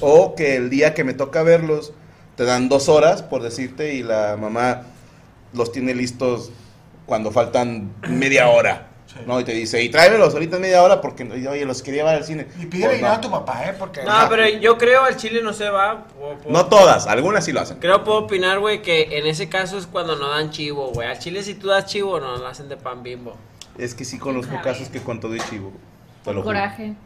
[SPEAKER 5] O que el día que me toca verlos, te dan dos horas, por decirte, y la mamá los tiene listos cuando faltan media hora. ¿no? Y te dice, y tráemelos ahorita en media hora porque, oye, los quería llevar al cine. Y
[SPEAKER 18] Pídele dinero a tu
[SPEAKER 5] papá, ¿eh? Porque...
[SPEAKER 6] No, pero yo creo al chile no se va. po- po-
[SPEAKER 5] No todas, algunas sí lo hacen.
[SPEAKER 6] Creo puedo opinar, güey, que en ese caso es cuando no dan chivo, güey. Al chile si tú das chivo, no, lo hacen de pan bimbo.
[SPEAKER 5] Es que sí conozco casos que con todo y chivo. Te lo juro.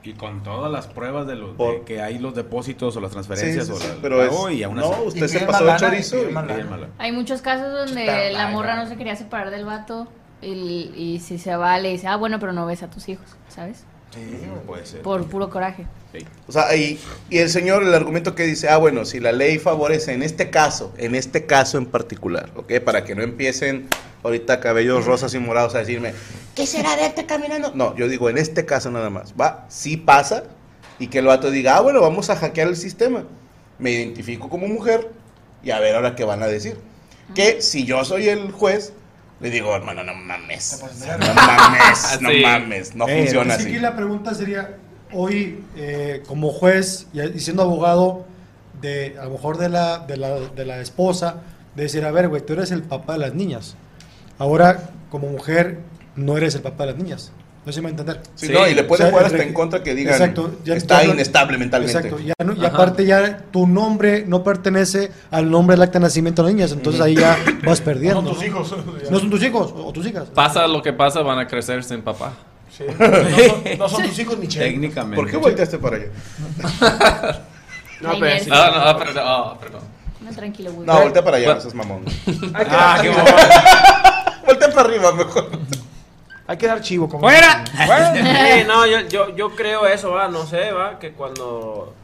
[SPEAKER 21] Y con todas las pruebas de, los, de que hay los depósitos o las transferencias
[SPEAKER 5] Sí, sí,
[SPEAKER 21] o
[SPEAKER 5] sí,
[SPEAKER 21] la-
[SPEAKER 5] pero es-
[SPEAKER 21] oh, y aún
[SPEAKER 5] no,
[SPEAKER 21] así-
[SPEAKER 5] usted Y se piden pasó de mala, chorizo y piden y- mala.
[SPEAKER 21] piden mala.
[SPEAKER 10] Hay muchos casos donde la morra no se quería separar del vato y, y si se va le dice, ah, bueno, pero no ves a tus hijos, ¿sabes?
[SPEAKER 5] puede ser.
[SPEAKER 10] Por puro coraje.
[SPEAKER 5] O sea, y, y el señor, el argumento que dice, ah, bueno, si la ley favorece, en este caso, en este caso en particular, ¿ok? Para que no empiecen ahorita cabellos rosas y morados a decirme, ¿qué será de este caminando? No, yo digo, en este caso nada más, ¿va? Sí pasa y que el vato diga, ah, bueno, vamos a hackear el sistema. Me identifico como mujer y a ver ahora qué van a decir. Que si yo soy el juez, le digo, hermano, no mames. No mames, no
[SPEAKER 21] Sí.
[SPEAKER 5] mames, no
[SPEAKER 21] Eh,
[SPEAKER 5] funciona
[SPEAKER 7] Así que
[SPEAKER 5] así.
[SPEAKER 7] la pregunta sería, hoy eh, como juez y y siendo abogado de a lo mejor de la, de la, de la esposa, de decir, a ver, güey, tú eres el papá de las niñas. Ahora, como mujer, no eres el papá de las niñas. No sé si me va a entender.
[SPEAKER 5] Sí, no, y le puede
[SPEAKER 7] puedes
[SPEAKER 5] jugar hasta en contra que digan, está inestable mentalmente.
[SPEAKER 7] Exacto, ya no- y
[SPEAKER 5] Ajá.
[SPEAKER 7] aparte ya tu nombre no pertenece al nombre del acta de nacimiento de las niñas, entonces ahí ya vas perdiendo.
[SPEAKER 11] No son tus
[SPEAKER 7] hijos. No son tus hijos o tus hijas.
[SPEAKER 11] Pasa lo que pasa, van a crecer sin papá.
[SPEAKER 18] No son tus hijos, Michelle.
[SPEAKER 11] Técnicamente.
[SPEAKER 5] ¿Por qué volteaste este para allá?
[SPEAKER 18] No, ah, pero
[SPEAKER 11] No, pero
[SPEAKER 18] sí.
[SPEAKER 11] no, no, perdón. oh, perdón.
[SPEAKER 10] No, tranquilo, güey.
[SPEAKER 5] No, voltea para allá,
[SPEAKER 11] Bueno.
[SPEAKER 5] no seas mamón.
[SPEAKER 18] Hay que dar-
[SPEAKER 5] voltea para arriba mejor.
[SPEAKER 18] Hay que dar chivo. Como
[SPEAKER 6] ¡Fuera! Sí, no, yo, yo, yo creo eso, va, no sé, va, que cuando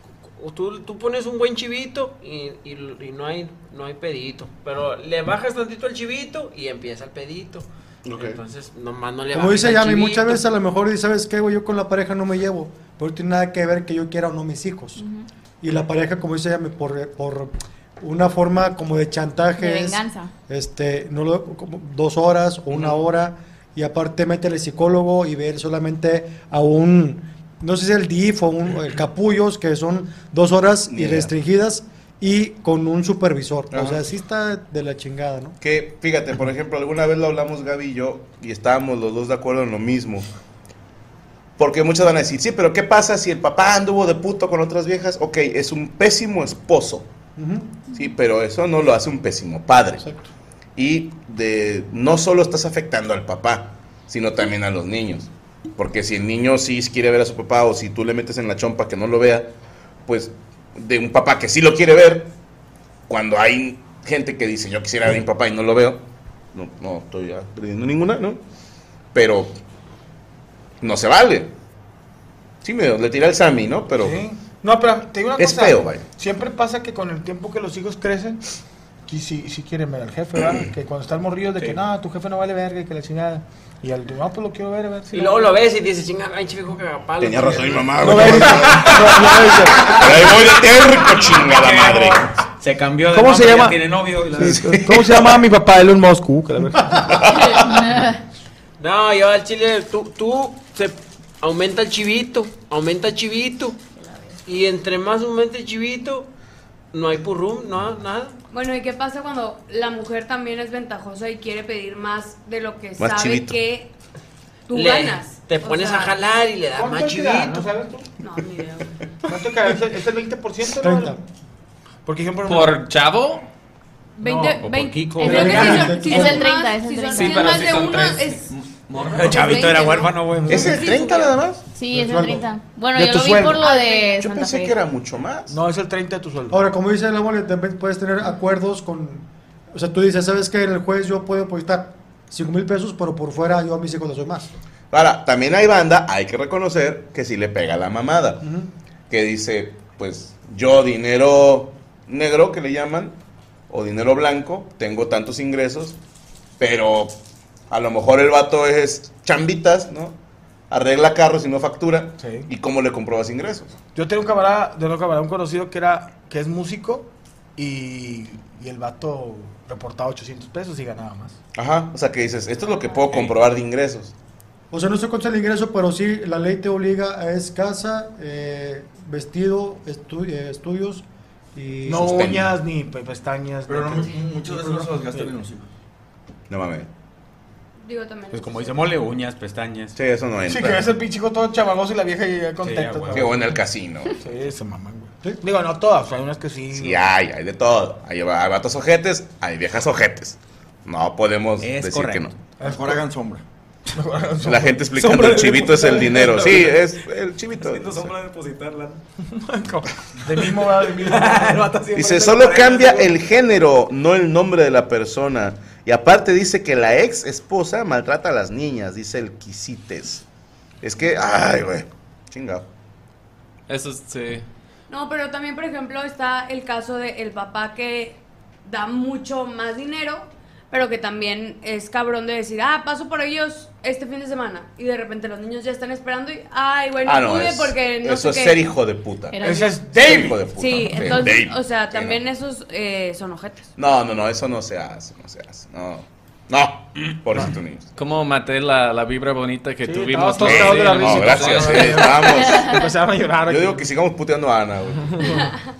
[SPEAKER 6] cu- tú, tú pones un buen chivito y, y- y no hay no hay pedito, pero le bajas tantito el chivito y empieza el pedito. Entonces, nomás no le
[SPEAKER 7] Como
[SPEAKER 6] bajes
[SPEAKER 7] dice
[SPEAKER 6] al
[SPEAKER 7] Yami,
[SPEAKER 6] chivito.
[SPEAKER 7] muchas veces a lo mejor dice, ¿sabes qué, güey? Yo con la pareja no me llevo, pero no tiene nada que ver que yo quiera o no mis hijos. Y la pareja, como dice Yami, por, por una forma como de chantaje.
[SPEAKER 10] De
[SPEAKER 7] es,
[SPEAKER 10] venganza.
[SPEAKER 7] Este, no lo, como dos horas o una hora, y aparte métele psicólogo y ver solamente a un, no sé si el DIF o un o el capullos, que son dos horas
[SPEAKER 5] Ni
[SPEAKER 7] y
[SPEAKER 5] idea.
[SPEAKER 7] restringidas y con un supervisor. O
[SPEAKER 5] Ajá.
[SPEAKER 7] sea, sí está de la chingada, ¿no?
[SPEAKER 5] Que, fíjate, por ejemplo, alguna vez lo hablamos Gaby y yo y estábamos los dos de acuerdo en lo mismo. Porque muchos van a decir, sí, pero ¿qué pasa si el papá anduvo de puto con otras viejas? Ok, es un pésimo esposo. Sí, pero eso no lo hace un pésimo padre. Y de, no solo estás afectando al papá, sino también a los niños. Porque si el niño sí quiere ver a su papá o si tú le metes en la chompa que no lo vea, pues de un papá que sí lo quiere ver, cuando hay gente que dice yo quisiera ver a mi papá y no lo veo, no, no estoy aprendiendo ninguna, ¿no? Pero no se vale. Sí, me le tiré al Sammy, ¿no? Pero
[SPEAKER 18] Sí. No, pero te digo una
[SPEAKER 5] Es
[SPEAKER 18] cosa.
[SPEAKER 5] feo, vaya.
[SPEAKER 18] Siempre pasa que con el tiempo que los hijos crecen, que si, si quieren ver al jefe, ¿verdad? Que cuando está el morrillo de que, no, tu jefe no vale verga y que la chingada. Y al no, pues lo quiero ver, a ver si
[SPEAKER 6] Y luego lo ves y dices, chinga, ay, chico, cagapalo.
[SPEAKER 5] tenía razón mi mamá,
[SPEAKER 18] No
[SPEAKER 5] güey.
[SPEAKER 18] ves.
[SPEAKER 5] Pero ahí voy de terco, chingada madre.
[SPEAKER 21] Se cambió de
[SPEAKER 9] ¿Cómo se
[SPEAKER 21] nombre, ya
[SPEAKER 9] llama?
[SPEAKER 21] Tiene novio. y la-
[SPEAKER 9] Sí, ¿Cómo se llama mi papá? Elon Musk. uh, que la verga.
[SPEAKER 6] No, yo al chile, tú, tú, se aumenta el chivito, aumenta el chivito. Y entre más aumenta el chivito, no hay purrum, no, nada.
[SPEAKER 8] Bueno, ¿y qué pasa cuando la mujer también es ventajosa y quiere pedir más de lo que
[SPEAKER 6] Más
[SPEAKER 8] sabe
[SPEAKER 6] chivito.
[SPEAKER 8] que tú
[SPEAKER 6] Le-
[SPEAKER 8] ganas?
[SPEAKER 6] Te
[SPEAKER 8] O
[SPEAKER 6] pones
[SPEAKER 8] sea,
[SPEAKER 6] a jalar y le das
[SPEAKER 18] ¿Cuánto
[SPEAKER 6] más
[SPEAKER 18] te da? ¿No
[SPEAKER 6] chivito.
[SPEAKER 18] sabes tú? No, ni idea. ¿Cuánto cae? ¿Es el- es el 20%? ¿no?
[SPEAKER 11] 30.
[SPEAKER 18] Porque ejemplo,
[SPEAKER 11] ¿Por chavo? No,
[SPEAKER 8] Veinte-
[SPEAKER 11] o por
[SPEAKER 8] veinte-
[SPEAKER 11] Kiko.
[SPEAKER 8] es lo que si son- si
[SPEAKER 10] Es el
[SPEAKER 8] son
[SPEAKER 10] 30,
[SPEAKER 8] más-
[SPEAKER 10] es el
[SPEAKER 8] si son
[SPEAKER 10] 30.
[SPEAKER 8] si
[SPEAKER 11] Sí,
[SPEAKER 8] son
[SPEAKER 11] pero
[SPEAKER 8] más
[SPEAKER 11] si
[SPEAKER 8] de
[SPEAKER 11] son
[SPEAKER 8] uno,
[SPEAKER 11] tres.
[SPEAKER 8] es-
[SPEAKER 11] Morro.
[SPEAKER 4] El chavito era huérfano, güey.
[SPEAKER 5] ¿Es el 30 nada más?
[SPEAKER 10] Sí,
[SPEAKER 5] De
[SPEAKER 10] es el
[SPEAKER 5] sueldo.
[SPEAKER 10] 30. Bueno,
[SPEAKER 5] De
[SPEAKER 10] yo
[SPEAKER 5] tu
[SPEAKER 10] lo vi
[SPEAKER 5] sueldo.
[SPEAKER 10] por lo
[SPEAKER 5] Ah,
[SPEAKER 10] de
[SPEAKER 5] Yo
[SPEAKER 10] Santa
[SPEAKER 5] pensé
[SPEAKER 10] Fe.
[SPEAKER 5] que era mucho más.
[SPEAKER 18] No, es el 30 de tu sueldo.
[SPEAKER 7] Ahora, como dice el abuelo, también puedes tener acuerdos con. O sea, tú dices, ¿sabes qué? En el juez yo puedo apostar 5 mil pesos, pero por fuera yo a mis hijos les doy más.
[SPEAKER 5] Ahora, también hay banda, hay que reconocer que sí le pega la mamada. Que dice, pues yo dinero negro, que le llaman, o dinero blanco, tengo tantos ingresos, pero a lo mejor el vato es chambitas, ¿no? Arregla carros y no factura. ¿Y cómo le compruebas ingresos?
[SPEAKER 18] Yo tengo un camarada, de un camarada, un conocido que era, que es músico y, y el vato reportaba 800 pesos y ganaba más.
[SPEAKER 5] Ajá, o sea que dices, esto es lo que puedo comprobar de ingresos.
[SPEAKER 7] O sea, no se contra el ingreso, pero sí la ley te obliga a es casa, eh, vestido, estu- eh, estudios y.
[SPEAKER 18] no
[SPEAKER 7] sustento.
[SPEAKER 18] uñas ni pe- pestañas.
[SPEAKER 7] Pero no,
[SPEAKER 21] muchas veces no se las gastan en los
[SPEAKER 18] hijos.
[SPEAKER 5] No mames.
[SPEAKER 8] Digo también.
[SPEAKER 21] Pues como dice mole, uñas, pestañas.
[SPEAKER 5] Sí, eso no
[SPEAKER 18] Sí, que ves el pinche hijo todo chavagoso y la vieja llega contenta.
[SPEAKER 21] güey.
[SPEAKER 18] ¿no?
[SPEAKER 5] Que o en el casino.
[SPEAKER 18] Sí, se maman, güey. Digo, no todas, hay unas que sí.
[SPEAKER 5] Sí, hay, hay de todo. Hay, va- hay vatos ojetes, hay viejas ojetes. No podemos
[SPEAKER 18] Es
[SPEAKER 5] decir que
[SPEAKER 18] correcto.
[SPEAKER 5] no.
[SPEAKER 20] Mejor hagan sombra.
[SPEAKER 5] La gente explicando el chivito es el dinero. Sí, es el chivito.
[SPEAKER 21] Haciendo sombra de depositarla.
[SPEAKER 18] De mismo, va, de mismo.
[SPEAKER 5] Dice, solo cambia el género, no el nombre de la persona. Y aparte dice que la ex esposa maltrata a las niñas, dice el quisites. Es que, ay, güey, chingado.
[SPEAKER 11] Eso es, sí.
[SPEAKER 8] No, pero también, por ejemplo, está el caso de el papá que da mucho más dinero, pero que también es cabrón de decir, ah, paso por ellos este fin de semana. Y de repente los niños ya están esperando y, ay, bueno,
[SPEAKER 5] Ah, no,
[SPEAKER 8] pude
[SPEAKER 5] es-
[SPEAKER 8] porque no
[SPEAKER 5] eso
[SPEAKER 8] sé
[SPEAKER 5] es
[SPEAKER 8] qué".
[SPEAKER 5] ser hijo de puta.
[SPEAKER 8] Era
[SPEAKER 5] Ese
[SPEAKER 8] yo.
[SPEAKER 5] es David. Ser hijo de puta.
[SPEAKER 8] Sí,
[SPEAKER 5] Sí,
[SPEAKER 8] entonces,
[SPEAKER 5] David.
[SPEAKER 8] o sea, también esos eh, son ojetes.
[SPEAKER 5] No, no, no, eso no se hace, no se hace. No, no, pobrecitos niños.
[SPEAKER 11] ¿Cómo maté la, la vibra bonita que
[SPEAKER 5] Estamos
[SPEAKER 11] tuvimos?
[SPEAKER 5] todos
[SPEAKER 11] Sí,
[SPEAKER 5] cagados de la
[SPEAKER 11] sí,
[SPEAKER 5] risa.
[SPEAKER 11] sí,
[SPEAKER 5] No, gracias,
[SPEAKER 11] sí.
[SPEAKER 5] eh, vamos.
[SPEAKER 18] Empezaron Pues a llorar
[SPEAKER 5] Yo
[SPEAKER 18] aquí.
[SPEAKER 5] digo que sigamos puteando a Ana, güey.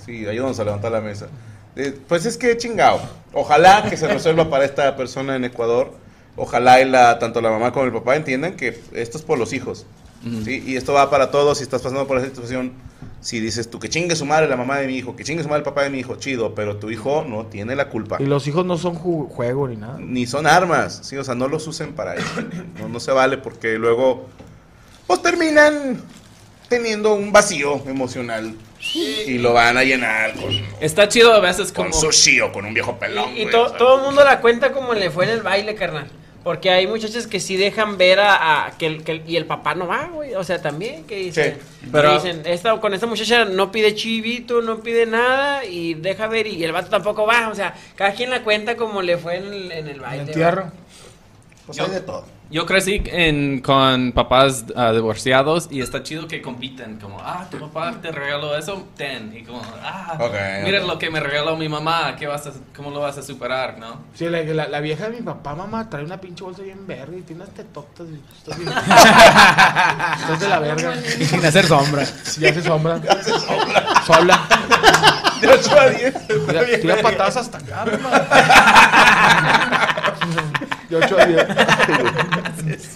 [SPEAKER 5] Sí, ayúdanos a levantar la mesa. Eh, pues es que chingado. Ojalá que se resuelva para esta persona en Ecuador. Ojalá y la, tanto la mamá como el papá entiendan que esto es por los hijos. ¿sí? Y esto va para todos. Si estás pasando por esa situación, si dices tú que chingue su madre la mamá de mi hijo, que chingue su madre el papá de mi hijo, chido, pero tu hijo no tiene la culpa.
[SPEAKER 4] Y los hijos no son ju- juego ni nada.
[SPEAKER 5] Ni son armas, ¿sí? O sea, no los usen para eso. No, no se vale porque luego, pues terminan teniendo un vacío emocional y lo van a llenar con.
[SPEAKER 11] Está chido a veces como.
[SPEAKER 5] Con sushi o con un viejo pelón.
[SPEAKER 6] Y
[SPEAKER 5] güey,
[SPEAKER 6] to-
[SPEAKER 5] o sea.
[SPEAKER 6] todo el mundo la cuenta como le fue en el baile, carnal. Porque hay muchachas que sí dejan ver a, a que, el, que el- y el papá no va, güey. O sea, también que dicen,
[SPEAKER 11] Sí,
[SPEAKER 6] que
[SPEAKER 11] pero-
[SPEAKER 6] dicen, esta, con esta muchacha no pide chivito, no pide nada y deja ver y, el vato tampoco va. O sea, cada quien la cuenta como le fue en el, en el baile.
[SPEAKER 4] entierro.
[SPEAKER 5] Pues
[SPEAKER 6] Yo-
[SPEAKER 5] hay de todo.
[SPEAKER 11] Yo crecí en- con papás ah, divorciados y está chido que compiten. Como, ah, tu papá te regaló eso, ten. Y como, ah,
[SPEAKER 6] Ok,
[SPEAKER 11] mira
[SPEAKER 6] ok.
[SPEAKER 11] lo que me regaló mi mamá, ¿qué vas a, ¿cómo lo vas a superar, no?
[SPEAKER 4] Sí, la, la- la vieja de mi papá, mamá, trae una pinche bolsa bien verde y tiene unas tetotas. Y estás, bien- estás de la verga.
[SPEAKER 11] Y sin hacer sombra.
[SPEAKER 4] Sí, hace sombra. Sola.
[SPEAKER 5] De 8 a 10.
[SPEAKER 4] Tira,
[SPEAKER 5] bien
[SPEAKER 4] tira
[SPEAKER 5] verga.
[SPEAKER 4] patadas hasta acá, mamá. De 8 a 10.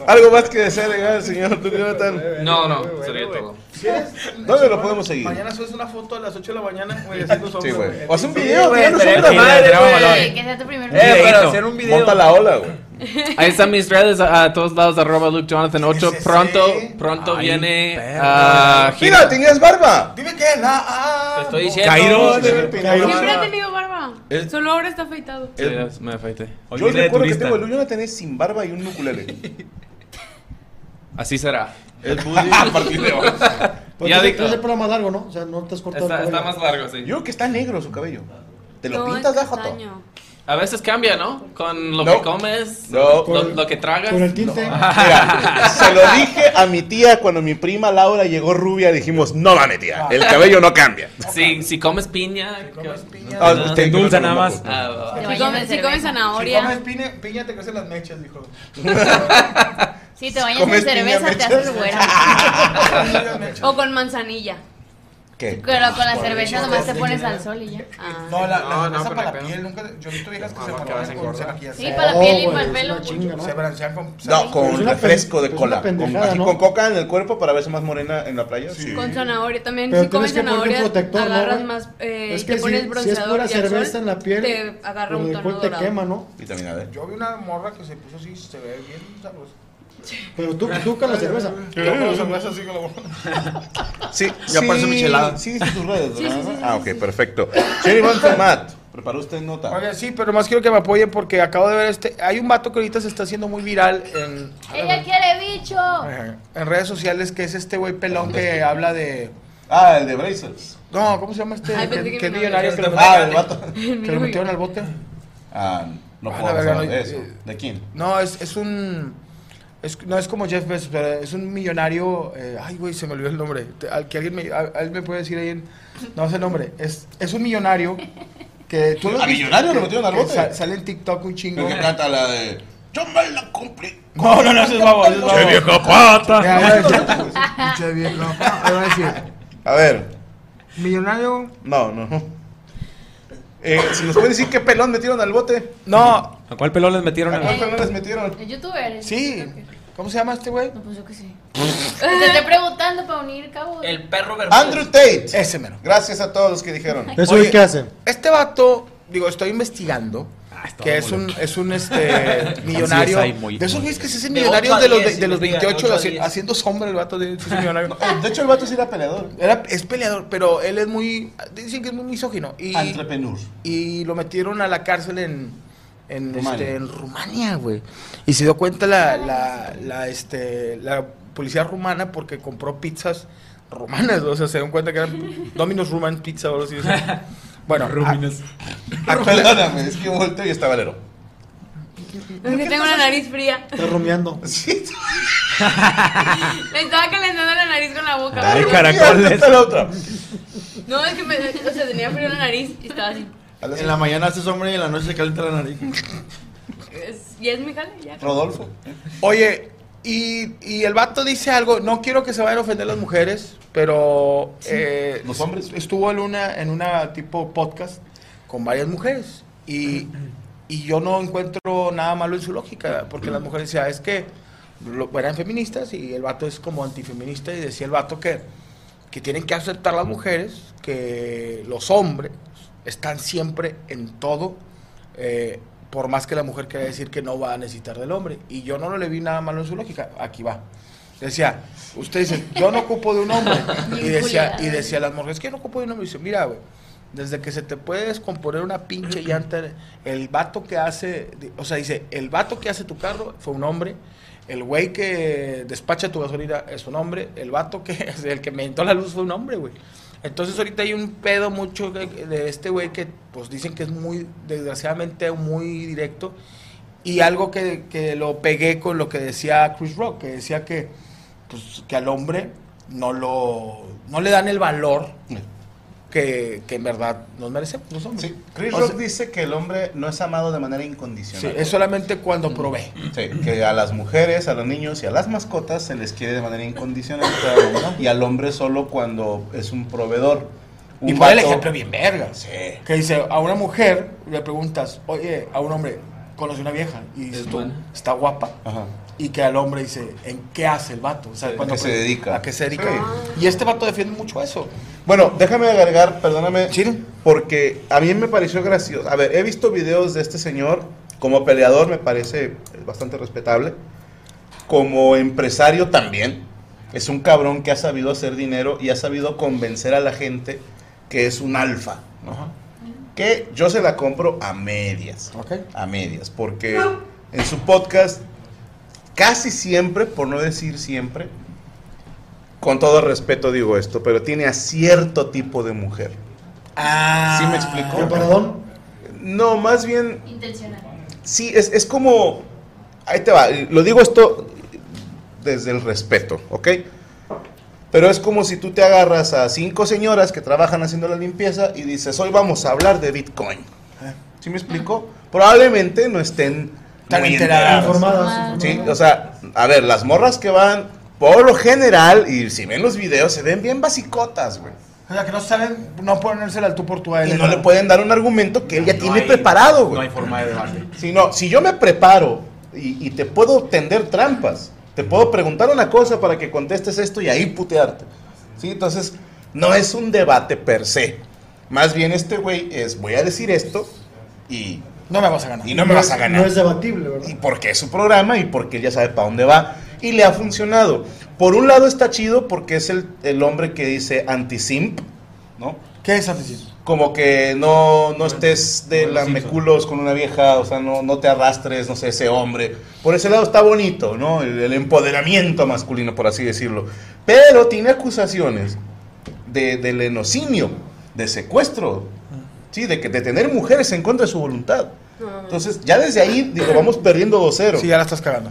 [SPEAKER 5] Algo más que desear, eh, señor Luke Jonathan.
[SPEAKER 11] No, no, sería todo.
[SPEAKER 5] ¿Dónde lo podemos seguir?
[SPEAKER 9] Mañana subes una foto a las 8 de la mañana, güey, haciendo sombra.
[SPEAKER 5] Sí, güey.
[SPEAKER 9] güey.
[SPEAKER 5] O haz un
[SPEAKER 9] Sí,
[SPEAKER 5] video,
[SPEAKER 9] güey,
[SPEAKER 5] tíranos
[SPEAKER 9] estaría
[SPEAKER 5] sombra.
[SPEAKER 9] chido,
[SPEAKER 5] Madre, pues.
[SPEAKER 9] estaría
[SPEAKER 5] güey.
[SPEAKER 9] mamalón.
[SPEAKER 10] Eh, Que sea tu primer
[SPEAKER 9] Eh,
[SPEAKER 11] videíto.
[SPEAKER 9] para hacer un video.
[SPEAKER 5] Monta la ola, güey.
[SPEAKER 11] Ahí están mis redes a, a todos lados, arroba Luke Jonathan 8. Pronto, pronto viene. ah, gira.
[SPEAKER 5] Eh, Mira, tenías barba.
[SPEAKER 9] Dime qué, na- ah,
[SPEAKER 11] Te estoy diciendo.
[SPEAKER 5] Cairo,
[SPEAKER 11] Sí,
[SPEAKER 5] el
[SPEAKER 11] sí.
[SPEAKER 5] peinado.
[SPEAKER 8] Siempre ha tenido barba.
[SPEAKER 5] Es-
[SPEAKER 8] Solo ahora está afeitado.
[SPEAKER 11] Sí, ya me afeité.
[SPEAKER 5] Yo recuerdo que tengo el Jonathan es sin barba y un ukulele.
[SPEAKER 11] Así será.
[SPEAKER 5] Es bullying a partir de hoy.
[SPEAKER 7] Pues
[SPEAKER 11] Ya
[SPEAKER 7] ya
[SPEAKER 11] di-
[SPEAKER 7] es el pelo más largo, ¿no? O sea, no te has cortado
[SPEAKER 11] Está-
[SPEAKER 7] el
[SPEAKER 11] está
[SPEAKER 7] pelo.
[SPEAKER 11] más largo, sí.
[SPEAKER 5] Yo creo que está negro su cabello. Te lo
[SPEAKER 8] No,
[SPEAKER 5] pintas
[SPEAKER 8] es
[SPEAKER 5] bajo todo.
[SPEAKER 8] castaño.
[SPEAKER 11] A veces cambia, ¿no? Con lo
[SPEAKER 5] No.
[SPEAKER 11] que comes,
[SPEAKER 5] No.
[SPEAKER 11] lo, lo que tragas.
[SPEAKER 5] Con el
[SPEAKER 11] tinte.
[SPEAKER 5] Mira, se lo dije a mi tía cuando mi prima Laura llegó rubia. Dijimos, no va, mi tía. El cabello no cambia.
[SPEAKER 11] Si, si comes piña, ¿qué-
[SPEAKER 5] Ah, usted
[SPEAKER 11] Te endulza
[SPEAKER 5] no
[SPEAKER 11] nada
[SPEAKER 5] me
[SPEAKER 11] más.
[SPEAKER 5] acuerdo.
[SPEAKER 11] Ah,
[SPEAKER 8] Si
[SPEAKER 11] ah,
[SPEAKER 9] bañas
[SPEAKER 8] comes,
[SPEAKER 9] de
[SPEAKER 8] si comes
[SPEAKER 9] cerveza.
[SPEAKER 8] zanahoria.
[SPEAKER 9] Si comes piña, piña te crecen las mechas, dijo.
[SPEAKER 8] Si te bañas
[SPEAKER 9] comes
[SPEAKER 8] en
[SPEAKER 9] piña,
[SPEAKER 8] cerveza, te
[SPEAKER 9] mechas.
[SPEAKER 8] haces güera. o con manzanilla.
[SPEAKER 5] ¿Qué?
[SPEAKER 8] Pero con la
[SPEAKER 9] Por
[SPEAKER 8] cerveza
[SPEAKER 9] eso,
[SPEAKER 8] nomás te
[SPEAKER 9] sí,
[SPEAKER 8] pones
[SPEAKER 9] claro.
[SPEAKER 8] al sol y ya. Ah.
[SPEAKER 9] No, la, la
[SPEAKER 6] No, no,
[SPEAKER 9] cerveza
[SPEAKER 6] pero
[SPEAKER 9] para
[SPEAKER 6] no
[SPEAKER 9] la
[SPEAKER 6] hay
[SPEAKER 9] piel. Nunca, yo he visto viejas que se
[SPEAKER 6] porque vas a
[SPEAKER 9] maquillan con Oh, se
[SPEAKER 6] engordar.
[SPEAKER 9] maquillan.
[SPEAKER 8] Sí, para la piel y para el pelo.
[SPEAKER 9] Se branchean con...
[SPEAKER 5] No,
[SPEAKER 9] Pues, Es
[SPEAKER 5] con
[SPEAKER 9] una
[SPEAKER 5] refresco de
[SPEAKER 9] pen- pues, es
[SPEAKER 5] cola.
[SPEAKER 9] una
[SPEAKER 5] Con,
[SPEAKER 9] pendejada,
[SPEAKER 5] así
[SPEAKER 9] ¿no?
[SPEAKER 5] con coca en el cuerpo para verse más morena en la playa. Sí.
[SPEAKER 8] Con zanahoria también.
[SPEAKER 7] Pero
[SPEAKER 8] si comes
[SPEAKER 7] tienes que ponerte
[SPEAKER 8] zanahoria,
[SPEAKER 7] protector, ¿no,
[SPEAKER 8] agarras
[SPEAKER 7] güey?
[SPEAKER 8] más. Eh,
[SPEAKER 7] Es
[SPEAKER 8] y
[SPEAKER 7] que
[SPEAKER 8] te
[SPEAKER 7] si-
[SPEAKER 8] pones
[SPEAKER 7] si es
[SPEAKER 8] bronceador.
[SPEAKER 7] pura
[SPEAKER 8] y al
[SPEAKER 7] cerveza
[SPEAKER 8] sol
[SPEAKER 7] en la piel,
[SPEAKER 8] Te agarra
[SPEAKER 7] lo
[SPEAKER 8] un
[SPEAKER 7] del
[SPEAKER 8] tono
[SPEAKER 7] cuerpo te
[SPEAKER 8] dorado.
[SPEAKER 7] quema, ¿no?
[SPEAKER 5] Vitamina D.
[SPEAKER 9] Yo vi una morra que se puso así y se ve bien sabrosa.
[SPEAKER 7] Pero tú, tú con la cerveza.
[SPEAKER 9] Yo con la cerveza así con la boca.
[SPEAKER 5] Sí,
[SPEAKER 9] Ya pasó michelada.
[SPEAKER 5] Sí, dice tus redes,
[SPEAKER 9] Sí,
[SPEAKER 5] ¿verdad?
[SPEAKER 9] sí, sí, sí,
[SPEAKER 5] ah, ok, perfecto. Sherry Matt, ¿preparó usted nota?
[SPEAKER 9] Oye, sí, pero más quiero que me apoyen porque acabo de ver este... Hay un vato que ahorita se está haciendo muy viral en...
[SPEAKER 10] Ella quiere bicho.
[SPEAKER 9] Ajá. En redes sociales, que es este güey pelón que habla de.
[SPEAKER 5] Ah, el de Brazers.
[SPEAKER 9] No, ¿cómo se llama este?
[SPEAKER 5] Ay,
[SPEAKER 9] que
[SPEAKER 5] pensé que
[SPEAKER 9] que es
[SPEAKER 5] me
[SPEAKER 9] millonario
[SPEAKER 5] había-
[SPEAKER 9] que lo
[SPEAKER 5] Ah,
[SPEAKER 9] metieron-
[SPEAKER 5] el vato.
[SPEAKER 9] Que lo metieron al bote.
[SPEAKER 5] Ah, no
[SPEAKER 9] Ah,
[SPEAKER 5] puedo
[SPEAKER 9] la verga,
[SPEAKER 5] hablar
[SPEAKER 9] no,
[SPEAKER 5] de eso.
[SPEAKER 9] eh,
[SPEAKER 5] ¿De quién?
[SPEAKER 9] No, es, es un. es- no es como Jeff Bezos, pero es un millonario. eh, ay, güey, se me olvidó el nombre. Te- al que alguien me, a- alguien me puede decir ahí en. No sé el nombre. Es, es un millonario que. ¿tú lo
[SPEAKER 5] ¿A
[SPEAKER 9] viste?
[SPEAKER 5] millonario lo
[SPEAKER 9] Que-
[SPEAKER 5] metieron al
[SPEAKER 9] que
[SPEAKER 5] bote?
[SPEAKER 9] sa- sale en TikTok un chingo.
[SPEAKER 5] El que canta la de.
[SPEAKER 9] No, no, no, ese es babo. ese es babo.
[SPEAKER 5] ¡Qué vieja pata!
[SPEAKER 9] Ya, ya, ya. Pinche vieja pata. Ahí va a decir.
[SPEAKER 5] A ver.
[SPEAKER 9] Millonario.
[SPEAKER 5] No, no. Eh, si nos pueden decir qué pelón metieron al bote.
[SPEAKER 9] No.
[SPEAKER 23] ¿A cuál pelón les metieron?
[SPEAKER 5] ¿A cuál pelón les metieron?
[SPEAKER 10] El youtuber.
[SPEAKER 9] Sí. ¿Cómo se llama este güey?
[SPEAKER 10] No, pues yo qué sé. Te estoy preguntando para unir cabo.
[SPEAKER 6] El perro
[SPEAKER 5] Andrew Tate.
[SPEAKER 9] Ese mero.
[SPEAKER 5] Gracias a todos los que dijeron.
[SPEAKER 7] Eso es que hace.
[SPEAKER 9] Este vato, digo, estoy investigando.
[SPEAKER 4] Ah,
[SPEAKER 9] que es un, es un este, millonario.
[SPEAKER 4] Así es, ahí, muy-
[SPEAKER 9] de esos
[SPEAKER 4] muy-
[SPEAKER 9] güeyes que se hacen
[SPEAKER 4] De
[SPEAKER 9] millonarios
[SPEAKER 4] ocho a
[SPEAKER 9] de los, de,
[SPEAKER 4] diez,
[SPEAKER 9] de los
[SPEAKER 4] investiga,
[SPEAKER 9] 28
[SPEAKER 4] ocho a
[SPEAKER 9] haci-
[SPEAKER 4] diez.
[SPEAKER 9] haciendo sombra. El vato de, es un millonario.
[SPEAKER 5] de hecho, el vato sí era peleador.
[SPEAKER 9] Era, es peleador, pero él es muy. Dicen que es muy misógino. Y,
[SPEAKER 5] Entrepreneur.
[SPEAKER 9] Y lo metieron a la cárcel en. En,
[SPEAKER 5] Rumania.
[SPEAKER 9] este, en Rumania, güey. Y se dio cuenta la, la, la, este, la policía rumana porque compró pizzas rumanas. O sea, se dieron cuenta que eran Domino's Ruman Pizza o algo así. Bueno, Ruminos.
[SPEAKER 5] Perdóname, es que yo volteo y está Valero.
[SPEAKER 8] Es que tengo la nariz fría.
[SPEAKER 7] Está rumiando.
[SPEAKER 8] Le estaba calentando la nariz con la boca.
[SPEAKER 5] Ay, caracoles. Está la otra.
[SPEAKER 8] No, es que me, o sea, tenía frío en la nariz y estaba así.
[SPEAKER 20] En la mañana hace sombra y en la noche se calienta la nariz.
[SPEAKER 8] Es- ¿Y es mi jale? Ya.
[SPEAKER 5] Rodolfo.
[SPEAKER 9] Oye, y, y el vato dice algo, no quiero que se vayan a ofender las mujeres, pero eh,
[SPEAKER 5] Los hombres.
[SPEAKER 9] estuvo en una, en una tipo podcast con varias mujeres y Y yo no encuentro nada malo en su lógica, porque las mujeres decían, "Ah, es que lo- eran feministas y el vato es como antifeminista y decía el vato que, que tienen que aceptar las mujeres que los hombres están siempre en todo, eh, por más que la mujer quiera decir que no va a necesitar del hombre. Y yo no le vi nada malo en su lógica, aquí va. Decía, usted dice, yo no ocupo de un hombre. Y decía, y decía las mujeres, que yo no ocupo de un hombre. Y dice, mira, güey, desde que se te puede descomponer una pinche llanta, el vato que hace, o sea, dice, el vato que hace tu carro fue un hombre, el güey que despacha tu gasolina es un hombre, el vato que, el que me inventó la luz fue un hombre, güey. Entonces ahorita hay un pedo mucho de, de este güey que pues dicen que es muy, desgraciadamente, muy directo. Y algo que, que lo pegué con lo que decía Chris Rock, que decía que, pues, que al hombre no, lo, no le dan el valor que, que en verdad nos merecemos los hombres.
[SPEAKER 5] Chris
[SPEAKER 9] O
[SPEAKER 5] Rock
[SPEAKER 9] sea,
[SPEAKER 5] dice que el hombre no es amado de manera
[SPEAKER 9] sí,
[SPEAKER 5] incondicional.
[SPEAKER 9] es solamente cuando provee.
[SPEAKER 5] Sí, que a las mujeres, a los niños y a las mascotas se les quiere de manera incondicional pero no, y al hombre solo cuando es un proveedor. Un
[SPEAKER 9] Y pone el
[SPEAKER 5] vato-
[SPEAKER 9] ejemplo bien verga. Que dice, a una mujer le preguntas, oye, a un hombre, conoce una vieja y dices tú, está guapa. Y que al hombre dice, ¿en qué hace el vato? O sea,
[SPEAKER 5] ¿A
[SPEAKER 9] cuando
[SPEAKER 5] qué se
[SPEAKER 9] pre-
[SPEAKER 5] dedica?
[SPEAKER 9] ¿A qué se dedica?
[SPEAKER 5] Sí.
[SPEAKER 9] Y este vato defiende mucho eso.
[SPEAKER 5] Bueno, déjame agregar, perdóname, porque a mí me pareció gracioso. A ver, he visto videos de este señor como peleador, me parece bastante respetable. Como empresario también. Es un cabrón que ha sabido hacer dinero y ha sabido convencer a la gente que es un alfa. ¿no? Que yo se la compro a medias. A medias, porque en su podcast casi siempre, por no decir siempre, con todo respeto digo esto, pero tiene a cierto tipo de mujer. Ah, ¿sí me explico? No, más bien,
[SPEAKER 10] Intencional.
[SPEAKER 5] sí, es, es como, ahí te va, lo digo esto desde el respeto, ¿ok? Pero es como si tú te agarras a cinco señoras que trabajan haciendo la limpieza y dices, hoy vamos a hablar de Bitcoin. ¿Sí me explico? Probablemente no estén
[SPEAKER 9] Tan
[SPEAKER 5] muy
[SPEAKER 9] enteradas.
[SPEAKER 5] enteradas. Sí, o sea, a ver, las morras que van, por lo general, y si ven los videos, se ven bien basicotas, güey.
[SPEAKER 9] O sea, que no saben no ponérsela al tú por tu a él.
[SPEAKER 5] Y no le pueden dar un argumento que él ya tiene preparado, güey.
[SPEAKER 21] No hay forma de debate.
[SPEAKER 5] Si no, si yo me preparo y, y te puedo tender trampas, te puedo preguntar una cosa para que contestes esto y ahí putearte. ¿Sí? Entonces, no es un debate per se. Más bien este güey es, voy a decir esto y...
[SPEAKER 9] No me vas a ganar.
[SPEAKER 5] Y no me
[SPEAKER 7] No
[SPEAKER 5] vas
[SPEAKER 7] es-
[SPEAKER 5] a ganar.
[SPEAKER 7] no es
[SPEAKER 5] debatible, ¿verdad? Y porque es su programa y porque él ya sabe para dónde va. Y le ha funcionado. Por un lado está chido porque es el, el hombre que dice anti-simp, ¿no?
[SPEAKER 9] ¿Qué es anti-simp?
[SPEAKER 5] Como que no, no estés de lameculos con una vieja, o sea, no, no te arrastres, no sé, ese hombre. Por ese lado está bonito, ¿no? El, el empoderamiento masculino, por así decirlo. Pero tiene acusaciones de, de lenocinio, de secuestro, ¿sí? De, que, de tener mujeres en contra de su voluntad. Entonces, ya desde ahí, digo, vamos perdiendo 2-0. Sí,
[SPEAKER 9] ya la estás cagando.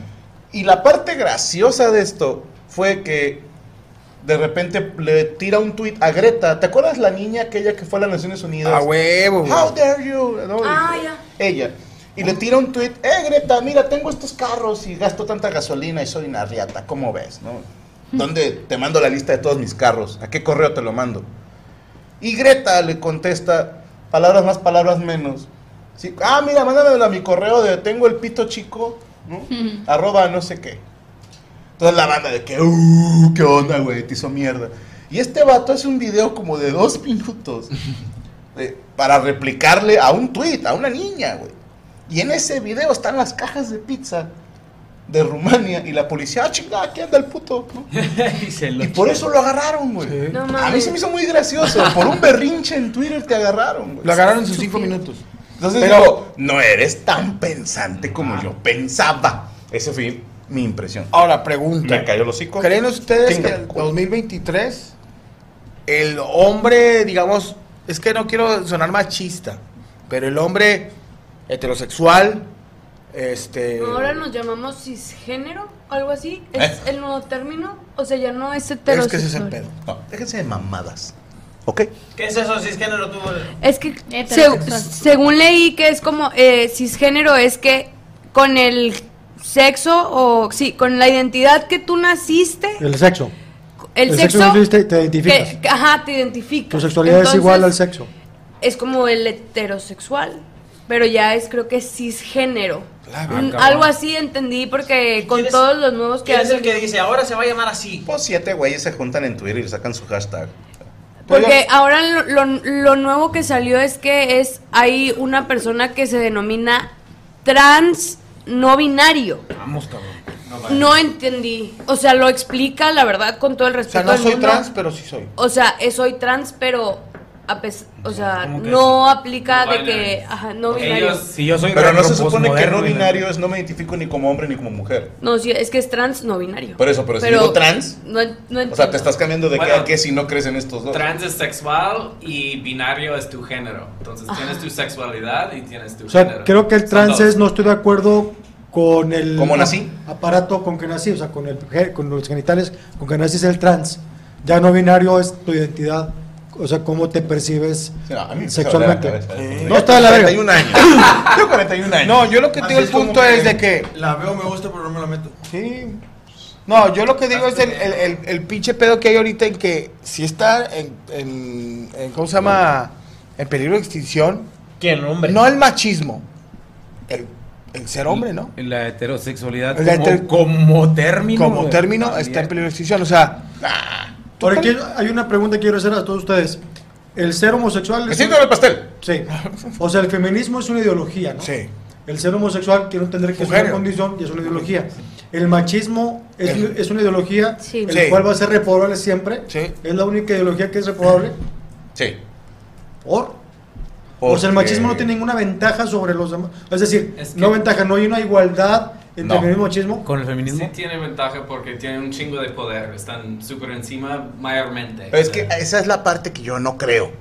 [SPEAKER 5] Y la parte graciosa de esto fue que de repente le tira un tweet a Greta. ¿Te acuerdas la niña aquella que fue a las Naciones Unidas?
[SPEAKER 9] A huevo, güey.
[SPEAKER 5] How dare you? ¿no?
[SPEAKER 22] Ah, ya.
[SPEAKER 5] Ella. Y le tira un tweet, eh Greta, mira, tengo estos carros y gasto tanta gasolina y soy una riata, ¿cómo ves? ¿No? ¿Dónde te mando la lista de todos mis carros? ¿A qué correo te lo mando? Y Greta le contesta, palabras más, palabras menos. Sí, ah, mira, mándamelo a mi correo de tengo el pito chico, ¿no? arroba no sé qué. Entonces la banda de que, uh, qué onda, güey, te hizo mierda. Y este vato hace un video como de dos minutos eh, para replicarle a un tweet, a una niña, güey. Y en ese video están las cajas de pizza de Rumania y la policía, ah, chingada, aquí anda el puto. ¿no?
[SPEAKER 21] y, se lo
[SPEAKER 5] Y por eso lo agarraron, güey.
[SPEAKER 21] No
[SPEAKER 5] a mí
[SPEAKER 21] mames.
[SPEAKER 5] se me hizo muy gracioso. Por un berrinche en Twitter te agarraron, güey.
[SPEAKER 9] Lo agarraron en sus cinco minutos.
[SPEAKER 5] Pues Entonces
[SPEAKER 9] Pero-
[SPEAKER 5] digo, no eres tan pensante como yo pensaba. Esa fue mi impresión.
[SPEAKER 9] Ahora, pregunta.
[SPEAKER 5] Me cayó el hocico.
[SPEAKER 9] ¿Creen ustedes
[SPEAKER 5] Chinga.
[SPEAKER 9] que el 2023 el hombre, digamos, es que no quiero sonar machista, pero el hombre heterosexual, este...
[SPEAKER 8] Ahora nos llamamos cisgénero, algo así.
[SPEAKER 7] Eh.
[SPEAKER 8] Es el nuevo término. O sea, ya no es
[SPEAKER 9] es que
[SPEAKER 8] heterosexual.
[SPEAKER 9] ese es el pedo.
[SPEAKER 5] No, déjense de mamadas.
[SPEAKER 12] ¿Qué es eso? Si es que no lo tuvo.
[SPEAKER 8] Es que seg- según leí que es como eh, cisgénero es que con el sexo o sí, con la identidad que tú naciste,
[SPEAKER 7] El sexo.
[SPEAKER 8] el,
[SPEAKER 7] que
[SPEAKER 8] sexo
[SPEAKER 7] tuviste, te identificas.
[SPEAKER 8] que, que- ajá, te identifica.
[SPEAKER 7] Tu sexualidad es igual al sexo.
[SPEAKER 8] Es como el heterosexual. pero ya es creo que cisgénero.
[SPEAKER 6] Ah,
[SPEAKER 8] Mm,
[SPEAKER 6] cabrón.
[SPEAKER 8] Algo así entendí porque con todos los nuevos que
[SPEAKER 6] ¿Quién es
[SPEAKER 8] hacen...
[SPEAKER 6] el que dice, ahora se va a llamar así?
[SPEAKER 5] Pues siete güeyes se juntan en Twitter y sacan su hashtag. Pues
[SPEAKER 8] Porque ahora lo, lo- lo nuevo que salió es que es hay una persona que se denomina trans no binario.
[SPEAKER 5] Vamos, cabrón.
[SPEAKER 8] No entendí. O sea, lo explica, la verdad, con todo el
[SPEAKER 9] O
[SPEAKER 8] respeto.
[SPEAKER 9] sea, no
[SPEAKER 8] del
[SPEAKER 9] soy
[SPEAKER 8] mundo.
[SPEAKER 9] trans, pero sí soy.
[SPEAKER 8] O sea, eh, soy trans, pero a pes- o sea,
[SPEAKER 9] ¿Cómo que
[SPEAKER 8] no aplica
[SPEAKER 9] No
[SPEAKER 8] de
[SPEAKER 9] binario.
[SPEAKER 8] que ajá, no binario.
[SPEAKER 5] Ellos-
[SPEAKER 4] si yo soy
[SPEAKER 5] Pero no se
[SPEAKER 4] retro
[SPEAKER 5] supone que
[SPEAKER 4] postmoderno,
[SPEAKER 5] no
[SPEAKER 4] güey.
[SPEAKER 5] binario es no me identifico ni como hombre ni como mujer.
[SPEAKER 8] No, sí, es que es trans no binario.
[SPEAKER 5] Por eso, pero si digo trans,
[SPEAKER 8] no, no
[SPEAKER 5] O sea,
[SPEAKER 8] entiendo.
[SPEAKER 5] te estás cambiando de qué
[SPEAKER 11] Bueno.
[SPEAKER 5] a qué si no crees en estos dos.
[SPEAKER 11] Trans es sexual y binario es tu género. Entonces tienes tu sexualidad y tienes tu
[SPEAKER 7] O sea,
[SPEAKER 11] género.
[SPEAKER 7] creo que el
[SPEAKER 11] Son
[SPEAKER 7] trans
[SPEAKER 11] dos.
[SPEAKER 7] es, no estoy de acuerdo con el
[SPEAKER 11] ¿Cómo nací?
[SPEAKER 7] aparato con que nací, o sea, con, el, ge- con los genitales, con que nací es el trans. Ya no binario es tu identidad, o sea, cómo te percibes sexualmente. No está de la verga.
[SPEAKER 5] Yo 41 años.
[SPEAKER 9] No, yo lo que
[SPEAKER 20] Así
[SPEAKER 9] digo el
[SPEAKER 20] es como
[SPEAKER 9] punto
[SPEAKER 20] que
[SPEAKER 9] es de que.
[SPEAKER 20] La veo, me gusta, pero no me la meto.
[SPEAKER 9] Sí. No, yo lo que digo es el, el, el- el pinche pedo que hay ahorita en que si está en, en- en- ¿cómo se llama? En peligro de extinción.
[SPEAKER 6] ¿Quién, hombre?
[SPEAKER 9] No el machismo. El, el
[SPEAKER 4] Mm.
[SPEAKER 9] ser hombre, ¿no?
[SPEAKER 4] La heterosexualidad
[SPEAKER 9] La
[SPEAKER 4] como,
[SPEAKER 9] heter-
[SPEAKER 4] como término.
[SPEAKER 9] Como
[SPEAKER 4] güey.
[SPEAKER 9] término está en peligro de extinción. O sea,
[SPEAKER 7] Ahora quiero- Ah, hay una pregunta que quiero hacer a todos ustedes. El ser homosexual es. un-
[SPEAKER 5] el pastel!
[SPEAKER 7] Sí. O sea, el feminismo es una ideología, ¿no? Sí. El ser homosexual quiero entender que es
[SPEAKER 9] Mujer.
[SPEAKER 7] una condición y es una ideología. El machismo es, es una ideología, el
[SPEAKER 9] Sí.
[SPEAKER 7] cual va a ser reprobable siempre. Es la única ideología que es reprobable.
[SPEAKER 5] Sí.
[SPEAKER 7] ¿Por? O sea, el machismo no tiene ninguna ventaja sobre los demás. Es decir, no ventaja, no hay una igualdad entre
[SPEAKER 11] No.
[SPEAKER 7] feminismo y machismo.
[SPEAKER 4] Con el feminismo.
[SPEAKER 11] Sí tiene ventaja porque tiene un chingo de poder. Están súper encima mayormente.
[SPEAKER 5] Pero es que esa es la parte que yo no creo.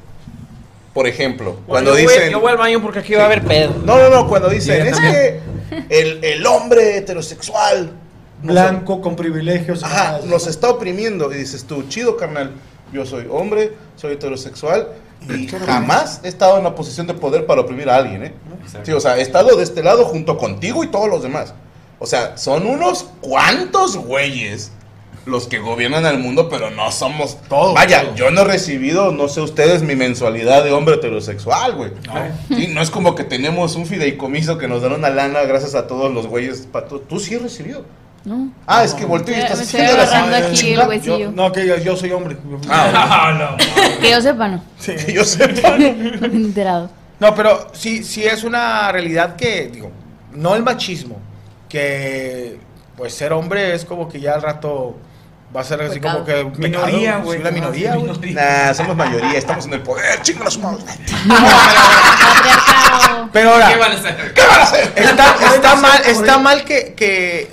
[SPEAKER 5] Por ejemplo, cuando
[SPEAKER 11] yo voy-
[SPEAKER 5] dicen.
[SPEAKER 11] yo voy
[SPEAKER 6] al baño porque aquí va a haber pedo.
[SPEAKER 5] No, no, no, cuando dicen,
[SPEAKER 7] Yo
[SPEAKER 5] es que
[SPEAKER 7] también.
[SPEAKER 5] el, el hombre heterosexual.
[SPEAKER 7] Blanco, con privilegios.
[SPEAKER 5] Ajá, nos está oprimiendo. Y dices tú, chido, carnal. Yo soy hombre, soy heterosexual. Y jamás he estado en una posición de poder para oprimir a alguien, ¿eh? Sí, o sea, he estado de este lado junto contigo y todos los demás. O sea, son unos cuantos güeyes los que gobiernan al mundo, pero no somos todos. Vaya, yo no he recibido, no sé ustedes, mi mensualidad de hombre heterosexual, güey. No. Sí, no es como que tenemos un fideicomiso que nos dan una lana gracias a todos los güeyes. Pato. Tú sí has recibido.
[SPEAKER 10] No.
[SPEAKER 5] Ah, es que volteo y
[SPEAKER 10] Me
[SPEAKER 5] estás
[SPEAKER 10] estoy
[SPEAKER 5] haciendo la
[SPEAKER 10] agarrando
[SPEAKER 5] señal.
[SPEAKER 10] aquí el
[SPEAKER 5] Chinga,
[SPEAKER 10] huesillo.
[SPEAKER 5] yo-
[SPEAKER 9] no, que yo, yo soy hombre.
[SPEAKER 5] Ah,
[SPEAKER 10] Que yo sepa, no.
[SPEAKER 9] Sí, que yo sepa.
[SPEAKER 10] No me he enterado.
[SPEAKER 9] No, pero sí, sí es una realidad que, digo, no el machismo, que pues ser hombre es como que ya al rato va a ser así como que un pecado,
[SPEAKER 5] Minoría,
[SPEAKER 9] sí,
[SPEAKER 5] güey.
[SPEAKER 9] una minoría, güey.
[SPEAKER 5] Nah, somos mayoría, estamos en el poder, chingan a su madre.
[SPEAKER 9] Pero ahora,
[SPEAKER 5] ¿Qué van
[SPEAKER 9] a hacer? Está, está mal, está mal que, que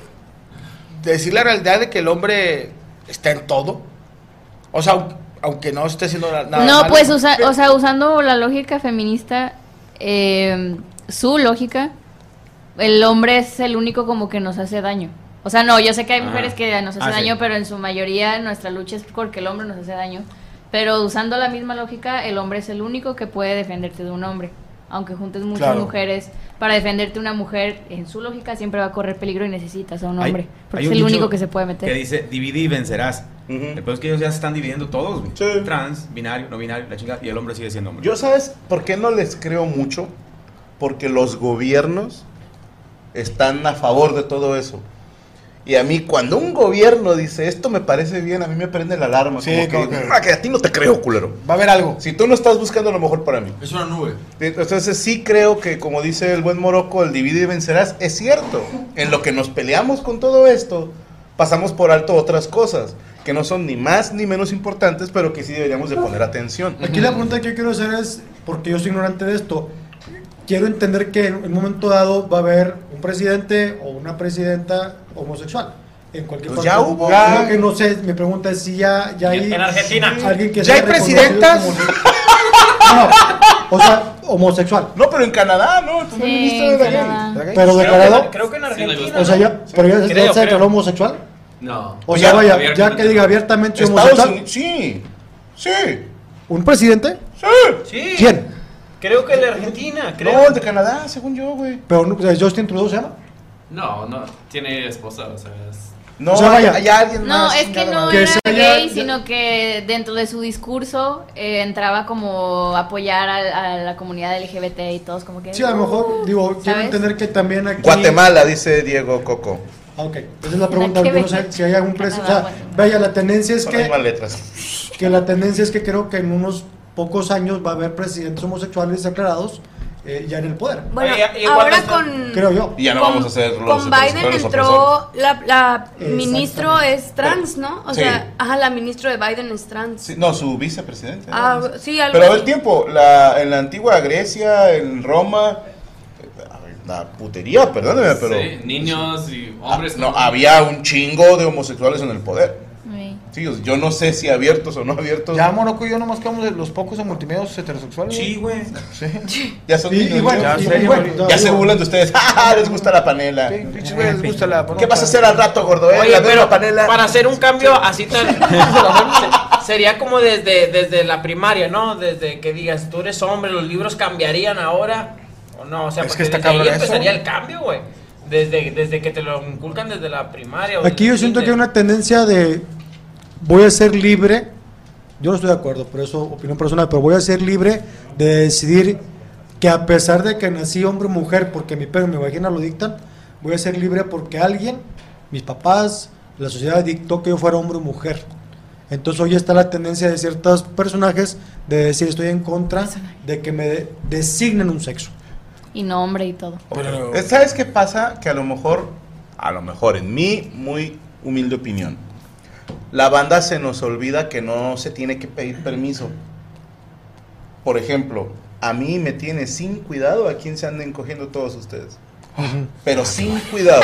[SPEAKER 9] decir la realidad de que el hombre está en todo. O sea, aunque- aunque no esté haciendo na- nada
[SPEAKER 10] no,
[SPEAKER 9] malo.
[SPEAKER 10] pues, usa- o sea, usando la lógica feminista, eh, su lógica, el hombre es el único como que nos hace daño. O sea, no, yo sé que hay
[SPEAKER 8] Ah.
[SPEAKER 10] mujeres que nos hacen
[SPEAKER 8] Ah, sí.
[SPEAKER 10] daño, pero en su mayoría nuestra lucha es porque el hombre nos hace daño. Pero usando la misma lógica, el hombre es el único que puede defenderte de un hombre. Aunque juntes muchas
[SPEAKER 4] Claro.
[SPEAKER 10] mujeres, para defenderte una mujer, en su lógica siempre va a correr peligro y necesitas a un
[SPEAKER 4] Hay-
[SPEAKER 10] hombre. porque
[SPEAKER 4] hay
[SPEAKER 10] es
[SPEAKER 4] un
[SPEAKER 10] el
[SPEAKER 4] dicho
[SPEAKER 10] único que se puede meter.
[SPEAKER 4] Que dice, divide y vencerás. El problema es que ellos ya se están dividiendo todos, güey. Trans, binario, no binario, la chingada. Y el hombre sigue siendo hombre.
[SPEAKER 5] Yo sabes por qué no les creo mucho, porque los gobiernos están a favor de todo eso. Y a mí cuando un gobierno dice esto me parece bien, a mí me prende la alarma.
[SPEAKER 9] Sí,
[SPEAKER 5] como que,
[SPEAKER 9] como
[SPEAKER 5] digo,
[SPEAKER 9] que-
[SPEAKER 5] "Ah, que a ti no te creo, culero.
[SPEAKER 9] Va a haber algo.
[SPEAKER 5] Si tú no estás buscando lo mejor para mí.
[SPEAKER 20] Es una nube.
[SPEAKER 5] Entonces sí creo que, como dice el buen Morocco, el divide y vencerás es cierto. En lo que nos peleamos con todo esto, pasamos por alto otras cosas que no son ni más ni menos importantes, pero que sí deberíamos de poner atención.
[SPEAKER 7] Aquí la pregunta que yo quiero hacer es, porque yo soy ignorante de esto, quiero entender que en un momento dado va a haber un presidente o una presidenta homosexual. En cualquier
[SPEAKER 5] Pues ya hubo.
[SPEAKER 7] Yo que no sé, mi pregunta es si ya, ya hay...
[SPEAKER 6] En- en Argentina.
[SPEAKER 7] Alguien que
[SPEAKER 6] ¿Ya
[SPEAKER 7] sea
[SPEAKER 6] hay
[SPEAKER 7] reconocido
[SPEAKER 6] presidentas?
[SPEAKER 7] como- No, no, o sea, homosexual.
[SPEAKER 5] No, pero en Canadá, ¿no?
[SPEAKER 7] Tú
[SPEAKER 10] no Sí, viniste de en gay. Canadá.
[SPEAKER 7] Pero
[SPEAKER 10] Creo que-
[SPEAKER 7] declarado...
[SPEAKER 10] creo que en Argentina,
[SPEAKER 7] O sea, ya, pero ya, ya
[SPEAKER 10] Creo,
[SPEAKER 7] se declaró
[SPEAKER 10] creo.
[SPEAKER 7] homosexual.
[SPEAKER 11] No.
[SPEAKER 7] O sea, vaya, ya
[SPEAKER 11] abiertamente.
[SPEAKER 7] que diga abiertamente soy
[SPEAKER 5] Pues Estados
[SPEAKER 7] homosexual.
[SPEAKER 5] Unidos, sí, sí,
[SPEAKER 7] ¿Un presidente?
[SPEAKER 5] sí.
[SPEAKER 7] ¿Quién?
[SPEAKER 6] Creo que el de Argentina, creo.
[SPEAKER 5] No, el de Canadá, según yo, güey.
[SPEAKER 7] Pero, no- ¿Justin Trudeau se llama?
[SPEAKER 11] No, no. Tiene esposa, o sea, es
[SPEAKER 5] No,
[SPEAKER 7] O sea, vaya,
[SPEAKER 5] hay alguien
[SPEAKER 10] No,
[SPEAKER 5] más.
[SPEAKER 10] es que no
[SPEAKER 7] Que
[SPEAKER 10] era
[SPEAKER 7] se haya-
[SPEAKER 10] gay, sino que dentro de su discurso eh, entraba como apoyar a, a la comunidad LGBT y todos como que...
[SPEAKER 7] Sí, a lo mejor, digo, quiero
[SPEAKER 10] ¿Sabes?
[SPEAKER 7] entender que también aquí.
[SPEAKER 5] Guatemala, dice Diego Coco.
[SPEAKER 7] Ah, ok. Esa es la pregunta.
[SPEAKER 10] ¿Qué
[SPEAKER 7] Yo no
[SPEAKER 10] ves?
[SPEAKER 7] sé si hay algún precio. O sea,
[SPEAKER 10] Guatemala.
[SPEAKER 7] vaya, la tendencia es
[SPEAKER 5] Con las
[SPEAKER 7] que,
[SPEAKER 5] mismas letras.
[SPEAKER 7] que la tendencia es que creo que en unos pocos años va a haber presidentes homosexuales declarados eh, ya en el poder.
[SPEAKER 8] Bueno, ahora con.
[SPEAKER 7] Creo yo.
[SPEAKER 5] Y ya no vamos a hacer los
[SPEAKER 8] Con Biden
[SPEAKER 5] heterosexuales
[SPEAKER 8] entró la, la
[SPEAKER 5] Exactamente.
[SPEAKER 8] ministro es trans, ¿no? O
[SPEAKER 5] Sí.
[SPEAKER 8] sea, ajá, la ministro de Biden es trans.
[SPEAKER 5] Sí, no, su vicepresidente.
[SPEAKER 8] Ah, sí, algo
[SPEAKER 5] Pero
[SPEAKER 8] así.
[SPEAKER 5] el tiempo, la, en la antigua Grecia, en Roma, eh, a ver, la putería, perdóneme, pero
[SPEAKER 11] Sí, niños y hombres.
[SPEAKER 5] no había un chingo de homosexuales en el poder.
[SPEAKER 10] Sí.
[SPEAKER 5] Sí, o sea, yo no sé si abiertos o no abiertos.
[SPEAKER 9] Ya Monoco y yo nomás quedamos de los pocos en multimedios heterosexuales.
[SPEAKER 5] Sí,
[SPEAKER 9] güey.
[SPEAKER 5] Sí. Ya son
[SPEAKER 9] Y- y
[SPEAKER 5] niños,
[SPEAKER 9] bueno,
[SPEAKER 5] ya,
[SPEAKER 9] y-
[SPEAKER 5] sé,
[SPEAKER 9] y bueno,
[SPEAKER 5] ya
[SPEAKER 9] y
[SPEAKER 5] se
[SPEAKER 9] bueno.
[SPEAKER 5] burlan de ustedes. ¡Ja, ja, les gusta la panela.
[SPEAKER 9] les gusta la
[SPEAKER 5] ¿Qué vas a hacer al rato, gordo? eh? La
[SPEAKER 6] Oye,
[SPEAKER 5] misma
[SPEAKER 6] pero
[SPEAKER 5] panela.
[SPEAKER 6] para hacer un cambio así tan sería como desde, desde la primaria, ¿no? Desde que digas, tú eres hombre, los libros cambiarían ahora o no, o sea,
[SPEAKER 9] Es
[SPEAKER 6] porque
[SPEAKER 9] que está
[SPEAKER 6] desde ahí
[SPEAKER 9] cabrón eso.
[SPEAKER 6] empezaría el cambio, güey. Desde, desde que te lo inculcan desde la primaria. o
[SPEAKER 7] Aquí yo
[SPEAKER 6] desde
[SPEAKER 7] siento
[SPEAKER 6] el
[SPEAKER 7] que hay una tendencia de voy a ser libre. Yo no estoy de acuerdo, pero eso opinión personal, pero voy a ser libre de decidir que a pesar de que nací hombre o mujer, porque mi pelo y mi vagina lo dictan, voy a ser libre porque alguien, mis papás, la sociedad dictó que yo fuera hombre o mujer. Entonces hoy está la tendencia de ciertos personajes de decir estoy en contra de que me de- designen un sexo.
[SPEAKER 10] Y nombre y todo.
[SPEAKER 5] Eh, ¿Sabes qué pasa? Que a lo mejor, a lo mejor, en mi muy humilde opinión, la banda se nos olvida que no se tiene que pedir permiso. Por ejemplo, a mí me tiene sin cuidado a quién se anden cogiendo todos ustedes. Pero sin cuidado.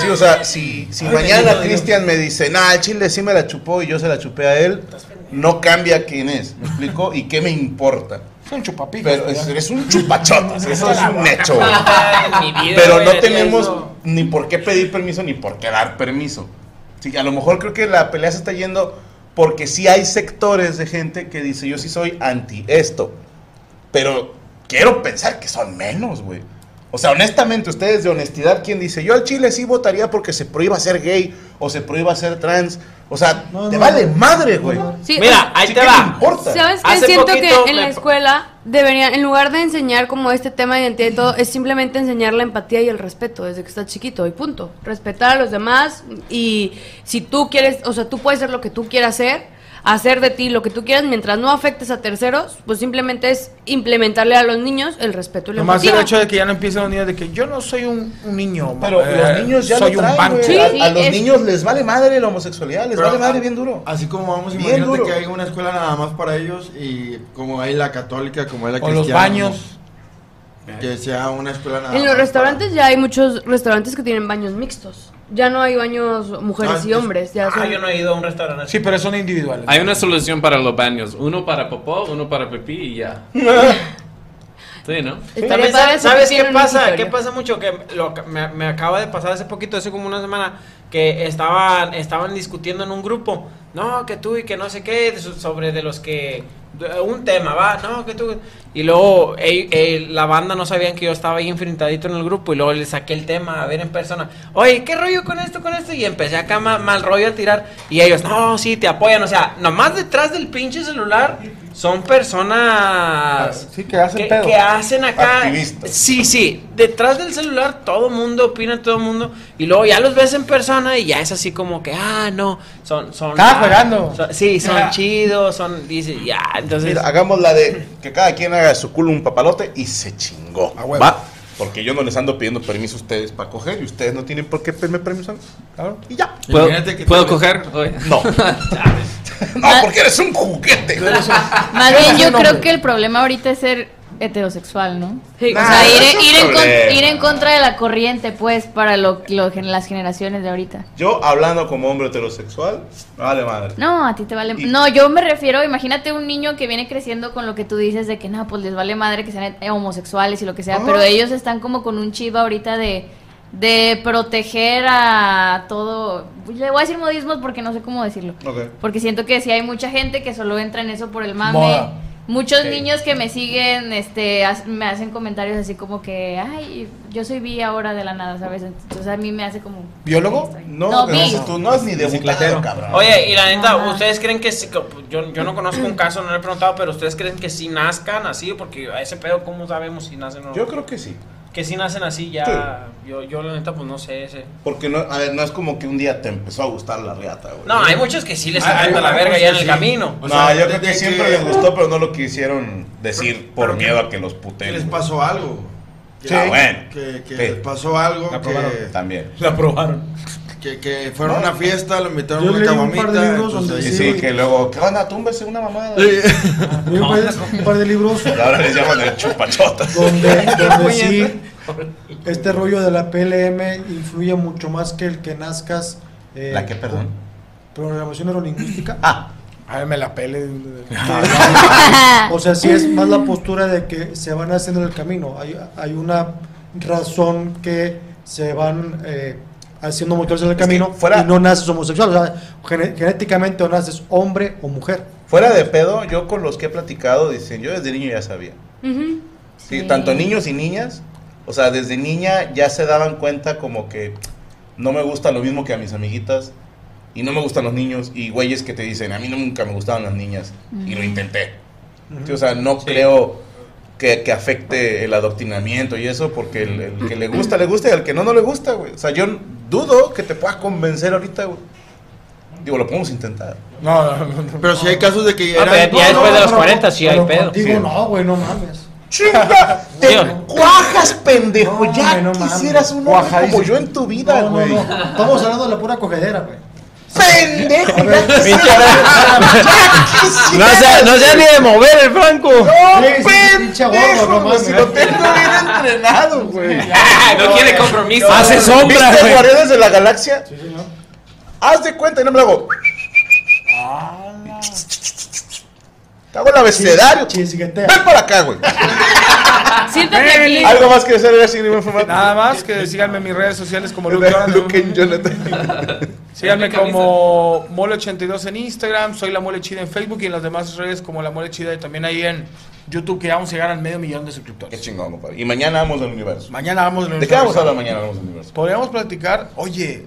[SPEAKER 5] Sí, o sea, si, si
[SPEAKER 18] Ay, bendito
[SPEAKER 5] mañana
[SPEAKER 18] Dios.
[SPEAKER 5] Cristian me dice, nah, el chile sí me la chupó y yo se la chupé a él, no cambia quién es, ¿me explico? ¿Y qué me importa? Es un chupapito. Pero es, eres un chupachotas, eso es un hecho. güey.
[SPEAKER 6] Mi vida,
[SPEAKER 5] Pero
[SPEAKER 6] güey,
[SPEAKER 5] no
[SPEAKER 6] haría
[SPEAKER 5] tenemos
[SPEAKER 6] eso.
[SPEAKER 5] ni por qué pedir permiso ni por qué dar permiso. Sí, a lo mejor creo que la pelea se está yendo porque sí hay sectores de gente que dice yo sí soy anti esto, pero quiero pensar que son menos, güey. O sea, honestamente, ustedes de honestidad, ¿quién dice? Yo al Chile sí votaría porque se prohíba ser gay o se prohíba ser trans. O sea, te
[SPEAKER 6] no,
[SPEAKER 5] vale madre, güey.
[SPEAKER 8] Sí, Mira,
[SPEAKER 6] ahí
[SPEAKER 5] te va. importa?
[SPEAKER 8] ¿Sabes qué?
[SPEAKER 5] Hace
[SPEAKER 8] Siento que
[SPEAKER 5] poquito
[SPEAKER 8] en
[SPEAKER 5] me-
[SPEAKER 8] la escuela deberían, en lugar de enseñar como este tema de identidad y todo, es simplemente enseñar la empatía y el respeto desde que estás chiquito y punto. Respetar a los demás y si tú quieres, o sea, tú puedes ser lo que tú quieras ser, hacer de ti lo que tú quieras mientras no afectes a terceros, pues simplemente es implementarle a los niños el respeto y la
[SPEAKER 9] Nomás
[SPEAKER 8] empatía.
[SPEAKER 9] el hecho de que ya no empiecen los niños de que yo no soy un, un niño.
[SPEAKER 5] Pero
[SPEAKER 9] mamá,
[SPEAKER 5] los
[SPEAKER 9] eh,
[SPEAKER 5] niños ya
[SPEAKER 9] soy
[SPEAKER 5] lo
[SPEAKER 9] un
[SPEAKER 5] traen,
[SPEAKER 9] banco.
[SPEAKER 5] güey. a, a los niños les vale madre la homosexualidad, les
[SPEAKER 20] Pero-
[SPEAKER 5] vale madre bien duro.
[SPEAKER 20] Así como vamos,
[SPEAKER 5] Bien
[SPEAKER 20] imagínate
[SPEAKER 5] duro.
[SPEAKER 20] que hay una escuela nada más para ellos y como hay la católica, como hay la
[SPEAKER 9] O los
[SPEAKER 20] cristiana.
[SPEAKER 9] baños.
[SPEAKER 20] Que sea una escuela nada
[SPEAKER 8] En
[SPEAKER 6] Ah,
[SPEAKER 8] los
[SPEAKER 20] más.
[SPEAKER 8] restaurantes ya hay muchos restaurantes que tienen baños mixtos. Ya no hay baños mujeres
[SPEAKER 6] Ah,
[SPEAKER 8] y hombres. Ya
[SPEAKER 6] Ah,
[SPEAKER 8] son-
[SPEAKER 6] yo no he ido a un restaurante.
[SPEAKER 9] Sí, pero son individuales.
[SPEAKER 11] Hay una solución para los baños. Uno para popó, uno para pipí y ya. sí, ¿no?
[SPEAKER 6] También
[SPEAKER 8] padre
[SPEAKER 6] sabes,
[SPEAKER 8] eso
[SPEAKER 6] sabes qué
[SPEAKER 8] que tienen un
[SPEAKER 6] pasa,
[SPEAKER 8] escritorio.
[SPEAKER 6] qué pasa mucho que lo que me, me acaba de pasar hace poquito, hace como una semana, que estaban, estaban discutiendo en un grupo, no, que tú y que no sé qué, de so- sobre de los que de- un tema, va, no, que tú y luego ey- ey, la banda no sabían que yo estaba ahí enfrentadito en el grupo y luego le saqué el tema a ver en persona, oye, ¿qué rollo con esto, con esto? Y empecé acá ma- mal rollo a tirar y ellos, no, sí, te apoyan, o sea, nomás detrás del pinche celular son personas
[SPEAKER 9] Ah, Sí, que hacen
[SPEAKER 6] que,
[SPEAKER 9] pedo.
[SPEAKER 6] que hacen acá.
[SPEAKER 9] Activista.
[SPEAKER 6] Sí, sí. Detrás del celular todo mundo opina, todo mundo. Y luego ya los ves en persona y ya es así como que, ah, no, son... son
[SPEAKER 9] Estaba
[SPEAKER 6] ah,
[SPEAKER 9] jugando.
[SPEAKER 6] son- sí, son
[SPEAKER 9] Ya.
[SPEAKER 6] chidos, son... Dice, ya, entonces...
[SPEAKER 5] Mira, hagamos la de que cada quien haga de su culo un papalote y se chingó. Va. Porque yo no les ando pidiendo permiso a ustedes para coger y ustedes no tienen por qué pedirme permiso. Claro. Y ya.
[SPEAKER 11] ¿Puedo, ¿puedo coger? Oye.
[SPEAKER 5] No. no, porque eres un juguete.
[SPEAKER 7] Ah,
[SPEAKER 10] Más bien yo creo que el problema ahorita es ser heterosexual, ¿no?
[SPEAKER 8] Sí.
[SPEAKER 10] O
[SPEAKER 8] Nah,
[SPEAKER 7] Ah.
[SPEAKER 10] sea, ir,
[SPEAKER 8] no es un
[SPEAKER 10] ir en con-
[SPEAKER 5] problema.
[SPEAKER 10] ir en contra de la corriente, pues, para lo, lo- las generaciones de ahorita.
[SPEAKER 5] Yo hablando como hombre heterosexual, me vale madre.
[SPEAKER 10] No, a ti te vale.
[SPEAKER 5] Y-
[SPEAKER 10] No, yo me refiero, imagínate un niño que viene creciendo con lo que tú dices de que no, pues les vale madre que sean eh, homosexuales y lo que sea,
[SPEAKER 8] Ah.
[SPEAKER 10] pero ellos están como con un chiva ahorita de, de proteger a todo. Le voy a decir modismos porque no sé cómo decirlo. Porque siento que sí hay mucha gente que solo entra en eso por el mame.
[SPEAKER 22] Moda.
[SPEAKER 10] Moda, Muchos
[SPEAKER 11] Sí.
[SPEAKER 10] niños que me siguen este, ha- me hacen comentarios así como que, ay, yo soy bi ahora de la nada, ¿sabes? Entonces a mí me hace como...
[SPEAKER 5] ¿Biólogo?
[SPEAKER 10] No, No, vi.
[SPEAKER 5] tú no has ni debutado, cabrón.
[SPEAKER 6] Oye, y la neta, ¿ustedes creen que sí? Yo, yo no conozco un caso, no le he preguntado, pero ¿ustedes creen que sí nazcan así? Porque a ese pedo, ¿cómo sabemos si nacen o no?
[SPEAKER 5] Yo creo que sí.
[SPEAKER 6] Que si nacen así ya. Yo, yo la neta, pues no sé. Ese.
[SPEAKER 5] Porque no, a ver, no es como que un día te empezó a gustar la riata, güey.
[SPEAKER 6] No, hay muchos que sí les
[SPEAKER 5] Ay,
[SPEAKER 6] agarran la
[SPEAKER 5] no,
[SPEAKER 6] verga
[SPEAKER 5] sí,
[SPEAKER 6] ya en el
[SPEAKER 5] sí.
[SPEAKER 6] camino.
[SPEAKER 5] no, yo creo que siempre les gustó, pero no lo quisieron decir por miedo a que los puten.
[SPEAKER 20] les
[SPEAKER 5] güey.
[SPEAKER 20] pasó algo.
[SPEAKER 5] Sí. Ah, bueno.
[SPEAKER 20] Que, que
[SPEAKER 5] Sí.
[SPEAKER 20] les pasó algo.
[SPEAKER 5] La
[SPEAKER 20] que-
[SPEAKER 5] probaron también.
[SPEAKER 20] La probaron. Que, que fueron a una fiesta, lo invitaron a
[SPEAKER 5] Yo
[SPEAKER 20] una
[SPEAKER 5] leí un par de
[SPEAKER 20] caguamita.
[SPEAKER 5] libros
[SPEAKER 20] entonces
[SPEAKER 5] donde
[SPEAKER 20] ahí-
[SPEAKER 5] sí, que luego, ¿qué onda? Túmbese una mamada.
[SPEAKER 7] Leí un par de- un par de libros
[SPEAKER 5] Pues Ahora les llaman el chupachotas.
[SPEAKER 7] donde, donde sí este rollo de la PLM influye mucho más que el que nazcas. eh,
[SPEAKER 5] ¿La qué, perdón? Ah,
[SPEAKER 7] Programación neurolingüística.
[SPEAKER 9] A ver, me la pele.
[SPEAKER 7] O sea, sí es más la postura de que se van haciendo en el camino. Hay, hay una razón que se van eh, haciendo mutuos en el camino y no naces homosexual. O sea, gene- genéticamente o naces hombre o mujer.
[SPEAKER 5] Fuera de pedo, yo con los que he platicado dicen, yo desde niño ya sabía. Sí,
[SPEAKER 7] Sí.
[SPEAKER 5] tanto niños y niñas, o sea, desde niña ya se daban cuenta como que no me gusta lo mismo que a mis amiguitas y no me gustan los niños y güeyes que te dicen, a mí nunca me gustaban las niñas y lo intenté. Sí, o sea, no creo que, que afecte el adoctrinamiento y eso porque el, el que le gusta, le gusta y al que no, no le gusta, güey. O sea, yo dudo que te puedas convencer ahorita, güey. Digo, lo podemos intentar.
[SPEAKER 20] No, no, no, no. Pero si hay casos de que
[SPEAKER 5] Ah, pero ya- ya después de los
[SPEAKER 7] pero
[SPEAKER 5] 40 sí hay
[SPEAKER 7] pero
[SPEAKER 5] pedo.
[SPEAKER 7] contigo
[SPEAKER 5] Sí.
[SPEAKER 7] no, güey, no mames.
[SPEAKER 5] ¡Chinga! ¡Te cuajas, pendejo! ya
[SPEAKER 7] hombre, no mames.
[SPEAKER 5] quisieras un hombre
[SPEAKER 7] Cuajadísimo.
[SPEAKER 5] como yo en tu
[SPEAKER 7] No,
[SPEAKER 5] vida,
[SPEAKER 7] no,
[SPEAKER 5] güey.
[SPEAKER 7] no. Estamos hablando de la pura cogedera, güey.
[SPEAKER 5] ¡Pendejo!
[SPEAKER 22] No se- no se ha ni de mover el Franco.
[SPEAKER 7] Sí, sí, sí, pinche gordo, no mames.
[SPEAKER 22] ¿eh?
[SPEAKER 5] entrenado, güey.
[SPEAKER 6] Ah, no quiere compromiso.
[SPEAKER 5] ¿Viste
[SPEAKER 6] güey.
[SPEAKER 5] Guardianes de la Galaxia? Sí, señor. Haz de cuenta y no me lo hago. Cago el abecedario. Ven para acá, güey.
[SPEAKER 22] Siéntate aquí.
[SPEAKER 5] Algo más que hacer así, ningún formato.
[SPEAKER 9] Nada más que síganme en mis redes sociales como Luke Jonathan. Síganme
[SPEAKER 5] Ponme camisas.
[SPEAKER 9] como Mole82 en Instagram, soy la Mole Chida en Facebook y en las demás redes como la Mole Chida y también ahí en YouTube que ya vamos a llegar al medio millón de suscriptores.
[SPEAKER 5] Qué chingón, compadre. Y mañana vamos del universo.
[SPEAKER 9] Mañana vamos del
[SPEAKER 5] ¿De qué
[SPEAKER 9] universo.
[SPEAKER 5] vamos a hablar mañana? Vamos del universo.
[SPEAKER 9] Podríamos platicar, oye,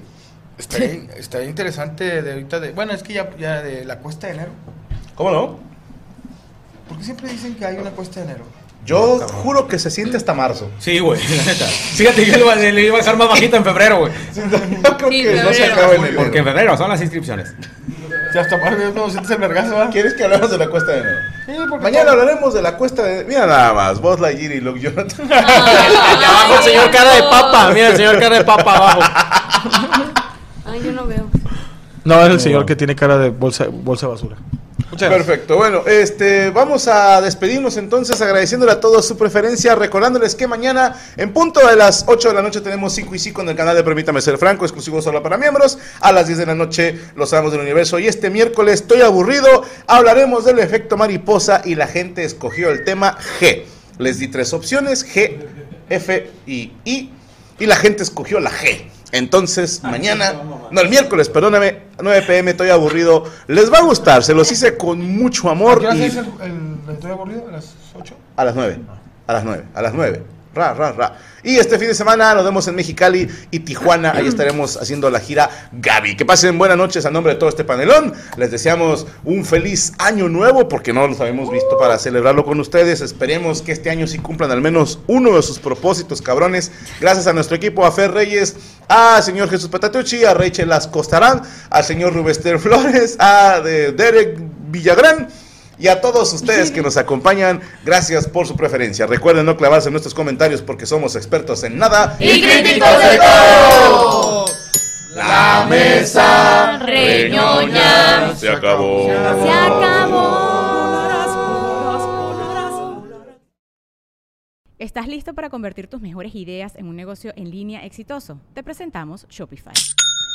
[SPEAKER 9] estaría, estaría interesante de ahorita de, bueno, es que ya, ya de la cuesta de enero.
[SPEAKER 5] ¿Cómo no?
[SPEAKER 9] Porque siempre dicen que hay una cuesta de enero.
[SPEAKER 5] Yo juro que se siente hasta marzo.
[SPEAKER 4] Sí, güey, la neta. Fíjate, yo le iba- le iba a dejar más bajita en febrero, güey.
[SPEAKER 5] creo que no se acaba en enero.
[SPEAKER 4] Porque en febrero son las inscripciones.
[SPEAKER 9] Ya hasta marzo no sientes el vergazo, ¿verdad?
[SPEAKER 5] ¿Quieres que hablemos de la cuesta de enero?
[SPEAKER 9] Sí, porque
[SPEAKER 5] Mañana hablaremos de la cuesta de. Mira nada más, Buzz Lightyear y Luke Jonathan.
[SPEAKER 6] Allá abajo el pues, señor cara de papa. Mira el señor cara de papa abajo.
[SPEAKER 8] Ay, yo no veo.
[SPEAKER 9] No, es el señor que tiene cara de bolsa, bolsa de basura.
[SPEAKER 5] Perfecto. Bueno, este, vamos a despedirnos entonces agradeciéndole a todos su preferencia, recordándoles que mañana en punto de las 8 de la noche tenemos 5 y 5 en el canal de Permítame Ser Franco, exclusivo solo para miembros. A las 10 de la noche los amos del universo y este miércoles estoy aburrido, hablaremos del efecto mariposa y la gente escogió el tema G. Les di tres opciones, G, F y I y la gente escogió la G. Entonces,
[SPEAKER 9] Ah,
[SPEAKER 5] mañana, no, el miércoles, perdóname, 9 pm, estoy aburrido. Les va a gustar, se los hice con mucho amor.
[SPEAKER 9] ¿Qué
[SPEAKER 5] y-
[SPEAKER 9] haces el, el, estoy aburrido? ¿A las 8?
[SPEAKER 5] a las 9. A las 9. A las 9. Ra, ra, ra. Y este fin de semana nos vemos en Mexicali y Tijuana. Ahí estaremos haciendo la gira Gaby. Que pasen buenas noches a nombre de todo este panelón. Les deseamos un feliz año nuevo porque no los habíamos visto para celebrarlo con ustedes. Esperemos que este año sí cumplan al menos uno de sus propósitos, cabrones. Gracias a nuestro equipo, a Fer Reyes, a señor Jesús Patatucci, a Rachel Ascostarán, al señor Rubester Flores, a de- Derek Villagrán. Y a todos ustedes que nos acompañan, gracias por su preferencia. Recuerden no clavarse en nuestros comentarios porque somos expertos en nada.
[SPEAKER 22] Y críticos de todo.
[SPEAKER 5] La
[SPEAKER 22] mesa
[SPEAKER 5] reñoña se acabó.
[SPEAKER 22] Se acabó.
[SPEAKER 2] ¿Estás listo para convertir tus mejores ideas en un negocio en línea exitoso? Te presentamos Shopify.